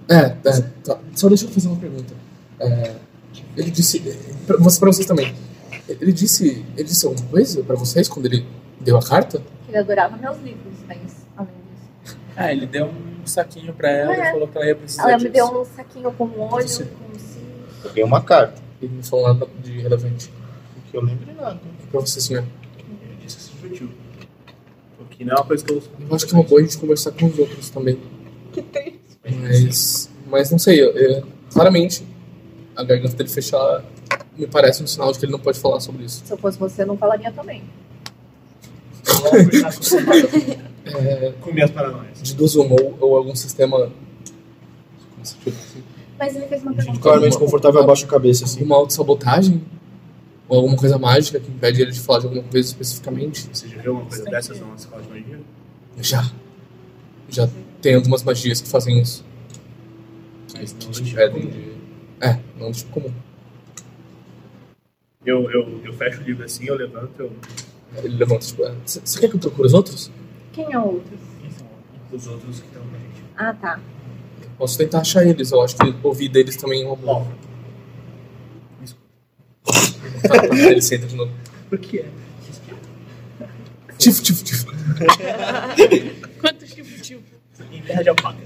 Speaker 1: É, é, tá. só deixa eu fazer uma pergunta. É, ele disse. é, Pra, mas pra vocês também. Ele disse. Ele disse alguma coisa pra vocês quando ele deu a carta?
Speaker 6: Ele adorava meus livros, mas além disso.
Speaker 7: Ah, ele deu um saquinho pra ela
Speaker 6: É.
Speaker 7: e falou que ela ia precisar
Speaker 6: Ela
Speaker 7: disso.
Speaker 6: me deu um saquinho com molho,
Speaker 7: Sim.
Speaker 6: com um sim.
Speaker 13: Eu ganhei uma carta.
Speaker 1: Ele não falou nada de relevante.
Speaker 13: Porque eu lembro de nada.
Speaker 1: Pra vocês, né?
Speaker 5: Ele disse que se divertiu. Porque não é uma coisa que eu ouço.
Speaker 1: Eu acho que é uma boa a gente conversar com os outros também.
Speaker 9: Que tem.
Speaker 1: Mas, mas não sei, eu- eu- claramente a garganta dele fechar me parece um sinal de que ele não pode falar sobre isso.
Speaker 6: Se eu fosse você, eu não falaria também.
Speaker 1: É,
Speaker 5: Comer as paranoias.
Speaker 1: de duas uma, ou, ou algum sistema. Como se chama assim?
Speaker 6: Mas ele fez uma pergunta.
Speaker 13: Claramente confortável abaixo da cabeça, assim.
Speaker 1: Uma autossabotagem? Ou alguma coisa mágica que impede ele de falar de alguma coisa especificamente?
Speaker 5: Você já viu alguma coisa dessas na escola de magia?
Speaker 1: Já. Já tem algumas magias que fazem isso. Que, que te impedem de. É, não do tipo comum.
Speaker 5: Eu, eu, eu fecho o livro assim, eu levanto, eu.
Speaker 1: Ele levanta tipo. Você quer que eu procure os outros?
Speaker 6: Quem é o outro?
Speaker 5: Os outros que estão com a gente.
Speaker 6: Ah, tá.
Speaker 1: Posso tentar achar eles, eu acho que ouvir deles também é uma boa. Tá, tá, ele senta de novo.
Speaker 5: Por que é?
Speaker 1: Tif, tif, tif.
Speaker 9: Quanto tipo, tipo.
Speaker 5: Em terra de alpaca.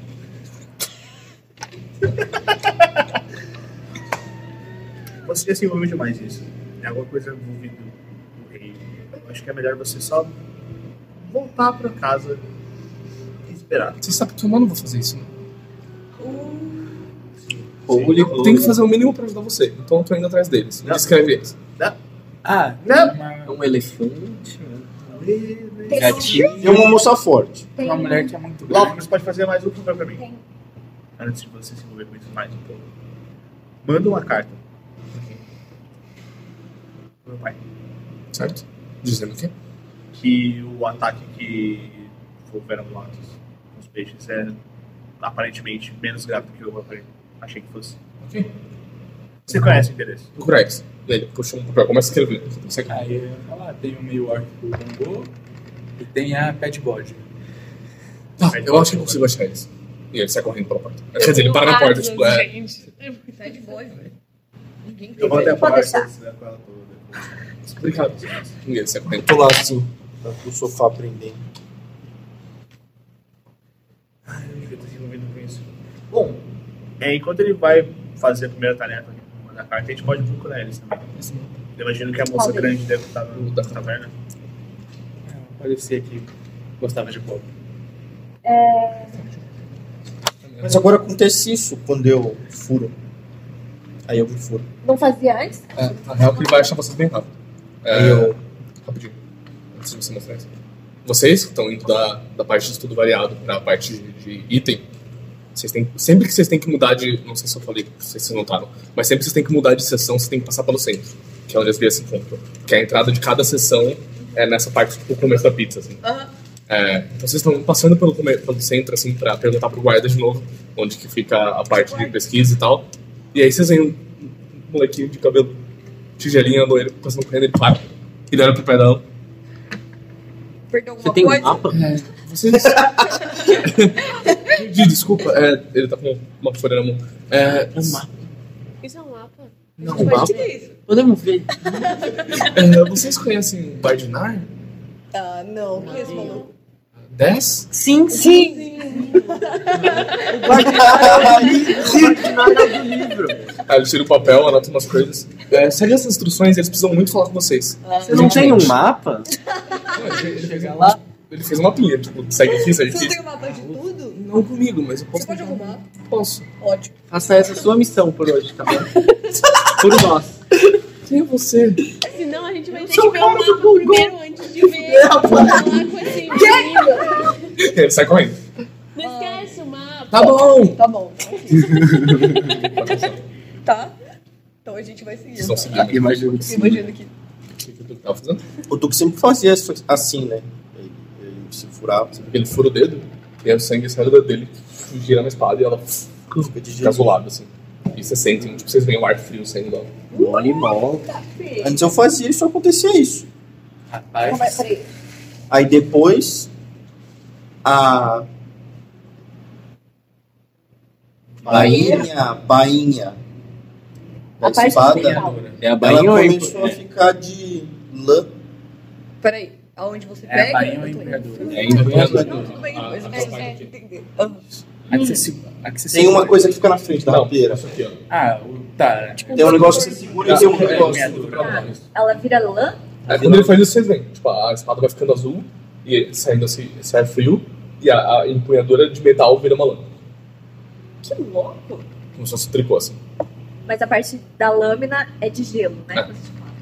Speaker 5: você já se envolveu demais nisso. É alguma coisa envolvida com o rei. Eu acho que é melhor você só voltar pra casa e esperar.
Speaker 1: Você sabe que eu não vou fazer isso, né?
Speaker 5: Holy
Speaker 1: Eu tenho que fazer o mínimo pra ajudar você, então eu tô indo atrás deles. Me Descreve eles.
Speaker 7: Ah,
Speaker 35: É um elefante.
Speaker 6: Tem,
Speaker 13: Tem uma moça forte.
Speaker 6: tem, um
Speaker 7: uma mulher que é muito grande.
Speaker 5: Logo, você pode fazer mais um favor pra mim.
Speaker 6: tem-
Speaker 5: Antes de você se envolver com isso mais um pouco. Manda uma carta. Pro Meu pai.
Speaker 1: Certo? Dizendo o quê?
Speaker 5: que o ataque que houveram lá com os peixes é aparentemente menos grave do que eu apare- achei que fosse.
Speaker 1: Ok.
Speaker 5: Você conhece o interesse?
Speaker 1: Procurar eles. Ele puxa um papel, começa a escrever. Você
Speaker 7: Aí eu ia falar, "Ah, tem o meio arco Bongo e tem a Pet Body.
Speaker 1: Tá, eu acho que eu consigo achar eles. E ele sai correndo pela porta. Quer dizer, ele para na porta, tipo, é.
Speaker 9: Gente, tá de boa, velho. Ninguém
Speaker 5: Eu vou até a
Speaker 6: Pode
Speaker 5: porta
Speaker 6: deixar.
Speaker 5: né, com ela toda.
Speaker 1: Obrigado. E ele sai correndo.
Speaker 13: Tô lá, assim, no sofá prendendo.
Speaker 5: Ai, eu devia ter se envolvido com isso. Bom, é, enquanto ele vai fazer a primeira tarefa aqui, mandar carta, a gente pode procurar eles também. Eu imagino que a moça
Speaker 6: Talvez.
Speaker 5: grande deve estar no- na taverna. É,
Speaker 7: Parecia que gostava de pop.
Speaker 13: Mas agora acontece isso quando eu furo. Aí eu me furo.
Speaker 6: Não fazia antes?
Speaker 1: É, na real, que ele vai achar vocês bem rápido. É,
Speaker 13: Eu-
Speaker 1: Rapidinho. Antes de você mostrar isso. Vocês que estão indo da, da parte de estudo variado para a parte de, de item, vocês têm, sempre que vocês têm que mudar de. Não sei se eu falei, não sei se vocês notaram, mas sempre que vocês têm que mudar de sessão, vocês têm que passar pelo centro, que é onde as vias se encontram. Que a entrada de cada sessão é nessa parte, tipo, o começo da pizza, assim.
Speaker 9: Aham.
Speaker 1: É, então vocês estão passando pelo come- quando você entra assim para perguntar pro guarda de novo onde que fica a parte de pesquisa e tal. E aí vocês veem um um molequinho de cabelo tigelinha loiro passando correndo, ele para. Ele olha pro pé dela.
Speaker 8: Perdeu
Speaker 1: Você tem um mapa? É, vocês... Entendi, desculpa. É, ele tá com uma folha na mão. É,
Speaker 9: Isso é um mapa?
Speaker 1: Não,
Speaker 9: Mas
Speaker 1: um mapa.
Speaker 9: O que é isso?
Speaker 1: Podemos ver. é, vocês conhecem o Bardinar?
Speaker 8: Ah, não, que esse maluco.
Speaker 1: 10?
Speaker 38: Sim, sim.
Speaker 1: Aí ele tira o papel, anota umas coisas. É, segue essas instruções, eles precisam muito falar com vocês.
Speaker 38: Você não tem um mapa?
Speaker 1: Chegar lá. Ele fez uma pilha, tipo, segue aqui, segue
Speaker 8: Você
Speaker 1: aqui.
Speaker 8: tem um mapa de tudo?
Speaker 1: Não comigo, mas eu
Speaker 8: Você pode arrumar?
Speaker 1: Posso.
Speaker 8: Ótimo.
Speaker 38: Faça essa sua missão por hoje, tá bom? Por nós.
Speaker 1: Quem é você?
Speaker 9: Senão a gente vai ter
Speaker 38: Sou
Speaker 9: que ver o
Speaker 38: cara do
Speaker 9: mapa
Speaker 38: Google.
Speaker 9: primeiro antes de ver.
Speaker 38: Não, pô.
Speaker 9: falar com esse menino.
Speaker 1: Ele sai correndo.
Speaker 9: Não esquece o mapa.
Speaker 1: Tá bom.
Speaker 8: Tá bom. tá? Então a gente vai seguir.
Speaker 1: Vocês estão seguindo.
Speaker 13: Imagino que
Speaker 8: Imagino que.
Speaker 1: tava tá fazendo?
Speaker 13: O Duque sempre fazia isso assim, né? Ele, ele se furava.
Speaker 1: Ele fura o dedo e aí o sangue sai do dedo dele, gira na espada e ela fica azulada, assim. E vocês sentem, tipo, vocês veem o ar frio saindo dela.
Speaker 3: Um
Speaker 13: Mole, mole.
Speaker 17: tá,
Speaker 13: Antes eu fazia isso, acontecia isso.
Speaker 12: Como é, peraí.
Speaker 13: Aí depois. A. Bainha. Bainha.
Speaker 8: A parte principal.
Speaker 13: É a
Speaker 35: bainha ou
Speaker 13: Ela
Speaker 35: a
Speaker 13: começou a
Speaker 35: empu-
Speaker 13: ficar de lã.
Speaker 8: Peraí, aonde você
Speaker 13: É,
Speaker 8: pega?
Speaker 13: Bahia
Speaker 8: Eu tô
Speaker 13: é
Speaker 8: indo.
Speaker 13: É a empunhadura.
Speaker 8: Não, tudo bem, mas
Speaker 7: Ah,
Speaker 8: é,
Speaker 7: tá.
Speaker 8: é, entender. Ah.
Speaker 7: É
Speaker 13: Tem uma coisa que fica na frente
Speaker 1: Tá,
Speaker 13: da rabeira.
Speaker 7: Ah, o- tá.
Speaker 13: Tem um negócio que você segura e tem um negócio.
Speaker 8: Tá.
Speaker 12: Ela vira lã?
Speaker 1: Aí quando ele faz isso, vocês veem. Tipo, a espada vai ficando azul e ele saindo assim, esse ar frio e a, a empunhadura de metal vira uma lâmina.
Speaker 12: Que louco.
Speaker 1: Como se fosse um tricô, assim.
Speaker 12: Mas a parte da lâmina é de gelo, né?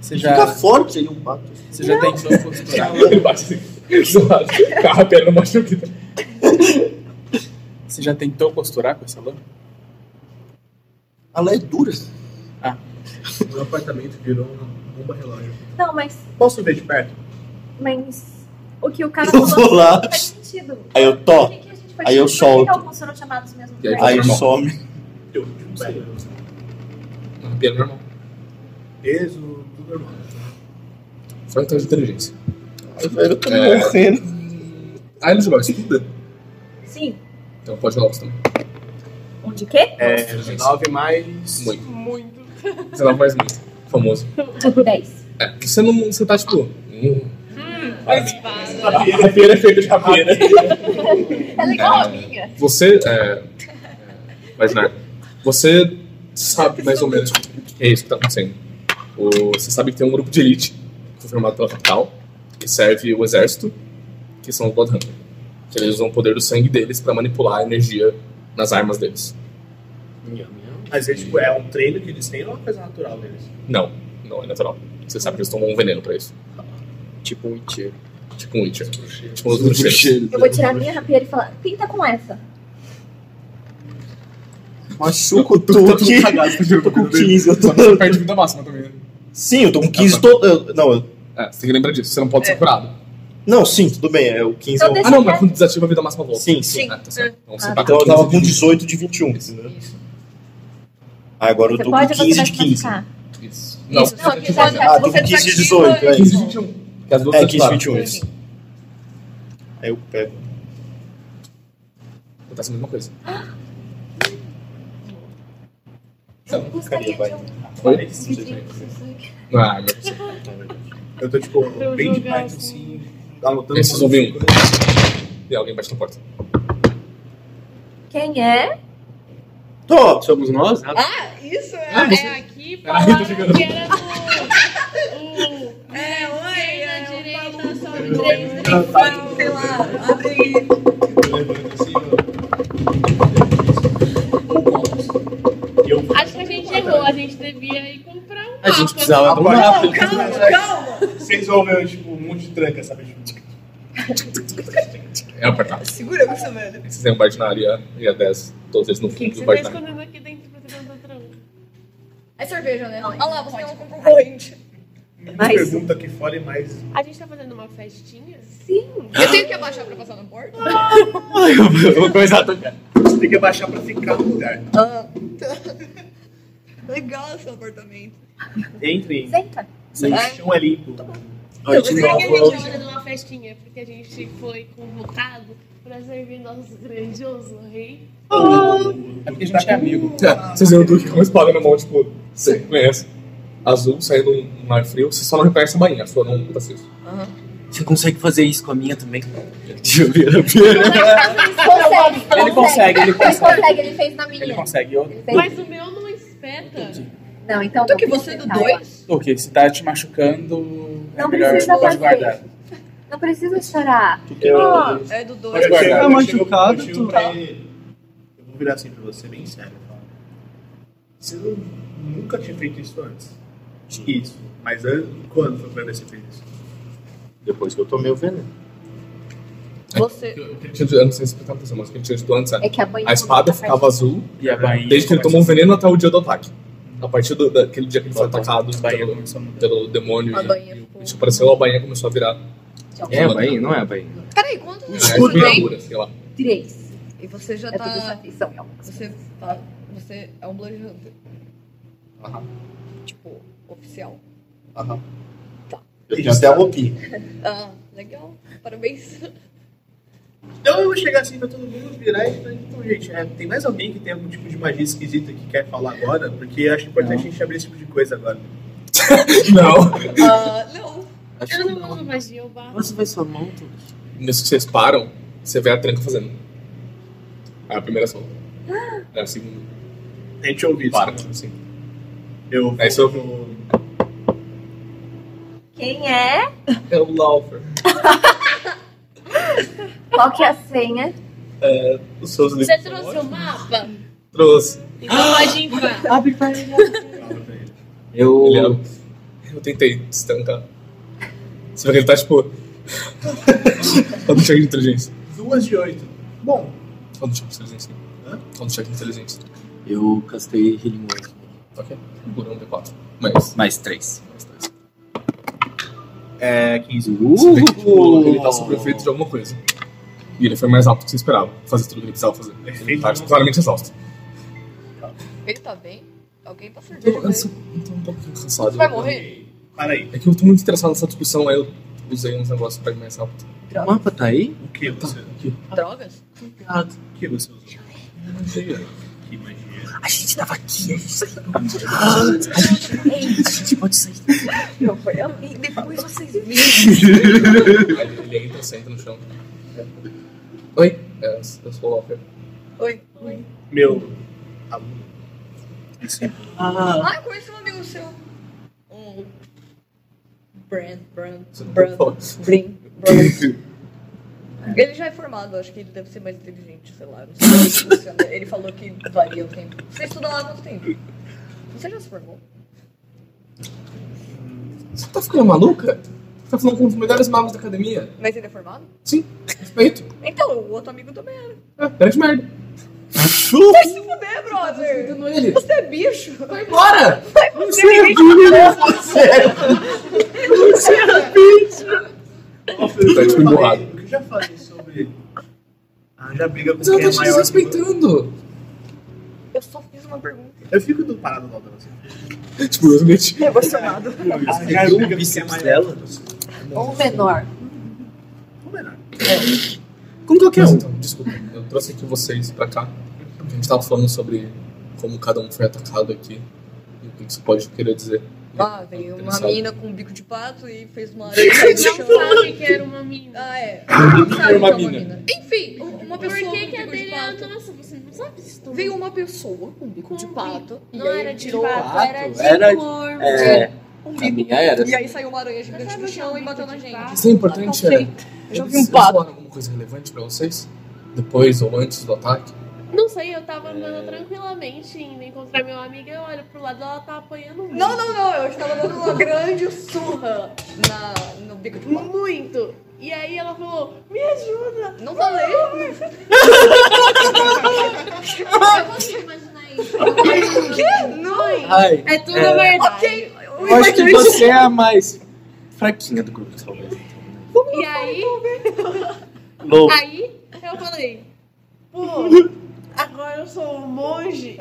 Speaker 7: Você
Speaker 1: já-
Speaker 13: Fica forte aí um bato.
Speaker 7: Você já tem novo postural.
Speaker 1: Ele bate assim, zoado. A perna machuca.
Speaker 7: Você já tentou costurar com essa lã?
Speaker 13: Ela é dura.
Speaker 7: Ah.
Speaker 38: Meu apartamento virou uma bomba relógio.
Speaker 12: Não, mas,
Speaker 38: Posso ver de perto?
Speaker 12: mas o que o cara
Speaker 13: Eu
Speaker 12: falou
Speaker 13: vou lá.
Speaker 12: não faz sentido.
Speaker 13: Aí eu tô.
Speaker 12: Faz
Speaker 13: Aí eu
Speaker 12: sentido. Por que que
Speaker 13: solto.
Speaker 12: alguns foram chamados mesmo
Speaker 13: Aí,
Speaker 12: lugar?
Speaker 13: some.
Speaker 38: tipo,
Speaker 1: Piano normal.
Speaker 38: Peso, tudo normal.
Speaker 1: Só um teste de inteligência.
Speaker 13: Eu tô
Speaker 1: morrendo. Ah, ele jogou estuda?
Speaker 12: Sim.
Speaker 1: Então pode rolar você também.
Speaker 12: Um de quê?
Speaker 1: É,
Speaker 38: 19 mais.
Speaker 1: Muito.
Speaker 9: Muito.
Speaker 1: 19 mais muito. Famoso.
Speaker 12: 10.
Speaker 1: É, você não. Você tá tipo. Hum.
Speaker 9: Espada.
Speaker 1: Rapeira é feita de rapeira.
Speaker 12: Ela é igual a minha.
Speaker 1: Você. É, mas não. é. Você sabe mais ou menos o que é isso que tá acontecendo. O- você sabe que tem um grupo de elite, confirmado pela capital, que serve o exército, que são os Bloodhunter. Que eles usam o poder do sangue deles pra manipular a energia nas armas deles.
Speaker 38: Mas é, tipo, é um treino que eles têm ou é uma coisa natural deles?
Speaker 1: Não, não é natural. Você sabe que eles tomam um veneno pra isso. Tipo um Witcher. Tipo um Witcher. Tipo os bruxeiros.
Speaker 12: Eu vou tirar a minha rapieira e falar, pinta com essa.
Speaker 13: Machuco tudo. Eu tô com 15. Eu tô...
Speaker 1: Você perde vida máxima também.
Speaker 13: Sim, eu tô com Tá 15 todo. eu- Não, eu...
Speaker 1: É, você tem que lembrar disso, você não pode ser curado.
Speaker 13: Não, sim, tudo bem. É o
Speaker 12: Então
Speaker 13: 15
Speaker 1: ah, não, mas quando desativa a vida máxima volta.
Speaker 13: Sim, sim.
Speaker 1: Ah, tá certo. Então você
Speaker 13: é o.
Speaker 1: tá
Speaker 13: Então eu
Speaker 1: com
Speaker 13: tava
Speaker 1: 15
Speaker 13: com 18 de 21. entendeu? Ah, agora eu
Speaker 12: Você
Speaker 13: tô
Speaker 12: pode
Speaker 13: com
Speaker 12: ou você
Speaker 13: 15
Speaker 12: vai
Speaker 13: de
Speaker 12: se
Speaker 13: 15.
Speaker 12: machucar?
Speaker 1: Isso.
Speaker 12: Não, Isso, não,
Speaker 13: Ah,
Speaker 12: porque você já-
Speaker 13: tô com
Speaker 12: você
Speaker 13: 15 de
Speaker 12: desativa
Speaker 13: 18. É,
Speaker 1: 15 e 21. Que as duas
Speaker 13: é
Speaker 1: são
Speaker 13: 15 e
Speaker 1: ativadas.
Speaker 13: 21, isso. Aí eu pego.
Speaker 12: Então,
Speaker 1: Acontece a mesma coisa.
Speaker 12: Eu gostaria de um
Speaker 1: Oi?
Speaker 12: vidrinho com sangue.
Speaker 1: Ah, meu Deus.
Speaker 38: Eu tô, tipo,
Speaker 12: Eu
Speaker 38: bem de
Speaker 12: jogar
Speaker 38: perto, assim,
Speaker 13: tá
Speaker 38: anotando.
Speaker 1: Esses ouvem um. E alguém bate na porta.
Speaker 12: Quem é? Então,
Speaker 13: Tô!
Speaker 35: Somos nós?
Speaker 8: Ah, isso é.
Speaker 35: Ah, você-
Speaker 9: É aqui,
Speaker 35: Ah, eu tô
Speaker 9: falaram
Speaker 35: chegando.
Speaker 9: que era do... o- É, oi, é, direita, sobe três,
Speaker 8: Então, sei lá, abre aí.
Speaker 9: Acho que a gente errou, a gente devia ir comprar um
Speaker 38: A gente
Speaker 1: é
Speaker 9: mapa.
Speaker 38: precisava de um mapa.
Speaker 9: Calma, calma, calma.
Speaker 38: Você resolveu, tipo, um monte de tranca, sabe?
Speaker 5: Tipo,
Speaker 1: É apertado.
Speaker 8: Segura essa merda.
Speaker 1: Vocês têm um Bardinaria e a 10. Todos eles no
Speaker 9: O que,
Speaker 1: fundo
Speaker 9: que
Speaker 1: do
Speaker 9: você tá
Speaker 1: Bardinaria.
Speaker 9: escondendo aqui dentro pra você não dar trampo?
Speaker 8: É cerveja, né? Olha lá, você tem uma concorrente.
Speaker 5: Menos
Speaker 39: Mas-
Speaker 5: pergunta aqui fora e mais.
Speaker 9: A gente tá fazendo uma festinha?
Speaker 39: Sim.
Speaker 9: Eu tenho que abaixar pra passar no porto?
Speaker 5: Eu vou começar a tocar. Você tem que abaixar pra ficar no lugar.
Speaker 9: Ah, tá. Legal seu apartamento. Tá
Speaker 5: Entre.
Speaker 12: Senta.
Speaker 5: O chão é limpo.
Speaker 9: Eu sei
Speaker 1: Ah,
Speaker 9: que a gente tá fazendo uma festinha, porque a gente foi convocado pra servir nosso grandioso rei.
Speaker 5: É porque a gente é amigo.
Speaker 1: É, vocês viram o Duque com uma espada na mão, tipo, você conhece. Azul saindo um um ar frio, você só não reconhece a bainha, só não tá aceso.
Speaker 3: Você consegue fazer isso com a minha também?
Speaker 1: Deixa eu ver.
Speaker 12: Consegue,
Speaker 7: Ele consegue, ele consegue.
Speaker 12: Ele consegue, ele fez na minha.
Speaker 7: Ele consegue. Eu...
Speaker 12: Ele fez-
Speaker 9: Mas o meu não espeta.
Speaker 12: Não, então.
Speaker 9: Do que
Speaker 17: é
Speaker 9: você do dois?
Speaker 7: Ok, se tá te machucando, é
Speaker 12: Não
Speaker 7: melhor
Speaker 12: precisa
Speaker 7: pode
Speaker 12: fazer.
Speaker 7: guardar.
Speaker 12: Não precisa chorar.
Speaker 9: Ah, é do dois.
Speaker 7: Pode guardar.
Speaker 13: Tá
Speaker 7: Eu
Speaker 5: chego-
Speaker 13: machucado,
Speaker 5: eu
Speaker 13: tu
Speaker 5: chego
Speaker 13: tá.
Speaker 5: pra ele- Eu vou virar assim pra você, bem sério. eu falo, Você não- nunca tinha feito isso antes? Isso. Mas an- quando foi a primeira vez que você fez isso?
Speaker 13: Depois que eu tomei o veneno.
Speaker 1: Você... Eu, eu tinha- eu não sei se você tá pensando, mas o que ele tinha dito antes era,
Speaker 12: É que a bainha
Speaker 1: espada
Speaker 12: começa a
Speaker 1: ficava
Speaker 12: partir.
Speaker 1: azul
Speaker 7: E a bainha
Speaker 1: desde que ele
Speaker 7: começa
Speaker 1: tomou
Speaker 7: a-
Speaker 1: um veneno até o dia do ataque. A partir do, daquele dia que ele foi atacado pelo, pelo demônio
Speaker 9: A
Speaker 1: e,
Speaker 9: bainha
Speaker 1: e o bicho apareceu, a bainha começou a virar.
Speaker 3: É a bainha? Não é a bainha.
Speaker 9: Peraí, quantos
Speaker 1: Ah, é
Speaker 9: escudos
Speaker 1: criatura,
Speaker 9: tem?
Speaker 1: sei lá.
Speaker 12: Três.
Speaker 9: E você já
Speaker 12: É tudo
Speaker 9: tá.
Speaker 12: atenção,
Speaker 9: Você tá. Você é um Blood Hunter. Tipo, oficial.
Speaker 13: Aham.
Speaker 9: Tá.
Speaker 13: Eu tenho até a roupinha.
Speaker 9: Ah, legal. Parabéns.
Speaker 5: Então eu vou chegar assim pra todo mundo, virar e falar, então, gente, é, tem mais alguém que tem algum tipo de magia esquisita que quer falar agora? Porque eu acho importante a gente abrir esse tipo de coisa agora.
Speaker 9: Ah, não.
Speaker 3: Acho
Speaker 9: eu não uso magia, eu barro.
Speaker 3: Você vai sua mão, tu?
Speaker 1: Nisso que vocês param, você vê a tranca fazendo. É a primeira ação. É a segunda.
Speaker 5: A gente ouve isso.
Speaker 1: Para, assim.
Speaker 5: Eu.
Speaker 1: Aí você ouve.
Speaker 12: Quem é?
Speaker 1: É o Laufer.
Speaker 12: Qual que é a senha?
Speaker 1: É, os seus livros.
Speaker 9: Você trouxe um- o mapa?
Speaker 1: Trouxe.
Speaker 9: Então
Speaker 1: Ah!
Speaker 9: pode entrar.
Speaker 12: Abre pra
Speaker 3: Eu.
Speaker 1: é Eu tentei destancar. Você vê que ele tá tipo. Tá no cheque de inteligência.
Speaker 5: Duas de oito. Bom,
Speaker 1: Tá no cheque de inteligência. Tá no cheque de inteligência.
Speaker 3: Eu castei Healing Word.
Speaker 1: Ok. Por um D4. Mais.
Speaker 3: Mais três.
Speaker 5: É, 15.
Speaker 1: Você vê que tipo, ele tá sob o efeito de alguma coisa. E ele foi mais alto do que você esperava. Fazer tudo o que ele precisava fazer. Ele tá tipo, claramente exausto.
Speaker 9: Ele tá bem? Alguém passou de
Speaker 1: Eu, eu, sou- eu tô um pouco cansado.
Speaker 9: Você vai morrer?
Speaker 5: Para aí.
Speaker 1: É que eu tô muito interessado nessa discussão, aí eu usei uns negócios pra ir mais rápido.
Speaker 3: O mapa tá aí?
Speaker 5: O que você.
Speaker 9: Drogas?
Speaker 3: Obrigado.
Speaker 5: O que você usou? Que magia.
Speaker 3: A gente tava aqui, a gente saiu. A gente, a gente pode sair.
Speaker 9: Não, foi a mim. Depois vocês
Speaker 1: Aí ele- ele entra, senta no chão. Oi? É, eu sou o Walker.
Speaker 9: Oi. Oi.
Speaker 5: Meu aluno. Discípulo.
Speaker 9: Ah, eu conheço um amigo seu. Um. Brand, Brand, Brand.
Speaker 1: Brim.
Speaker 9: Ele já é formado, acho que ele deve ser mais inteligente, sei lá. Não sei como isso funciona. Ele falou que varia o tempo. Você estuda lá há quanto tempo? Você já se formou?
Speaker 1: Você tá ficando maluca? Você tá falando com um dos melhores magos da academia?
Speaker 9: Mas ele é formado?
Speaker 1: Sim, respeito.
Speaker 9: Então, o outro amigo também era.
Speaker 1: É, grande merda.
Speaker 9: Vai se fuder, brother!
Speaker 1: ele.
Speaker 9: Você é bicho! Vai
Speaker 1: embora!
Speaker 9: Vai fuder, ninguém te
Speaker 1: é
Speaker 5: Você é bicho!
Speaker 1: Tá tipo emburrado.
Speaker 5: Eu já falei sobre. Ah, já briga com
Speaker 1: Você não
Speaker 5: quem
Speaker 1: tá
Speaker 5: é
Speaker 1: te
Speaker 5: maior.
Speaker 1: desrespeitando.
Speaker 9: Eu só fiz uma pergunta.
Speaker 5: Eu fico do parado lá pra você.
Speaker 1: Tipo, eu meti.
Speaker 9: Emocionado.
Speaker 5: Ah, já
Speaker 13: um
Speaker 5: briga com quem é maior. Dela?
Speaker 12: Ou menor.
Speaker 5: é,
Speaker 1: Como qualquer um. Então, desculpa, eu trouxe aqui vocês pra cá. A gente tava falando sobre como cada um foi atacado aqui. E o que que você pode querer dizer.
Speaker 9: Ah, veio uma
Speaker 1: Interessado.
Speaker 9: mina com um bico de pato e fez uma.
Speaker 17: Não sabe que era uma mina.
Speaker 9: Ah, é.
Speaker 1: Era uma mina.
Speaker 9: Enfim, uma pessoa
Speaker 17: Por que,
Speaker 9: com um
Speaker 17: que a
Speaker 9: bico de
Speaker 17: dele
Speaker 9: pato.
Speaker 17: era... Nossa, você não sabe disso tudo.
Speaker 9: Veio uma pessoa com um bico
Speaker 17: um
Speaker 9: de pato. e
Speaker 17: Não
Speaker 9: aí
Speaker 17: era de
Speaker 9: tirou
Speaker 17: pato,
Speaker 9: a-
Speaker 17: era de
Speaker 3: Era-
Speaker 17: corvo.
Speaker 3: É.
Speaker 9: Um
Speaker 3: A minha era.
Speaker 9: E aí saiu uma aranha gigante no chão e bateu na gente.
Speaker 1: Isso é importante, é.
Speaker 9: Já ouvi um
Speaker 1: Eles
Speaker 9: pato.
Speaker 1: falaram alguma coisa relevante pra vocês? Depois ou antes do ataque?
Speaker 17: Não sei, eu tava andando tranquilamente indo encontrar meu amigo, eu olho pro lado, ela tá apanhando muito.
Speaker 9: Não, não, não, eu estava dando uma grande surra na, no bico de pato.
Speaker 17: Muito. E aí ela falou, me ajuda.
Speaker 9: Não falei.
Speaker 17: Eu consigo imaginar isso.
Speaker 9: Que? Não!
Speaker 17: Ai. É tudo verdade.
Speaker 9: Ok,
Speaker 3: Eu acho que você é a mais fraquinha do grupo, talvez.
Speaker 40: E aí.
Speaker 17: então, né?
Speaker 3: Lou.
Speaker 40: Aí eu falei.
Speaker 9: Pô, agora eu sou um monge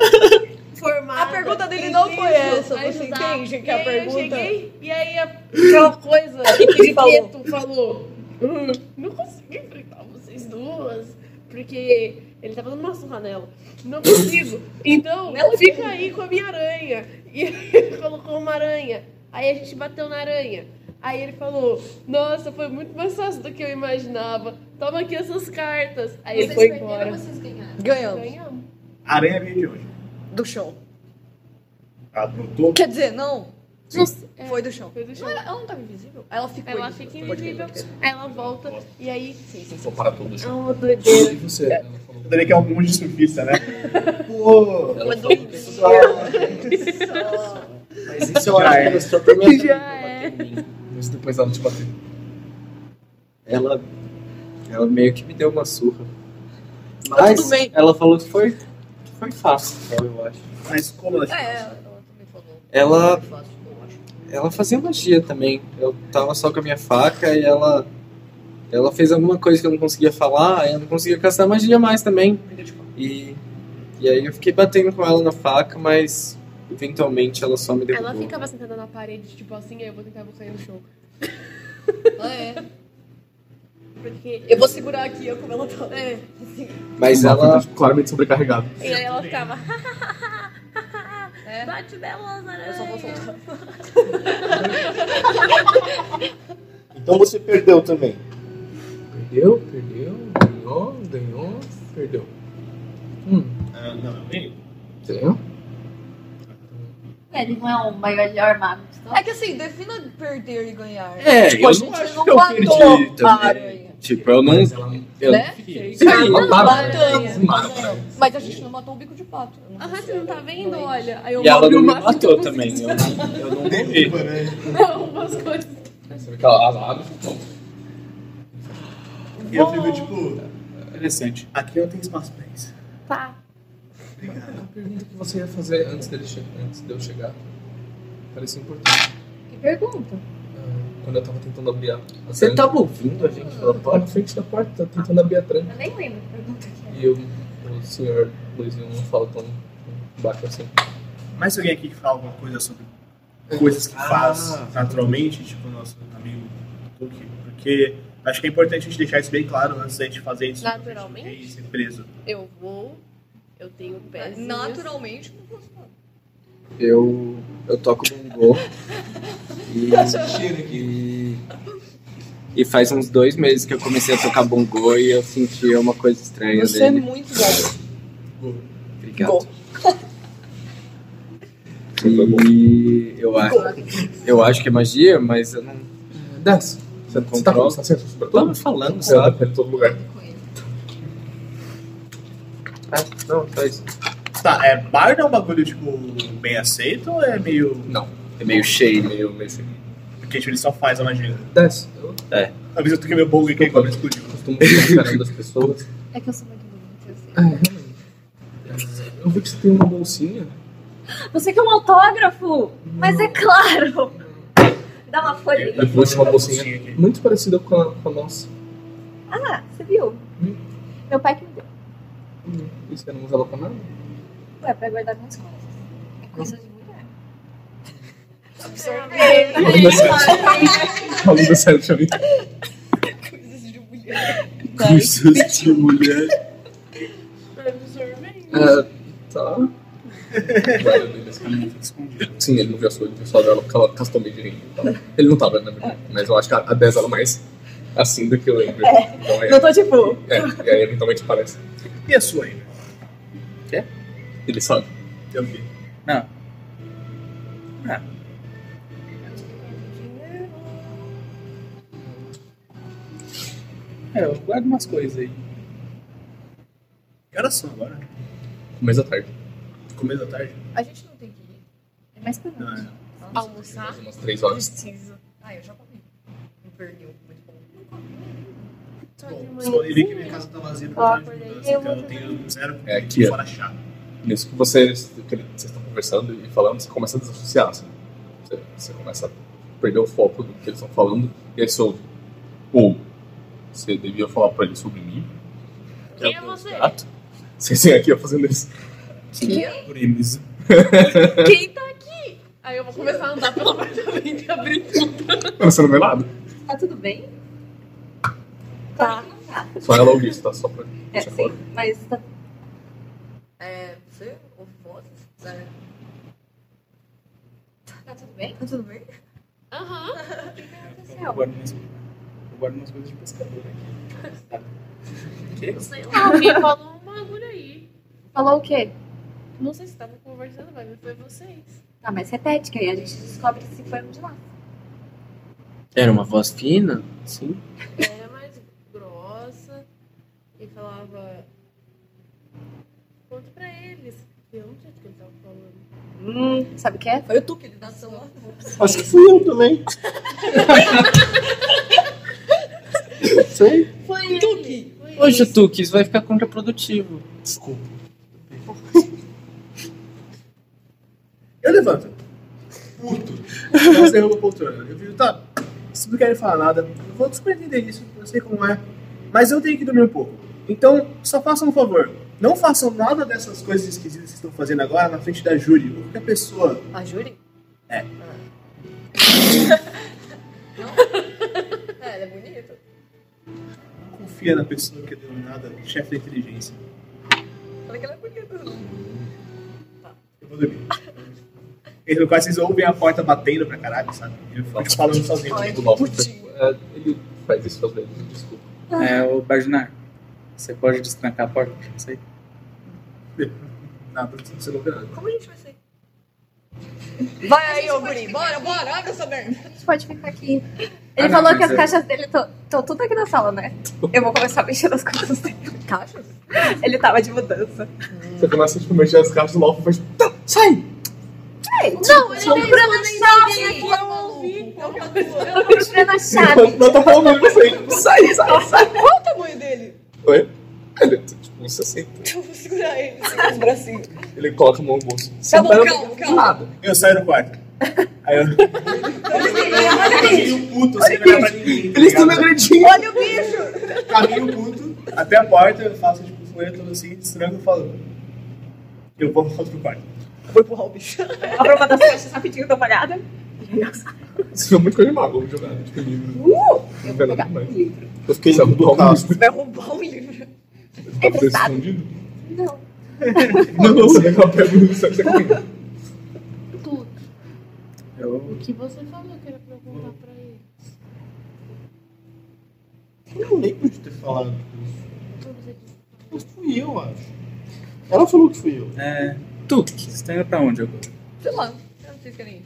Speaker 9: formado.
Speaker 17: A pergunta dele não foi essa, você entende que a pergunta-
Speaker 9: tá, Eu cheguei, e aí a- aquela coisa que
Speaker 17: Ele
Speaker 9: o
Speaker 17: falou. Uhum.
Speaker 9: Quieto falou. "Hum, não consigo enfrentar vocês duas, porque ele tá dando uma surra nela. Não consigo. Então, fica aí com a minha aranha. E ele colocou uma aranha. Aí a gente bateu na aranha. Aí ele falou: Nossa, foi muito mais fácil do que eu imaginava. Toma aqui essas cartas. Aí ele
Speaker 40: Vocês
Speaker 9: foi
Speaker 40: perderam
Speaker 9: embora.
Speaker 40: ou vocês ganharam?
Speaker 17: Ganhamos.
Speaker 9: Ganhamos.
Speaker 5: Aranha veio de onde?
Speaker 17: Do chão.
Speaker 5: Ah, do topo.
Speaker 17: Quer dizer, não. Não sei. Foi do chão.
Speaker 9: chão.
Speaker 17: Não, ela, ela não tava invisível? Ela ficou
Speaker 9: Ela
Speaker 17: invisível.
Speaker 9: fica
Speaker 17: Pode
Speaker 9: invisível,
Speaker 17: crer, pode crer.
Speaker 9: aí ela volta e aí. Sim, sim, sim.
Speaker 1: Vou parar tudo.
Speaker 9: É uma doideira.
Speaker 5: Eu daria que é um monge surfista, né? Pô!
Speaker 9: Uma
Speaker 1: Mas
Speaker 3: isso eu acho que ela só tem minha
Speaker 9: Já é.
Speaker 1: Mas depois ela te bateu.
Speaker 3: Ela, ela meio que me deu uma surra. Mas
Speaker 17: tudo bem.
Speaker 3: ela falou que foi, que foi fácil, então, eu acho.
Speaker 5: Mas como ela
Speaker 17: É, ela, ela também falou.
Speaker 3: Ela-
Speaker 17: Foi fácil, eu acho.
Speaker 3: Ela fazia magia também. Eu tava só com a minha faca e ela. Ela fez alguma coisa que eu não conseguia falar, aí eu não conseguia castar magia mais também. E, e aí eu fiquei batendo com ela na faca, mas eventualmente ela só me derrubou.
Speaker 9: Ela ficava sentada na parede, tipo assim, aí eu vou tentar sair no show.
Speaker 17: é.
Speaker 9: Porque.
Speaker 17: Eu vou segurar aqui, eu como ela tá.
Speaker 9: É.
Speaker 3: Mas
Speaker 1: ela. Tá Claramente sobrecarregada.
Speaker 9: E aí ela ficava.
Speaker 17: É.
Speaker 9: Bate belas
Speaker 17: Eu só vou soltar.
Speaker 13: Então você perdeu também.
Speaker 1: Perdeu, perdeu, ganhou, ganhou, perdeu.
Speaker 5: Ah, não, eu venho.
Speaker 1: Você ganhou?
Speaker 12: Ele não é o maior Então, mago.
Speaker 17: É que assim, defina perder e ganhar.
Speaker 3: É,
Speaker 17: tipo,
Speaker 3: eu
Speaker 17: a
Speaker 3: não
Speaker 17: gente
Speaker 3: acho
Speaker 17: não
Speaker 3: que eu
Speaker 17: matou
Speaker 3: perdi
Speaker 17: a
Speaker 3: também.
Speaker 17: aranha.
Speaker 3: Tipo, eu não. Eu,
Speaker 17: Né?
Speaker 3: Sim,
Speaker 17: Não,
Speaker 3: ela
Speaker 17: matamos,
Speaker 3: tava-
Speaker 17: matamos. Mas a gente não matou o bico de pato. Eu não
Speaker 9: Ah, você não tá vendo? Olha. Aí eu
Speaker 3: E ela
Speaker 9: abro
Speaker 3: não me
Speaker 9: uma-
Speaker 3: matou também. Eu, eu não morri.
Speaker 9: Não, umas coisas.
Speaker 1: Você vê que ela ela abre. pum.
Speaker 5: E eu fico tipo. Interessante. Aqui eu tenho espaço pra isso.
Speaker 9: Tá.
Speaker 1: Uma pergunta que você ia fazer antes, dele che- antes de eu chegar. Parecia importante.
Speaker 12: Que pergunta.
Speaker 1: Quando eu tava tentando abrir a. Ah, tá, a
Speaker 3: Você
Speaker 1: tranca.
Speaker 3: tava ouvindo a gente pela
Speaker 1: Tava na
Speaker 3: porta?
Speaker 1: frente da porta, tentando abrir a tranca.
Speaker 12: Eu nem lembro que pergunta que
Speaker 1: E eu, o senhor Luizinho não fala tão baixo assim.
Speaker 5: Mas se alguém aqui fala alguma coisa sobre coisas que faz naturalmente, tipo o nosso amigo Tuque, porque acho que é importante a gente deixar isso bem claro antes da gente fazer isso e
Speaker 9: Naturalmente,
Speaker 5: ser preso.
Speaker 9: eu vou. Eu tenho pés.
Speaker 17: Naturalmente, não
Speaker 3: Eu, eu toco bongô. e, e, e faz uns dois meses que eu comecei a tocar bongô e eu sentia uma coisa estranha
Speaker 17: Você é
Speaker 3: nele.
Speaker 17: muito bom.
Speaker 3: Obrigado. E eu acho, eu acho que é magia, mas eu não.
Speaker 1: Desce. Você, você tá
Speaker 3: controla.
Speaker 1: você tá certo sobre
Speaker 3: Tava
Speaker 1: tudo?
Speaker 3: falando,
Speaker 1: Você anda
Speaker 3: sabe?
Speaker 1: pra todo lugar.
Speaker 3: Ah, não, faz.
Speaker 5: Tá, é bar é um bagulho, tipo, bem aceito ou é meio.
Speaker 1: Não.
Speaker 3: É meio cheio.
Speaker 1: Meio, meio cheio.
Speaker 5: Porque tipo, ele só faz a magia.
Speaker 1: Desce. Eu
Speaker 3: É.
Speaker 5: Talvez eu toquei meu bongo e que agora explodiu.
Speaker 1: costumo ficar encarando as pessoas.
Speaker 12: é. É que eu sou muito bonita, eu sei.
Speaker 1: Ah, realmente. Eu vi que você tem uma bolsinha.
Speaker 12: Você quer um autógrafo? Mas é claro! Dá uma folha
Speaker 1: Eu
Speaker 12: aí.
Speaker 1: trouxe uma bolsinha muito parecida com a, com a nossa.
Speaker 12: Ah, você viu? Meu pai que me deu.
Speaker 1: Hum, E você não usa ela pra nada?
Speaker 12: Ué, pra guardar minhas coisas. É coisa de mulher.
Speaker 1: Falando
Speaker 9: É.
Speaker 41: É.
Speaker 1: sério. Falando sério, deixa eu ver.
Speaker 3: Coisas de mulher.
Speaker 41: É,
Speaker 1: Ah, tá. Sim, ele não viu a sua, ele viu só a dela porque ela castou meio de ringue. Então. Ele não tava, na verdade. Mas eu acho que a, a 10 ela mais assim do que eu lembro.
Speaker 41: É.
Speaker 1: Então é.
Speaker 41: Eu tô tipo.
Speaker 1: É, e aí eventualmente parece.
Speaker 5: E a sua aí,
Speaker 1: Ele sabe.
Speaker 5: Eu vi.
Speaker 7: Não. É, eu guardo umas coisas aí.
Speaker 5: Que horas são agora?
Speaker 1: Começo da tarde.
Speaker 5: Começo da tarde?
Speaker 17: A gente não tem que ir.
Speaker 12: É mais pra
Speaker 5: Não,
Speaker 12: nós.
Speaker 5: é.
Speaker 17: Almoçar?
Speaker 1: Umas 3 horas.
Speaker 17: Precisa. Ah, eu já comi. Um pernil, muito bom.
Speaker 9: Só de
Speaker 5: Só ele vê que
Speaker 9: manhãzinha.
Speaker 5: minha casa tá vazia por
Speaker 9: Ó,
Speaker 5: causa de
Speaker 9: por aí
Speaker 5: mudança,
Speaker 9: eu
Speaker 5: então eu
Speaker 9: vou
Speaker 5: tenho zero
Speaker 1: É aqui, ó.
Speaker 5: fora chá.
Speaker 1: Nisso que vocês que vocês estão conversando e falando, você começa a desassociar. Assim. Você Você, você começa a perder o foco do que eles estão falando. E aí você ouve. Ou você devia falar pra ele sobre mim.
Speaker 9: Quem é você?
Speaker 1: Gato. Vocês têm aqui ó, fazendo isso.
Speaker 9: Quem?
Speaker 1: Primes.
Speaker 9: Quem tá aqui? Aí eu vou começar a andar pelo apartamento e abrir tudo.
Speaker 1: Mano, você não vê nada.
Speaker 42: Tá tudo bem?
Speaker 12: Tá.
Speaker 1: Só ela ouve isso, tá? Só pra.
Speaker 42: É, sim, mas tá.
Speaker 43: É, você ouve vozes? É.
Speaker 42: Tá tudo bem? Tá tudo bem?
Speaker 43: Aham. O que
Speaker 7: Eu guardo umas, eu guardo umas coisas de pescador aqui. Sabe? Que?
Speaker 9: Sei lá, alguém falou um bagulho aí.
Speaker 12: Falou o quê?
Speaker 9: Não sei se tava conversando, mas foi vocês.
Speaker 12: Ah, mas repete, que aí a gente descobre se foi um de lá.
Speaker 3: Era uma voz fina? Sim.
Speaker 9: Ela era mais grossa e falava. Conta pra eles. Eu não sei o que ele tava falando.
Speaker 12: Hum, sabe o que é?
Speaker 42: Foi o tu que ele dançou lá.
Speaker 13: Acho que fui eu também.
Speaker 3: Sei.
Speaker 9: Foi
Speaker 42: Tuque.
Speaker 3: Hoje, Tuque, isso vai ficar contraprodutivo. Desculpa.
Speaker 5: Eu levanto. Puto. Ela derruba a poltrona. Eu digo, tá, vocês não querem falar nada. Eu vou super entender isso, eu sei como é. Mas eu tenho que dormir um pouco. Então, só façam um favor. Não façam nada dessas coisas esquisitas que vocês estão fazendo agora na frente da júri. ou Qualquer pessoa.
Speaker 42: A Júri?
Speaker 17: Ah.
Speaker 5: É.
Speaker 9: É, ela é bonita.
Speaker 5: Não confia na pessoa que é denominada chefe da inteligência.
Speaker 9: Falei que ela é bonita.
Speaker 5: Eu vou dormir. Entre no quarto, vocês ouvem a porta batendo pra caralho, sabe? Eu fico falando sozinho.
Speaker 1: O Lopes, é, ele faz isso às vezes, desculpa.
Speaker 12: Ah.
Speaker 7: É, o Bajunar, você pode destrancar a porta? Não sei.
Speaker 5: Nada, você não vê nada.
Speaker 9: Como a gente vai sair?
Speaker 17: Vai aí, ô guri. Bora, bora. Abre essa merda.
Speaker 12: A gente pode ficar aqui. Ele
Speaker 17: Ah, não,
Speaker 12: falou que
Speaker 17: mas
Speaker 12: as
Speaker 17: é-
Speaker 12: caixas dele estão tudo aqui na sala, né? Eu vou começar a mexer nas coisas dele.
Speaker 42: Caixas?
Speaker 12: Ele tava de mudança.
Speaker 1: Você começa tipo, a mexer as caixas, o Lopes faz. Tá, sai!
Speaker 12: Não, ele
Speaker 42: Não, pra
Speaker 12: comprando
Speaker 42: mandar
Speaker 12: chave!
Speaker 42: ninguém aqui, eu ouvi.
Speaker 12: Eu tô tirando a chave.
Speaker 1: Não, não tá falando com você. Sai, sai, sai!
Speaker 17: Qual o tamanho dele?
Speaker 1: Oi? Ele é tipo um 60.
Speaker 17: Eu vou segurar ele, segurar os bracinhos.
Speaker 1: Ele coloca a mão no bolso.
Speaker 17: Tá bom, calma, calma.
Speaker 5: Eu saio do quarto. Aí eu. tá Caminho puto, assim, é sem olhar pra ninguém.
Speaker 1: tá
Speaker 5: Eles estão me agredindo.
Speaker 17: Olha o bicho.
Speaker 5: Caminho puto até a porta, eu faço tipo fuleira todo assim, estranho, eu falo. Eu vou pro outro quarto.
Speaker 17: Vou empurrar o bicho.
Speaker 44: Abra uma das caixas rapidinho, dá uma olhada.
Speaker 1: Isso foi muito coisa de mago, jogado. Tipo, livro.
Speaker 44: Uh!
Speaker 1: Não vê nada mais. Eu fiquei indo do
Speaker 13: Você
Speaker 1: vai
Speaker 17: roubar um livro.
Speaker 1: Tá preso escondido?
Speaker 12: Não.
Speaker 1: Não, não, você vê que ela pega o saco você comigo.
Speaker 43: Tu,
Speaker 7: Eu
Speaker 43: o que você falou que era pra eu contar pra ele?
Speaker 13: Eu não lembro de ter falado disso.
Speaker 43: Então você disse,
Speaker 13: Mas fui eu, acho. Ela falou que fui eu.
Speaker 7: É. Tu, vocês estão indo pra onde agora?
Speaker 17: Sei lá. Eu não sei se querem ir.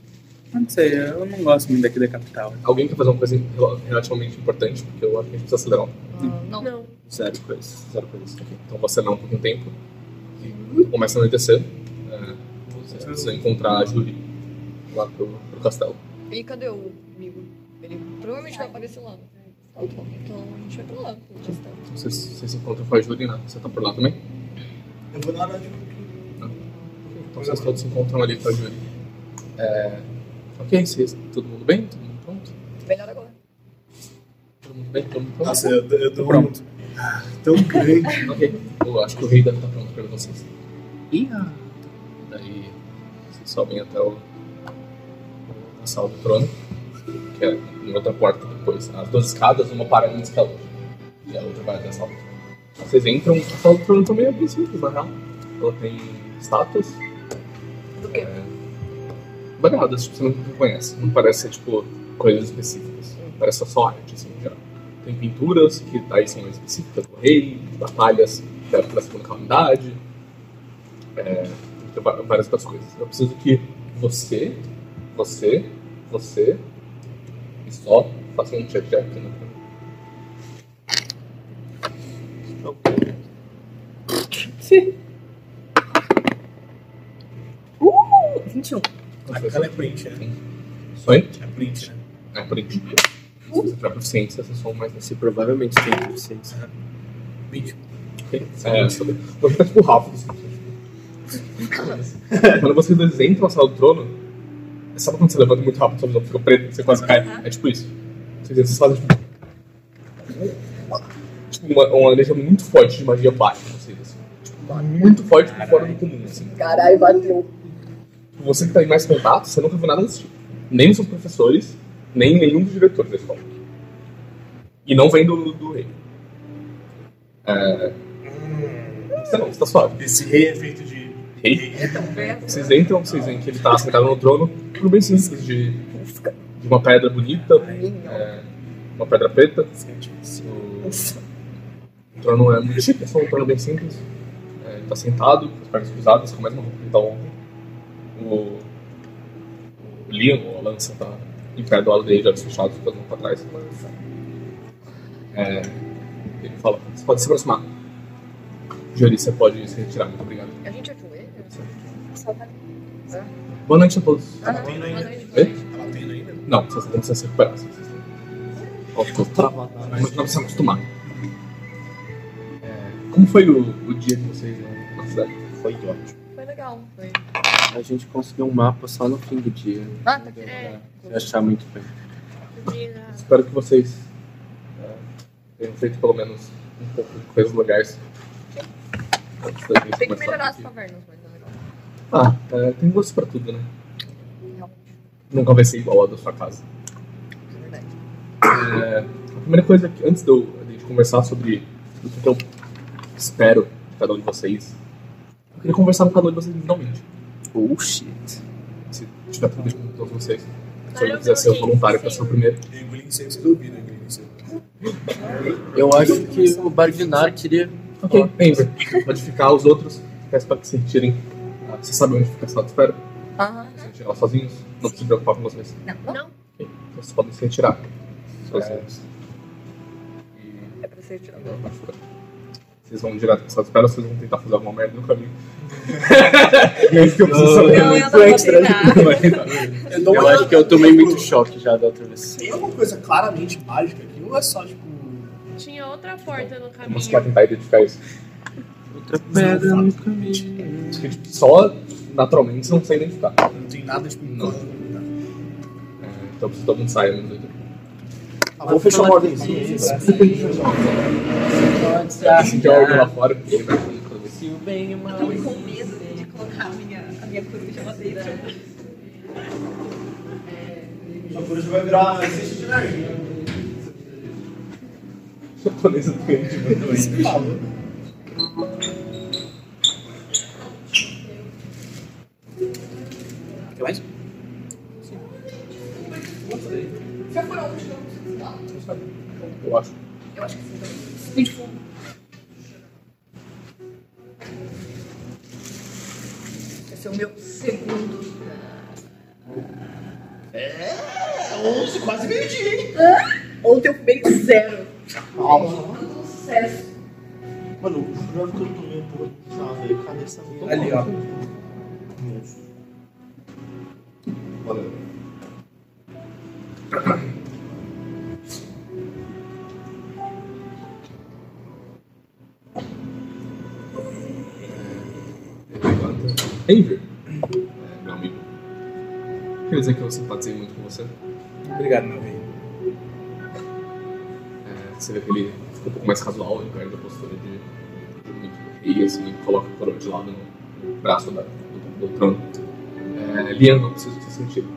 Speaker 7: Não sei, eu não gosto muito daqui da capital.
Speaker 1: Alguém quer fazer uma coisa rel- relativamente importante? Porque eu acho que a gente precisa acelerar. um
Speaker 42: Não.
Speaker 1: Zero coisas. Zero coisas. Ok. Então você não por um tempo. E começa a anoitecer. É, vocês precisam encontrar a Julie lá pro, pro castelo.
Speaker 17: E cadê o amigo? Ele provavelmente vai aparecer lá. Então a gente tá vai pra lá. pro castelo.
Speaker 1: Então Vocês, vocês se encontram com a Julie, né? Você tá por lá também?
Speaker 5: Eu vou na hora de.
Speaker 1: Então vocês todos se encontram ali com a Julie. É, ok, vocês, todo mundo bem? Todo mundo pronto?
Speaker 17: Melhor agora.
Speaker 1: Todo mundo bem? Todo mundo pronto?
Speaker 5: Nossa, eu, eu tô
Speaker 1: Pronto.
Speaker 5: tão grande.
Speaker 1: Ok. Eu acho que o rei deve estar pronto para vocês. Ia. Daí vocês sobem até o, a sala do trono, que é em outra porta depois. As duas escadas, uma para antes que a outra. E a outra vai até a sala. Vocês entram, a sala do trono também é bem simples, na real. Ela tem estátuas.
Speaker 17: Do quê?
Speaker 1: Bagadas, tipo, você não reconhece. Não parece ser, tipo, coisas específicas. Parece só arte, assim, em geral. Tem pinturas, que tá daí são específicas do rei, batalhas que eram pra segunda calamidade. É, tem va- várias outras coisas. Eu preciso que você, você, você e só façam um check-check. Né?
Speaker 44: Uh! 21.
Speaker 5: Aquela é print, né?
Speaker 1: Oi?
Speaker 5: É print, né?
Speaker 1: É por aí. Se você tiver proficiência, você soma mais
Speaker 3: Você provavelmente tem proficiência.
Speaker 5: 20.
Speaker 1: Ok? É, sobre- vou ficar tipo rápido. assim. Quando vocês dois entram na sala do trono, Sabe quando você levanta muito rápido, sua visão fica preta, você quase cai? É tipo isso. Vocês vocês fazem tipo. Tipo, uma, uma energia muito forte de magia bate em vocês. Assim. Tipo, muito forte por fora do comum, assim.
Speaker 8: Caralho, bateu.
Speaker 1: Você que tá em mais contato, você nunca viu nada desse tipo. Nem os seus professores, nem nenhum dos diretores da escola. E não vem do, do rei. É... Você não, você tá suave.
Speaker 5: Esse rei é feito de.
Speaker 1: Rei? Vocês entram, vocês veem que ele tá sentado no trono, tudo bem simples, de, de uma pedra bonita, é, uma pedra preta. O trono é muito chique, é só um trono bem simples. É, ele tá sentado, com as pernas cruzadas, com a mesma roupa que ele tá ontem. O, o Liam, ou a lança, tá em pé do lado dele, de olhos fechados, com as mãos pra trás. É, ele fala, você pode se aproximar. Jori, você pode se retirar, muito obrigado.
Speaker 8: A
Speaker 17: é
Speaker 8: gente ajoelha?
Speaker 6: Só tá-
Speaker 1: Boa noite a todos.
Speaker 6: Tá batendo ainda?
Speaker 1: Oi?
Speaker 13: Tá
Speaker 1: Não, vocês estão precisando se recuperar. Vocês estão... Ó, ficou travado, mas não precisa acostumar. É, Como foi o, o dia de vocês na, na cidade?
Speaker 13: Foi ótimo.
Speaker 8: Foi legal.
Speaker 9: É.
Speaker 8: Foi.
Speaker 3: A gente conseguiu um mapa só no fim do dia.
Speaker 8: Ah, tá aqui. É.
Speaker 3: Se achar muito bem.
Speaker 1: Espero que vocês é, tenham feito pelo menos um pouco de coisas legais. Antes da
Speaker 8: Tem
Speaker 1: gente
Speaker 8: que
Speaker 1: começar.
Speaker 8: melhorar as cavernas, mas é legal.
Speaker 1: Ah, é, tem gosto pra tudo, né?
Speaker 8: Realmente,
Speaker 1: Nunca vai ser igual a da sua casa.
Speaker 8: é verdade.
Speaker 1: É, a primeira coisa que, antes de eu de a gente conversar sobre o que que eu espero de cada um de vocês, eu queria conversar com cada um de vocês individualmente.
Speaker 8: Oh,
Speaker 1: Bullshit. Se tiver tudo bem com todos vocês. Se alguém quiser ser o voluntário pra ser o primeiro.
Speaker 5: Eu engoli incenso e dormi, né? Engoli incenso.
Speaker 3: Eu acho que o Bardinar queria.
Speaker 1: Ok, Amber. Pode ficar os outros. Peço pra que se retirem. Ah, Vocês sabem onde fica a sala de espera?
Speaker 8: Aham.
Speaker 1: Vocês retiram lá sozinhos. Não precisa se preocupar com vocês.
Speaker 8: Não, não.
Speaker 1: Ok, Então, Vocês podem se retirar. Sozinhos.
Speaker 8: É pra ser tirado.
Speaker 1: Vocês vão direto com essas pedras, vocês vão tentar fazer alguma merda no caminho. é isso que eu preciso saber.
Speaker 8: Não, eu não vou
Speaker 1: Extra.
Speaker 3: Eu, acho que eu tomei muito choque já da outra vez.
Speaker 5: Tem alguma coisa claramente mágica aqui? Ou é só, tipo.
Speaker 9: Tinha outra porta no caminho.
Speaker 1: Você vai tentar identificar isso.
Speaker 3: Outra
Speaker 1: pedra no caminho. tipo, Só naturalmente você não consegue identificar. Então,
Speaker 5: Não tem nada, tipo, não.
Speaker 1: É, então precisa todo mundo sair. menos eu.
Speaker 13: Ah, vou fechar uma ordemzinha aí.
Speaker 8: Ah,
Speaker 1: Se tiver alguém
Speaker 8: tá.
Speaker 1: lá fora, ele vai fazer tudo.
Speaker 3: Se o bem e o mal.
Speaker 2: Eu tô com medo de colocar a minha, a minha coruja lá dentro.
Speaker 4: A coruja vai virar uma cesta de energia.
Speaker 1: Japonesa doente, meu doente.
Speaker 5: Quer mais?
Speaker 8: Já foi onde não precisa
Speaker 1: Eu acho.
Speaker 8: Eu acho que sim.
Speaker 6: Esse é o meu segundo.
Speaker 4: É, 11, quase meio-dia, hein?
Speaker 8: Ontem eu fumei zero.
Speaker 6: Sucesso.
Speaker 4: Mano, o pior que eu tomei um pouco. Ah, velho, cadê essa merda?
Speaker 38: Ali, ó.
Speaker 4: Valeu.
Speaker 1: Enver, é, meu amigo. Quer dizer que eu simpatizei muito com você.
Speaker 7: Obrigado, meu rei.
Speaker 1: É, você vê que ele fica um pouco mais casual, ele perde a postura de, de muito rei, assim, e coloca a coroa de lado no braço da- do, do trono. É, Lian, não preciso ter sentido.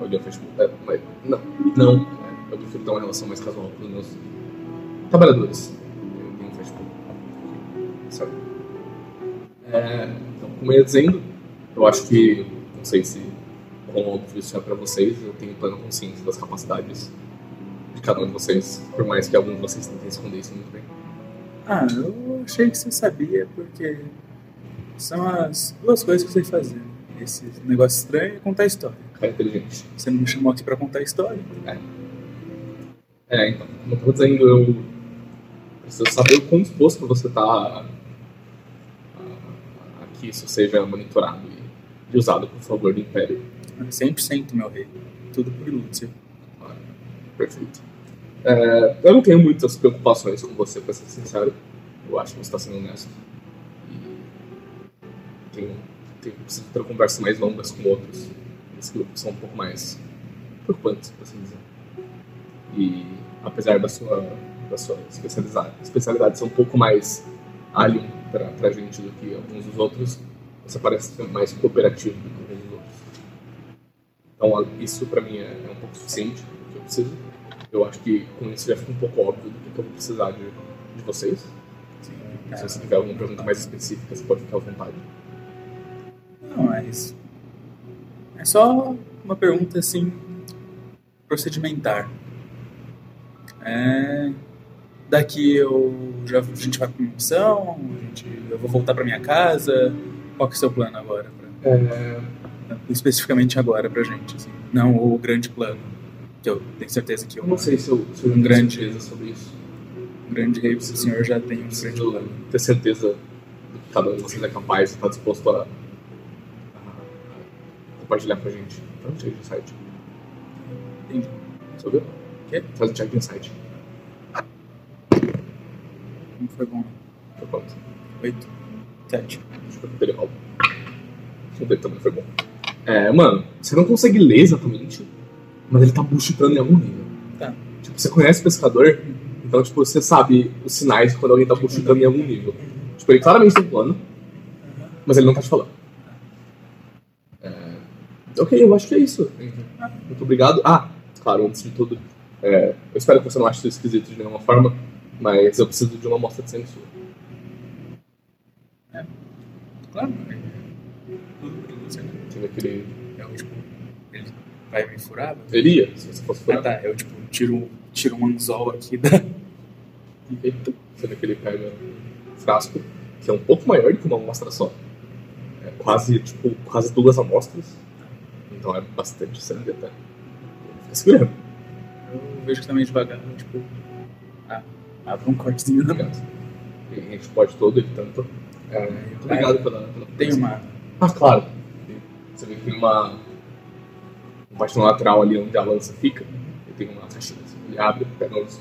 Speaker 1: O Lian fez tipo, é, mas, não, não. é, eu prefiro dar uma relação mais casual com os meus trabalhadores. O Lian fez tipo, sabe? É, então, como eu ia dizendo, eu acho que, não sei se quão óbvio isso é pra vocês, eu tenho plena consciência das capacidades de cada um de vocês, por mais que algum de vocês tentem esconder isso muito bem.
Speaker 7: Ah, eu achei que você sabia, porque são as duas coisas que eu sei fazer. Esse negócio estranho é contar história.
Speaker 1: É inteligente.
Speaker 7: Você não me chamou aqui pra contar história?
Speaker 1: É. É, então, como eu tô dizendo, eu preciso saber o quão exposto você tá a, a que isso seja monitorado e, e usado por favor do Império.
Speaker 7: é 100% meu rei. Tudo por Lúcia.
Speaker 1: Perfeito. É, eu não tenho muitas preocupações com você, pra ser sincero. Eu acho que você está sendo honesto. E tenho, tenho, preciso ter conversas mais longas com outros. Esses grupos são um pouco mais preocupantes, por assim dizer. E apesar da sua, da sua especialidade, especialidade ser um pouco mais alien pra, pra gente do que alguns dos outros, você parece ser mais cooperativo do que alguns dos outros. Então a- isso pra mim é, é um pouco suficiente do que eu preciso. Eu acho que com isso já fica um pouco óbvio do que eu vou precisar de, de vocês. então, Se você tiver alguma pergunta mais específica, você pode ficar à vontade.
Speaker 7: Não, é isso. É só uma pergunta assim procedimentar. É, daqui eu já a gente vai pra uma missão, a gente, eu vou voltar pra minha casa. Qual que é o seu plano agora? pra-
Speaker 1: É.
Speaker 7: Especificamente agora pra gente, assim. Não o grande plano. Que eu tenho certeza que eu.
Speaker 1: Não sei se eu, se eu
Speaker 7: um grande
Speaker 1: certeza sobre isso.
Speaker 7: Um grande rei, o senhor já tem um grande plano.
Speaker 1: Ter certeza do que cada um de vocês é capaz e está disposto a, a- a compartilhar com a gente. Faz um check de insight.
Speaker 7: Entendi.
Speaker 1: Você ouviu? Quê? Faz um check de insight.
Speaker 7: Não foi bom.
Speaker 1: Foi quanto?
Speaker 7: Oito. Sete.
Speaker 1: Acho que eu dei mal. O dele também foi bom. É, mano, você não consegue ler exatamente, mas ele tá buchitando em algum nível.
Speaker 7: Tá.
Speaker 1: Tipo, você conhece o pescador, então, tipo, você sabe os sinais quando alguém tá buchitando em algum nível. Tipo, ele claramente tem um plano, mas ele não tá te falando. É, Ok, eu acho que é isso. Muito obrigado. Ah, claro, antes de tudo, é, eu espero que você não ache isso esquisito de nenhuma forma, mas eu preciso de uma amostra de sangue sua.
Speaker 7: Claro. Tudo pra você.
Speaker 1: Tive aquele.
Speaker 7: Eu, tipo, ele vai me furar?
Speaker 1: Ele ia, se você fosse furar.
Speaker 7: Ah, tá. Eu, tipo, tiro, tiro um anzol aqui da.
Speaker 1: Eita, sendo que ele pega um frasco, que é um pouco maior do que uma amostra só. É quase, tipo, quase duas amostras. Então é bastante sangue até. Ele fica segurando.
Speaker 7: Eu vejo que também devagar, tipo. Ah, abre um cortezinho da
Speaker 1: mão. tá E a gente pode todo, ele tanto. É, muito obrigado pela, pela
Speaker 7: Tem uma.
Speaker 1: Ah, claro. Você vê que tem uma. Um bastão lateral ali onde a lança fica. E tem uma caixinha. assim. Ele abre, pega os.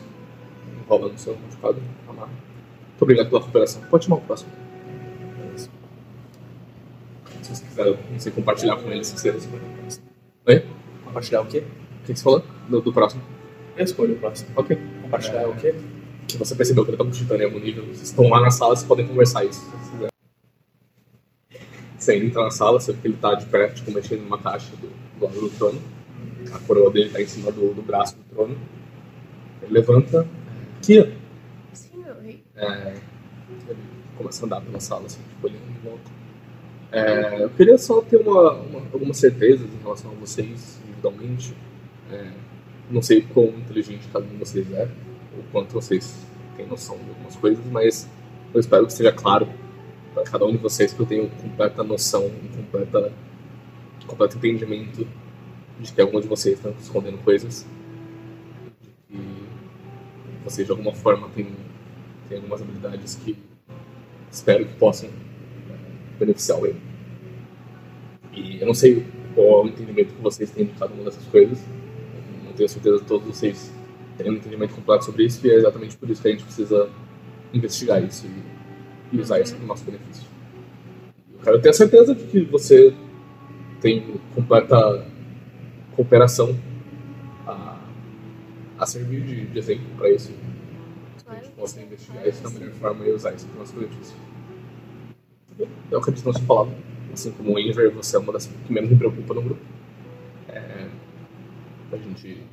Speaker 1: enrola no seu machucado, amarra. Muito obrigado pela cooperação. Pode chamar o próximo. É Se você quiser, eu não sei, compartilhar com ele, se você. Oi?
Speaker 7: Compartilhar o quê?
Speaker 1: O que você falou? Do, do próximo.
Speaker 7: Eu escolho o próximo.
Speaker 1: Ok. É.
Speaker 7: Compartilhar o quê?
Speaker 1: Que você percebeu que ele tá mochitando em algum nível. Vocês estão lá na sala, vocês podem conversar isso, se vocês quiserem. Você entra na sala, você vê que ele tá de perto, tipo, mexendo numa caixa do, do lado do trono. A coroa dele tá em cima do, do braço do trono. Ele levanta. Kia!
Speaker 16: Sim, meu rei.
Speaker 1: É, ele começa a andar pela sala, assim, tipo, olhando em volta. É, eu queria só ter uma, uma- algumas certezas em relação a vocês individualmente. É, não sei quão inteligente cada um de vocês é, ou quanto vocês têm noção de algumas coisas, mas eu espero que seja claro para cada um de vocês que eu tenho completa noção, e completa, completo entendimento de que algum de vocês está escondendo coisas. E vocês, de alguma forma, têm, têm algumas habilidades que espero que possam beneficiar ele. E eu não sei qual é o entendimento que vocês têm de cada uma dessas coisas. Eu Não tenho certeza de todos vocês têm um entendimento completo sobre isso, e é exatamente por isso que a gente precisa investigar isso e, e usar isso para o nosso benefício. Eu quero ter a certeza de que você tem completa cooperação a, a servir de, de exemplo para isso. Que a gente possa investigar isso da melhor forma e usar isso para o nosso benefício. É Eu acredito na sua palavra. Assim como o Enver, você é uma das que menos me preocupa no grupo. É, a gente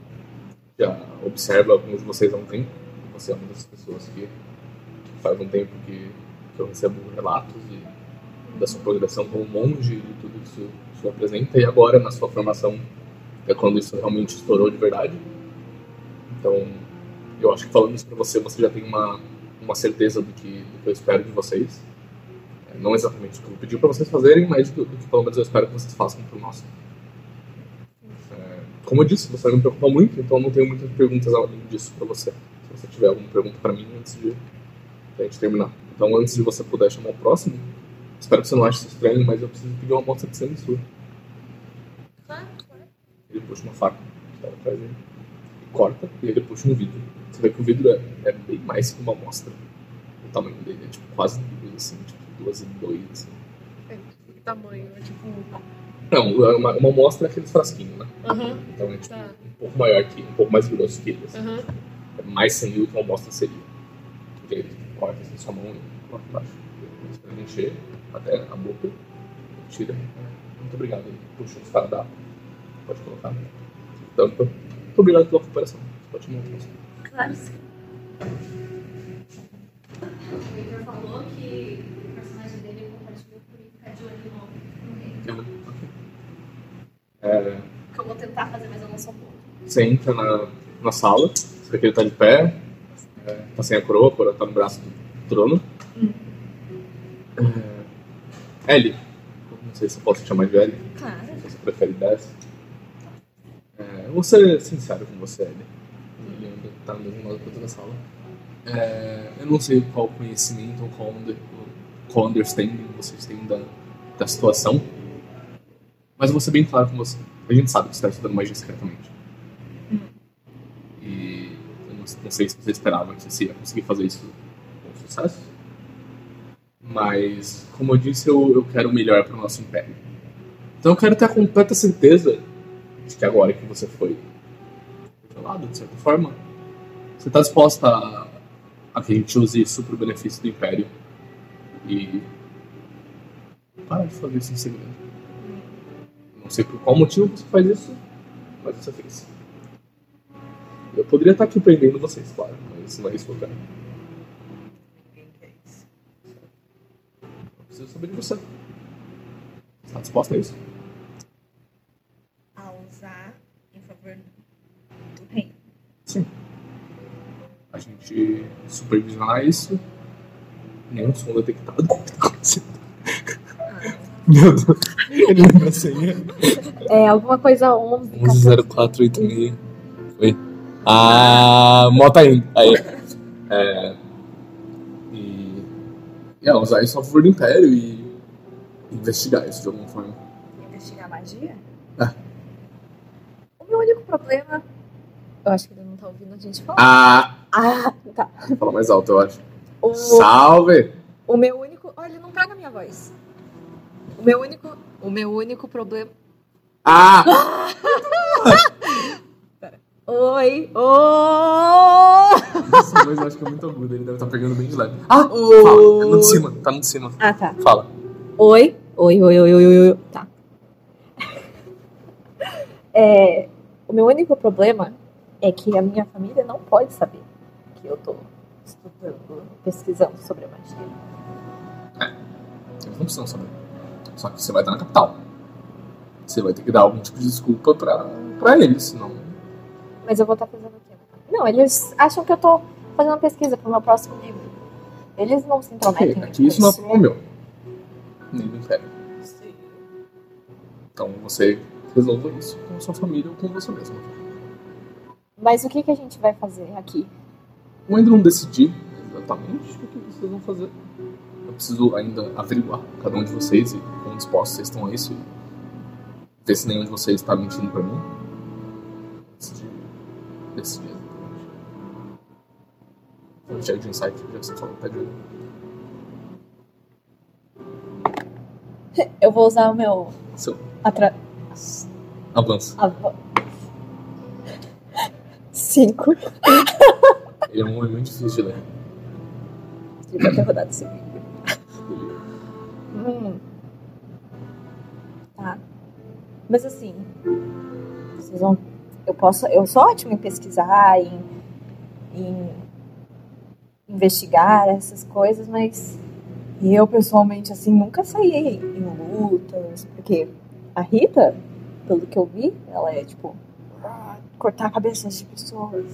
Speaker 1: já observa alguns de vocês há um tempo. Você é uma das pessoas que, que faz um tempo que, que eu recebo relatos e da sua progressão como monge e de tudo que isso, isso apresenta. E agora, na sua formação, é quando isso realmente estourou de verdade. Então, eu acho que falando isso pra você, você já tem uma, uma certeza do que, do que eu espero de vocês. É, Não exatamente o que eu pedi pra vocês fazerem, mas do, do que pelo menos eu espero que vocês façam pro nosso. É, como eu disse, você não me preocupa muito, então não tenho muitas perguntas além disso pra você. Se você tiver alguma pergunta pra mim antes de de a gente terminar. Então, antes de você puder chamar o próximo, espero que você não ache isso estranho, mas eu preciso pedir uma amostra de sangue sua.
Speaker 16: Claro, claro.
Speaker 1: Ele puxa uma faca Então, que tava atrás dele, corta e ele puxa um vidro. Você vê que o vidro é, é bem mais que uma amostra. O tamanho dele é tipo quase duas, assim, tipo duas e dois. Assim.
Speaker 16: É, tipo, que tamanho? É tipo.
Speaker 1: Não, é uma, uma amostra é aqueles frasquinhos, né?
Speaker 45: Aham.
Speaker 1: Então é tipo,
Speaker 45: Tá.
Speaker 1: um pouco maior que, um pouco mais grosso que eles.
Speaker 45: Aham.
Speaker 1: É mais senil que uma amostra seria. E aí ele corta assim sua mão e coloca embaixo. Começa pra encher até a boca. Tira. Muito obrigado. Ele puxa o fardado. Pode colocar. Então, muito obrigado pela cooperação. Pode montar.
Speaker 12: Claro. O Victor falou que o personagem dele compartilhou por de olho no rei.
Speaker 1: É,
Speaker 12: Que eu vou tentar fazer, mas eu não sou boa.
Speaker 1: Você entra na, na sala, você vê que ele tá de pé, é, tá sem a coroa, a coroa tá no braço do trono. É, Ellie, não sei se eu posso te chamar de Ellie,
Speaker 12: Claro.
Speaker 1: se você prefere dessa. É, eu vou ser sincero com você, Ellie. Ele ainda tá no mesmo lado que eu tô na sala. É, eu não sei qual conhecimento ou qual, under, qual understanding vocês têm da, da situação, mas eu vou ser bem claro com você. A gente sabe que você está estudando magia secretamente. E eu não, não sei se você esperava que você ia conseguir fazer isso com sucesso. Mas, como eu disse, eu, eu quero o melhor para o nosso império. Então eu quero ter a completa certeza de que agora que você foi controlado, de certa forma, você está disposta a, a que a gente use isso para o benefício do império. E. Para de fazer isso em segredo. Não sei por qual motivo você faz isso, mas você fez. Eu poderia estar aqui prendendo vocês, claro, mas não é isso que eu quero. Eu preciso saber de você. Você está disposta a isso?
Speaker 17: a usar em favor do reino.
Speaker 1: Sim. A gente supervisionar isso. Nenhum som detectado.
Speaker 17: Ah,
Speaker 1: Meu Deus. assim,
Speaker 46: Ele lembra a
Speaker 1: né?
Speaker 46: senha.
Speaker 9: É, alguma coisa 11.
Speaker 47: 1104 e Oi. Ah, mota aí. Aí.
Speaker 1: É, e, é, usar isso a favor do Império e investigar isso de alguma forma.
Speaker 17: Investigar magia?
Speaker 1: Ah.
Speaker 17: O meu único problema. Eu acho que ele não tá ouvindo a gente falar.
Speaker 1: Ah,
Speaker 17: Ah, tá.
Speaker 1: fala mais alto, eu acho.
Speaker 17: O-
Speaker 1: Salve!
Speaker 17: O meu único. Olha, ele não pega a minha voz. O meu único. O meu único problema.
Speaker 1: Ah!
Speaker 17: Oi! Oh!
Speaker 1: Essa voz eu acho que é muito aguda, ele deve estar pegando bem de leve. Ah!
Speaker 17: Oi.
Speaker 1: Fala, tá de cima, tá de cima.
Speaker 17: Ah, tá.
Speaker 1: Fala.
Speaker 17: Oi! Oi, oi, oi, oi, oi, oi. Tá. É, o meu único problema é que a minha família não pode saber que eu tô estudando, pesquisando sobre a magia.
Speaker 1: Eles não precisam saber. Só que você vai estar na capital. Você vai ter que dar algum tipo de desculpa pra, pra eles, senão.
Speaker 9: Mas eu vou
Speaker 12: tá
Speaker 9: estar fazendo o quê? Não, eles acham que eu tô fazendo uma pesquisa pro meu próximo livro. Eles não se
Speaker 1: Ok,
Speaker 9: intrometem.
Speaker 1: aqui isso não é problema meu. Nem do Império. Então você resolva isso com a sua família ou com você mesmo.
Speaker 9: Mas o que, que a gente vai fazer aqui?
Speaker 1: Eu ainda não decidi exatamente o que vocês vão fazer. Eu preciso ainda averiguar cada um de vocês e quão dispostos vocês estão a isso. E ver se nenhum de vocês está mentindo pra mim. Antes de decidir exatamente. Vou chegar de insight, já que você falou, tá de olho.
Speaker 17: Eu vou usar o meu.
Speaker 1: Seu
Speaker 17: Atra... ah,
Speaker 1: avanço.
Speaker 17: ava- Cinco.
Speaker 1: Ele é um homem muito difícil de ler.
Speaker 17: Devia ter rodado cinco. Hum. Tá. Mas assim, vocês vão. Eu posso. Eu sou ótima em pesquisar, em, em investigar essas coisas, mas eu pessoalmente assim nunca saí em lutas, porque a Rita, pelo que eu vi, ela é tipo ah, cortar cabeças de pessoas.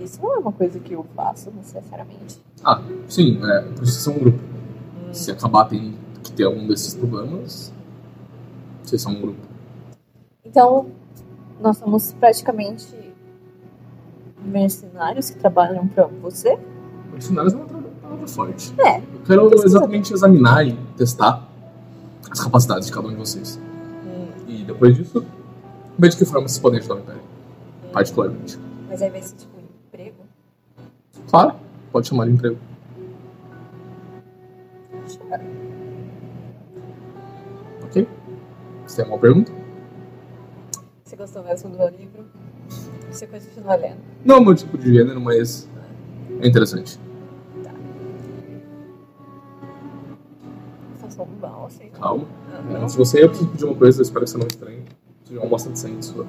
Speaker 17: Isso não é uma coisa que eu faço necessariamente.
Speaker 1: Ah, sim, é, precisa ser um grupo. Se acabar tendo que ter algum desses problemas, vocês são um grupo.
Speaker 17: Então, nós somos praticamente mercenários que trabalham pra você?
Speaker 1: Mercenários é uma palavra forte.
Speaker 17: É.
Speaker 1: Eu quero exatamente examinar e testar as capacidades de cada um de vocês. E depois disso, ver de que forma vocês podem ajudar o Império. Particularmente.
Speaker 17: Mas aí vai ser tipo um emprego?
Speaker 1: Claro, pode chamar de emprego. Ok? Você Essa é uma pergunta?
Speaker 48: Você gostou mesmo do meu livro?
Speaker 17: é
Speaker 48: Você continua lendo.
Speaker 1: Não é o meu tipo de gênero, mas é interessante.
Speaker 48: Só sou um mal, assim.
Speaker 1: Calma. Antes de Né? você, eu preciso pedir uma coisa, eu espero que você não estranhe. Preciso de uma amostra de sangue sua.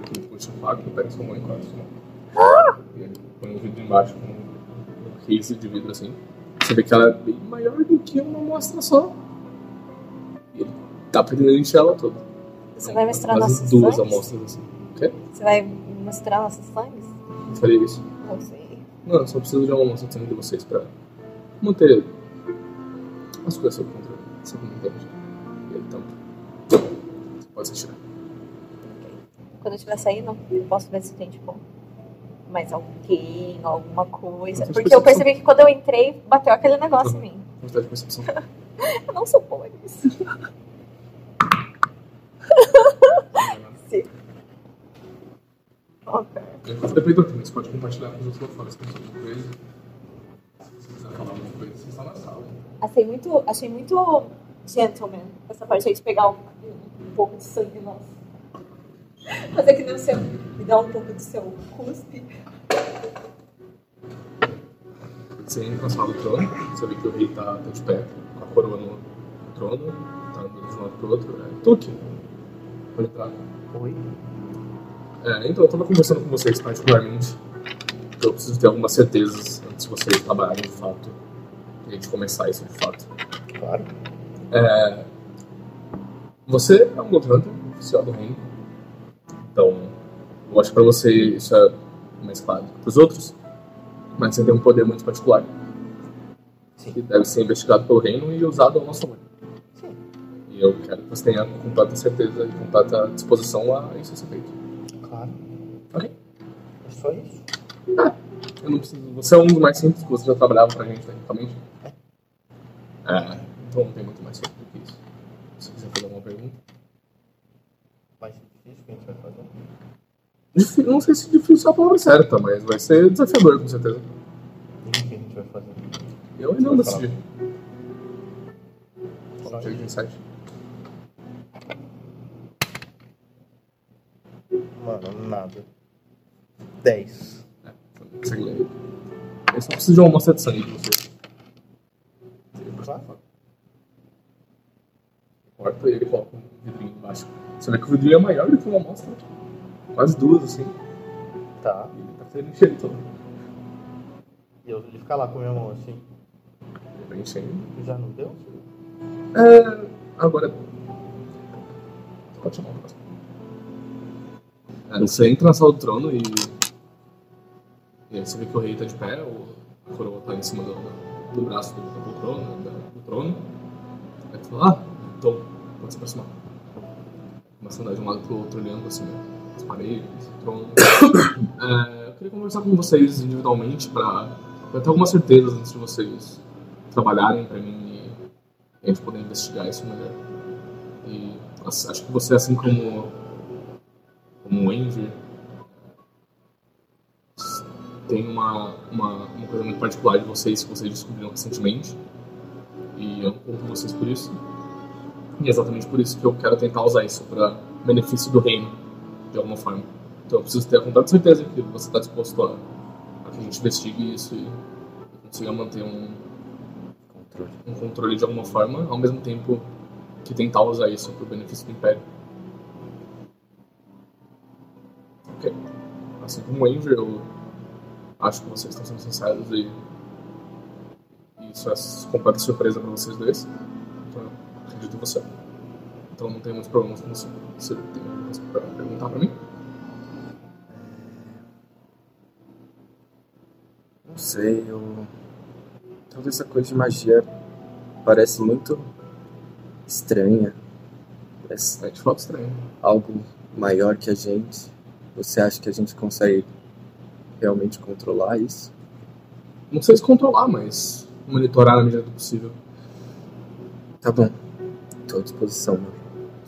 Speaker 1: Aqui, Puxa o faco, pega sua mão e corta sua mão. E aí, Põe um vidro embaixo com um case de vidro assim. Você vê que ela é bem maior do que uma amostra só. E ele tá pretendendo encher ela toda.
Speaker 48: Você vai mestrar
Speaker 1: Quase
Speaker 48: nossas
Speaker 1: duas
Speaker 48: sangues?
Speaker 1: amostras assim. O quê?
Speaker 48: Você vai mestrar nossas sangues?
Speaker 1: Eu falei isso.
Speaker 48: Não sei.
Speaker 1: Não, eu só preciso de uma amostra de sangue de vocês pra manter as coisas sob controle. Você não entende. E aí, então, você pode se tirar.
Speaker 48: Quando eu estiver saindo, eu posso ver se tem, tipo, mais alguém, alguma coisa.
Speaker 1: Essas
Speaker 48: Porque
Speaker 1: coisas
Speaker 48: eu percebi que quando eu entrei, bateu aquele negócio em mim.
Speaker 1: Vontade de percepção.
Speaker 48: Eu não sou boa nisso. Sim. Ok.
Speaker 1: Você depende do tempo, você pode compartilhar com os outros lá fora. Se tem alguma coisa, se você quiser falar alguma coisa, você está na sala.
Speaker 48: Achei muito, achei muito gentleman essa parte aí de pegar um, um pouco de sangue nosso. Fazer que nem o seu. Me dá um pouco do seu cuspe.
Speaker 1: Você entra na sala do trono, você vê que o rei tá, tá de pé com a coroa no no trono, tá andando de um lado pro outro. É, Tuque! Pode entrar. Oi? É, então, eu tava conversando com vocês particularmente, porque eu preciso ter algumas certezas antes de vocês trabalharem de fato, e a gente começar isso de fato. Claro. É, você é um Gold Hunter, oficial do reino, então eu acho que pra você isso é mais claro que pros outros, mas você tem um poder muito particular. Que deve ser investigado pelo reino e usado ao nosso favor. E eu quero que você tenha completa certeza e completa disposição a isso ser feito.
Speaker 4: Claro.
Speaker 1: Ok?
Speaker 4: É só isso.
Speaker 1: Eu não preciso. Você é um dos mais simples, você já trabalhava pra gente tecnicamente. É. Então não tem muito mais coisa do que isso. Se quiser fazer alguma pergunta.
Speaker 4: Vai ser difícil que a gente vai fazer.
Speaker 1: Difí- Não sei se difícil é a palavra certa, mas vai ser desafiador, com certeza.
Speaker 4: E o que a gente vai fazer?
Speaker 1: Eu ainda não decidi. Vamos ver 27.
Speaker 4: Mano, nada. 10.
Speaker 1: Consegue ler. Eu só preciso de uma amostra de sangue de você. Claro. Corta ele e coloca um vidrinho embaixo. Você vê que o vidrinho é maior do que uma amostra. Quase duas, assim.
Speaker 4: Tá.
Speaker 1: Ele tá sendo encher todo.
Speaker 4: E eu, ele fica lá com a minha mão assim.
Speaker 1: Ele tá enchendo.
Speaker 4: Já não deu?
Speaker 1: É, agora. Pode chamar o próximo. É, você entra na sala do trono e. E aí você vê que o rei tá de pé, o a coroa tá em cima do, do braço do, do trono, da- do trono. Aí tu fala, ah, então, pode se aproximar. Começa a andar de um lado pro outro olhando assim, né? As paredes, o trono. É, eu queria conversar com vocês individualmente pra, pra ter algumas certezas antes de vocês trabalharem pra mim e a gente poder investigar isso melhor. E ass- acho que você, assim como, como o Envy, tem uma, uma, uma coisa muito particular de vocês que vocês descobriram recentemente. E eu não culpo vocês por isso. E é exatamente por isso que eu quero tentar usar isso para benefício do reino, de alguma forma. Então eu preciso ter a completa certeza que você está disposto a, a que a gente investigue isso e consiga manter um controle. um controle de alguma forma, ao mesmo tempo que tentar usar isso para o benefício do Império. Ok. Assim como o Enver, eu acho que vocês estão sendo sinceros e e isso é completa surpresa para vocês dois. Então eu acredito em você. Então não tem muitos problemas com isso. Você tem alguma coisa para perguntar para mim?
Speaker 3: Não sei, eu. Toda essa coisa de magia parece muito estranha. Parece
Speaker 1: é, de fato estranho.
Speaker 3: Algo maior que a gente. Você acha que a gente consegue realmente controlar isso?
Speaker 1: Não sei se controlar, mas monitorar na medida do possível.
Speaker 3: Tá bom. Tô à disposição, meu.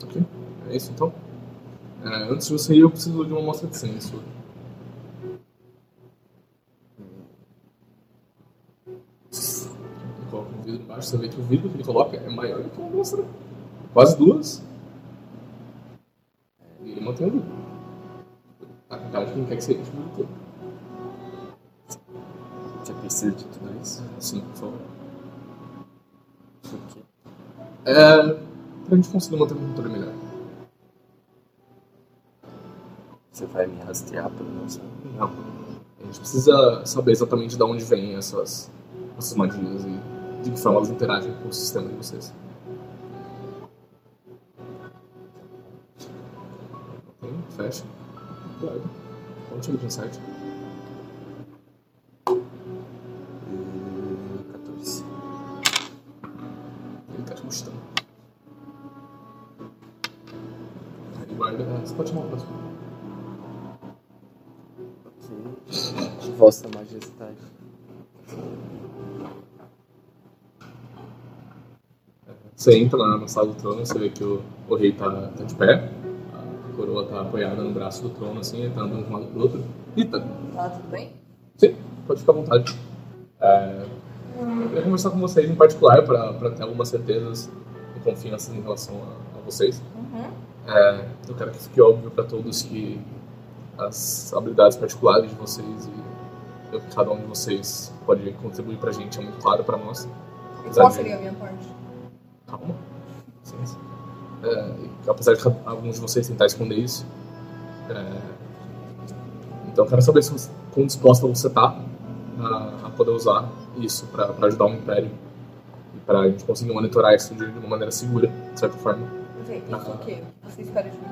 Speaker 1: Ok? É isso então? É, antes de você ir, eu preciso de uma amostra de sangue sua. Coloca um vidro embaixo, você vê que o vidro que ele coloca é maior do que uma amostra. Quase duas. E ele mantém ali. Tá A quantidade que não quer que seja, tipo, mantém.
Speaker 49: Você precisa de tudo isso?
Speaker 1: Sim, por favor. É, pra gente conseguir manter o controle melhor.
Speaker 49: Você vai me rastrear pelo meu sangue?
Speaker 1: Não. A gente precisa saber exatamente de onde vêm essas, essas magias e de que forma elas interagem com o sistema de vocês. Ok, fecha. Claro. Conte aí de insight.
Speaker 49: Hum, 14.
Speaker 1: Ele tá te mostrando. Ele guarda. né? Você pode chamar o próximo.
Speaker 49: Ok. Vossa Majestade.
Speaker 1: Você entra lá na sala do trono, você vê que o, o rei tá, tá de pé, a coroa tá apoiada no braço do trono, assim, ele tá andando de um lado pro outro. E tá,
Speaker 17: Tá tudo bem?
Speaker 1: sim, pode ficar à vontade. É, eu queria conversar com vocês em particular para ter algumas certezas e confianças em relação a, a vocês.
Speaker 17: Uhum.
Speaker 1: É, eu quero que fique óbvio para todos que as habilidades particulares de vocês e o que cada um de vocês pode contribuir pra gente é muito claro pra nós. Apesar
Speaker 17: Qual
Speaker 1: de-
Speaker 17: seria a minha parte?
Speaker 1: Calma. Licença. É, e apesar de alguns de vocês tentar esconder isso. é, Então, eu quero saber se você, quão disposta você tá a, a poder usar isso pra pra ajudar o Império. E pra gente conseguir monitorar isso de de uma maneira segura, de certa forma.
Speaker 17: Não sei, isso o quê? Você espera de mim?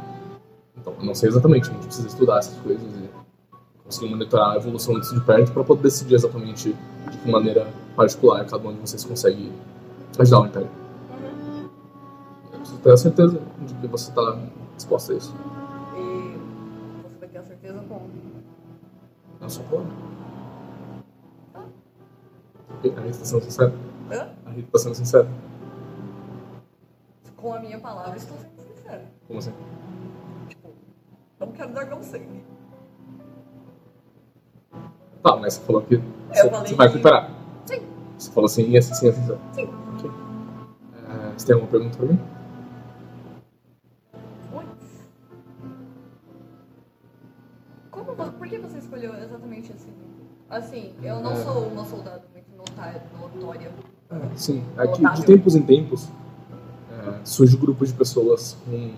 Speaker 1: Então, eu não sei exatamente, a gente precisa estudar essas coisas e conseguir monitorar a evolução disso de perto para poder decidir exatamente de que maneira particular cada um de vocês consegue ajudar o Império. Eu preciso ter a certeza de que você está disposta a isso.
Speaker 17: E você vai ter a certeza como?
Speaker 1: É a sua palavra. Ok, A Rita está sendo sincera.
Speaker 17: Hã?
Speaker 1: A Rita está sendo sincera.
Speaker 17: Com a minha palavra, estou sendo sincera.
Speaker 1: Como assim?
Speaker 17: Não quero dar não sangue.
Speaker 1: Tá, mas você falou que
Speaker 17: Eu
Speaker 1: você,
Speaker 17: falei
Speaker 1: você vai
Speaker 17: que-
Speaker 1: recuperar.
Speaker 17: Sim.
Speaker 1: Você falou assim, e assim, assim, assim. assim.
Speaker 17: Sim.
Speaker 1: Ok. É, você tem alguma pergunta para mim?
Speaker 17: Como, vo- por que você escolheu exatamente esse livro? Assim, eu não sou uma soldado muito notária, notória.
Speaker 1: É, Sim, aqui de
Speaker 17: Notável.
Speaker 1: tempos em tempos é, surge grupos de pessoas com,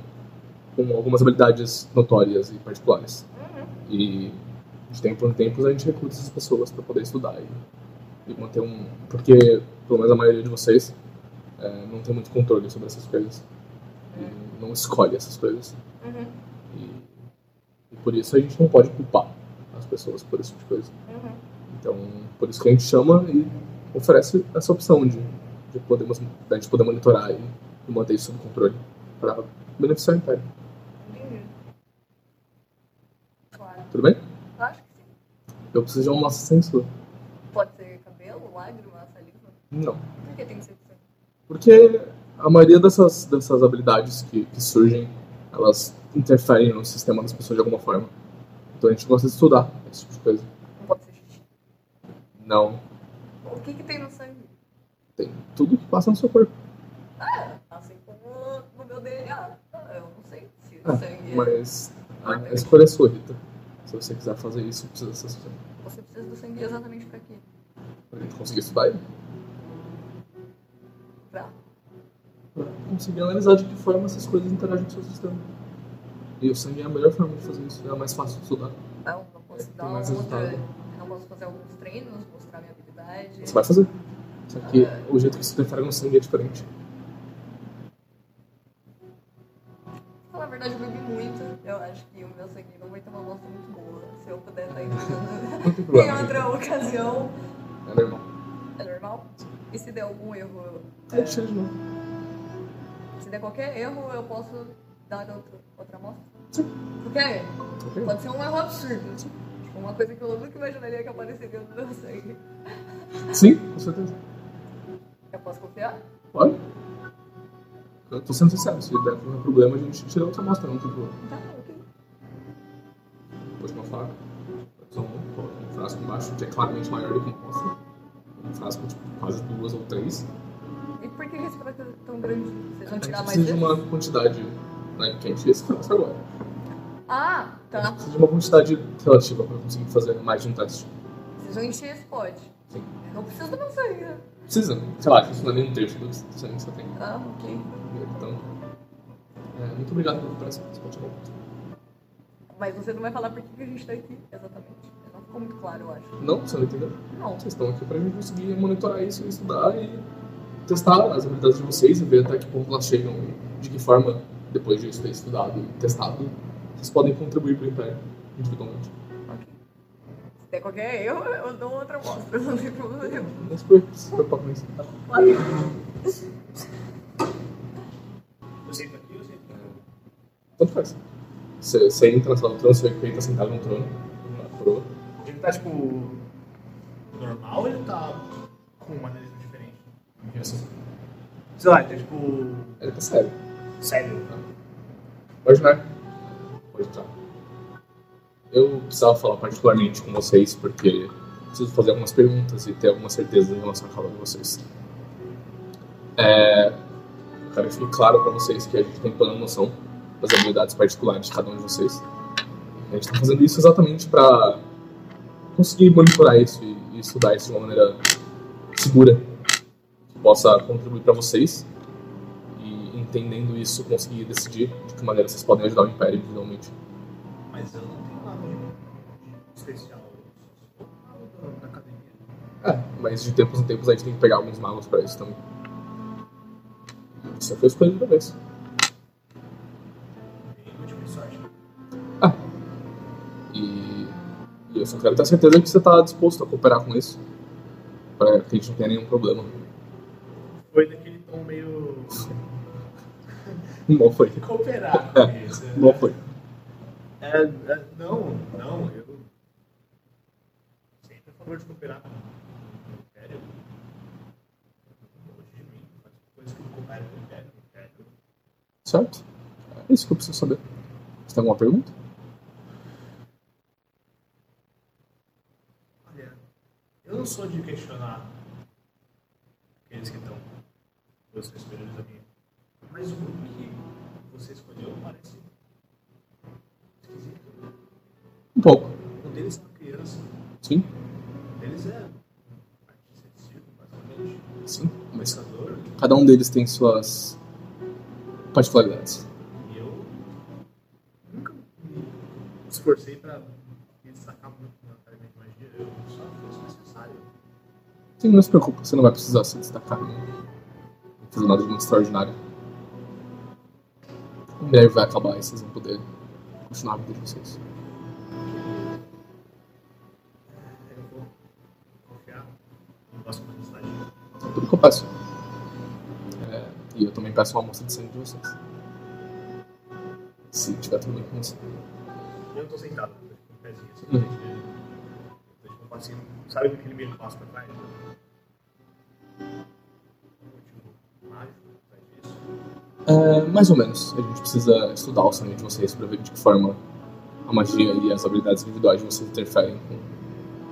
Speaker 1: com algumas habilidades notórias e particulares.
Speaker 17: Uhum.
Speaker 1: E de tempos em tempos a gente recruta essas pessoas para poder estudar e, e manter um. Porque, pelo menos a maioria de vocês, é, não tem muito controle sobre essas coisas. E não escolhe essas coisas.
Speaker 17: É. Uhum.
Speaker 1: E por isso a gente não pode culpar as pessoas por esse tipo de coisa.
Speaker 48: Uhum.
Speaker 1: Então, por isso que a gente chama e oferece essa opção de, de podermos, da gente poder monitorar e, e manter isso sob controle para beneficiar o Império.
Speaker 17: Claro.
Speaker 1: Tudo bem?
Speaker 17: Eu acho que
Speaker 1: Eu preciso de uma assistência sua.
Speaker 17: pode ser cabelo, lágrima, saliva.
Speaker 1: Não.
Speaker 17: Por que tem que ser sangue?
Speaker 1: Porque a maioria dessas, dessas habilidades que, que surgem, elas interferem no sistema das pessoas de alguma forma. Então a gente gosta de estudar esse tipo de coisa.
Speaker 17: Não pode ser xixi.
Speaker 1: Não
Speaker 17: O que que tem no sangue?
Speaker 1: tem tudo que passa no seu corpo.
Speaker 17: Ah, assim como no meu DNA. Ah, eu não sei se
Speaker 1: Ah,
Speaker 17: o sangue é-
Speaker 1: mas a, a escolha é sua, Rita. Se você quiser fazer isso, precisa dessa assistência.
Speaker 17: Você precisa do sangue exatamente pra quê?
Speaker 1: Pra gente conseguir estudar ele.
Speaker 17: Pra?
Speaker 1: Pra conseguir analisar de que forma essas coisas interagem com o seu sistema. E o sangue é a melhor forma de fazer isso, é a mais fácil de estudar.
Speaker 17: Não, não posso dar
Speaker 1: É, mais
Speaker 17: outra.
Speaker 1: resultado.
Speaker 17: Eu não posso fazer alguns treinos, mostrar minha habilidade.
Speaker 1: Você vai fazer. Só que o jeito que isso interfere no sangue é diferente.
Speaker 17: Falar a verdade, eu bebi muito. Eu acho que o meu sangue não vai ter uma amostra muito boa. Se eu puder estar entregando em
Speaker 1: problema,
Speaker 17: outra ocasião,
Speaker 1: É normal.
Speaker 17: é normal. E se der algum erro, eu-
Speaker 1: É, deixa de novo.
Speaker 17: se der qualquer erro, eu posso dar outro, outra amostra? Qualquer erro.
Speaker 1: Ok.
Speaker 17: Pode ser um erro absurdo. Tipo, uma coisa que eu nunca imaginaria que apareceria no meu sangue.
Speaker 1: Sim, com certeza.
Speaker 17: Eu posso confiar?
Speaker 1: Olha. Eu tô sendo sincero, se der qualquer problema, a gente tira outra amostra, não tem problema.
Speaker 17: Tá, ok.
Speaker 1: Puxa uma faca, só um, coloca um frasco embaixo, que é claramente maior do que uma amostra. Um frasco, tipo, quase duas ou três.
Speaker 8: por que esse buraco é tão grande? Vocês vão
Speaker 1: A gente
Speaker 8: tirar mais
Speaker 1: precisa de
Speaker 8: dele?
Speaker 1: uma quantidade, né? Porque a gente ia se começar agora.
Speaker 8: Ah, tá.
Speaker 1: Precisa de uma quantidade relativa pra conseguir fazer mais de um teste.
Speaker 8: Vocês vão encher esse pote. Não precisa de uma
Speaker 17: né?
Speaker 8: saída.
Speaker 1: Precisa, sei lá, isso não é nem um terço do que você tem.
Speaker 8: Ah, ok.
Speaker 1: Então, é, muito obrigado pela cooperação. Você pode continuar.
Speaker 8: Mas você não vai falar por que que a gente tá aqui, exatamente. Não ficou muito claro, eu acho.
Speaker 1: Não, você não entendeu?
Speaker 8: Não.
Speaker 1: Vocês estão aqui pra gente conseguir monitorar isso, estudar e testar as habilidades de vocês e ver até que ponto elas chegam e de que forma, depois disso ter estudado e testado, vocês podem contribuir para o Império individualmente.
Speaker 8: Se der qualquer erro, eu dou outra amostra. Não tem problema nenhum.
Speaker 1: Mas por que se preocupar com isso?
Speaker 5: Eu sento aqui, eu sento
Speaker 1: Tanto faz. Você, você entra na sala do trono, você vê que ele tá sentado num trono, numa coroa.
Speaker 5: Ele tá, tipo, normal ou ele tá com uma maneira diferente? Sei lá, ele tá, tipo...
Speaker 1: Ele tá sério.
Speaker 5: Sério.
Speaker 1: Pode entrar. Pode entrar. Eu precisava falar particularmente com vocês porque preciso fazer algumas perguntas e ter alguma certeza em relação à fala de vocês. É, eu quero que fique claro para vocês que a gente tem plena noção das habilidades particulares de cada um de vocês. A gente está fazendo isso exatamente para conseguir monitorar isso e, e estudar isso de uma maneira segura que possa contribuir para vocês e entendendo isso conseguir decidir de que maneira vocês podem ajudar o Império individualmente.
Speaker 5: Mas eu não tenho nada de especial. Na academia.
Speaker 1: É, mas de tempos em tempos a gente tem que pegar alguns magos pra isso também. Isso foi escolhido outra vez.
Speaker 5: Eu tive sorte.
Speaker 1: E, e eu só quero ter certeza que você tá disposto a cooperar com isso. Pra que a gente não tenha nenhum problema.
Speaker 5: Foi daquele tom meio...
Speaker 1: Não foi.
Speaker 5: Cooperar com isso.
Speaker 1: Não foi.
Speaker 5: É, é, não, não, eu... Sempre a favor de cooperar com o Império. Longe de mim, faz coisas que eu coopero com o Império. O Império
Speaker 1: Certo? É isso que eu preciso saber. Você tem alguma pergunta?
Speaker 5: Olha, eu não sou de questionar aqueles que estão vocês superiores a mim. Mas o grupo que você escolheu parece esquisito.
Speaker 1: Um pouco.
Speaker 5: Um deles é uma criança,
Speaker 1: Sim?
Speaker 5: um deles é um artista de circo, basicamente. um
Speaker 1: Sim. Mas
Speaker 5: Pescador.
Speaker 1: cada um deles tem suas particularidades.
Speaker 5: E eu nunca me esforcei para me destacar muito na academia de magia. Eu só fosse necessário.
Speaker 1: Sim, não se preocupe, você não vai precisar se destacar. Não vai fazer nada de muito extraordinário. Em breve vai acabar e vocês vão poder continuar a vida de vocês.
Speaker 5: Eu vou confiar. Não gosto mais de estágio.
Speaker 1: É tudo que eu peço. É, e eu também peço uma amostra de sangue de vocês. Se tiver tudo bem com você.
Speaker 5: Eu tô sentado, tô com o pezinho assim,
Speaker 1: Uhum.
Speaker 5: tô tipo um passinho. Sabe aquele meio passo pra trás?
Speaker 1: É, mais ou menos. A gente precisa estudar o sangue de vocês para ver de que forma a magia e as habilidades individuais de vocês interferem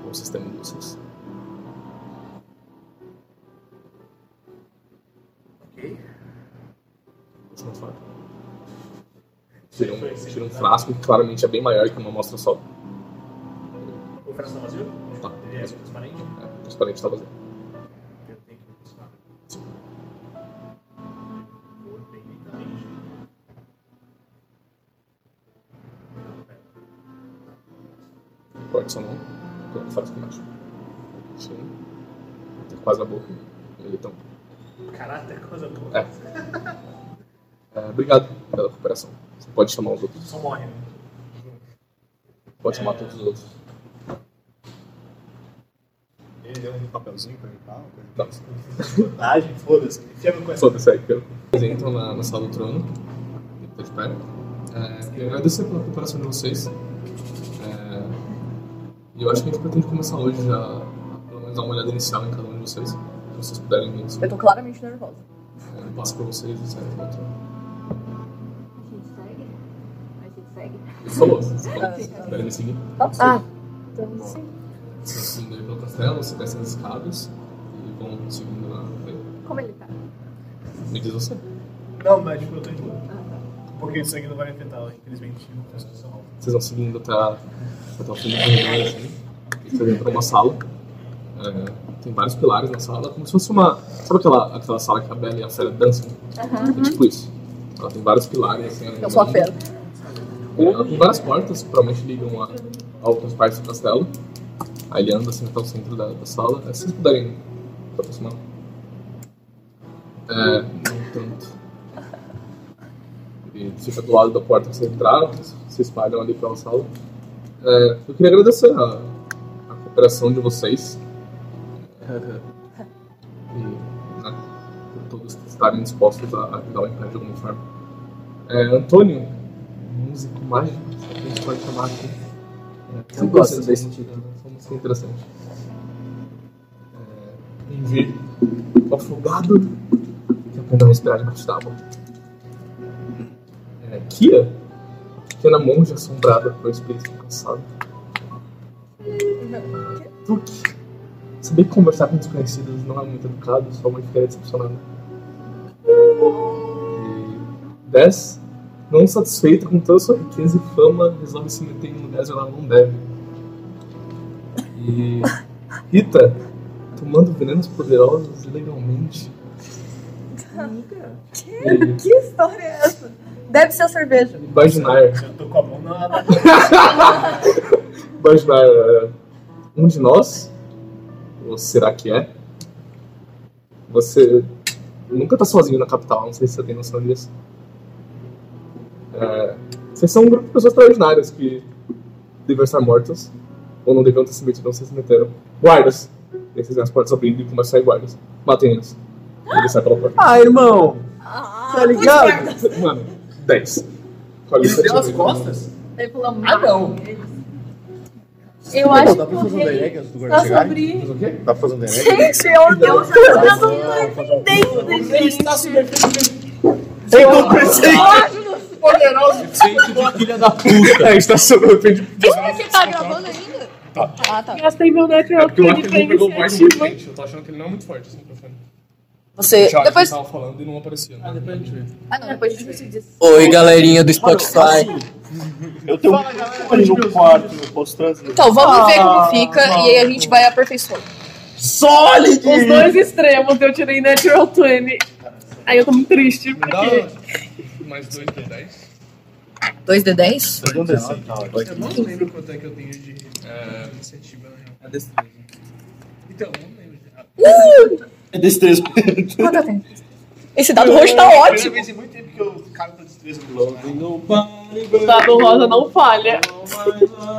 Speaker 1: com o sistema de vocês.
Speaker 5: Ok.
Speaker 1: Continua fora. Tira um, tira um frasco que claramente é bem maior que uma amostra só.
Speaker 5: O frasco tá vazio?
Speaker 1: Tá.
Speaker 5: Ele é transparente?
Speaker 1: É, o transparente tá vazio.
Speaker 5: Eu tenho que me aproximar. Vou bem lentamente. Não, pera.
Speaker 1: Corte sua mão, coloca o frasco embaixo. Tira. Tá quase na boca. Ele então.
Speaker 5: Caraca, que coisa boa.
Speaker 1: É. É, obrigado pela cooperação. Você pode chamar os outros.
Speaker 5: Só morre, né?
Speaker 1: Pode chamar todos os outros.
Speaker 4: Ele deu um papelzinho pra mim e tal.
Speaker 1: Tá.
Speaker 4: Vantagem, foda-se. Enfia meu coração.
Speaker 1: Foda-se aí, cara. Vocês entram na, na sala do trono. Depois de pé. É, queria agradecer pela cooperação de vocês. É, e eu acho que a gente pretende começar hoje já, pelo menos dar uma olhada inicial em cada um de vocês. Se vocês puderem me
Speaker 8: Eu tô claramente nervosa.
Speaker 1: Eu passo pra vocês e saio do trono.
Speaker 6: A gente segue.
Speaker 1: Ele falou, vocês
Speaker 6: Ah,
Speaker 1: puderem me seguir.
Speaker 6: Ah, então sim.
Speaker 1: Vocês estão seguindo aí pelo castelo, vocês descem as escadas e vão seguindo na.
Speaker 6: Como ele tá?
Speaker 1: Me diz você.
Speaker 5: Não, mas tipo, eu tô de boa. Um pouquinho de sangue não vai me afetar, infelizmente. Não constituição alta.
Speaker 1: Vocês vão seguindo até, até o fim do corredor, assim. E Vocês entram numa sala. É, tem vários pilares na sala, como se fosse uma. Sabe aquela, aquela sala que a Bela e a Fera dançam? É tipo isso. Ela tem vários pilares, assim.
Speaker 50: Eu sou a fera.
Speaker 1: Ela tem várias portas que provavelmente ligam a, a outras partes do castelo. Aí ele anda assim até o centro da, da sala. É, Se vocês puderem se aproximar. É, não tanto. Ele fica do lado da porta que vocês entraram, vocês se espalham ali pela sala. É, eu queria agradecer a, a cooperação de vocês. E, né, por todos que estarem dispostos a ajudar o Império de alguma forma. É, Antônio, músico mágico, que a gente pode chamar aqui. É,
Speaker 3: Eu gosto desse tipo.
Speaker 1: sentido, né? Foi uma música interessante. É, um vídeo afogado que aprendeu a respirar debaixo d'água. É, Kia, pequena monja assombrada por experiência passada. Duque, saber que conversar com desconhecidos não é muito educado, sua mãe ficaria decepcionada. E 10. Não satisfeita com toda sua riqueza e fama, resolve se meter em lugares onde ela não deve. E. Rita, tomando venenos poderosos ilegalmente.
Speaker 50: Amiga? Que, que história é essa? Deve ser a cerveja.
Speaker 1: Imaginar.
Speaker 5: Eu tô com a mão na. na-
Speaker 1: Imaginar é, um de nós, ou será que é? Você nunca tá sozinho na capital, não sei se você tem noção disso. É, vocês são um grupo de pessoas extraordinárias que deveriam estar mortas, ou não deveriam ter se metido, não se meteram. Guardas! E aí vocês veem as portas abrindo e começam a sair guardas. Matem eles. Ele sai pela porta.
Speaker 51: Ah, irmão! tá ligado?
Speaker 1: Mano, 10.
Speaker 5: Ele deu as costas?
Speaker 17: Ele falou, ah, não.
Speaker 50: Eu
Speaker 13: Não,
Speaker 50: acho
Speaker 13: dá
Speaker 50: que
Speaker 13: pra
Speaker 50: o
Speaker 13: fazer um
Speaker 50: rei
Speaker 13: delay antes do guarda
Speaker 50: tá
Speaker 13: chegar?
Speaker 50: sobre...
Speaker 13: o quê? Dá pra fazer um delay?
Speaker 50: Gente, eu não tô
Speaker 17: entendendo,
Speaker 50: Ele está
Speaker 5: subvertendo.
Speaker 51: Eu
Speaker 13: não pensei.
Speaker 5: Poderoso.
Speaker 51: Filha da puta!
Speaker 13: É, está sob o efeito de
Speaker 17: Você tá gravando ainda?
Speaker 1: Tá.
Speaker 17: Ah, tá.
Speaker 51: Gastei meu net
Speaker 13: É
Speaker 17: eu
Speaker 1: Porque eu acho que ele não pegou mais muito forte. Eu tô achando que ele não é muito forte esse
Speaker 5: assim,
Speaker 1: microfone.
Speaker 51: Você-
Speaker 1: Já que
Speaker 51: depois-
Speaker 1: eu tava falando e não aparecia.
Speaker 5: né?
Speaker 1: Ah, depois a gente vê.
Speaker 17: Ah, não, depois a gente diz.
Speaker 51: Oi, galerinha do Spotify.
Speaker 13: Eu tenho um ali no quarto, eu posso trazer.
Speaker 51: Então,
Speaker 17: Vamos ver
Speaker 51: Ah,
Speaker 17: como fica e aí a gente vai aperfeiçoando.
Speaker 51: Sólido!
Speaker 9: Os dois extremos, eu tirei Natural 20. Aí eu tô muito triste, porque...
Speaker 5: Tá.
Speaker 1: Mais 2 de 10.
Speaker 17: 2D10?
Speaker 5: Eu não lembro quanto é que eu tenho de é, iniciativa, na real. A destreza. Então, eu não lembro.
Speaker 13: É destreza.
Speaker 9: Então,
Speaker 17: Quanto eu tenho? Esse dado roxo tá ótimo.
Speaker 5: Tem muito tempo que eu cago com a destreza do lado.
Speaker 9: O dado rosa não falha.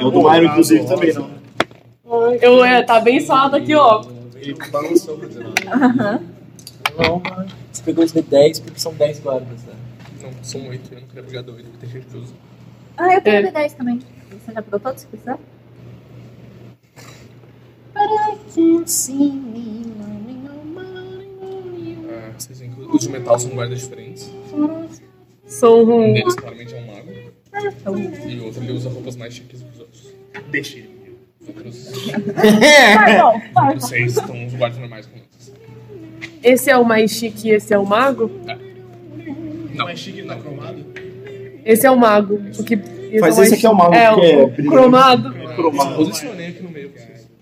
Speaker 13: Eu do Iron, inclusive, também não.
Speaker 9: Eu, é, tá bem salado aqui, ó.
Speaker 5: Ele balançou pra dizer nada.
Speaker 51: Você pegou os D10 porque são 10 guardas, né?
Speaker 1: Não, são 8. Eu não queria pegar 2, porque tem gente que usa.
Speaker 12: Ah, eu tenho
Speaker 1: É.
Speaker 12: D10 também. Você já pegou todos se precisar?
Speaker 1: Ah, vocês veem que os de metal são guardas diferentes.
Speaker 9: São
Speaker 1: Um
Speaker 9: um...
Speaker 1: deles claramente é um mago. E o outro ele usa roupas mais chiques que os outros. Deixa ele. Outros.
Speaker 9: Pardon, pardon.
Speaker 1: Outros seis estão os guardas normais com outros.
Speaker 9: Esse é o mais chique e esse é o mago?
Speaker 1: Não. Mais chique
Speaker 5: tá
Speaker 1: não. cromado?
Speaker 9: Esse é o mago. O que...
Speaker 13: Mas
Speaker 9: mais
Speaker 13: esse aqui é o mago,
Speaker 9: É,
Speaker 13: porque é
Speaker 9: o
Speaker 13: brilhante.
Speaker 9: cromado.
Speaker 1: Cromado. Posicionei aqui no meio.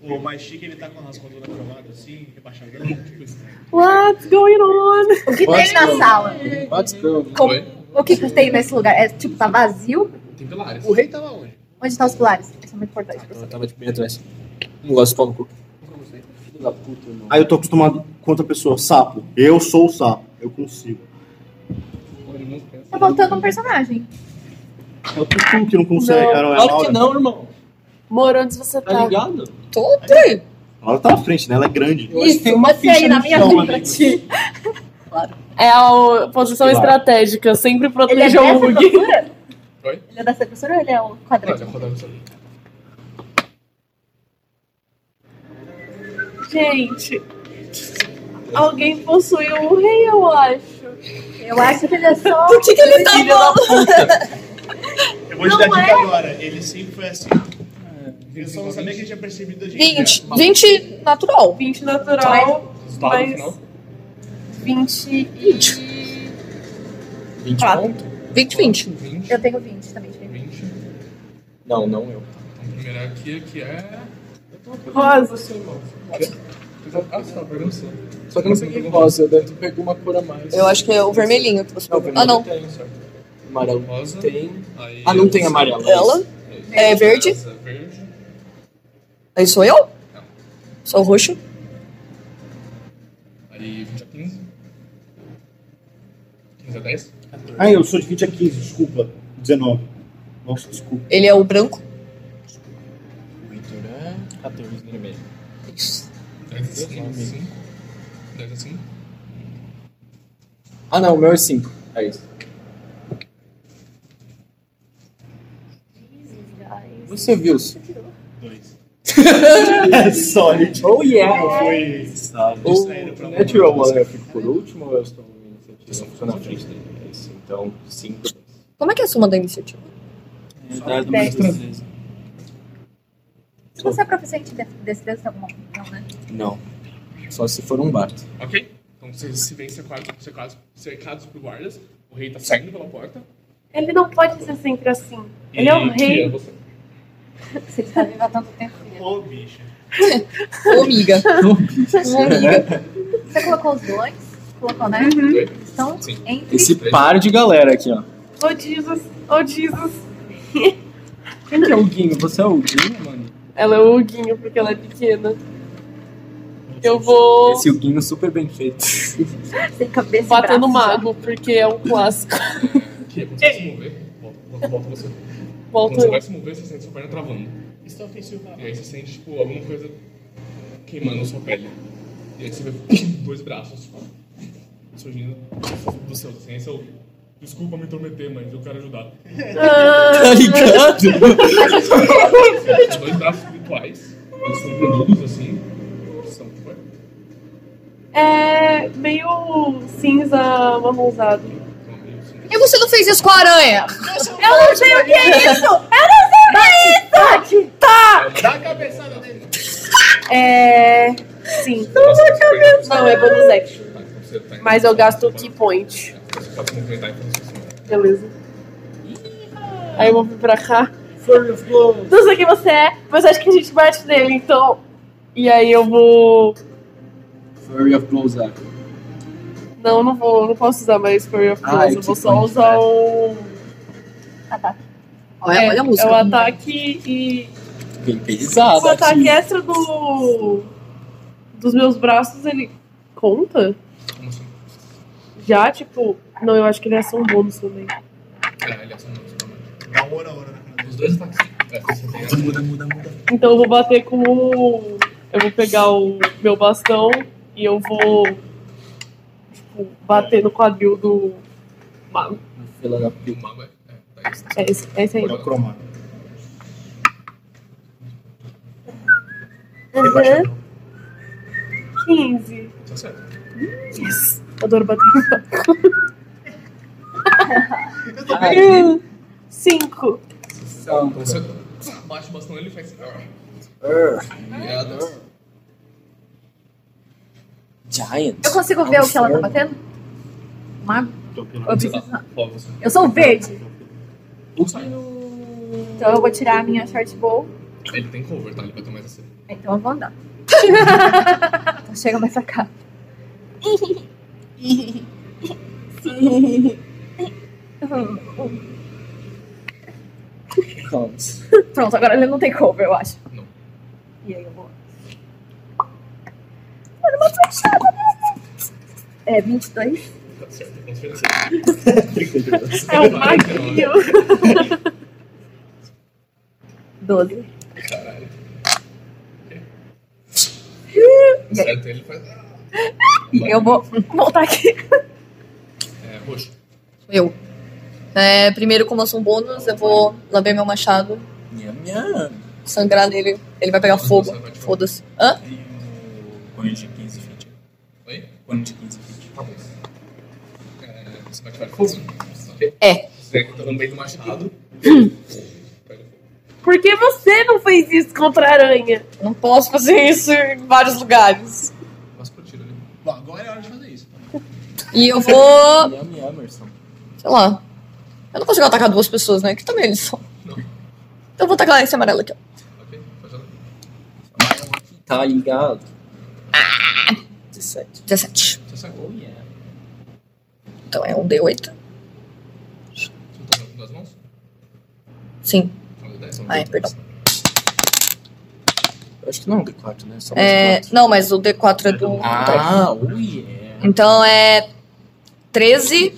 Speaker 5: O mais chique, ele tá com a raspadura cromada assim, rebaixadão. tipo isso.
Speaker 9: What's going on?
Speaker 12: O que tem na sala?
Speaker 1: What's going
Speaker 12: O que, que tem nesse lugar? É tipo, tá vazio?
Speaker 1: Tem pilares.
Speaker 5: O rei tava onde?
Speaker 12: Onde estão os pilares? Isso é muito importante.
Speaker 51: Eu tava de meio atrás. Não gosto de pau no cu. Filho da puta, irmão.
Speaker 13: Aí eu tô acostumado com outra pessoa. Sapo. Eu sou o sapo. Eu consigo.
Speaker 12: Tá faltando um personagem.
Speaker 13: É o Tutu que não consegue.
Speaker 9: Não.
Speaker 13: Ah, não, é a
Speaker 9: Claro que
Speaker 13: Laura.
Speaker 9: não, irmão. Morantes, você tá.
Speaker 51: ligado?
Speaker 17: Tô doido.
Speaker 13: A Laura tá na frente, né? Ela é grande.
Speaker 17: Isso, botei aí na minha frente pra ti.
Speaker 9: É a o- posição
Speaker 13: Claro.
Speaker 9: estratégica, sempre
Speaker 12: Ele é
Speaker 9: proteja
Speaker 12: dessa
Speaker 9: o Hugo.
Speaker 12: grossura? Ele é dessa grossura ou ele é um quadrado?
Speaker 9: Gente, alguém possuiu o rei, eu acho.
Speaker 12: Eu acho que ele é só.
Speaker 17: Por que, que ele tá
Speaker 9: bom?
Speaker 5: Eu vou te
Speaker 9: Não
Speaker 5: dar dica
Speaker 9: é?
Speaker 5: agora. Ele sempre foi assim. Eu só não sabia que ele tinha percebido a gente.
Speaker 17: 20. 20 natural.
Speaker 9: 20 natural.
Speaker 1: Estado no
Speaker 9: Mas
Speaker 1: final.
Speaker 9: 20 e...
Speaker 3: 20
Speaker 52: Quatro.
Speaker 3: pontos?
Speaker 52: 20, 20. Eu tenho 20 também. Tenho 20.
Speaker 3: Não, não eu.
Speaker 1: A primeira aqui, aqui é. Eu tô fazendo
Speaker 3: Rosa.
Speaker 1: você, irmão. Ah, tá, pegando você.
Speaker 3: Só que eu não peguei rosa, daí tu pegou uma cor a mais.
Speaker 17: Eu acho que é o vermelhinho que você
Speaker 3: Não, o
Speaker 17: pegou. Ah, não.
Speaker 3: vermelho tem, certo. Amarelo rosa. tem.
Speaker 17: Ah, não tem amarelo.
Speaker 3: é
Speaker 17: Ela?
Speaker 3: isso?
Speaker 17: É verde? Aí sou eu? Sou o roxo?
Speaker 1: Aí 20 a 15. 15 a 10.
Speaker 5: Ah, eu sou de 20 a 15, desculpa. 19. Nossa, desculpa.
Speaker 17: Ele é o branco?
Speaker 1: Heitor é 14 no meio. 10 a 5. 10 a 5.
Speaker 3: Ah, não, o meu é 5. É isso. Você viu?
Speaker 53: Dois.
Speaker 3: é
Speaker 53: sólido.
Speaker 3: Oh, yeah.
Speaker 53: Foi sólido.
Speaker 3: O
Speaker 53: Saíram pra é
Speaker 3: Natural
Speaker 53: uma-
Speaker 3: One eu fico por último ou eu estou na
Speaker 53: um
Speaker 3: iniciativa? Eu estou na frente dele. É isso. Então, 5.
Speaker 17: Como é que é a soma da iniciativa?
Speaker 3: Dado
Speaker 17: mais
Speaker 3: duas
Speaker 52: Você é proficiente de destreza alguma coisa, não, né?
Speaker 3: Não. Só se for um bate.
Speaker 1: Ok? Então vocês se veem cercados, cercados, cercados por guardas. O rei tá saindo pela porta.
Speaker 9: Ele não pode ser sempre assim. Ele é o
Speaker 1: E que
Speaker 9: rei.
Speaker 1: é você.
Speaker 9: Você está vivo há tanto tempo.
Speaker 54: Ô, bicho.
Speaker 17: Ô, amiga.
Speaker 12: Ô, amiga. Você colocou os dois? Colocou, né?
Speaker 1: Uhum.
Speaker 12: Então, entre.
Speaker 3: Esse par de galera aqui, ó.
Speaker 9: Oh, Jesus. Oh, Jesus.
Speaker 3: Quem que é o Guinho? Você é o Guinho, mano?
Speaker 9: Ela é o Huguinho, porque ela é pequena. Eu vou
Speaker 3: Esse é Guinho super bem feito.
Speaker 12: Sem cabeça.
Speaker 9: bater no mago, porque é um clássico.
Speaker 1: Que? Você vai se mover. Volta, volta você.
Speaker 9: Volto
Speaker 1: Quando você
Speaker 9: eu.
Speaker 1: vai se mover, você sente sua perna travando. E aí você sente, tipo, alguma coisa queimando a sua pele. E aí você vê dois braços, tipo, surgindo do céu. Assim, esse é o... Desculpa me intrometer, mas eu quero ajudar.
Speaker 9: Tá
Speaker 1: ligado? São dois braços virtuais. Eles são peludos, assim. São, tipo,
Speaker 9: É meio cinza marronzado.
Speaker 1: assim,
Speaker 17: E você não fez isso com a aranha?
Speaker 9: Eu não sei o que é isso! Eu não sei o que é isso! Tá!
Speaker 54: Dá a cabeçada nele.
Speaker 9: É. Sim.
Speaker 1: tá?
Speaker 9: Não, é bonus action.
Speaker 1: Então
Speaker 9: Mas eu gasto key point.
Speaker 1: você pode se movimentar e fazer isso.
Speaker 9: Beleza. Aí eu vou vir pra cá. Não sei quem você é, mas acho que a gente bate nele, então. E aí eu vou.
Speaker 3: Furry of Blows Up.
Speaker 9: Não, não vou, não posso usar mais Fury of
Speaker 3: Ah,
Speaker 9: Blows.
Speaker 3: é
Speaker 9: eu vou
Speaker 3: key
Speaker 9: só
Speaker 3: point,
Speaker 9: usar o.
Speaker 17: Olha,
Speaker 9: é,
Speaker 17: olha a música.
Speaker 9: É o ataque e.
Speaker 3: Bem pesado.
Speaker 9: o ataque
Speaker 3: aqui.
Speaker 9: tá extra do. Dos meus braços, ele conta? Já, tipo. Não, eu acho que ele é ação bônus também.
Speaker 1: É, ele é só um Dá uma hora, a hora, né? Os dois ataques. É, você tem a-
Speaker 54: Muda, muda, muda.
Speaker 9: Então eu vou bater com o. Eu vou pegar o meu bastão e eu vou. Tipo, bater no quadril do. mago.
Speaker 3: Pela
Speaker 1: tá
Speaker 9: É esse, é esse aí.
Speaker 5: É o cromado.
Speaker 9: Uhum. 15.
Speaker 1: Tá certo.
Speaker 9: Yes. Adoro bater em banco.
Speaker 1: Ai.
Speaker 9: 5.
Speaker 1: Então você bate o bastão e ele faz. Ah. Piada.
Speaker 3: Giant.
Speaker 12: Eu consigo ver o que ela tá batendo? Mago? Eu,
Speaker 1: Tá,
Speaker 12: preciso...
Speaker 1: Fogos.
Speaker 12: eu sou verde.
Speaker 1: Bullseye.
Speaker 12: Então eu vou tirar a minha short bow.
Speaker 1: Ele tem cover, tá? Ele vai tomar essa.
Speaker 12: Então eu vou andar. então chega mais pra cá. Pronto, agora ele não tem cover, eu acho.
Speaker 1: Não.
Speaker 12: E aí eu vou. Mano, uma flechada, né? É 22.
Speaker 1: Tá certo, é
Speaker 12: É um maguinho. 12.
Speaker 1: Caralho.
Speaker 12: E aí?
Speaker 1: Certo, ele faz.
Speaker 12: E eu vou voltar aqui.
Speaker 1: É, roxo.
Speaker 17: Eu. É, primeiro, como eu sou um bônus, eu vou lamber meu machado, sangrar nele. Ele vai pegar fogo. Foda-se. Hã?
Speaker 7: um Cone de 15 feet.
Speaker 1: Oi?
Speaker 7: Cone de 15 feet.
Speaker 1: Tá bom. É, Você vai tirar fogo.
Speaker 17: É.
Speaker 1: Você tá no meio do machado.
Speaker 12: Hum.
Speaker 9: Por que você não fez isso contra a aranha?
Speaker 17: Não posso fazer isso em vários lugares.
Speaker 1: Posso pro tiro ali.
Speaker 54: Bom, agora é hora de fazer isso.
Speaker 17: E eu vou.
Speaker 3: Yummy Emerson.
Speaker 17: Sei lá. Eu não consigo atacar duas pessoas, né? Que também eles são. Então eu vou atacar esse amarelo aqui, ó.
Speaker 7: Tá ligado?
Speaker 17: 17. 17.
Speaker 12: Oh,
Speaker 17: Então é um D8.
Speaker 1: tá Com duas mãos?
Speaker 17: Sim.
Speaker 1: Com dez,
Speaker 12: Ah,
Speaker 1: são
Speaker 17: Ai,
Speaker 1: dois.
Speaker 17: perdão.
Speaker 7: Eu acho que não é um D4, né? Só mais
Speaker 17: É, não, mas o D4 é do.
Speaker 7: Ah, ui, é.
Speaker 17: Então é 13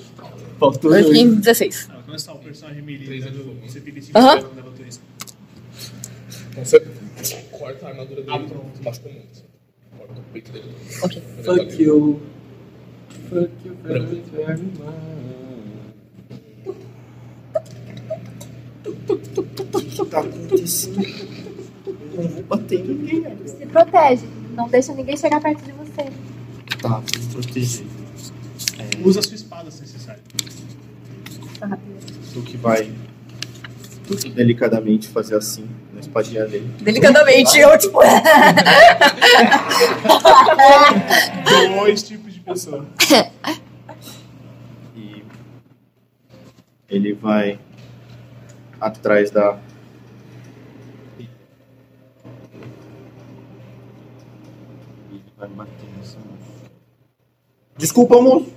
Speaker 7: Faltou
Speaker 17: e
Speaker 7: dois.
Speaker 17: 16.
Speaker 5: Não é só o personagem melee, né, do CPD5
Speaker 17: Aham.
Speaker 5: que leva dois.
Speaker 1: Então você corta a armadura dele e machuca muito. Corta o peito dele. tá
Speaker 17: Ok.
Speaker 7: Fuck you. Fuck you
Speaker 1: very,
Speaker 7: very much.
Speaker 13: que tá acontecendo? Eu não vou bater em ninguém agora.
Speaker 12: Se protege. Não deixa ninguém chegar perto de você.
Speaker 13: Tá, vou proteger. É,
Speaker 5: Usa a sua espada se necessário.
Speaker 13: Tuque vai Tuque delicadamente fazer assim na espadinha dele.
Speaker 17: Delicadamente, eu tipo.
Speaker 5: Dois tipos de pessoa.
Speaker 13: E ele vai atrás da. Ele vai bater nessa. Desculpa, moço!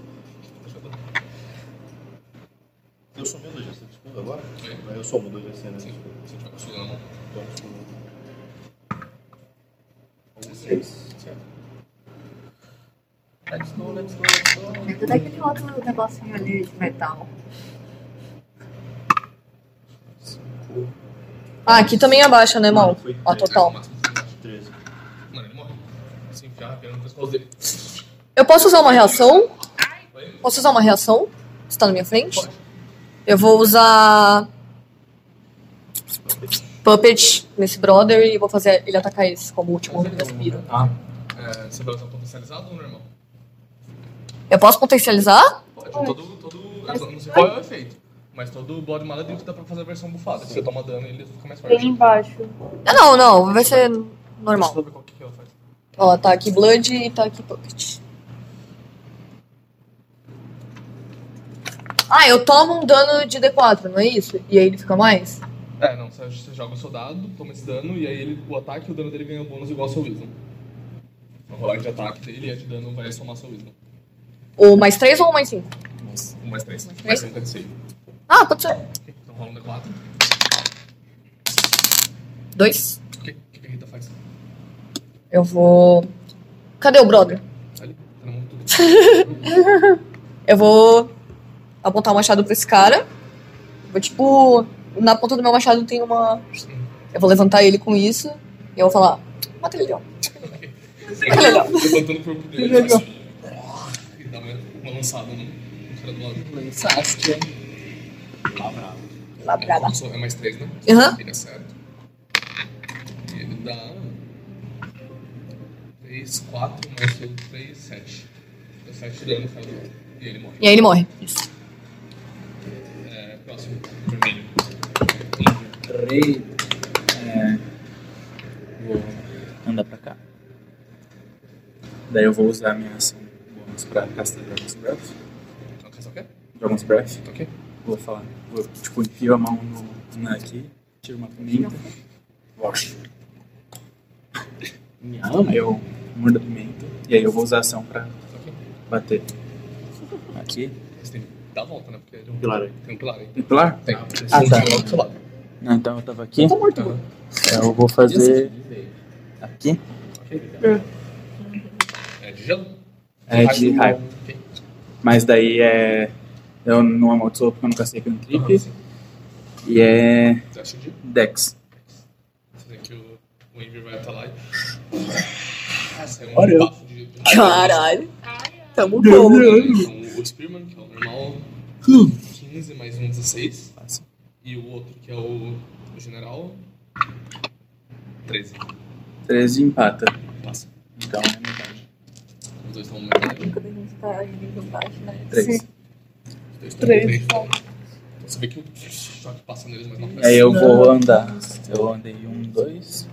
Speaker 13: Eu sou meu do GC, desculpa agora? Eu sou meu do GC, né? Desculpa. Você tiver conseguindo na mão?
Speaker 7: Let's go, let's go, let's go.
Speaker 12: Tudo aquele outro negocinho ali de metal.
Speaker 17: Ah, aqui também abaixa, né, mal? Ó, total.
Speaker 13: 13.
Speaker 1: Mano, ele morre. Se enfiar a pena no pescoço dele.
Speaker 17: Eu posso usar uma reação? Posso usar uma reação? Você tá na minha frente? Eu vou usar. Puppet nesse brother e vou fazer ele atacar esse como último respiro.
Speaker 1: Ah. É, você vai usar um potencializado ou normal?
Speaker 17: Eu posso potencializar?
Speaker 1: Pode. Todo, todo, eu só não sei qual é o efeito. Mas todo body maledicto dá pra fazer a versão bufada. Se você toma dano, ele fica mais forte.
Speaker 17: Tem embaixo. Ah, não, não, vai ser normal.
Speaker 1: Deixa eu ver qual que é que ela faz.
Speaker 17: Ó, tá aqui Blood e tá aqui Puppet. Ah, eu tomo um dano de D4, não é isso? E aí ele fica mais?
Speaker 1: É, não, você, você joga o seu dado, toma esse dano, e aí ele, o ataque e o dano dele ganha bônus igual ao seu Wisdom. A rolagem de ataque dele e a de dano vai somar seu Wisdom.
Speaker 17: Ou mais 3 ou mais 5?
Speaker 1: Um mais três. Mais
Speaker 17: três?
Speaker 1: três deve ser.
Speaker 17: Ah, pode ser.
Speaker 1: Então rola um D4.
Speaker 17: 2.
Speaker 1: O que, o que que a Rita faz?
Speaker 17: Eu vou. Cadê o brother?
Speaker 1: tá
Speaker 17: eu vou apontar o machado pra esse cara. Vou, tipo, na ponta do meu machado tem uma. Eu vou levantar ele com isso e eu vou falar: mata ele ali, ó. Mata ele ali, ó.
Speaker 1: Levantando o corpo dele, ele faz assim. E dá uma, uma lançada no, no cara do lado.
Speaker 17: Lançaste,
Speaker 7: é.
Speaker 17: hein?
Speaker 1: Labrado.
Speaker 17: Labrada.
Speaker 1: É, é mais três, né?
Speaker 17: Aham.
Speaker 1: Ele acerta. E ele dá... 3, 4, mais 3, 7. Dá 7 dano, faz o- E ele morre.
Speaker 17: E aí ele morre. Isso.
Speaker 1: É, próximo. Vermelho.
Speaker 7: Rei. É. Vou andar pra cá. Daí eu vou usar a minha ação bônus pra castar Dragon's Breath.
Speaker 1: Então, quer só o quê? Então,
Speaker 7: Dragon's Breath.
Speaker 1: Ok.
Speaker 7: Vou falar. Vou, tipo, enfio a mão no, na aqui, tiro uma pimenta. Wash. Me ama, eu mordo a pimenta. E aí eu vou usar a ação pra bater. Aqui.
Speaker 1: Você tem que dar a volta, né? Porque ele é um
Speaker 7: Pilar aí.
Speaker 1: Tem um pilar aí.
Speaker 7: Tem pilar?
Speaker 1: Tem.
Speaker 7: Ah, tá.
Speaker 1: Tem um do seu lado.
Speaker 7: Não, então eu tava aqui. Então
Speaker 1: Tá morto, mano.
Speaker 7: Eu vou fazer. Aqui.
Speaker 1: É de gelo.
Speaker 7: É de raiva.
Speaker 1: Ok.
Speaker 7: Mas daí é. Eu não amaldiçoo porque eu nunca sei que é um trip. E é.
Speaker 1: Teste de-
Speaker 7: Dex.
Speaker 1: Você vê que o, o Envy vai até lá e. Ah, saiu um
Speaker 7: Olha.
Speaker 1: bafo de. de-
Speaker 17: Caralho. Tamo
Speaker 1: Então,
Speaker 17: bom.
Speaker 1: o Spearman, que é o normal, 15 mais um 16. E o outro, que é o, o general, 13.
Speaker 7: 13 empata.
Speaker 1: Passa.
Speaker 7: Então é metade.
Speaker 1: Os dois estão metade.
Speaker 55: Quando a gente tá vindo baixo, né?
Speaker 7: 3.
Speaker 1: Os dois estão
Speaker 55: Três.
Speaker 1: Então você vê que o choque passa neles, mas não
Speaker 7: E aí eu vou andar. Eu andei 1, 2,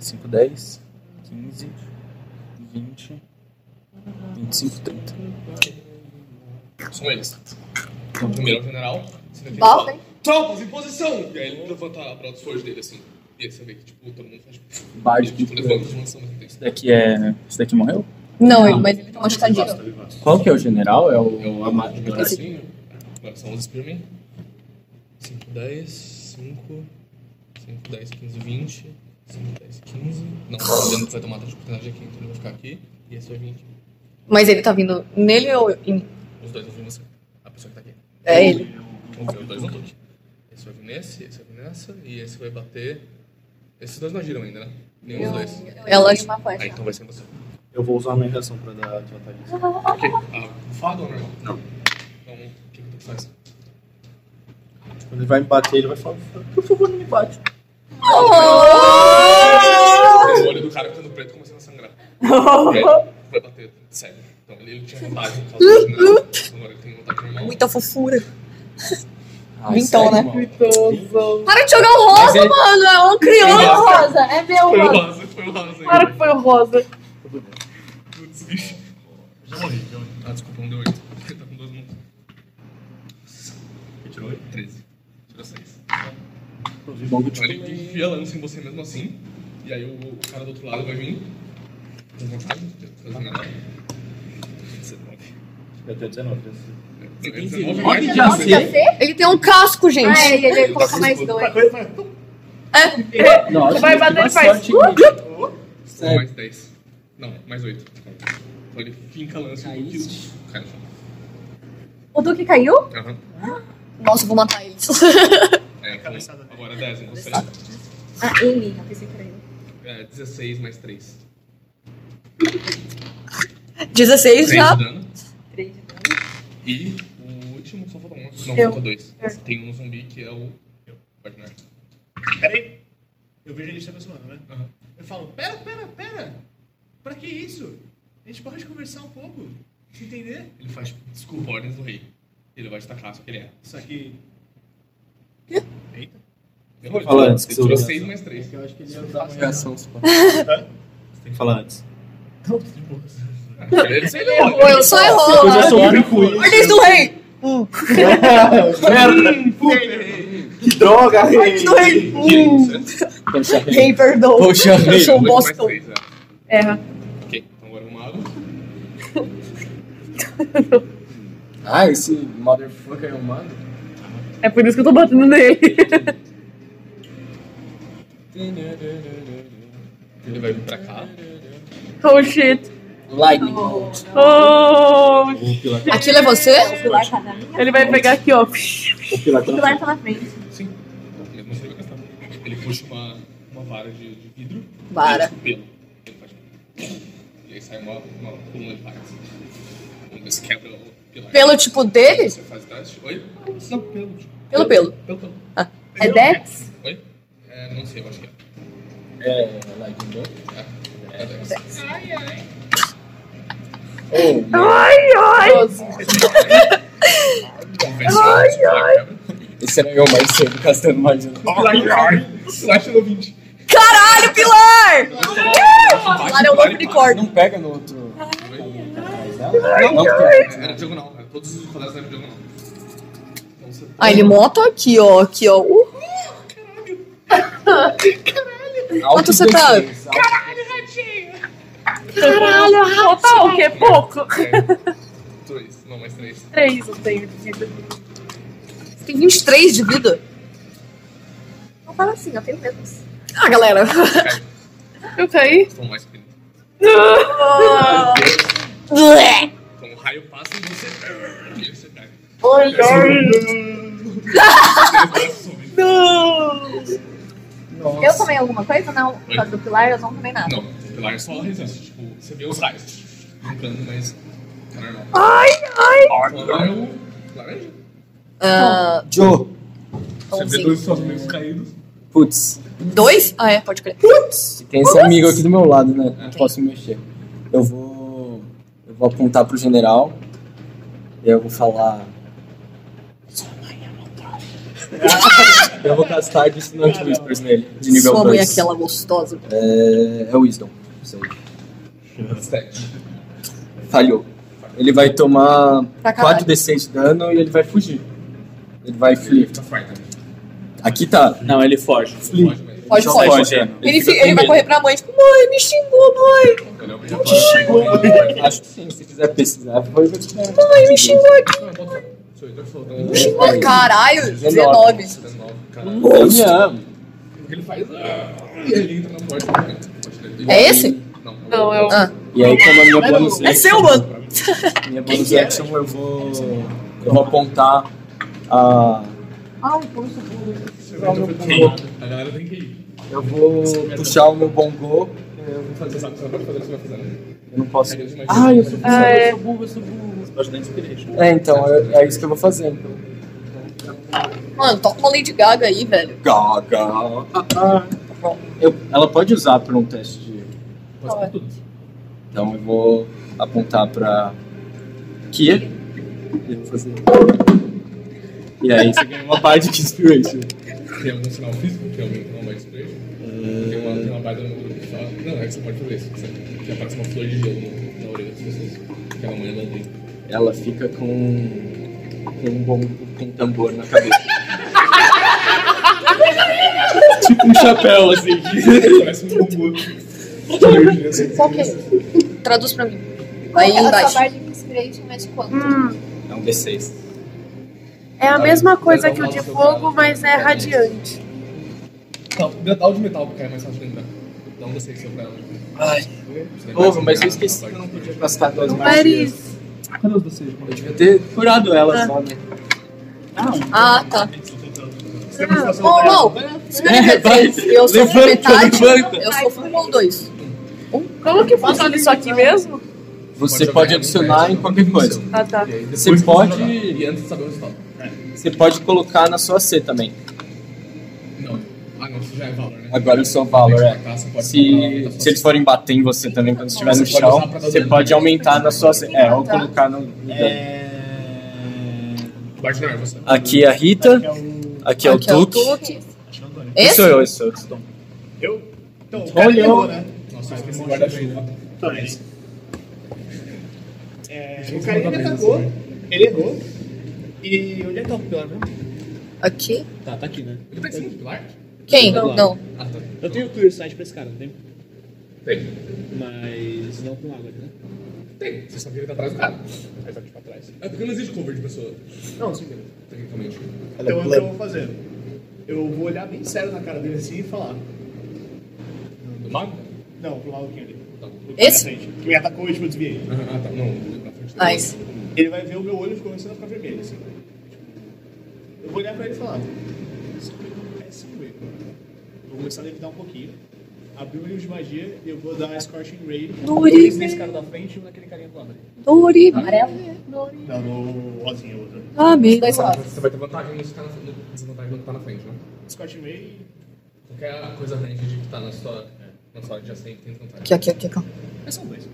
Speaker 7: 5, 10, 15, 20, 25, 30.
Speaker 1: um São eles. Então, primeiro é o general. você vê que ele
Speaker 17: Bala,
Speaker 1: fala,
Speaker 17: hein?
Speaker 1: Tropas em posição! E aí ele levanta a brada do forjo dele assim. E aí você vê que, tipo, todo mundo faz.
Speaker 56: Baixo de
Speaker 1: tipo, levanta de lança, mas não tem.
Speaker 56: Esse daqui é. Esse daqui morreu?
Speaker 17: Não, ele- mas ele tá machucadinho.
Speaker 56: Qual que é o general? É o.
Speaker 1: É o Amado de Bracinho. Agora são os Spearman. 5, 10, 5, 5, 10, 15, 20, 5, 10, 15. Não, o Leandro vai tomar ataque de oportunidade aqui, então ele vai ficar aqui. E esse vai vir aqui.
Speaker 17: Mas ele tá vindo nele ou em.
Speaker 1: Os dois vão vir você. A pessoa que tá aqui.
Speaker 17: É ele.
Speaker 1: Vamos ver os Então, dois no toque. Esse vai vir nesse, esse vai vir nessa. E esse vai bater. Esses dois não giram ainda, né? Nenhum dos
Speaker 17: Eu-
Speaker 1: dois.
Speaker 17: eu Ela-
Speaker 55: é
Speaker 17: dei uma flecha.
Speaker 1: Ah, então vai ser você.
Speaker 4: Eu vou usar a minha reação pra dar desvantagem.
Speaker 1: Ok. Ah, fado ou normal? Não. Então, o que que tu faz?
Speaker 4: Quando ele vai me bater, ele vai falar, por favor, não me bate.
Speaker 17: Oh!
Speaker 1: O olho do cara ficando preto começando a sangrar. E aí, vai bater, sério. Então ele, ele tinha vantagem. por causa do general. né? Agora ele tem vantagem normal.
Speaker 17: Muita fofura.
Speaker 1: Ai,
Speaker 17: Vintão, né?
Speaker 1: sério,
Speaker 17: Para de jogar o rosa,
Speaker 1: Mas é-
Speaker 17: mano! É uma
Speaker 1: Foi
Speaker 17: criança!
Speaker 1: o rosa,
Speaker 17: é
Speaker 1: Foi o rosa, foi o rosa.
Speaker 16: Claro que foi o rosa.
Speaker 1: Putz, bicho. Já morri, já morri. Ah, desculpa, não deu 8. Ele tá com 12 mãos. Ele tirou 8? 13. Tirou 6. Então ele enfia a lança em você mesmo assim. E aí o, o cara do outro lado vai vir. Com vantagem, porque eu tô fazendo nada. 19.
Speaker 4: Eu tenho 19.
Speaker 1: Ele tem
Speaker 4: Olha
Speaker 1: 19 mais
Speaker 4: que
Speaker 1: um.
Speaker 4: acerto.
Speaker 17: Ele tem um casco, gente.
Speaker 1: Ah, é, e ele
Speaker 17: coloca
Speaker 1: coloca mais dois.
Speaker 17: É.
Speaker 1: Nossa,
Speaker 16: vai bater
Speaker 1: que
Speaker 16: e faz.
Speaker 1: boa
Speaker 16: Uh!
Speaker 1: Ou mais 10. Não, mais 8. Então ele finca a lança em um quilo. Cai no chão.
Speaker 12: O Duque caiu?
Speaker 1: Aham.
Speaker 17: Nossa, eu vou matar ele.
Speaker 1: É, foi. Agora 10, não você.
Speaker 12: Ah, ele. Eu pensei que era ele.
Speaker 1: É, 16 mais 3.
Speaker 17: 16
Speaker 1: Três
Speaker 17: já.
Speaker 1: de dano. E o último só falta um. Não,
Speaker 17: Eu.
Speaker 1: falta dois.
Speaker 17: É.
Speaker 1: Tem um zumbi que é o. Eu. Pode não.
Speaker 5: Peraí. Eu vejo ele se aproximando, né? Eu falo, pera, pera, pera. Pra que isso? A gente pode conversar um pouco. Se entender?
Speaker 1: Ele faz tipo, desculpa ordens do rei. Ele vai te tacar, só que ele é. erra.
Speaker 5: Só que.
Speaker 1: Eita. Errou, ele
Speaker 4: Fala
Speaker 1: tirou-
Speaker 4: antes que
Speaker 1: ele
Speaker 4: você
Speaker 1: tirou
Speaker 4: usa.
Speaker 1: 6 mais 3.
Speaker 5: Eu acho que ele
Speaker 56: Ação, se pá.
Speaker 4: Você tem que falar antes.
Speaker 17: Errou, eu só errou.
Speaker 4: Eu já sou rico.
Speaker 17: Ordens do rei! Hum.
Speaker 4: Merda. Que droga, rei.
Speaker 17: Do rei! Hum. Rei, perdoa.
Speaker 1: Poxa
Speaker 17: Eu
Speaker 1: vida.
Speaker 17: sou um
Speaker 1: Oito é? mais
Speaker 17: bosta.
Speaker 1: três, é.
Speaker 16: Erra.
Speaker 1: Ok, então agora o mago.
Speaker 56: Ah, esse motherfucker é humano?
Speaker 16: É por isso que eu tô batendo nele.
Speaker 1: Ele vai vir pra cá.
Speaker 16: oh shit.
Speaker 56: Lightning
Speaker 16: Oh.
Speaker 17: Aquilo é você?
Speaker 16: Ele vai pegar aqui, ó.
Speaker 2: O pilar tá na frente.
Speaker 1: Sim. assim, Ele não sei o que gastar. Ele puxa uma, uma vara de, de vidro.
Speaker 17: Vara.
Speaker 1: E um pelo. Ele faz- E aí sai uma, uma coluna de partes. Vamos ver se quebra o pilar.
Speaker 17: Pelo tipo dele?
Speaker 1: Você faz o teste. Oi? Não, pelo. tipo.
Speaker 17: Pelo pelo.
Speaker 1: Pelo pelo.
Speaker 17: Ah, é Dex?
Speaker 1: Oi? É, não sei, eu acho que é.
Speaker 56: É, Lightning Bolt.
Speaker 1: É, é Dex.
Speaker 9: Ai, ai.
Speaker 56: Oh,
Speaker 9: ai!
Speaker 1: Ai, ai!
Speaker 56: esse era eu mais cedo gastando magia.
Speaker 1: Ai, ai! Slash no 20.
Speaker 17: Caralho, pilar! Ah! Pilar é um unicórnio.
Speaker 56: Não pega no outro.
Speaker 1: Não, não, É, era diagonal. Era todos os quadrados eram diagonal. Então você
Speaker 17: Ah, ele moto aqui, ó. Aqui, ó. Uh. Quanto você tá?
Speaker 9: Caralho, ratinho!
Speaker 16: Caralho, total, o que é pouco?
Speaker 56: É.
Speaker 1: Dois, não, mais três.
Speaker 16: Três eu tenho de vida.
Speaker 17: Você tem 23 de vida?
Speaker 6: Não fala assim, eu tenho menos.
Speaker 17: Ah, galera.
Speaker 16: Eu caí?
Speaker 1: Estão mais que ele. Então o raio passa e você. E você cai.
Speaker 9: Ai,
Speaker 17: Não!
Speaker 12: Eu tomei alguma coisa? Não. Por causa do pilar, eu não tomei nada.
Speaker 1: Não, o pilar só resiste. Tipo, você vê os raios brincando, mas. É normal.
Speaker 12: Ai, ai.
Speaker 1: Pilar é o. Laranja?
Speaker 17: Ah,
Speaker 56: Joe.
Speaker 1: Você vê dois seus amigos caídos.
Speaker 56: Putz,
Speaker 17: dois? Ah, é, pode crer.
Speaker 56: tem esse amigo aqui do meu lado, né? Não posso me mexer. Eu vou. Eu vou apontar pro general. E eu vou falar.
Speaker 3: é
Speaker 56: Eu vou castar Dissonant Whispers nele, de nível
Speaker 17: Sua
Speaker 56: 2.
Speaker 17: mãe é aquela gostosa.
Speaker 56: É, é Wisdom. Isso aí. Falhou.
Speaker 3: Ele vai tomar
Speaker 17: Pra caralho.
Speaker 3: 4d6 de dano e ele vai fugir. Ele vai fugir.
Speaker 1: Tá
Speaker 3: Aqui tá. Não, ele foge.
Speaker 17: Pode, pode.
Speaker 3: é.
Speaker 17: Ele,
Speaker 3: fica
Speaker 17: fi-
Speaker 3: com
Speaker 17: ele vai
Speaker 3: medo.
Speaker 17: correr pra mãe, tipo, mãe, me xingou, mãe.
Speaker 3: Acho que sim, se quiser pesquisar, vai pesquisar.
Speaker 17: Mãe, me xingou aqui.
Speaker 1: um
Speaker 17: Me xingou, caralho. É 19.
Speaker 1: 19. Ele faz. "Ah", E ele entra na porta.
Speaker 17: É esse?
Speaker 1: Não.
Speaker 17: Não, é o... Ah.
Speaker 3: E aí, como a minha bonus
Speaker 17: É seu, mano.
Speaker 3: Minha
Speaker 17: Quem
Speaker 3: bonus
Speaker 17: que é?
Speaker 3: action eu vou. Eu vou apontar a.
Speaker 5: Ai, por isso.
Speaker 1: A galera tem que ir.
Speaker 3: Eu vou puxar o meu bongo.
Speaker 1: Eu vou fazer isso. Você pode fazer o que você vai fazer. né?
Speaker 3: Eu não posso.
Speaker 1: Ah, eu sou
Speaker 3: burro,
Speaker 1: Ah, é.
Speaker 3: eu sou burro, eu sou burro. Você pode dar inspiration. É, então, é, é isso que eu vou fazer. Então.
Speaker 17: Mano, toca uma Lady Gaga aí, velho.
Speaker 3: Gaga. Ah, ah. Bom, eu- ela pode usar para um teste de. Então eu vou apontar para Kia. E eu vou fazer. E aí você ganha uma parte de inspiration.
Speaker 1: Tem algum sinal físico que alguém não vai spray? Tem uma, tem uma baita no grupo que fala. Não, é que você pode fazer isso. Que, você- que aparece uma flor de gelo no- na orelha das pessoas. Que é a mamãe não tem.
Speaker 3: Ela fica com, com um bom com um tambor na cabeça. tipo um chapéu assim.
Speaker 1: Parece um robô.
Speaker 17: Qual que é? Traduz pra mim.
Speaker 12: Qual
Speaker 17: Aí
Speaker 12: que é a
Speaker 17: embaixo.
Speaker 12: sua barra de inspiration, mas quanto?
Speaker 3: É um D6.
Speaker 9: É a mesma coisa que o de fogo, mas é radiante.
Speaker 1: Não, metal de metal que é mais fácil de lembrar. Dá um D6 pra ela.
Speaker 3: Ai.
Speaker 1: um
Speaker 3: Ovo, mas eu esqueci que eu não podia gastar duas
Speaker 1: Não,
Speaker 3: magias. Cadê os D6? Eu devia ter curado elas lá, né?
Speaker 17: Ah, tá.
Speaker 3: vai-
Speaker 17: Não, não. Segura
Speaker 3: É, vai.
Speaker 17: metade. Eu sou
Speaker 3: Levanta,
Speaker 17: metade.
Speaker 3: levanta.
Speaker 17: Eu sou um ou dois.
Speaker 9: Como que funciona isso aqui mesmo?
Speaker 3: Você pode adicionar em qualquer coisa.
Speaker 9: Ah, tá.
Speaker 3: Você pode,
Speaker 1: E antes de saber o resultado.
Speaker 3: você pode colocar na sua C também.
Speaker 1: Não. Ah, não, isso já é valor, né?
Speaker 3: Agora eu sou valor, é. Se, se eles forem bater em você também quando estiver no
Speaker 1: Você pode usar
Speaker 3: chão,
Speaker 1: pra dar
Speaker 3: você
Speaker 1: dano.
Speaker 3: pode aumentar na sua C. É, ou colocar no. no
Speaker 1: Bartner, é você.
Speaker 3: dano. Aqui é a Rita, aqui é o
Speaker 17: Aqui é o
Speaker 3: Tuque.
Speaker 17: Tuque.
Speaker 3: Esse sou eu,
Speaker 17: Esse?
Speaker 3: esse sou eu.
Speaker 5: Então, o
Speaker 3: Olha.
Speaker 5: pegou, né?
Speaker 1: Nossa, eu esqueci de guarda-chuva.
Speaker 5: Então, é isso. É, o cara ele atacou, ele errou. E onde é que tá o pilar mesmo?
Speaker 17: Aqui?
Speaker 5: Tá, tá aqui, né? Ele tá em cima do pilar?
Speaker 17: Quem? Não.
Speaker 5: Eu tenho clear sight pra esse cara, não tem?
Speaker 1: Tem.
Speaker 5: Mas não com água, né? tipo,
Speaker 1: Tem. Você só que ele tá atrás do cara. Aí tá aqui pra trás. É porque não existe cover de pessoa. Não, sim. Tecnicamente.
Speaker 13: é
Speaker 5: Então, o que eu vou fazer? Eu vou olhar bem sério na cara dele assim e falar.
Speaker 1: Do mago?
Speaker 5: Não, pro maluquinho ali. Então,
Speaker 17: Esse?
Speaker 5: Que me atacou e eu desviei.
Speaker 1: Ah, tá. Não.
Speaker 17: Nice.
Speaker 5: Ele vai ver o meu olho começando a ficar vermelho, assim. Eu vou olhar pra ele e falar. "Esse é péssimo erro." Vou começar a levitar um pouquinho. Abrir o livro de magia e eu vou dar Scorching Ray. Dois
Speaker 17: Uribe.
Speaker 5: nesse cara da frente e um naquele carinha do lado ali.
Speaker 17: Dori.
Speaker 5: Não, no Rosinha, outro.
Speaker 17: Ah,
Speaker 1: mesmo.
Speaker 17: mesmo. Dois lados.
Speaker 1: Você vai ter vantagem nisso que tá na no- desvantagem quando tá na frente, né?
Speaker 5: Scorching Ray.
Speaker 1: Qualquer é coisa ranged que tá na sua, na sua adjacente tem desvantagem.
Speaker 17: Aqui, aqui, aqui, calma.
Speaker 5: Mas são é um dois.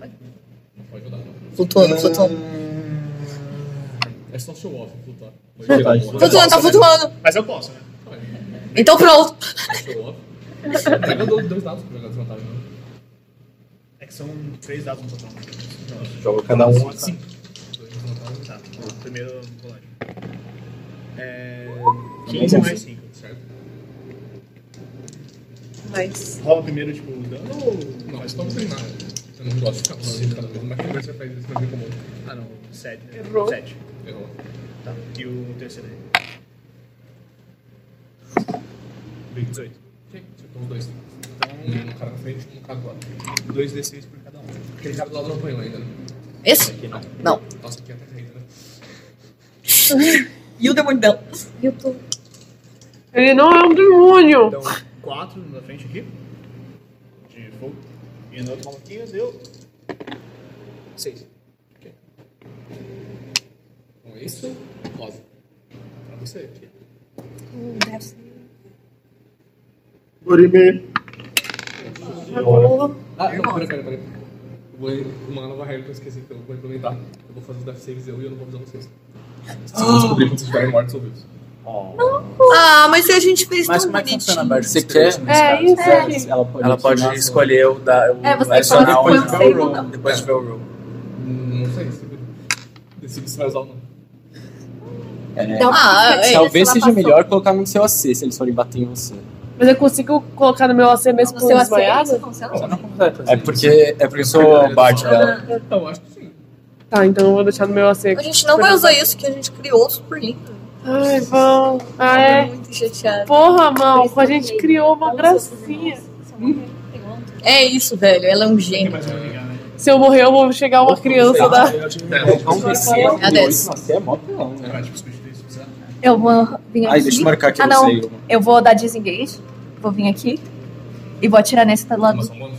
Speaker 1: Não pode rodar, não.
Speaker 17: Flutuando, flutuando.
Speaker 1: É só show off, flutuar.
Speaker 17: Verdade. Flutuando, tá
Speaker 1: Nossa,
Speaker 17: flutuando.
Speaker 5: Mas eu posso, né?
Speaker 17: Então pronto.
Speaker 1: Show off. Pega dois dois dados pra jogar desvantagem, né?
Speaker 5: É que são três dados no total. Não,
Speaker 57: Joga cada um.
Speaker 5: Cinco. Dois desmontados. Tá. O primeiro colagem. É. 15 mais 5, certo?
Speaker 17: Mas.
Speaker 5: Rola primeiro, tipo, o dano então- ou.
Speaker 1: Não, mas toma sem nada. Eu não gosto de ficar falando de cada vez, mas como é que você faz isso pra ver como.
Speaker 5: Ah, não. 7. Né?
Speaker 1: Errou.
Speaker 5: 7.
Speaker 1: Errou.
Speaker 5: Tá. E o terceiro aí? 18.
Speaker 1: Ok, você toma os dois. Um cara na frente e um cara do lado.
Speaker 5: 2d6 por cada um.
Speaker 1: Aquele cara do lado não apanhou ainda, né?
Speaker 17: Esse?
Speaker 1: Aqui não.
Speaker 17: Não.
Speaker 1: Nossa, aqui até caiu, né?
Speaker 17: E o demônio dela?
Speaker 12: Eu tô.
Speaker 9: Ele não é um demônio.
Speaker 5: Então, 4 na frente aqui. De fogo. E no outro maluquinho deu. 6.
Speaker 1: Então é isso. Rosa. Pra você aqui.
Speaker 58: Orime.
Speaker 1: Ah, não, pera, pera, pera. Eu Vou uma nova regra que eu esqueci que eu vou implementar. Eu vou fazer os death saves eu e eu não vou avisar vocês. Vocês vão descobrir quando vocês estiverem mortos ou vivos.
Speaker 17: Ah, mas se a gente fez
Speaker 7: Mas
Speaker 17: tão
Speaker 7: como é que
Speaker 17: bonitinho.
Speaker 7: funciona a barra de inspiration nesse
Speaker 17: É,
Speaker 7: caso?
Speaker 17: isso
Speaker 7: Ela-
Speaker 17: aqui.
Speaker 7: Ela pode,
Speaker 3: Ela pode
Speaker 7: escolher o da. O
Speaker 17: É, você
Speaker 7: adicional depois
Speaker 17: fala quando
Speaker 7: de
Speaker 17: você
Speaker 7: ver o roll.
Speaker 17: manda.
Speaker 7: Depois de ver o roll.
Speaker 1: É. Hum, Não sei tipo se decide se vai usar ou não.
Speaker 3: É.
Speaker 12: Então,
Speaker 9: Dá uma Ah, picadinha,
Speaker 3: talvez
Speaker 9: sei lá,
Speaker 3: seja
Speaker 9: passou.
Speaker 3: melhor colocar no seu AC se eles forem bater em você.
Speaker 9: Mas eu consigo colocar no meu AC mesmo
Speaker 12: No
Speaker 9: com
Speaker 12: seu AC,
Speaker 9: desmaiada?
Speaker 12: você consegue?
Speaker 3: É porque, é porque eu sou o Bart dela.
Speaker 17: Ah.
Speaker 1: Então, acho que sim.
Speaker 9: Tá, então eu vou deixar no meu AC.
Speaker 17: A gente não vai usar isso que a gente criou super lindo.
Speaker 9: Ai, vão. Ah, é?
Speaker 17: Muito chateada.
Speaker 9: Porra, mão, a gente criou uma gracinha.
Speaker 17: É isso, velho. Ela é um gênio.
Speaker 9: Se eu morrer, eu vou chegar uma criança da.
Speaker 17: É a dessa.
Speaker 3: Você é mó pilão, né?
Speaker 12: Eu vou vir aqui.
Speaker 3: Ai, deixa eu marcar aqui,
Speaker 12: Ah,
Speaker 3: eu
Speaker 12: não.
Speaker 3: sei.
Speaker 12: Eu vou dar disengage. Vou vir aqui. E vou atirar nesse do lado.
Speaker 1: um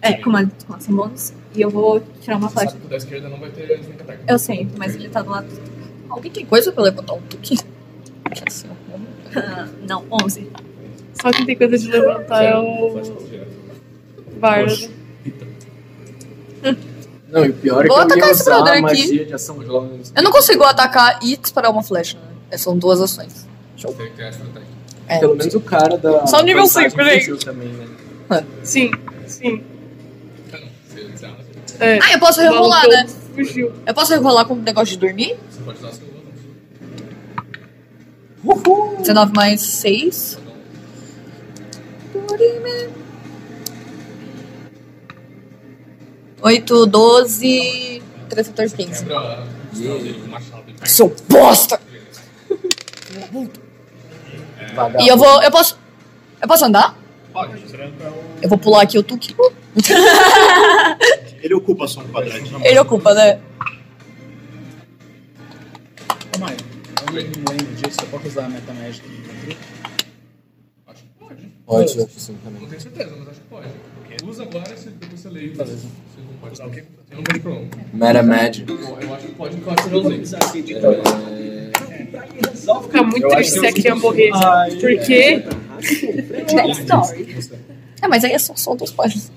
Speaker 12: É, com uma com ação bônus. E eu vou tirar uma
Speaker 1: Você
Speaker 12: flecha.
Speaker 1: sabe que o da esquerda não vai ter sneak attack.
Speaker 12: Eu sei, mas ele tá do lado. do-
Speaker 17: Alguém tem coisa pra levantar um tuque?
Speaker 12: Não, 11.
Speaker 9: Só que tem coisa de levantar é o. né? Bárbaro.
Speaker 3: Não, e o pior é que
Speaker 17: Vou
Speaker 3: eu
Speaker 17: atacar
Speaker 3: ia
Speaker 17: esse
Speaker 3: usar
Speaker 17: brother
Speaker 3: a
Speaker 17: aqui.
Speaker 3: magia de ação de longa
Speaker 17: Eu não consigo atacar e disparar uma flecha, né? É, São duas ações.
Speaker 3: né?
Speaker 17: É.
Speaker 3: Pelo menos o cara da.
Speaker 17: Só o nível
Speaker 3: paisagem
Speaker 17: cinco, né?
Speaker 3: fugiu também, né?
Speaker 9: Sim, sim.
Speaker 1: É.
Speaker 17: Ah, eu posso
Speaker 1: O
Speaker 17: rerolar,
Speaker 1: maluco
Speaker 17: né? Eu posso rerolar com o negócio de dormir?
Speaker 1: Você pode usar seu bônus.
Speaker 17: 19 mais 6. Dorime. 8, 12, 13, 14, 15.
Speaker 1: Lembra o sinal dele com o machado? ele vai-
Speaker 17: Seu bosta! E eu vou. Eu posso. Eu posso andar?
Speaker 59: Pode.
Speaker 17: Eu vou pular aqui o Tuque.
Speaker 5: Ele ocupa só um quadradinho.
Speaker 17: Ele ocupa, né?
Speaker 7: Calma aí. Eu não lembro disso, eu posso usar a meta médica do controle?
Speaker 3: Pode, eu acho que sim
Speaker 1: Não
Speaker 3: também.
Speaker 1: tenho certeza, mas acho que pode. Usa agora, se depois você lê. Beleza. Você não pode usar o quê? Eu não vejo problema.
Speaker 3: Meta Magic.
Speaker 1: Bom, Eu acho que pode, porque eu acho que eu já usei.
Speaker 9: Vou ficar muito
Speaker 1: Eu acho
Speaker 9: triste
Speaker 1: que
Speaker 9: se
Speaker 1: eu
Speaker 9: aqui eu morrer. Porque.
Speaker 17: Next story. É, mas aí é só só dos pais.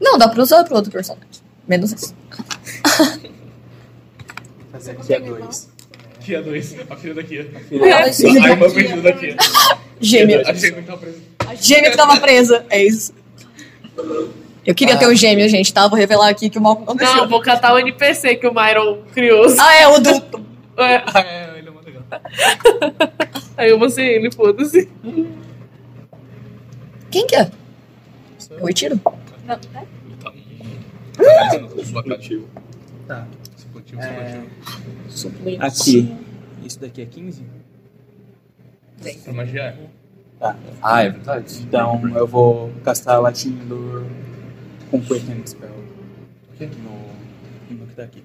Speaker 17: Não, dá pra usar pro outro personagem. Menos isso.
Speaker 7: Fazer aqui a dois.
Speaker 1: Tia 2, a filha da Kia. A
Speaker 17: filha da Kia.
Speaker 1: A irmã perdida da Kia.
Speaker 17: Gêmea.
Speaker 1: A gêmea que tá presa.
Speaker 17: Gêmeo que tava presa. É isso. Eu queria ter um gêmeo, gente, tá? Vou revelar aqui que o mal aconteceu.
Speaker 9: Não, vou catar o NPC que o Myron criou.
Speaker 17: Ah, é, o do.
Speaker 9: É. Ah, é, ele é legal. Aí eu vou ser ele, foda-se.
Speaker 17: Quem que é? Eu retiro.
Speaker 12: Não,
Speaker 3: tá.
Speaker 1: tá
Speaker 5: Supletivo.
Speaker 7: Tá.
Speaker 3: É.
Speaker 1: Supletivo,
Speaker 7: supletivo. Aqui. Isso daqui é 15?
Speaker 1: A magia é.
Speaker 7: Tá. Ah, é verdade. Então eu vou gastar a latinha do. com Quaking Spell. No. no que tá aqui.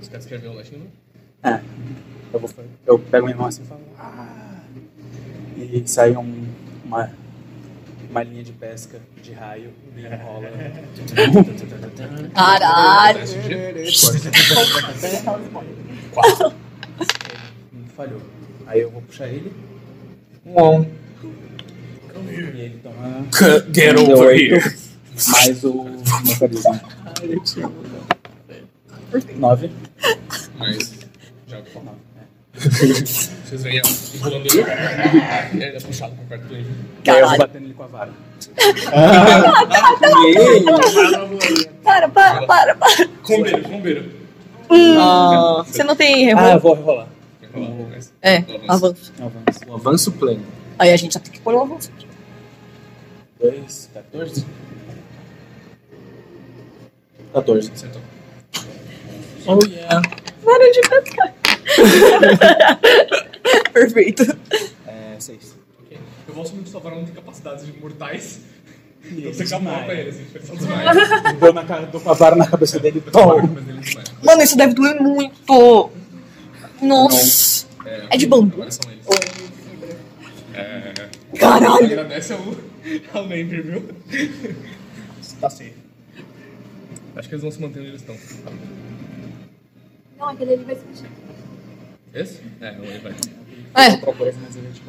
Speaker 1: Você quer escrever o latino?
Speaker 7: É. Eu, vou, fa- eu pego minha mão assim e falo. Ah! E sai um, uma, uma linha de pesca de raio e enrola.
Speaker 17: Caralho.
Speaker 7: Hum, Falhou. Aí eu vou puxar ele. Um on. E ele toma.
Speaker 3: C- get over
Speaker 7: oito,
Speaker 3: here.
Speaker 7: Mais um o. Meu carisma. Nove.
Speaker 1: Mas. Já vou falar. Vocês veem ela enrolando ele. E ele é puxado pra perto dele.
Speaker 7: E aí eu vou batendo ele com a vara.
Speaker 17: Para, para, para, para.
Speaker 1: Combeiro, combeiro.
Speaker 17: Hum, você não tem
Speaker 7: Ah, eu
Speaker 17: revólver?
Speaker 7: vou rolar.
Speaker 17: É, avanço.
Speaker 7: Avanço. O avanço pleno.
Speaker 17: Aí a gente já tem que pôr o avanço.
Speaker 7: 2, 14. 14.
Speaker 1: Acertou.
Speaker 7: Oh yeah.
Speaker 17: Para de pescar. Perfeito.
Speaker 7: É, 6.
Speaker 1: Eu vou assumir que sua vara não tem capacidades um de mortais. Então
Speaker 7: eles
Speaker 1: você acabou
Speaker 7: desmaiam.
Speaker 1: pra eles, gente. Foi só desmaio.
Speaker 7: Dou, na, cara- dou com a vara na cabeça dele. Tom!
Speaker 17: Mano, isso deve doer muito. Nossa. É de bambu.
Speaker 1: É.
Speaker 17: Caralho.
Speaker 1: Agradece ao, ao Namer, viu? Tá safe. Acho que eles vão se mantendo onde eles estão.
Speaker 60: Não, aquele ali vai se mexer.
Speaker 1: Esse? É, ele vai.
Speaker 17: É.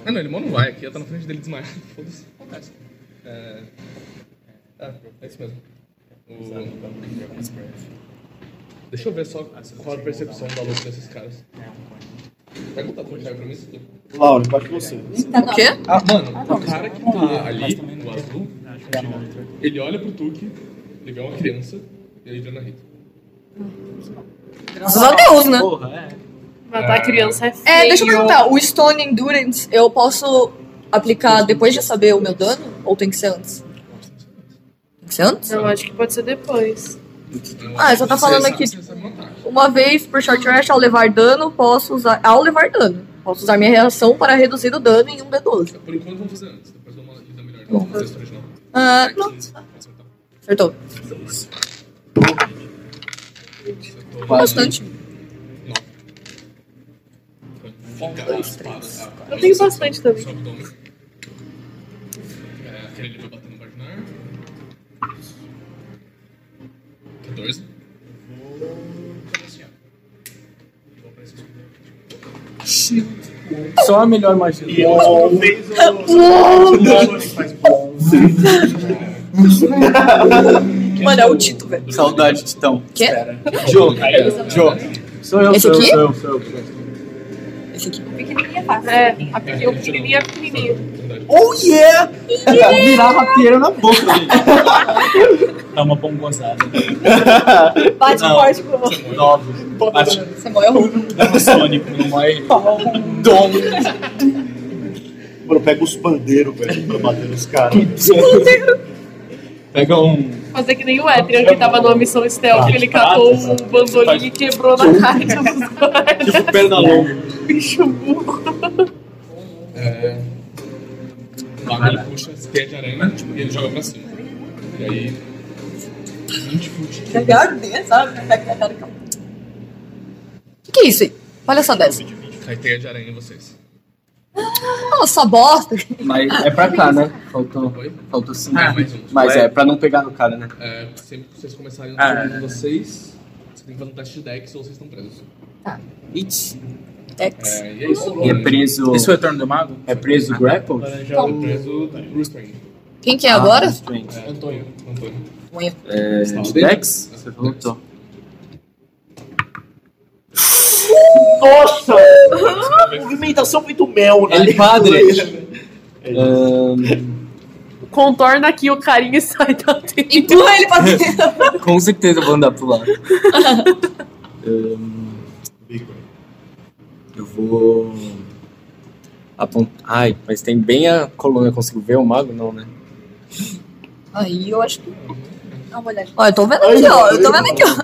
Speaker 1: Ah, não, ele mó não vai aqui, eu tá na frente dele desmaiado. Foda-se, acontece. É. Ah, é isso mesmo. O... Deixa eu ver só qual a percepção da luta desses caras. Pega o tatu Thiago pra mim. se tu-
Speaker 5: Laura, embaixo de você.
Speaker 17: O quê?
Speaker 1: Ah, mano, o cara que tá ali, no azul, Ele olha pro Tuque, ele vê uma criança, e ele vê na Rita.
Speaker 17: Graças a Deus, né?
Speaker 1: Porra, é.
Speaker 9: Matar criança é feio.
Speaker 17: É, deixa eu perguntar, o Stone Endurance eu posso aplicar depois de saber o meu dano? Ou tem que ser antes? Tem que ser antes?
Speaker 9: Não, acho que pode ser depois.
Speaker 17: Ah, só tá falando aqui.
Speaker 1: é
Speaker 17: Uma vez por short rest, ao levar dano, posso usar. Ao levar dano, posso usar minha reação para reduzir o dano em um D12.
Speaker 1: Por enquanto vamos fazer antes, depois vamos lida melhor. Vamos fazer isso original.
Speaker 17: Ah, não. Acertou. Bastante.
Speaker 1: Foca a espada, tá?
Speaker 9: Eu tenho bastante também.
Speaker 1: É, aquele ele vai bater no Bardinar. 14.
Speaker 3: Só a melhor magia.
Speaker 5: E eu talvez
Speaker 17: Mano, é o Tito, velho.
Speaker 3: Saudade, Titão.
Speaker 17: Quê?
Speaker 3: Joe, Joe. Sou eu,
Speaker 17: Esse
Speaker 3: sou eu,
Speaker 17: aqui?
Speaker 3: sou eu, sou eu. sou eu.
Speaker 17: Esse aqui.
Speaker 9: Pequenininha é fácil. É, a pe- eu pequenininha é pequenininha.
Speaker 3: Oh yeah! Virar rapieira na boca dele. né?
Speaker 7: Dá uma bongozada.
Speaker 3: Bate
Speaker 9: Não.
Speaker 3: forte com você. Nove. Bate
Speaker 17: Você é morreu
Speaker 3: no Sonic, não morre. Dom.
Speaker 61: Mano, pega os pandeiros, velho, pra bater nos caras.
Speaker 3: Pega um.
Speaker 9: Fazer que nem o Etrian que tava numa missão stealth, que ele catou um bandolim e quebrou na cara de uns
Speaker 3: Tipo perna longa.
Speaker 9: bicho burro.
Speaker 1: É. O mago ele puxa as teias de aranha tipo, e ele joga pra cima. E aí. 20 foot.
Speaker 17: Quer arder, sabe? é Que que é isso aí? Olha essa dessa.
Speaker 1: Cai teia de aranha em vocês.
Speaker 17: Nossa, bosta.
Speaker 3: Mas é pra cá, né? Faltou. Faltou cinco.
Speaker 1: Ah, mais um.
Speaker 3: Mas é, pra não pegar no cara, né?
Speaker 1: É, sempre que vocês começarem o
Speaker 3: Ah.
Speaker 1: turno de vocês, você tem que fazer um teste de dex ou vocês estão presos.
Speaker 17: Tá.
Speaker 3: It.
Speaker 17: Dex.
Speaker 1: É, e é isso.
Speaker 3: E é preso.
Speaker 1: Esse foi o
Speaker 3: turno do mago? É preso grapple?
Speaker 1: É preso Bruce Wayne.
Speaker 17: Quem
Speaker 3: Ah.
Speaker 17: que é agora?
Speaker 1: É, Antônio. Antônio.
Speaker 3: É.
Speaker 1: Dex?
Speaker 3: Dex? Você voltou.
Speaker 61: Nossa! Movimentação muito mel, né?
Speaker 3: Ele padre. é
Speaker 9: Contorna aqui o carinha e sai da tela.
Speaker 17: Empurra ele pra
Speaker 3: Com certeza eu vou andar pro lado. Ahn, eu vou. Apontar. Ai, mas tem bem a coluna. Eu consigo ver o mago? Não, né?
Speaker 17: Aí eu acho que. Dá uma olhada. Ó, eu tô vendo aqui, ó. Eu tô vendo aqui, ó.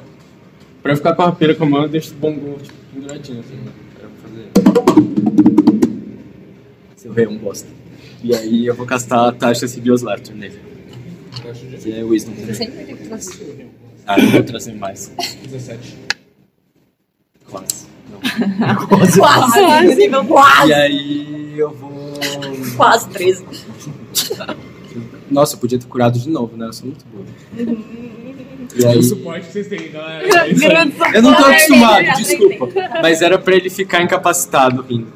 Speaker 3: Pra eu ficar com a rapeira com a mão, eu deixo o bongo tipo, penduradinho assim. né? Pra eu fazer. Se eu ver um bosta. E aí eu vou castar a taxa de Deus Larter nele. Que é Wisdom.
Speaker 17: Eu sempre tenho que trazer.
Speaker 3: Ah, eu vou trazer mais.
Speaker 1: 17.
Speaker 3: Quase.
Speaker 17: Quase, quase, quase.
Speaker 3: E aí eu vou.
Speaker 17: Quase 13.
Speaker 3: Nossa, eu podia ter curado de novo, né? Eu sou muito boa. E aí-
Speaker 1: O suporte que vocês têm, galera. É isso aí.
Speaker 3: Eu não tô acostumado, desculpa. Mas era pra ele ficar incapacitado rindo.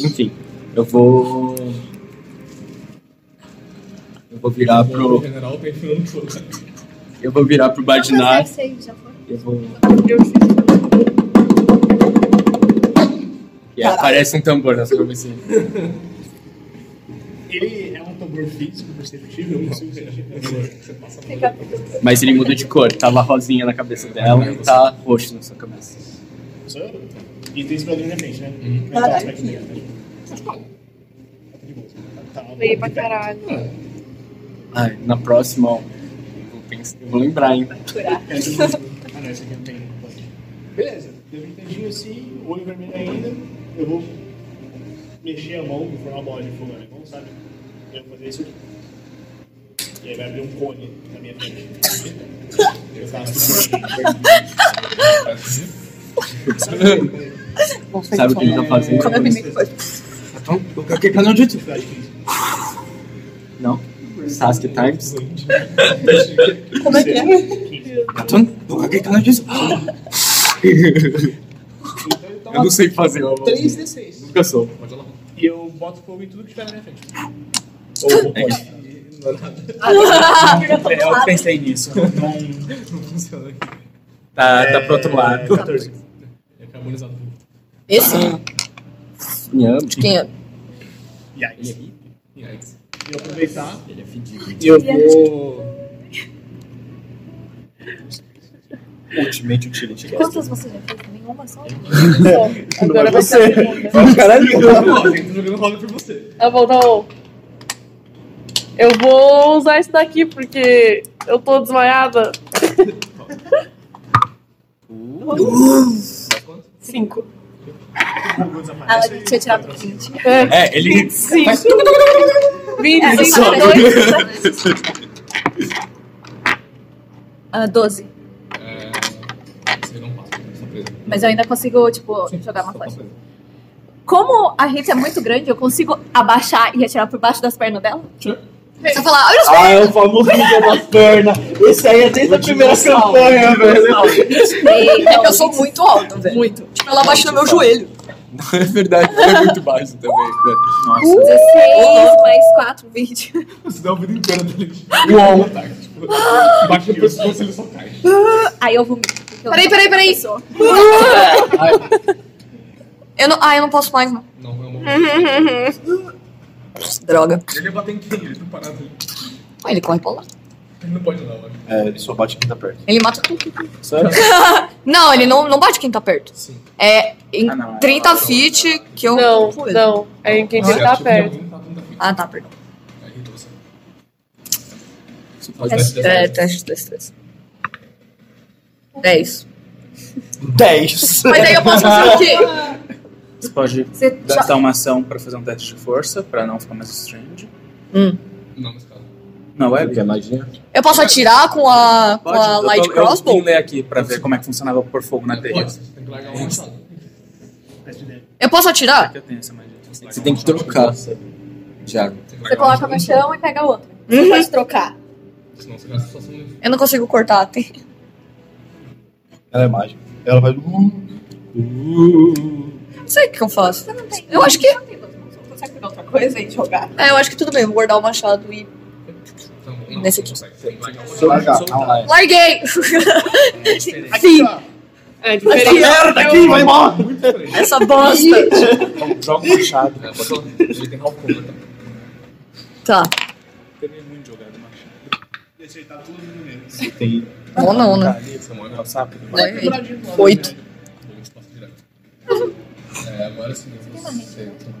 Speaker 3: Enfim, eu vou. Eu vou virar
Speaker 1: O
Speaker 3: pro.
Speaker 1: general tá enfiando fogo.
Speaker 3: Eu vou virar pro Bardinar.
Speaker 12: já foi.
Speaker 3: Eu vou. E aí aparece um tambor na sua cabeça.
Speaker 5: Ele é um tambor físico, perceptível, eu não consigo sentir. né?
Speaker 12: Fica
Speaker 3: Mas ele muda de cor, tava rosinha na cabeça dela e tá roxo na sua cabeça.
Speaker 5: Sério? E tem spell independente, né?
Speaker 12: Ah,
Speaker 5: Mental
Speaker 12: tá.
Speaker 5: aspect dele,
Speaker 9: Feio pra caralho.
Speaker 3: Ai, na próxima, ó. Eu vou, pensar- eu vou lembrar ainda.
Speaker 5: Curar. Ah, não, esse aqui não tem. Beleza, deu um entendinho assim, olho vermelho ainda. Eu vou mexer a mão, vou formar uma bola de fogo na minha mão, sabe? Eu vou fazer isso aqui. E aí vai abrir um cone na minha frente. Eu faço.
Speaker 3: Sabe o que ele tá fazendo?
Speaker 17: Como é que foi?
Speaker 3: Então, o que é canal de YouTube? Não? Sasuke Times?
Speaker 17: Como é que é?
Speaker 3: Então, o que é canal de YouTube? Eu não sei fazer, eu
Speaker 5: 3d6.
Speaker 3: nunca sou.
Speaker 5: E eu boto fogo em tudo que tiver na minha frente.
Speaker 3: É que-
Speaker 5: É, eu pensei nisso. Não,
Speaker 1: Não funciona aqui.
Speaker 3: Tá, tá pro outro lado.
Speaker 5: 14.
Speaker 1: É carbonizado.
Speaker 17: Esse?
Speaker 3: Minha ama.
Speaker 17: Quem é?
Speaker 5: Yikes.
Speaker 1: Yikes.
Speaker 5: E eu aproveitar.
Speaker 3: Ele é fedido.
Speaker 5: E eu vou.
Speaker 13: Ultimate Utility
Speaker 62: Quantas você já fez? Nenhuma só?
Speaker 12: Ah,
Speaker 13: Não é você. Caralho,
Speaker 5: Tô jogando roda por você.
Speaker 9: Tá bom, tá bom. Eu vou usar isso daqui porque eu tô desmaiada. Cinco.
Speaker 12: Ela tinha tirado 20.
Speaker 13: É, ele.
Speaker 9: Sim.
Speaker 13: Faz-
Speaker 9: 25,
Speaker 12: É, Só.
Speaker 9: dois.
Speaker 12: Ah, 12.
Speaker 1: É,
Speaker 12: Mas eu ainda consigo, tipo, jogar uma flecha. Como a Rita é muito grande, eu consigo abaixar e atirar por baixo das pernas dela? Só falar, olha os
Speaker 13: Ah, é o famoso nível das pernas. Esse aí é desde a primeira campanha, velho.
Speaker 17: É que eu sou muito alta, velho. Muito. Tipo, ela baixa no meu joelho.
Speaker 3: É verdade, ele é muito baixo também. né?
Speaker 12: 16 mais 4, 20.
Speaker 1: Você dá uma vida inteira dele. é um
Speaker 13: Uou.
Speaker 1: tipo, Bate no pescoço ele só cai.
Speaker 12: Ah, Aí eu vomito. porque eu
Speaker 17: Peraí,
Speaker 12: não
Speaker 17: peraí, peraí.
Speaker 12: sou.
Speaker 17: Eu não, ah, eu não posso mais, não. Droga.
Speaker 1: Ele ia bater em quem? Ele tá parado ali.
Speaker 17: Ah, ele corre pra lá.
Speaker 1: Ele não pode né? andar, eu acho.
Speaker 13: É, ele só bate quem tá perto.
Speaker 17: Ele mata tudo.
Speaker 13: Sério?
Speaker 17: não, ele não, não bate quem tá perto. É em 30 feet que eu.
Speaker 9: Não, não. É em quem
Speaker 17: Ah,
Speaker 9: tá
Speaker 17: tipo,
Speaker 9: perto.
Speaker 17: Ah, tá, perdão.
Speaker 1: então Teste-
Speaker 17: É, teste É de destreza. 10.
Speaker 13: 10.
Speaker 17: Mas aí eu posso fazer o quê?
Speaker 7: Você pode
Speaker 17: Você
Speaker 7: gastar
Speaker 17: já-
Speaker 7: uma ação pra fazer um teste de força, pra não ficar mais strange.
Speaker 17: Hum.
Speaker 7: Não, mas calma. Não, é? Porque é magia.
Speaker 17: Eu posso atirar com a, com a light
Speaker 7: eu,
Speaker 17: cross?
Speaker 7: Eu vim ler aqui pra ver como é que funcionava pôr fogo na teia.
Speaker 17: Eu posso atirar?
Speaker 7: Eu tenho essa magia. assim. Você tem que trocar.
Speaker 3: Já.
Speaker 12: Você coloca no chão e pega outro. Você
Speaker 17: Uhum.
Speaker 12: pode trocar.
Speaker 1: Senão você gasta só sua
Speaker 17: Eu não consigo cortar a teia.
Speaker 13: Ela é mágica. Ela uh, vai.
Speaker 17: Não sei o que eu faço. Eu acho que.
Speaker 12: Você consegue pegar outra coisa e jogar?
Speaker 17: É, eu acho que tudo bem, eu vou guardar o machado e. Nesse aqui.
Speaker 13: Se eu largar, não vai.
Speaker 17: Larguei! Sim! É
Speaker 13: Essa merda aqui, vai embora!
Speaker 17: Essa bosta!
Speaker 13: Joga o machado.
Speaker 1: É, Ele tem né? half cover também.
Speaker 17: Tá.
Speaker 7: Teve muito jogado machado.
Speaker 5: Deixei tá tudo no meio.
Speaker 7: Tem.
Speaker 17: Ou não,
Speaker 13: Tá
Speaker 17: né? Oito.
Speaker 1: É, agora sim eu vou ser. então.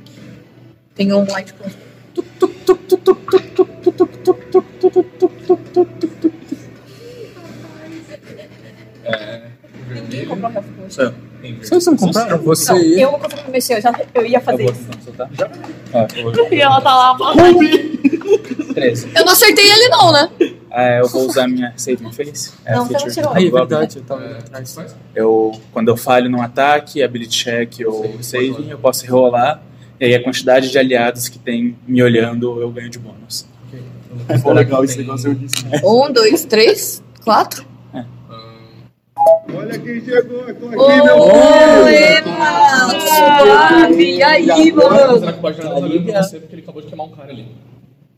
Speaker 17: Tem um light cross.
Speaker 1: É.
Speaker 12: Ninguém comprou Half Moon.
Speaker 7: Sou eu. Vocês não compraram? Você
Speaker 12: Não,
Speaker 7: e
Speaker 12: eu não consigo me mexer, eu, já, eu ia fazer isso.
Speaker 9: E ela tá lá falando.
Speaker 7: 13.
Speaker 17: Eu não acertei ele, não, né?
Speaker 7: É, eu vou usar minha save and face. É,
Speaker 17: Não, você não
Speaker 7: feature.
Speaker 17: tirou.
Speaker 7: Ah, é verdade, eu
Speaker 13: Então,
Speaker 7: tava
Speaker 13: tá
Speaker 7: Eu, quando eu falho num ataque, ability check ou save, eu posso rolar. E aí a quantidade de aliados que tem me olhando, eu ganho de bônus.
Speaker 13: Ficou legal esse negócio, eu disse.
Speaker 17: Um, dois, três, quatro.
Speaker 5: Olha quem chegou, eu tô aqui,
Speaker 17: Oi,
Speaker 5: mano.
Speaker 17: Suave, e aí, mano?
Speaker 1: Será que o Bajara tá
Speaker 13: né?
Speaker 1: olhando pra você porque ele acabou de queimar um cara ali?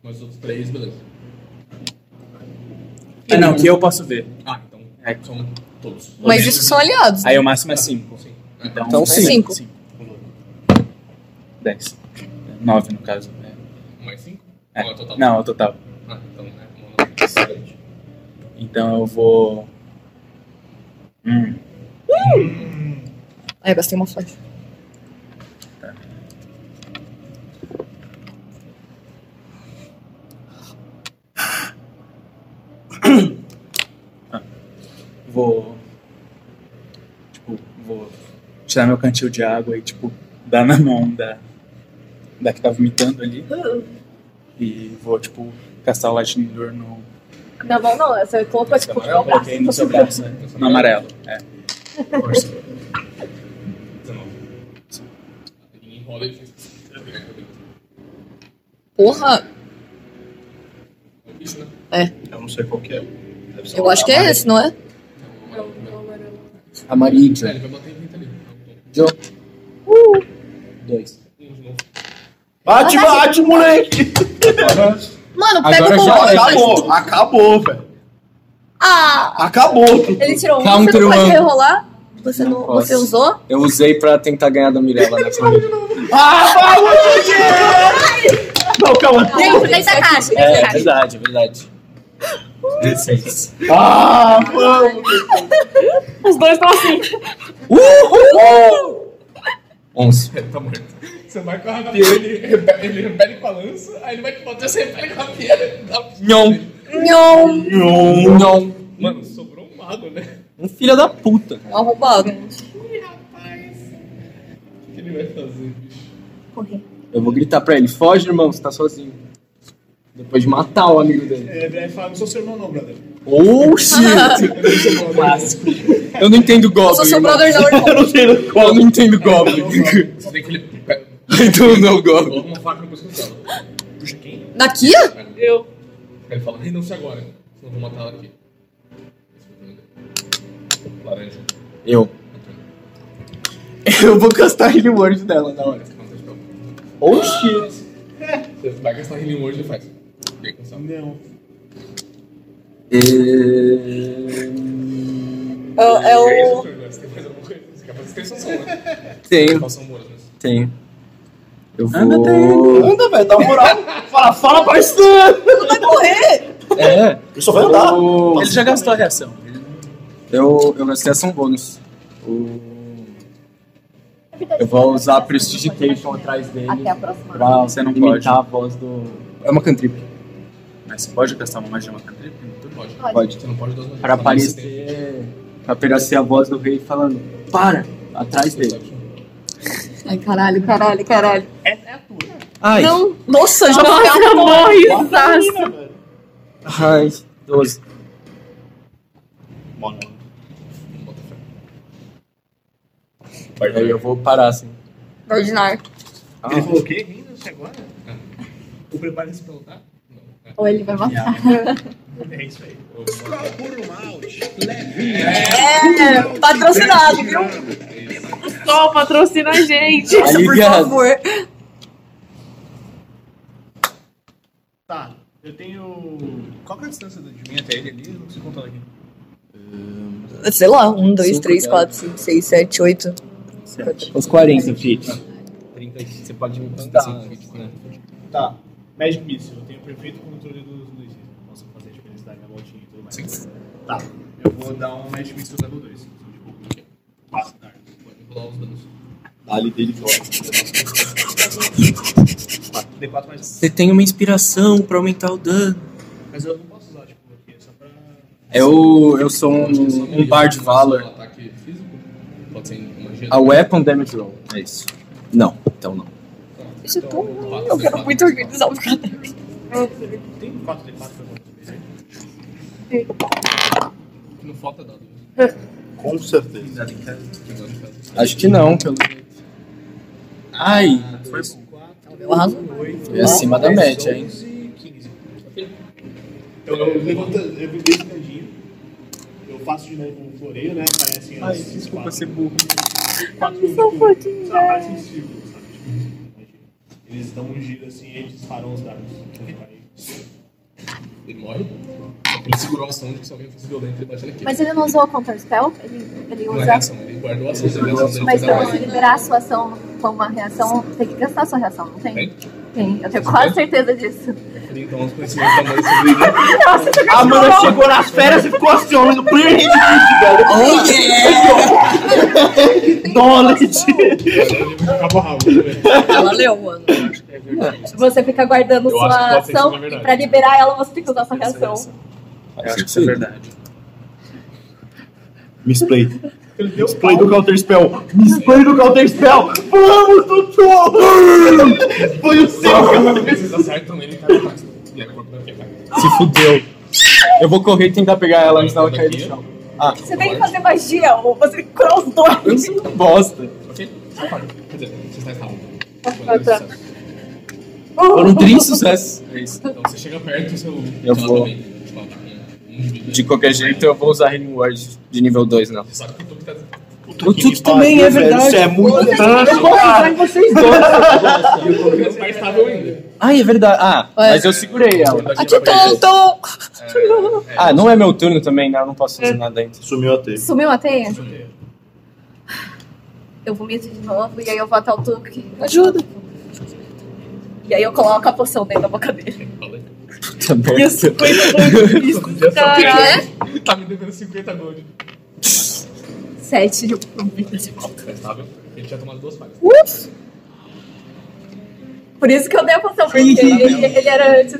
Speaker 1: Mas os outros três, beleza.
Speaker 7: Ah, não, que eu posso ver.
Speaker 1: Ah, então.
Speaker 7: É,
Speaker 1: são todos. né?
Speaker 17: Mas isso são aliados.
Speaker 7: Aí o máximo é 5. Então,
Speaker 17: Então, sim. Cinco.
Speaker 7: 10. 9 no caso. É.
Speaker 1: Um Mais 5?
Speaker 7: É.
Speaker 1: Ou é o total?
Speaker 7: Não, é o total.
Speaker 1: Ah, então é. Mano,
Speaker 7: Então eu vou. Hum.
Speaker 17: Aí eu gastei uma flecha.
Speaker 7: Vou. Tipo, vou tirar meu cantil de água e, tipo, dar na mão da. Da que tá vomitando ali. E vou, tipo, castar o Lightning Door no.
Speaker 12: Na mão Tá não, você colocou tipo
Speaker 13: é
Speaker 12: no
Speaker 7: Eu
Speaker 13: um
Speaker 12: meu braço.
Speaker 7: coloquei no seu braço, né? No amarelo. É.
Speaker 1: Ninguém rola e fez.
Speaker 17: Porra! É.
Speaker 13: né? Eu não sei qual que é.
Speaker 17: Eu acho que é esse, não é?
Speaker 3: A Maridia.
Speaker 1: Ele vai bater em 20 ali.
Speaker 3: Joe. Dois.
Speaker 13: Bate, bate, moleque!
Speaker 17: Mano, pega
Speaker 13: Agora
Speaker 17: o
Speaker 13: já acabou,
Speaker 17: bombom.
Speaker 13: acabou, velho.
Speaker 17: Ah!
Speaker 13: Acabou.
Speaker 12: Ele tirou um,
Speaker 3: Counter
Speaker 12: você não pode
Speaker 3: one.
Speaker 12: rerolar? Você não,
Speaker 3: Posso.
Speaker 12: você usou?
Speaker 3: Eu né, usei pra tentar ganhar da Mirella nessa vez.
Speaker 13: Ah, vai, moleque!
Speaker 7: Não, calma.
Speaker 17: Dentro dessa caixa, dentro da
Speaker 7: É,
Speaker 17: caixa.
Speaker 7: verdade, verdade. 16.
Speaker 5: Ah, mano!
Speaker 63: Os dois estão assim.
Speaker 7: Uhul! 11.
Speaker 1: Tá morto. Você marca o rapieira, ele repele, ele repele com a lança, aí ele vai te botar, você repele com a rapieira. dá-
Speaker 7: Nhon.
Speaker 17: Nhon.
Speaker 7: Nhon. Nhon.
Speaker 1: Mano, sobrou um mago, né?
Speaker 7: Um filho da puta.
Speaker 17: É um arrombado.
Speaker 1: O que ele vai fazer, bicho?
Speaker 17: Correr.
Speaker 3: Eu vou gritar pra ele, foge, irmão, você tá sozinho. Depois de matar o amigo dele.
Speaker 5: É, ele fala, não sou seu irmão não, brother.
Speaker 3: Oh, shit! Clássico. Eu não entendo Goblin.
Speaker 5: sou seu
Speaker 3: irmão.
Speaker 5: brother, não, irmão.
Speaker 3: Eu não entendo Goblin. Eu não entendo Goblin.
Speaker 1: Você vê que ele pega
Speaker 3: I don't know Goblin.
Speaker 1: uma faca no pescoço dela. Puxa quem?
Speaker 17: Da Kia?
Speaker 63: Eu.
Speaker 1: Aí ele fala, renuncie agora, senão eu vou matar ela aqui. Laranja.
Speaker 3: Eu. Eu vou gastar Healing Word dela na hora. Oh, shit!
Speaker 1: É. Você vai gastar healing word e faz. Vem com sal. Não.
Speaker 17: É o.
Speaker 1: né? Você faz alguma coisa? Você quer fazer extensão, né?
Speaker 3: Tenho.
Speaker 1: Façam boas, né?
Speaker 3: Tenho. Eu vou...
Speaker 7: Anda, Taylor. Anda, velho. Dá uma moral. Fala, fala pra isso. Ele
Speaker 17: vai morrer.
Speaker 3: É.
Speaker 7: Ele só vai andar.
Speaker 3: Eu-
Speaker 7: já gastou a reação.
Speaker 3: Eu, eu gastei ação bônus. O- Eu vou usar a Prestigitation atrás dele.
Speaker 7: Até a
Speaker 12: próxima.
Speaker 3: Pra você não imitar
Speaker 7: pode.
Speaker 3: a voz do... É uma cantrip.
Speaker 1: Tá,
Speaker 7: Mas você pode gastar uma magia, uma cantrip?
Speaker 1: Pode.
Speaker 3: Pode.
Speaker 1: Você não pode dar os
Speaker 3: Pra aparecer... Pra aparecer a voz do rei falando... Para! Atrás dele.
Speaker 17: Ai, caralho, caralho, caralho.
Speaker 3: Ai.
Speaker 17: É, né, Não. Nossa, já
Speaker 63: Nossa,
Speaker 17: morreu.
Speaker 63: morre,
Speaker 3: Ai. 12.
Speaker 64: Mano.
Speaker 3: Aí eu vou parar, assim.
Speaker 17: Ordinar.
Speaker 3: Ah.
Speaker 5: Ele falou o quê? Ainda até agora? O prepara-se pra lutar?
Speaker 17: Ou ele vai matar.
Speaker 5: É isso aí.
Speaker 17: É, patrocinado, viu?
Speaker 63: Sol, patrocina a gente.
Speaker 13: é
Speaker 5: Nossa, por Aliviado. favor. Tá, eu tenho. Qual que é a distância de mim até ele ali? Eu não consigo contar aqui.
Speaker 17: Sei lá, um, dois,
Speaker 3: Cinco,
Speaker 17: três,
Speaker 3: cara.
Speaker 17: quatro, cinco, seis, sete, oito.
Speaker 3: Os 40, Fit.
Speaker 5: Você pode me contar.
Speaker 1: tipo, né?
Speaker 5: Tá, Magic Missile. Eu tenho perfeito controle dos mísseis. Eu Posso fazer tipo, eles darem a voltinha e tudo mais. Tá, eu vou dar um Magic Missile level 2. São tipo 4 dardos. Pode rolar os danos.
Speaker 64: Ali dele fora.
Speaker 5: D4 mais
Speaker 7: Você tem uma inspiração pra aumentar o dano.
Speaker 5: Mas eu não posso usar, tipo, aqui, é só pra.
Speaker 3: É Eu, eu sou um, um Bard Valor.
Speaker 1: Ataque físico? Pode ser uma magia.
Speaker 3: A Weapon Damage Roll. É isso. Não, então não.
Speaker 17: Isso é tão ruim. Eu quero muito organizar o caderno.
Speaker 5: Tem 4 D4 pra rolar
Speaker 1: No foto é dado.
Speaker 64: Com certeza.
Speaker 3: Acho que não, pelo jeito. Ai,
Speaker 5: Foi
Speaker 17: Eu arraso.
Speaker 3: Foi É acima da média, hein?
Speaker 5: Eu, eu levanto, eu vi esse cantinho. Eu faço de novo um floreio, né? Aparecem as. Ai, desculpa ser burro. Quatro tipo, sei lá, Aparecem os círculos, sabe? Tipo, Eles dão um giro assim e eles disparam os dados.
Speaker 1: Ele morre. Ele segurou a ação de que se alguém fosse violento, ele bate aqui.
Speaker 12: Mas ele não usou a Counter Spell? Ele, ele
Speaker 1: Não é
Speaker 12: usa.
Speaker 1: ação, ele guardou a ação. Ele guardou a ação.
Speaker 12: Mas pra você
Speaker 1: Ele
Speaker 12: liberar a sua ação como uma reação, tem que gastar a sua reação, não tem?
Speaker 1: Tem.
Speaker 12: Tem, eu tenho quase certeza disso.
Speaker 1: Então, os conhecimentos da Amanda sobre ele.
Speaker 12: Nossa,
Speaker 7: A Amanda chegou nas férias e ficou assim, ó, no primeiro hit velho.
Speaker 5: Oh,
Speaker 7: Dona que tira.
Speaker 5: Acabou a rabo.
Speaker 17: é. Valeu, mano.
Speaker 9: Você fica guardando
Speaker 7: Eu acho
Speaker 9: sua
Speaker 7: que pode ser
Speaker 9: ação
Speaker 7: isso, na
Speaker 9: e
Speaker 7: verdade.
Speaker 9: pra liberar ela você tem que usar sua reação.
Speaker 7: Eu acho que isso é verdade.
Speaker 65: Misplay.
Speaker 7: Misplay
Speaker 65: do Counter Spell. Misplay do Counter Spell. Vamos, Tutu!
Speaker 5: Foi o seu,
Speaker 1: Vocês acertam ele, cara. E é corpo daqui, cara.
Speaker 3: Se fudeu. Eu vou correr e tentar pegar ela antes dela cair no chão. Ah,
Speaker 9: Você tem que fazer magia, ou você tem que curar os dois.
Speaker 3: bosta.
Speaker 1: Ok? Você pode. Quer dizer, você está errado.
Speaker 3: Foram três sucessos.
Speaker 1: É isso. Então você chega perto, seu.
Speaker 3: Eu
Speaker 1: seu
Speaker 3: vou.
Speaker 1: atuamento, tipo,
Speaker 3: De qualquer jeito, eu vou usar Healing Word de nível 2, não.
Speaker 1: O
Speaker 3: Tutu
Speaker 7: também, é verdade.
Speaker 3: Isso é muito
Speaker 7: Vocês
Speaker 3: tanto,
Speaker 7: também vão
Speaker 3: cara.
Speaker 7: usar em vocês
Speaker 1: E
Speaker 7: dois.
Speaker 1: o corpo não tá estável ainda.
Speaker 3: Ai, é verdade. Ah, mas eu segurei ela. Ah, não é meu turno também, né? Eu não posso fazer nada ainda.
Speaker 65: Sumiu a teia.
Speaker 12: Sumiu a teia? Eu vomito de novo e aí eu vou até o Tuque.
Speaker 17: Ajuda.
Speaker 12: E aí eu coloco a poção dentro da boca dele.
Speaker 1: Tá bom.
Speaker 12: E os 50 gold de risco. Caralho.
Speaker 1: Tá me devendo 50 gold.
Speaker 12: 7 de um. vida de volta.
Speaker 1: Mas tá, viu? Ele tinha tomado duas falhas.
Speaker 12: Ups! Por isso que eu dei a poção, porque ele, ele era antes.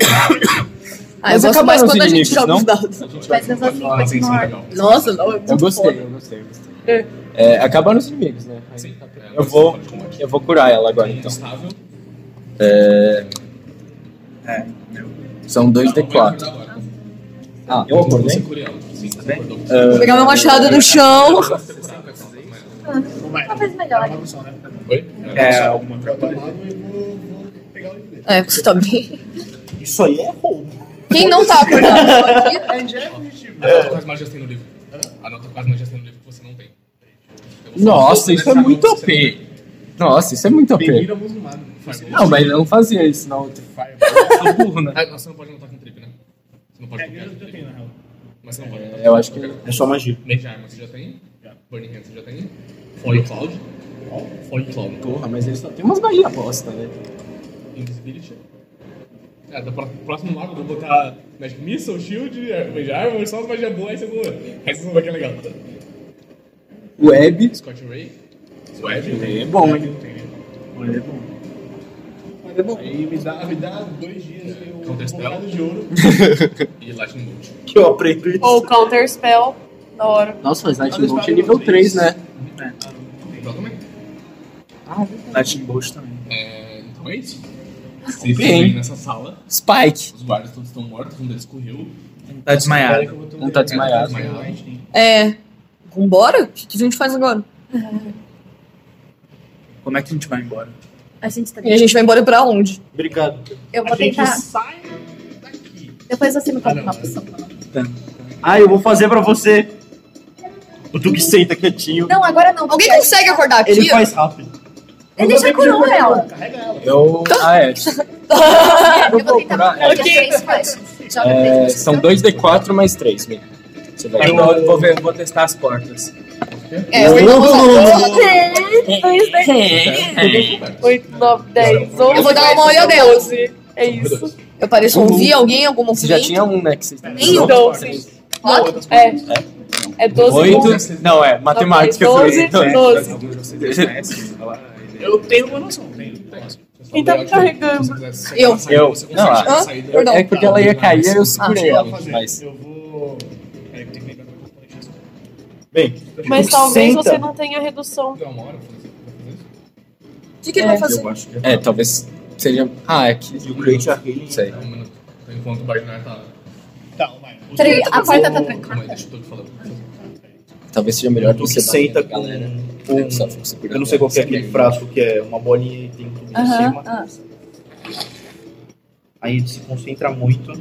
Speaker 17: Ah, eu
Speaker 12: Mas
Speaker 17: gosto mais
Speaker 12: acabaram os
Speaker 17: quando a gente
Speaker 12: inimigos,
Speaker 17: joga os
Speaker 12: não?
Speaker 17: dados.
Speaker 12: Mas mesmo assim,
Speaker 3: Ah, sim, sim,
Speaker 12: continuar.
Speaker 3: legal.
Speaker 12: Nossa, não, é muito
Speaker 3: Eu gostei,
Speaker 12: foda.
Speaker 3: eu gostei, eu gostei. É, acabaram os inimigos, né? Sim. Eu vou, eu vou curar ela agora, então. É...
Speaker 7: É,
Speaker 3: São dois D4. Ah, eu
Speaker 1: né?
Speaker 3: acordei? Tá É.
Speaker 17: Vou pegar meu machado no chão.
Speaker 12: Talvez melhor.
Speaker 5: né?
Speaker 7: É, alguma
Speaker 17: É, você tá bem.
Speaker 13: Isso aí é roubo.
Speaker 17: Quem não tá acordado aqui?
Speaker 1: Anota quais magias tem no livro. Anota quais magias tem no livro que você não tem. Então
Speaker 3: Nossa,
Speaker 13: né?
Speaker 3: isso é muito OP. Nossa, isso é muito OP.
Speaker 1: Bebida muçulmana.
Speaker 5: né?
Speaker 3: Não, tá mas eu não fazia isso na outra.
Speaker 1: Sou burro, né? Ah, você não pode anotar com trip, né? Você não pode copiar. com trip. Mas você não pode. anotar
Speaker 3: eu
Speaker 1: com
Speaker 3: acho que-
Speaker 1: trip.
Speaker 13: É só magia.
Speaker 1: Mage Armor você já tem. Burning Hand você já tem. Foil Cloud. Foil Cloud.
Speaker 3: Porra, mas ele só tem umas Bahia bosta, né?
Speaker 1: Invisibility. É, do pró- próximo mapa eu vou botar Magic Missile, Shield, é, Mage Armor, só as magias boas, aí você boa. Aí vocês vão ver que é legal.
Speaker 3: Web.
Speaker 1: Scott Ray.
Speaker 3: Web é bom, hein? Web é bom.
Speaker 1: Aí me dá, me dá dois dias e eu Counter Spell de ouro e Lightning Bolt.
Speaker 13: Que eu aprendo isso.
Speaker 9: Ou Counter Spell, da hora.
Speaker 3: Nossa, mas Lightning Bolt é nível 3, né?
Speaker 1: Então, é Ah,
Speaker 7: Lightning Bolt também.
Speaker 1: É, então é isso. Vocês
Speaker 7: Bem.
Speaker 1: estão aí nessa sala.
Speaker 3: Spike.
Speaker 1: Os guardas todos estão mortos, um deles correu. Um
Speaker 7: tá desmaiado.
Speaker 1: Um tá desmaiado.
Speaker 17: É. Vambora? O que a gente faz agora?
Speaker 7: Como é que a gente vai embora?
Speaker 12: A gente tá
Speaker 17: E a gente vai embora pra onde?
Speaker 7: Obrigado.
Speaker 12: Eu vou
Speaker 7: A gente
Speaker 12: tentar. Depois você me coloca uma poção.
Speaker 3: Tá.
Speaker 13: Ah, eu vou fazer pra você. O Duque senta quietinho.
Speaker 12: Não, agora não.
Speaker 17: Alguém consegue acordar aqui?
Speaker 13: Ele faz rápido.
Speaker 12: Ele já curou ela.
Speaker 3: Eu. Ah, é.
Speaker 12: Ah, Eu vou tentar.
Speaker 3: procurar, é.
Speaker 12: Joga três flechas. Joga três
Speaker 3: É,
Speaker 12: flechas.
Speaker 3: são 2D4 mais 3, Mika. Você vai.
Speaker 7: Eu vou, vou ver, vou testar as portas.
Speaker 9: É,
Speaker 3: Ô,
Speaker 13: um
Speaker 9: vamos lá.
Speaker 3: ô, ô, ô.
Speaker 13: É,
Speaker 9: 8, 9, 10, 11.
Speaker 17: Eu vou dar uma olhada nela.
Speaker 9: É isso.
Speaker 17: Eu pareço
Speaker 3: Uhum.
Speaker 17: ouvir alguém, algum movimento?
Speaker 3: Você já tinha um, né? Que você
Speaker 17: Nem um. Quatro?
Speaker 9: É. É 12
Speaker 3: Oito? Não, é matemática.
Speaker 9: Ok,
Speaker 3: foi.
Speaker 9: doze,
Speaker 3: Então,
Speaker 5: Eu tenho uma noção, tenho.
Speaker 9: Quem tá me carregando?
Speaker 17: Eu.
Speaker 3: Eu. Não, ah,
Speaker 9: Perdão.
Speaker 3: é porque ela ia cair, aí eu segurei
Speaker 9: Ah.
Speaker 3: ela. Mas.
Speaker 13: Bem,
Speaker 9: Mas talvez
Speaker 3: Senta.
Speaker 9: você não tenha redução.
Speaker 17: O que, que ele vai fazer?
Speaker 3: Eu acho que- É, talvez seja. Ah, é que.
Speaker 13: o Great Array.
Speaker 3: Sei.
Speaker 1: Então, Enquanto o Bardinar tá.
Speaker 5: Tá, vai.
Speaker 12: Peraí, a porta tá trancada.
Speaker 1: Calma aí, deixa eu tô falando.
Speaker 3: Talvez seja melhor
Speaker 13: Tu
Speaker 3: você
Speaker 13: que senta
Speaker 3: bater na
Speaker 13: com
Speaker 3: né, galera.
Speaker 13: um- Eu não sei qual que é aquele frasco que é uma bolinha e tem tudo em
Speaker 66: Aham,
Speaker 13: cima.
Speaker 66: ah.
Speaker 13: Aí ele se concentra muito,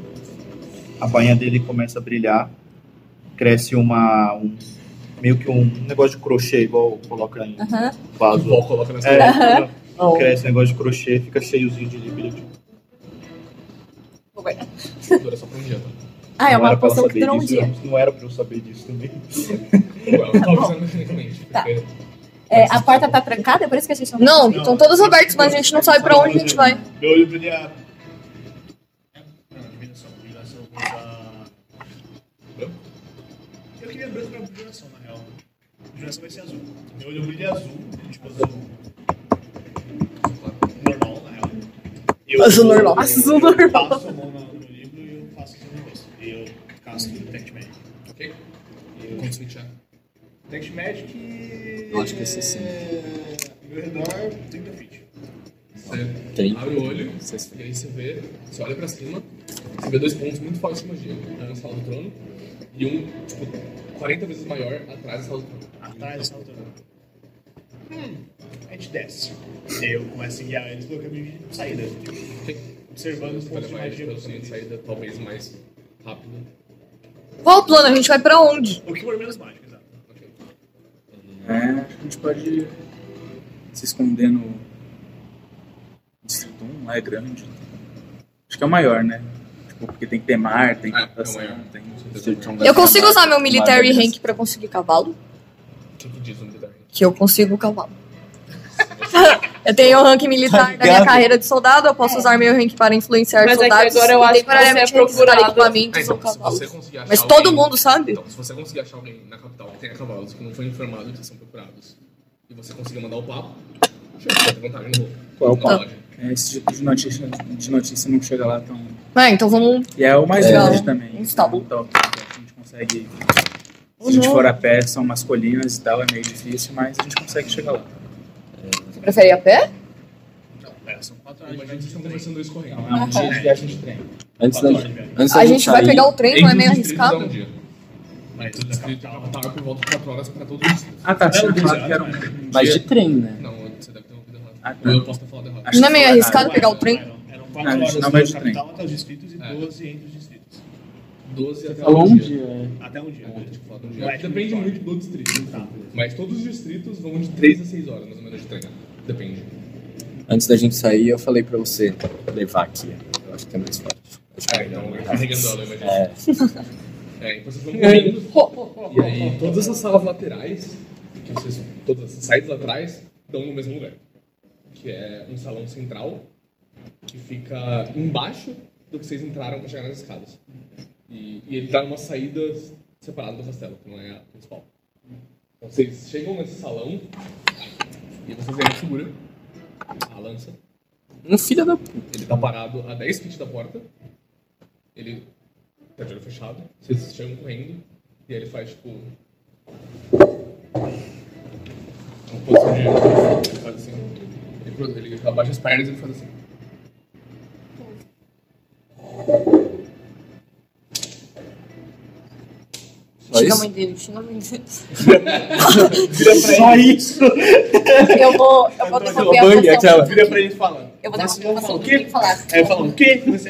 Speaker 13: a bainha dele começa a brilhar, cresce uma. um- meio que um negócio de crochê, igual coloca em
Speaker 66: Aham.
Speaker 13: vaso.
Speaker 1: Igual coloca nas
Speaker 13: é,
Speaker 66: Ah. Aham.
Speaker 13: não, Cresce um negócio de crochê, fica cheiozinho de líquido. tipo,
Speaker 12: Vou guardar.
Speaker 1: Dura só pra um dia, tá?
Speaker 12: Ah, é
Speaker 13: Não
Speaker 12: uma
Speaker 13: era pra ela
Speaker 12: poção que
Speaker 13: saber
Speaker 12: durou um
Speaker 13: disso,
Speaker 12: dia.
Speaker 13: Não era pra eu saber disso também.
Speaker 1: Eu tava avisando mecanicamente.
Speaker 12: Tá.
Speaker 1: porque-
Speaker 12: É, a porta tá trancada, é por isso que a gente não.
Speaker 17: Não, estão todos abertos, Então, mas a gente não sabe pra onde a gente vai.
Speaker 5: Eu olho pra ele a. Não, admiração. Admiração vou dar. Branco? Eu queria branco pra admiração, na real. Admiração vai ser azul. Eu olho pra ele azul, tipo azul. Normal, na real. Eu-
Speaker 17: Azul normal.
Speaker 5: eu-
Speaker 17: Azul
Speaker 5: eu
Speaker 17: normal.
Speaker 5: passo a mão no, no livro e eu faço esse negócio. E eu casto Detect Magic.
Speaker 1: Ok?
Speaker 5: Eu-
Speaker 1: Como switchar?
Speaker 5: Detect Magic.
Speaker 3: Eu acho que é 60.
Speaker 5: Ao meu redor, 30 feet.
Speaker 1: Você
Speaker 3: Tem.
Speaker 1: abre o olho, e aí você vê, você olha pra cima, você vê dois pontos muito fortes de magia. Um na sala do trono e um, tipo, 40 vezes maior atrás da sala do trono.
Speaker 5: Atrás da sala do trono. Hum, a gente desce. Eu começo a guiar eles pelo caminho de saída. Observando os
Speaker 1: Você vai
Speaker 5: pontos de
Speaker 7: É,
Speaker 1: levar eles
Speaker 5: magia
Speaker 1: pelo caminho de é saída talvez mais rápido.
Speaker 17: Qual o plano? A gente vai pra onde?
Speaker 5: O que for menos mágico, exato.
Speaker 7: É, acho que a gente pode se esconder no Distrito 1, lá é grande. Acho que é o maior, né? Tipo, porque tem que ter mar, tem plantação, tem... um.
Speaker 17: Eu consigo usar meu military rank pra conseguir cavalo?
Speaker 1: O que, que diz o militar?
Speaker 17: Que eu consigo cavalo. Eu tenho o rank militar da minha
Speaker 67: ligado?
Speaker 17: carreira de soldado, eu posso usar meu rank para influenciar
Speaker 9: É. Mas é que
Speaker 17: soldados.
Speaker 9: agora eu
Speaker 17: e
Speaker 9: acho que você é
Speaker 17: temporariamente requisitar
Speaker 9: procurada.
Speaker 17: equipamentos
Speaker 1: É, então,
Speaker 17: ou
Speaker 1: se
Speaker 17: cavalos.
Speaker 1: você conseguir achar
Speaker 17: Mas todo
Speaker 1: alguém-
Speaker 17: mundo sabe?
Speaker 1: Então, se você conseguir achar alguém na capital que tenha cavalos que não foi informado que são procurados e você conseguir mandar o papo, você tem vantagem no rolo.
Speaker 7: Qual é o
Speaker 1: Tá.
Speaker 7: pau? É, esse tipo de notícia, de notícia não chega lá tão.
Speaker 17: É, então vamos.
Speaker 7: E é o mais
Speaker 17: É.
Speaker 7: longe também.
Speaker 17: Instável.
Speaker 7: Então, a gente consegue. Se a gente
Speaker 17: Uhum.
Speaker 7: for a pé, são umas colinas e tal, é meio difícil, mas a gente consegue chegar lá.
Speaker 17: Você prefere ir a pé?
Speaker 7: É, são quatro
Speaker 1: Mas vocês estão tá conversando isso correndo.
Speaker 7: Não, é um dia de viagem de trem.
Speaker 3: Antes da, antes da
Speaker 17: A gente vai
Speaker 3: sair-
Speaker 17: pegar o trem, não é
Speaker 1: Entre
Speaker 17: meio
Speaker 1: os distritos dá
Speaker 17: arriscado?
Speaker 1: um dia. Mas o distrito da capital é por volta de 4 horas pra todos os distritos.
Speaker 7: Ah, tá, tinha
Speaker 1: Não,
Speaker 7: falado
Speaker 1: não,
Speaker 7: que era um-
Speaker 1: não,
Speaker 7: um
Speaker 3: Mas
Speaker 7: dia.
Speaker 3: de trem, né?
Speaker 1: Não, você deve ter ouvido errado.
Speaker 7: Ah, tá.
Speaker 1: Ou eu posso ter falado errado.
Speaker 17: Não é meio arriscado pegar o trem?
Speaker 7: Não, a gente não vai de trem.
Speaker 5: até os distritos e
Speaker 1: É.
Speaker 5: 12 entre os distritos.
Speaker 1: 12 até
Speaker 7: falou
Speaker 1: um
Speaker 7: um
Speaker 1: dia.
Speaker 5: Até um dia.
Speaker 1: Um dia. Depende muito do distrito.
Speaker 5: Tá.
Speaker 1: Mas todos os distritos vão de 3 a 6 horas, mais ou menos, de trem. Depende.
Speaker 3: Antes da gente sair, eu falei pra você levar aqui. Eu acho que é mais fácil.
Speaker 1: É, então, carregando ela, imagina.
Speaker 3: É.
Speaker 1: É, então vocês vão correndo. e aí, todas as salas laterais, que vocês, todas as saídas laterais, dão no mesmo lugar. Que é um salão central, que fica embaixo do que vocês entraram para chegar nas escadas. E, e ele dá uma saída separada do castelo, que não é a principal. Então vocês chegam nesse salão, e vocês veem a figura, a lança.
Speaker 3: Um filho da puta.
Speaker 1: Ele tá parado a 10 feet da porta. Ele tá de olho fechado. Vocês chegam correndo. E aí ele faz tipo. Uma posição de. Ele faz assim. Ele, pro- ele abaixa as pernas e ele faz assim.
Speaker 3: Só
Speaker 17: Xinga a
Speaker 3: isso?
Speaker 17: mãe dele, xinga a mãe dele.
Speaker 3: Só isso?
Speaker 17: Eu vou, eu vou devolver a
Speaker 3: Bangue,
Speaker 17: poção.
Speaker 3: aquela.
Speaker 5: Vira pra ele e fala.
Speaker 17: Eu vou dar
Speaker 5: Você não
Speaker 17: uma
Speaker 5: fala o
Speaker 17: poção que tem
Speaker 5: quê?
Speaker 17: que falar.
Speaker 5: Aí eu falo, o quê? Você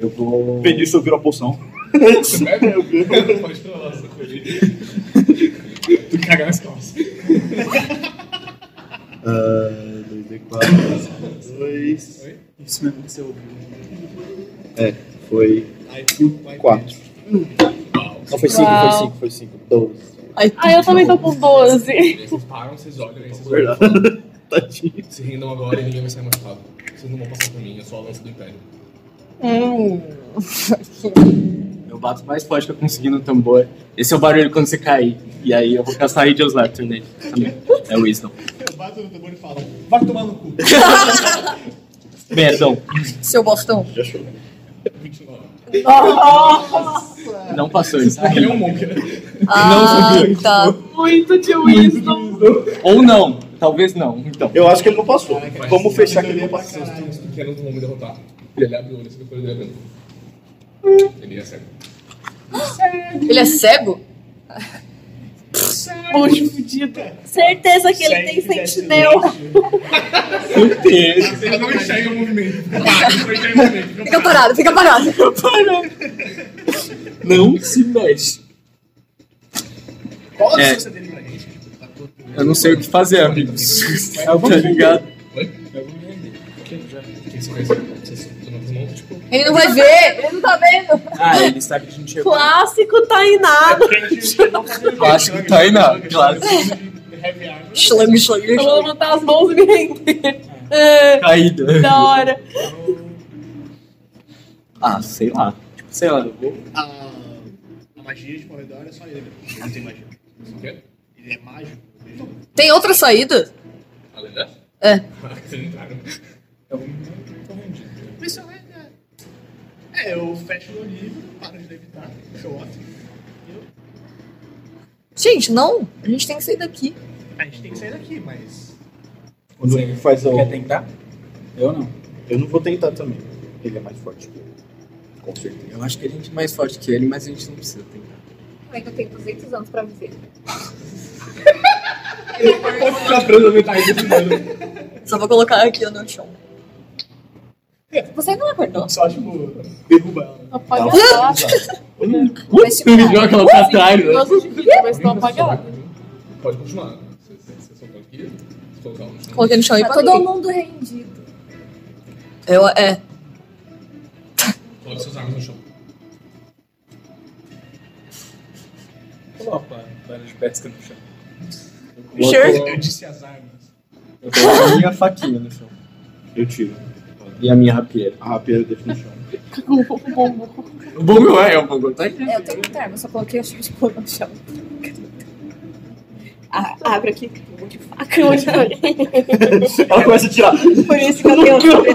Speaker 3: Eu vou.
Speaker 13: Pedi se eu viro a poção.
Speaker 1: Você bebe? Eu bebo. Pode falar, essa coisa. Tu cagar nas calças.
Speaker 13: Ah, 2D4. 2.
Speaker 7: Isso mesmo que você ouviu.
Speaker 13: É, foi. 4.
Speaker 1: tipo,
Speaker 13: Não, foi 5, foi 5, foi 5. 12.
Speaker 9: Ah, eu também tô com 12.
Speaker 1: Vocês param, vocês olham, aí vocês
Speaker 13: Verdade.
Speaker 1: olham. Se rendam agora e ninguém vai sair machucado. Vocês não vão passar por mim, é só a lança do império.
Speaker 3: Eu bato mais forte que eu consegui no tambor. Esse é o barulho quando você cair. E aí eu vou castar Angels Laughter nele também. É o Wisdom.
Speaker 5: Eu bato no tambor e falo, vai tomar no cu.
Speaker 3: Perdão.
Speaker 17: Seu bostão.
Speaker 3: Não passou isso.
Speaker 1: Ele é um monk, né?
Speaker 17: Ah, tá.
Speaker 9: Muito de Winston.
Speaker 3: Ou não. Talvez não. Então.
Speaker 13: Eu acho que ele não passou.
Speaker 1: É,
Speaker 13: Vamos fechar aqui
Speaker 1: ele
Speaker 13: no
Speaker 1: passar. Os truques pequenos não vão me derrotar. E ele abre o olho, você depois ele abrindo. Ele é cego.
Speaker 17: Ele é cego?
Speaker 9: Puxa, fudida. Certeza que ele tem sentinel.
Speaker 1: Ele não enxerga o movimento. Para, não enxerga o movimento.
Speaker 17: Fica parado, fica parado.
Speaker 3: Não se mexe.
Speaker 5: Qual a
Speaker 3: É.
Speaker 5: distância dele pra gente?
Speaker 3: Eu não sei o que fazer, amigos. tá ligado?
Speaker 1: né? tipo,
Speaker 17: Ele não vai ver, ele não tá vendo.
Speaker 7: Ah, ele sabe que a gente chegou.
Speaker 9: Clássico tá em nada.
Speaker 3: Acho que tá aí na classe.
Speaker 17: Schlang, schlang,
Speaker 9: Eu vou botar as mãos e me render. É.
Speaker 3: Caída.
Speaker 9: Da hora.
Speaker 3: Ah, sei lá. Tipo, sei lá, eu vou.
Speaker 5: A magia de corredor é só ele. Ele não tem magia.
Speaker 1: O quê?
Speaker 5: Ele é mágico.
Speaker 17: Tem outra saída?
Speaker 1: Além dessa?
Speaker 17: É.
Speaker 1: Vocês entraram.
Speaker 5: Principalmente, é. É, eu fecho meu livro, paro de levitar, show off.
Speaker 17: Gente, não. A gente tem que sair daqui.
Speaker 5: A gente tem que sair daqui, mas.
Speaker 13: O Duende faz o.
Speaker 7: Quer tentar? Eu não.
Speaker 13: Eu não vou tentar também. Ele é mais forte que eu. Com certeza.
Speaker 3: Eu acho que a gente é mais forte que ele, mas a gente não precisa tentar.
Speaker 12: Como é que eu tenho 200 anos pra viver?
Speaker 1: Pode ficar preso na Tá metade desse dano.
Speaker 17: Só vou colocar aqui no chão. Você não acordou?
Speaker 5: Só, tipo, derruba ela.
Speaker 9: Apaga
Speaker 17: Ah!
Speaker 3: Ele joga ela
Speaker 68: tá
Speaker 3: pra trás, né?
Speaker 9: Mas tô apagada.
Speaker 1: Pode continuar. Vocês vocês só estão aqui. Vocês colocaram no chão.
Speaker 17: Coloquei no chão e
Speaker 69: Tá
Speaker 17: parei.
Speaker 69: todo mundo rendido.
Speaker 17: Eu, é.
Speaker 1: Coloque suas armas no chão.
Speaker 7: Opa, barulho de pesca no chão.
Speaker 9: Sure.
Speaker 3: Eu disse as armas. Eu coloco a minha faquinha no chão.
Speaker 13: Eu tiro.
Speaker 3: E a minha rapieira.
Speaker 13: A rapieira eu deixo no chão.
Speaker 3: O bom meu é, o bom meu tá aqui.
Speaker 70: É, eu tenho muita arma, eu só coloquei a chave de pôr no chão.
Speaker 71: Ah, abre aqui, um monte de faca, um monte de
Speaker 68: Ela começa a tirar.
Speaker 71: Por isso que eu tenho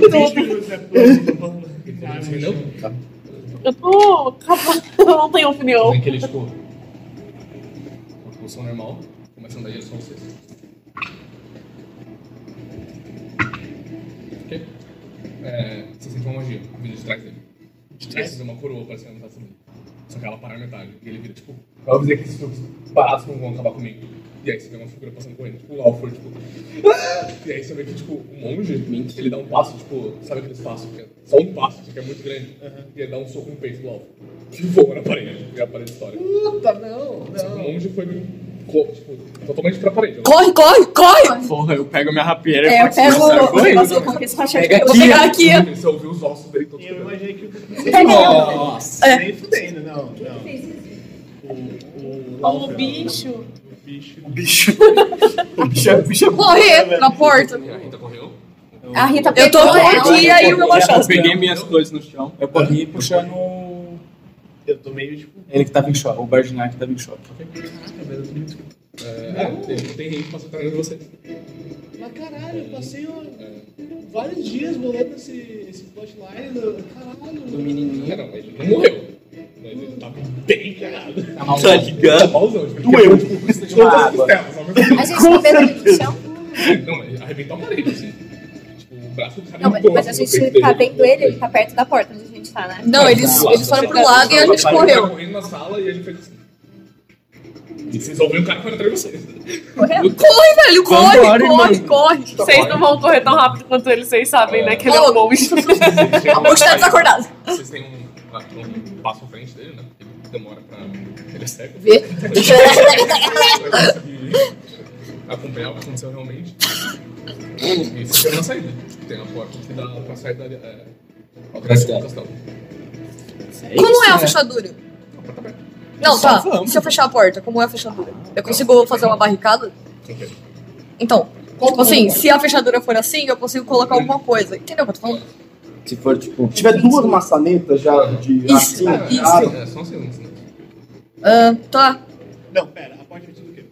Speaker 9: Eu tô. acabando, Eu não tenho opinião.
Speaker 1: Aquele, tipo, uma pulsão normal, começando daí, eu sou vocês. Ok? É, você sente uma magia vindo de trás dele. De trás? É uma coroa parecendo que ela tá subindo. Só que ela para na metade. E ele vira, tipo, ela vai dizer que esses filmes parados não vão acabar comigo. E aí você vê uma figura passando correndo, tipo o Alfred, tipo. "Ah!" E aí você vê que, tipo, o monge, ele dá um passo, tipo, sabe aquele espaço que é só um passo, só que é muito grande.
Speaker 5: Uhum.
Speaker 1: E ele dá um soco no peito do Alfred. Que voa na parede. E a parede história.
Speaker 5: Puta, não,
Speaker 1: O monge foi meio. co- Tipo, totalmente pra parede.
Speaker 17: Corre, corre, corre!
Speaker 3: Porra, eu pego a minha rapieira
Speaker 17: É, eu pego-
Speaker 3: saio
Speaker 17: eu
Speaker 3: correndo.
Speaker 17: posso
Speaker 1: colocar
Speaker 70: esse
Speaker 17: machado Pega aqui, eu vou aqui, pegar ó. aqui, ó.
Speaker 1: Você ouviu os ossos dele todos. Eu imaginei que
Speaker 17: Pega eu.
Speaker 5: Nossa,
Speaker 17: É.
Speaker 5: nem fudendo, não, não. O,
Speaker 9: Ou o bicho.
Speaker 5: bicho. O bicho. o bicho é o bicho. é-
Speaker 17: Correr na porta. A Rita
Speaker 3: Eu tô
Speaker 17: pegou ela e aí o meu machado.
Speaker 3: Eu peguei minhas coisas no chão, eu corri puxando.
Speaker 5: Eu tô meio tipo.
Speaker 3: Ele que tava em choque, o Bardinai que tava em choque.
Speaker 1: É, tem, tem gente passando atrás de você.
Speaker 5: Mas caralho, eu passei ó, vários dias bolando esse, esse plotline. do- Caralho.
Speaker 1: Do menininho. Não, ele não morreu. Mas ele tá bem cagado.
Speaker 3: Tá ligado?
Speaker 1: Doeu. Tipo, todas as costelas ao mesmo tempo.
Speaker 12: A gente tá vendo ele no chão.
Speaker 1: Não, ele arrebentou a parede, assim. Tipo, o braço do cara
Speaker 12: Não,
Speaker 1: é
Speaker 12: mas,
Speaker 1: todo
Speaker 12: mas a
Speaker 1: no
Speaker 12: gente
Speaker 1: peito
Speaker 12: tá
Speaker 1: dele.
Speaker 12: vendo ele, ele tá perto da porta onde a gente tá, né?
Speaker 17: Não, eles, eles foram pro
Speaker 1: tá
Speaker 17: lado e a gente
Speaker 1: Ele tava
Speaker 17: correu.
Speaker 1: correndo na sala e ele fez assim. E vocês ouviram o cara correndo atrás de vocês.
Speaker 17: Corre, velho, corre,
Speaker 1: Vambora,
Speaker 17: corre,
Speaker 1: irmão.
Speaker 17: corre.
Speaker 9: Vocês não vão correr tão rápido quanto eles, vocês sabem, né? Que ele é um monge.
Speaker 17: A monge tá desacordada.
Speaker 1: Vocês têm um, um passo à frente dele, né? Porque ele demora pra. Ele é cego.
Speaker 17: Vê.
Speaker 1: Acompanhar o que aconteceu realmente. E você tem uma saída. Tem a porta que dá pra sair da. É, atrás do castelo.
Speaker 17: Como é a fechadura? Não, tá. Se eu fechar a porta, como é a fechadura? Eu consigo fazer uma barricada? Então, tipo assim, se a fechadura for assim, eu consigo colocar alguma coisa. Entendeu o que eu tô falando?
Speaker 13: Se for, tipo. Se tiver duas maçanetas já de
Speaker 17: Isso,
Speaker 13: assim,
Speaker 17: isso.
Speaker 13: ah,
Speaker 1: É, só um segundo. assim.
Speaker 17: Ah, tá.
Speaker 5: Não, pera, a porta é tudo o quê?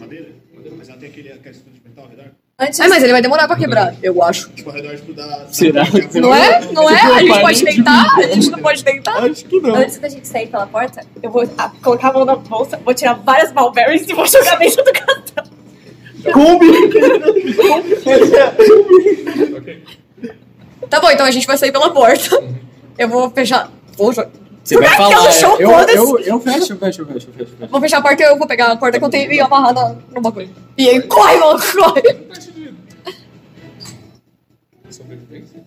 Speaker 5: Madeira? Madeira? Mas ela tem aquele, aquela estrutura de metal ao redor?
Speaker 17: Antes... É, mas ele vai demorar pra quebrar, eu acho.
Speaker 5: Tipo, ao redor tipo, da.
Speaker 3: Será?
Speaker 17: Não é? Não é? A gente pode tentar? A gente não pode tentar?
Speaker 3: Acho que não.
Speaker 12: Antes da gente sair pela porta,
Speaker 70: Eu vou ah, colocar a mão na bolsa, vou tirar várias Malberries e vou jogar dentro do castelo.
Speaker 17: Tá bom, então a gente vai sair pela porta. Eu vou fechar. Vou jo-
Speaker 3: Você
Speaker 17: Por
Speaker 3: vai
Speaker 17: que que
Speaker 3: falar.
Speaker 17: ela achou?
Speaker 3: Eu,
Speaker 17: Foda-se.
Speaker 3: eu, eu fecho, eu fecho, eu fecho, eu fecho. eu fecho.
Speaker 17: Vou fechar a porta e eu vou pegar a porta que eu tenho e amarrar na, numa coisa. E aí, corre, maluco, corre!
Speaker 1: Sobrevivência?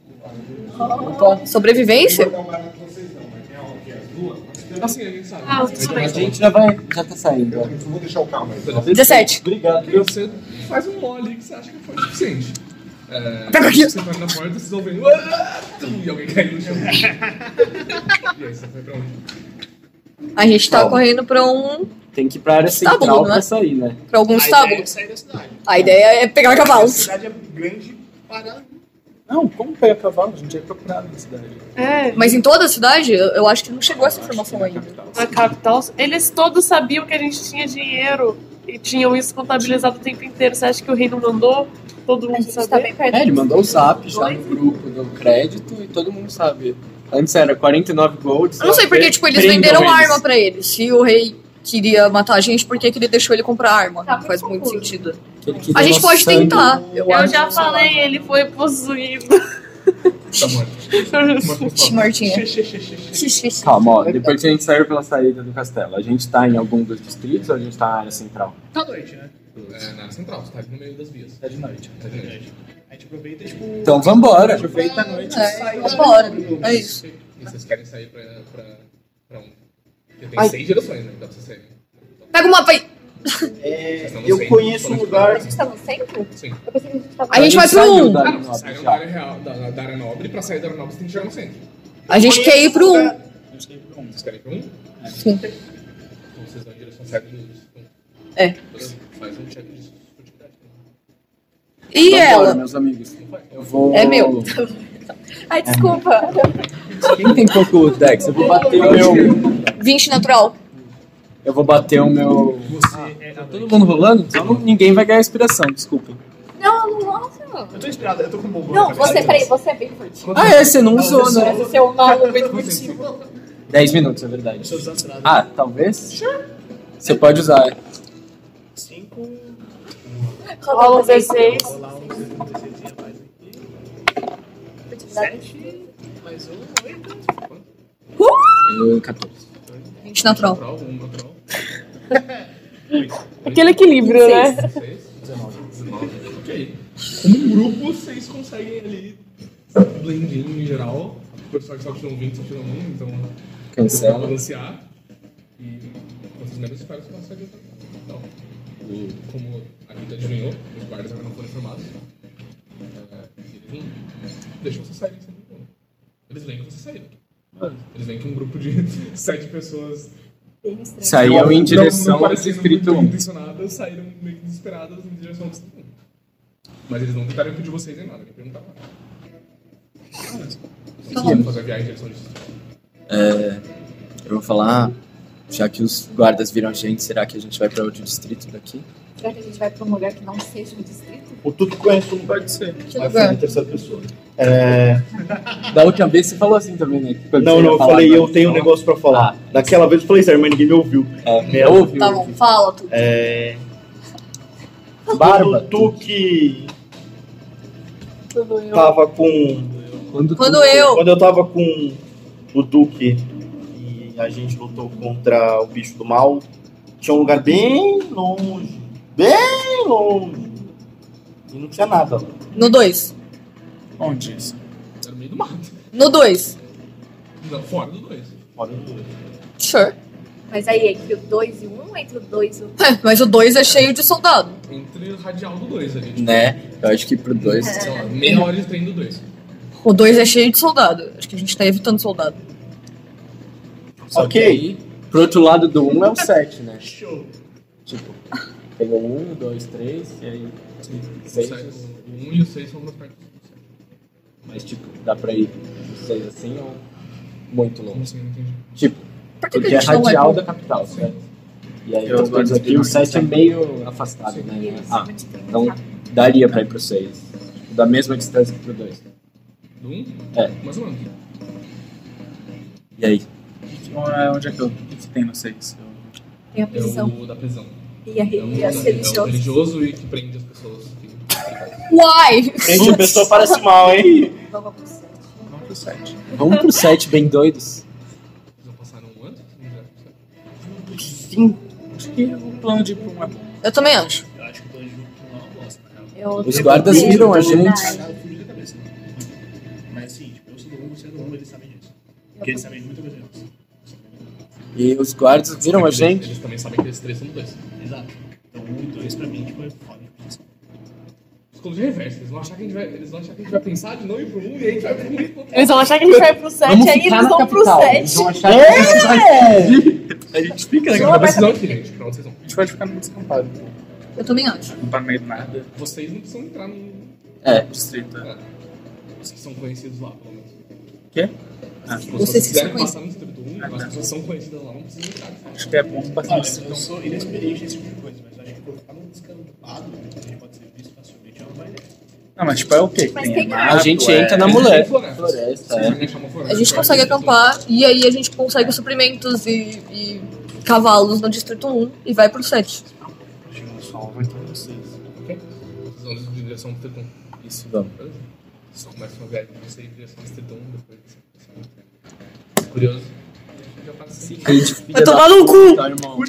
Speaker 17: Bom, sobrevivência?
Speaker 1: Assim, a gente sabe.
Speaker 17: Ah, eu
Speaker 1: Mas
Speaker 17: também.
Speaker 3: A gente já vai, já tá saindo. ó.
Speaker 1: Eu vou deixar o carro aí.
Speaker 17: 17.
Speaker 3: Obrigado.
Speaker 1: E você faz um mole que você acha que foi o suficiente. É,
Speaker 17: Pega aqui.
Speaker 1: Você vai na porta, vocês ouvem. "Ah!" E alguém cai no chão. e aí, você foi pra onde?
Speaker 17: A gente tá
Speaker 3: Bom.
Speaker 17: correndo pra um.
Speaker 3: Tem que ir pra área É central
Speaker 17: Tá bom, né?
Speaker 3: pra sair, né?
Speaker 17: pra tá algum estábulo. A ideia é
Speaker 12: um
Speaker 17: pegar cavalos.
Speaker 5: cidade é grande para.
Speaker 3: Não, como pega cavalo? A gente ia procurar na cidade.
Speaker 9: É.
Speaker 17: Mas em toda a cidade, eu eu acho que não chegou essa informação ainda.
Speaker 9: Na capital, eles todos sabiam que a gente tinha dinheiro e tinham isso contabilizado o tempo inteiro. Você acha que o rei não mandou todo mundo
Speaker 70: tá
Speaker 9: saber?
Speaker 12: tá
Speaker 3: É, ele mandou o zap já no grupo do crédito e todo mundo sabe. Antes era 49 golds. é
Speaker 17: Eu não sei porque, tipo, eles
Speaker 3: Prendam
Speaker 17: venderam
Speaker 3: eles.
Speaker 17: arma pra ele. Se o rei queria matar a gente, por que, que ele deixou ele comprar arma?
Speaker 12: Tá,
Speaker 17: Não faz muito sentido.
Speaker 3: Ele queria
Speaker 17: A gente
Speaker 3: nosso
Speaker 17: pode
Speaker 3: sangue.
Speaker 17: tentar. Eu,
Speaker 9: Eu
Speaker 17: acho.
Speaker 9: já falei, ele foi possuído.
Speaker 1: Tá morto.
Speaker 17: Mortinha.
Speaker 3: Calma, ó, depois que a gente saiu pela saída do castelo, a gente tá em algum dos distritos ou a gente tá na área central?
Speaker 5: Tá noite, né?
Speaker 1: É, na área central, você tá aqui no meio das vias.
Speaker 3: É de noite.
Speaker 1: É de noite.
Speaker 5: A gente aproveita e tipo.
Speaker 3: Então vambora.
Speaker 5: Aproveita a noite
Speaker 17: É,
Speaker 5: e sai.
Speaker 17: vambora. É isso.
Speaker 1: E vocês querem sair pra, pra, pra onde? Porque tem
Speaker 13: Ai.
Speaker 1: seis direções, né? Dá pra vocês saírem.
Speaker 17: Pega o mapa aí.
Speaker 13: é,
Speaker 1: não
Speaker 13: eu
Speaker 1: sei.
Speaker 13: conheço um lugar.
Speaker 12: vocês estavam tá centro?
Speaker 1: Sim.
Speaker 12: Eu pensei que a gente tava.
Speaker 17: A gente vai pro um.
Speaker 1: Ah, não, vocês saíram da área, real, da, da área nobre, pra sair da área nobre você tem que chegar no centro.
Speaker 17: A gente quer ir pro um.
Speaker 1: Vocês querem ir pra um?
Speaker 17: Sim.
Speaker 1: Então vocês vão em direção certa dos.
Speaker 17: É.
Speaker 1: Faz um check disso.
Speaker 17: E
Speaker 3: Vambora,
Speaker 17: ela?
Speaker 3: meus amigos. Eu vou...
Speaker 17: É meu. Ai, desculpa.
Speaker 3: Quem tem pouco Dex? Eu vou bater o meu...
Speaker 17: 20 natural.
Speaker 3: Eu vou bater o meu...
Speaker 13: Ah,
Speaker 5: é
Speaker 3: Tá todo mundo rolando? Então ninguém vai ganhar inspiração, desculpem.
Speaker 12: Não, nossa. Eu
Speaker 5: tô inspirada, eu tô com bobo.
Speaker 12: Não, você, peraí, você é bem furtivo.
Speaker 3: Ah, é, você não usou, né?
Speaker 12: Mas Você é um mal muito furtivo.
Speaker 3: 10 minutos, é verdade. Ah, talvez? Você pode usar.
Speaker 9: Rola um V6.
Speaker 3: Eu, 14.
Speaker 17: 20 natural.
Speaker 9: Aquele equilíbrio, né?
Speaker 1: 19. Ok. Como Um grupo, vocês conseguem ali blendinho em geral. Por sorte, só tiram 20, só tiram 1, então.
Speaker 3: Cancela.
Speaker 1: dá pra balancear. E vocês menos esperam, vocês conseguem. Então, o, como a Rita adivinhou, os guardas agora não foram informados. é, eles não deixam vocês saírem sem nenhum. Eles veem que vocês saíram. Eles veem que um grupo de sete pessoas.
Speaker 3: Saiu em
Speaker 1: não,
Speaker 3: direção
Speaker 1: não
Speaker 3: ao
Speaker 1: parecendo
Speaker 3: distrito
Speaker 1: muito
Speaker 3: um.
Speaker 1: intencionadas, saíram meio que desesperadas em direção ao distrito 1. Mas eles não tentaram impedir vocês em nada, nem perguntaram nada.
Speaker 12: Tá
Speaker 1: Vocês quiserem fazer a viagem em direção ao distrito
Speaker 72: É, eu vou falar, ah, já que os guardas viram a gente, será que a gente vai pra outro distrito daqui?
Speaker 12: Será que a gente vai pra um lugar que não seja o distrito?
Speaker 13: O tu que conhece não pode ser.
Speaker 12: Que
Speaker 13: Vai
Speaker 12: lugar?
Speaker 13: falar em terceira pessoa. É...
Speaker 3: Da última vez você falou assim também, né? Quando
Speaker 13: Não,
Speaker 3: você
Speaker 13: não,
Speaker 3: ia
Speaker 13: eu
Speaker 3: falar,
Speaker 13: falei,
Speaker 3: não,
Speaker 13: eu tenho um
Speaker 7: Tá então?
Speaker 13: negócio pra falar. Daquela vez eu falei sério, mas ninguém me ouviu.
Speaker 3: É, ouviu.
Speaker 17: Tá bom, fala tudo.
Speaker 13: É... Barba. Tu que
Speaker 9: Tudo eu.
Speaker 13: tava com...
Speaker 3: Quando,
Speaker 17: Quando eu-
Speaker 13: Quando eu tava com o Duque e a gente lutou contra o bicho do mal, tinha um lugar bem longe. Bem longe. E não tinha nada lá.
Speaker 17: No 2.
Speaker 3: Onde isso?
Speaker 1: Era no meio do mato.
Speaker 17: No 2.
Speaker 1: Não, fora do 2.
Speaker 13: Fora do 2.
Speaker 17: Sure.
Speaker 12: Mas aí, entre o 2 e o 1, entre o 2 e o um,
Speaker 17: É, mas o 2 é cheio de soldado.
Speaker 1: Entre o radial do 2 ali.
Speaker 3: um,
Speaker 1: Tipo,
Speaker 72: Né? Eu acho que pro dois.
Speaker 17: É.
Speaker 1: Sei lá, meia hora de trem do 2.
Speaker 17: O 2 é cheio de soldado. Acho que a gente tá evitando soldado.
Speaker 3: ok. pro outro lado do 1 um é o 7, né?
Speaker 5: Show.
Speaker 3: Tipo, pegou 1, 2, 3, e aí. seis.
Speaker 1: O 1 e o 6 são duas partes.
Speaker 3: Mas, tipo, dá pra ir do 6 assim ou muito
Speaker 1: assim?
Speaker 3: longe?
Speaker 1: Não sei, não entendi.
Speaker 3: Tipo,
Speaker 1: Por que que
Speaker 3: porque
Speaker 1: a
Speaker 3: é
Speaker 1: gente não vai
Speaker 3: radial
Speaker 1: pro-
Speaker 3: da capital,
Speaker 1: Sim.
Speaker 3: certo? E aí,
Speaker 1: Eu
Speaker 3: então,
Speaker 1: guardo
Speaker 3: aqui, o
Speaker 1: aqui,
Speaker 3: 7 é
Speaker 1: né?
Speaker 3: meio afastado, né? Ah, então daria pra ir pro 6. Da mesma distância que pro 2.
Speaker 1: Do 1?
Speaker 3: É.
Speaker 1: Mais ou menos.
Speaker 3: E aí?
Speaker 7: Onde é que eu. O que que tem no 6?
Speaker 12: Tem a
Speaker 1: É
Speaker 12: prisão.
Speaker 1: o da prisão.
Speaker 12: E a
Speaker 1: É o,
Speaker 12: e as
Speaker 1: é o
Speaker 12: religiosas.
Speaker 1: religioso e que prende as pessoas.
Speaker 17: Uai!
Speaker 13: Gente, a pessoa parece mal, hein?
Speaker 12: Vamos pro céu.
Speaker 1: Vamos pro 7.
Speaker 3: Vamos pro 7, bem doidos.
Speaker 1: Já passaram um ano?
Speaker 3: Sim.
Speaker 7: Acho que o plano de ir pra um é bom.
Speaker 17: Eu também acho.
Speaker 7: Eu acho que o plano de ir pra um é uma bosta, na real.
Speaker 12: Eu
Speaker 3: Os guardas viram a gente.
Speaker 5: né? Eu fugi da cabeça. né? Mas assim, tipo, eu sou do rumo, você é do rumo, eles sabem disso. Porque eles sabem de muita coisa. nossa.
Speaker 3: E os guardas viram a gente.
Speaker 1: Eles também sabem que eles três são dois.
Speaker 5: Exato. Então, um e dois pra mim, tipo, é foda.
Speaker 1: Escolha de reverso. Eles vão achar que a gente vai, eles vão achar que a gente vai pensar de não ir pro 1 e a gente vai pro 1 e pro
Speaker 9: Eles vão achar que a gente vai pro 7,
Speaker 1: Vamos
Speaker 9: aí
Speaker 1: ficar
Speaker 9: eles
Speaker 1: na
Speaker 9: vão pro
Speaker 1: capital.
Speaker 9: 7.
Speaker 1: Eles vão achar que a gente
Speaker 3: A gente fica
Speaker 1: Tem uma decisão aqui, gente. é Pra onde vocês vão?
Speaker 7: A gente pode ficar no descampado.
Speaker 17: Eu também acho.
Speaker 7: Não tá no meio do nada.
Speaker 1: Vocês não precisam entrar no.
Speaker 3: É.
Speaker 7: Distrito.
Speaker 1: é. Os que são conhecidos lá, pelo menos.
Speaker 7: Quê?
Speaker 1: Ah, tipo, se
Speaker 7: Vocês
Speaker 1: vocês
Speaker 7: que
Speaker 1: quiserem
Speaker 7: são
Speaker 1: passar no distrito 1, as pessoas são conhecidas lá, não precisam entrar.
Speaker 7: Acho que é bom passar
Speaker 5: Olha,
Speaker 7: no distrito.
Speaker 5: então, eu sou inexperiente nesse tipo de coisa, mas acho que por ficar num descampado, né? a gente pode ser visto facilmente, é uma boa ideia.
Speaker 7: Não, mas tipo, é o quê?
Speaker 5: Mas tem
Speaker 7: mato,
Speaker 3: A gente
Speaker 7: é-
Speaker 3: entra na mulher.
Speaker 1: Floresta,
Speaker 17: A gente consegue acampar e aí a gente consegue os suprimentos e, e cavalos no distrito 1 e vai pro 7.
Speaker 5: O sol vai estar vocês.
Speaker 1: Ok? Vocês vão em direção ao distrito 1.
Speaker 3: Isso, vamos.
Speaker 1: Beleza? Vocês começam a viagem de vocês em direção ao distrito 1 depois dessa passagem. Curioso? Já passa assim.
Speaker 3: Crítico, filha
Speaker 17: Vai tomar
Speaker 3: da
Speaker 17: no
Speaker 3: puta,
Speaker 17: cu!
Speaker 3: irmão.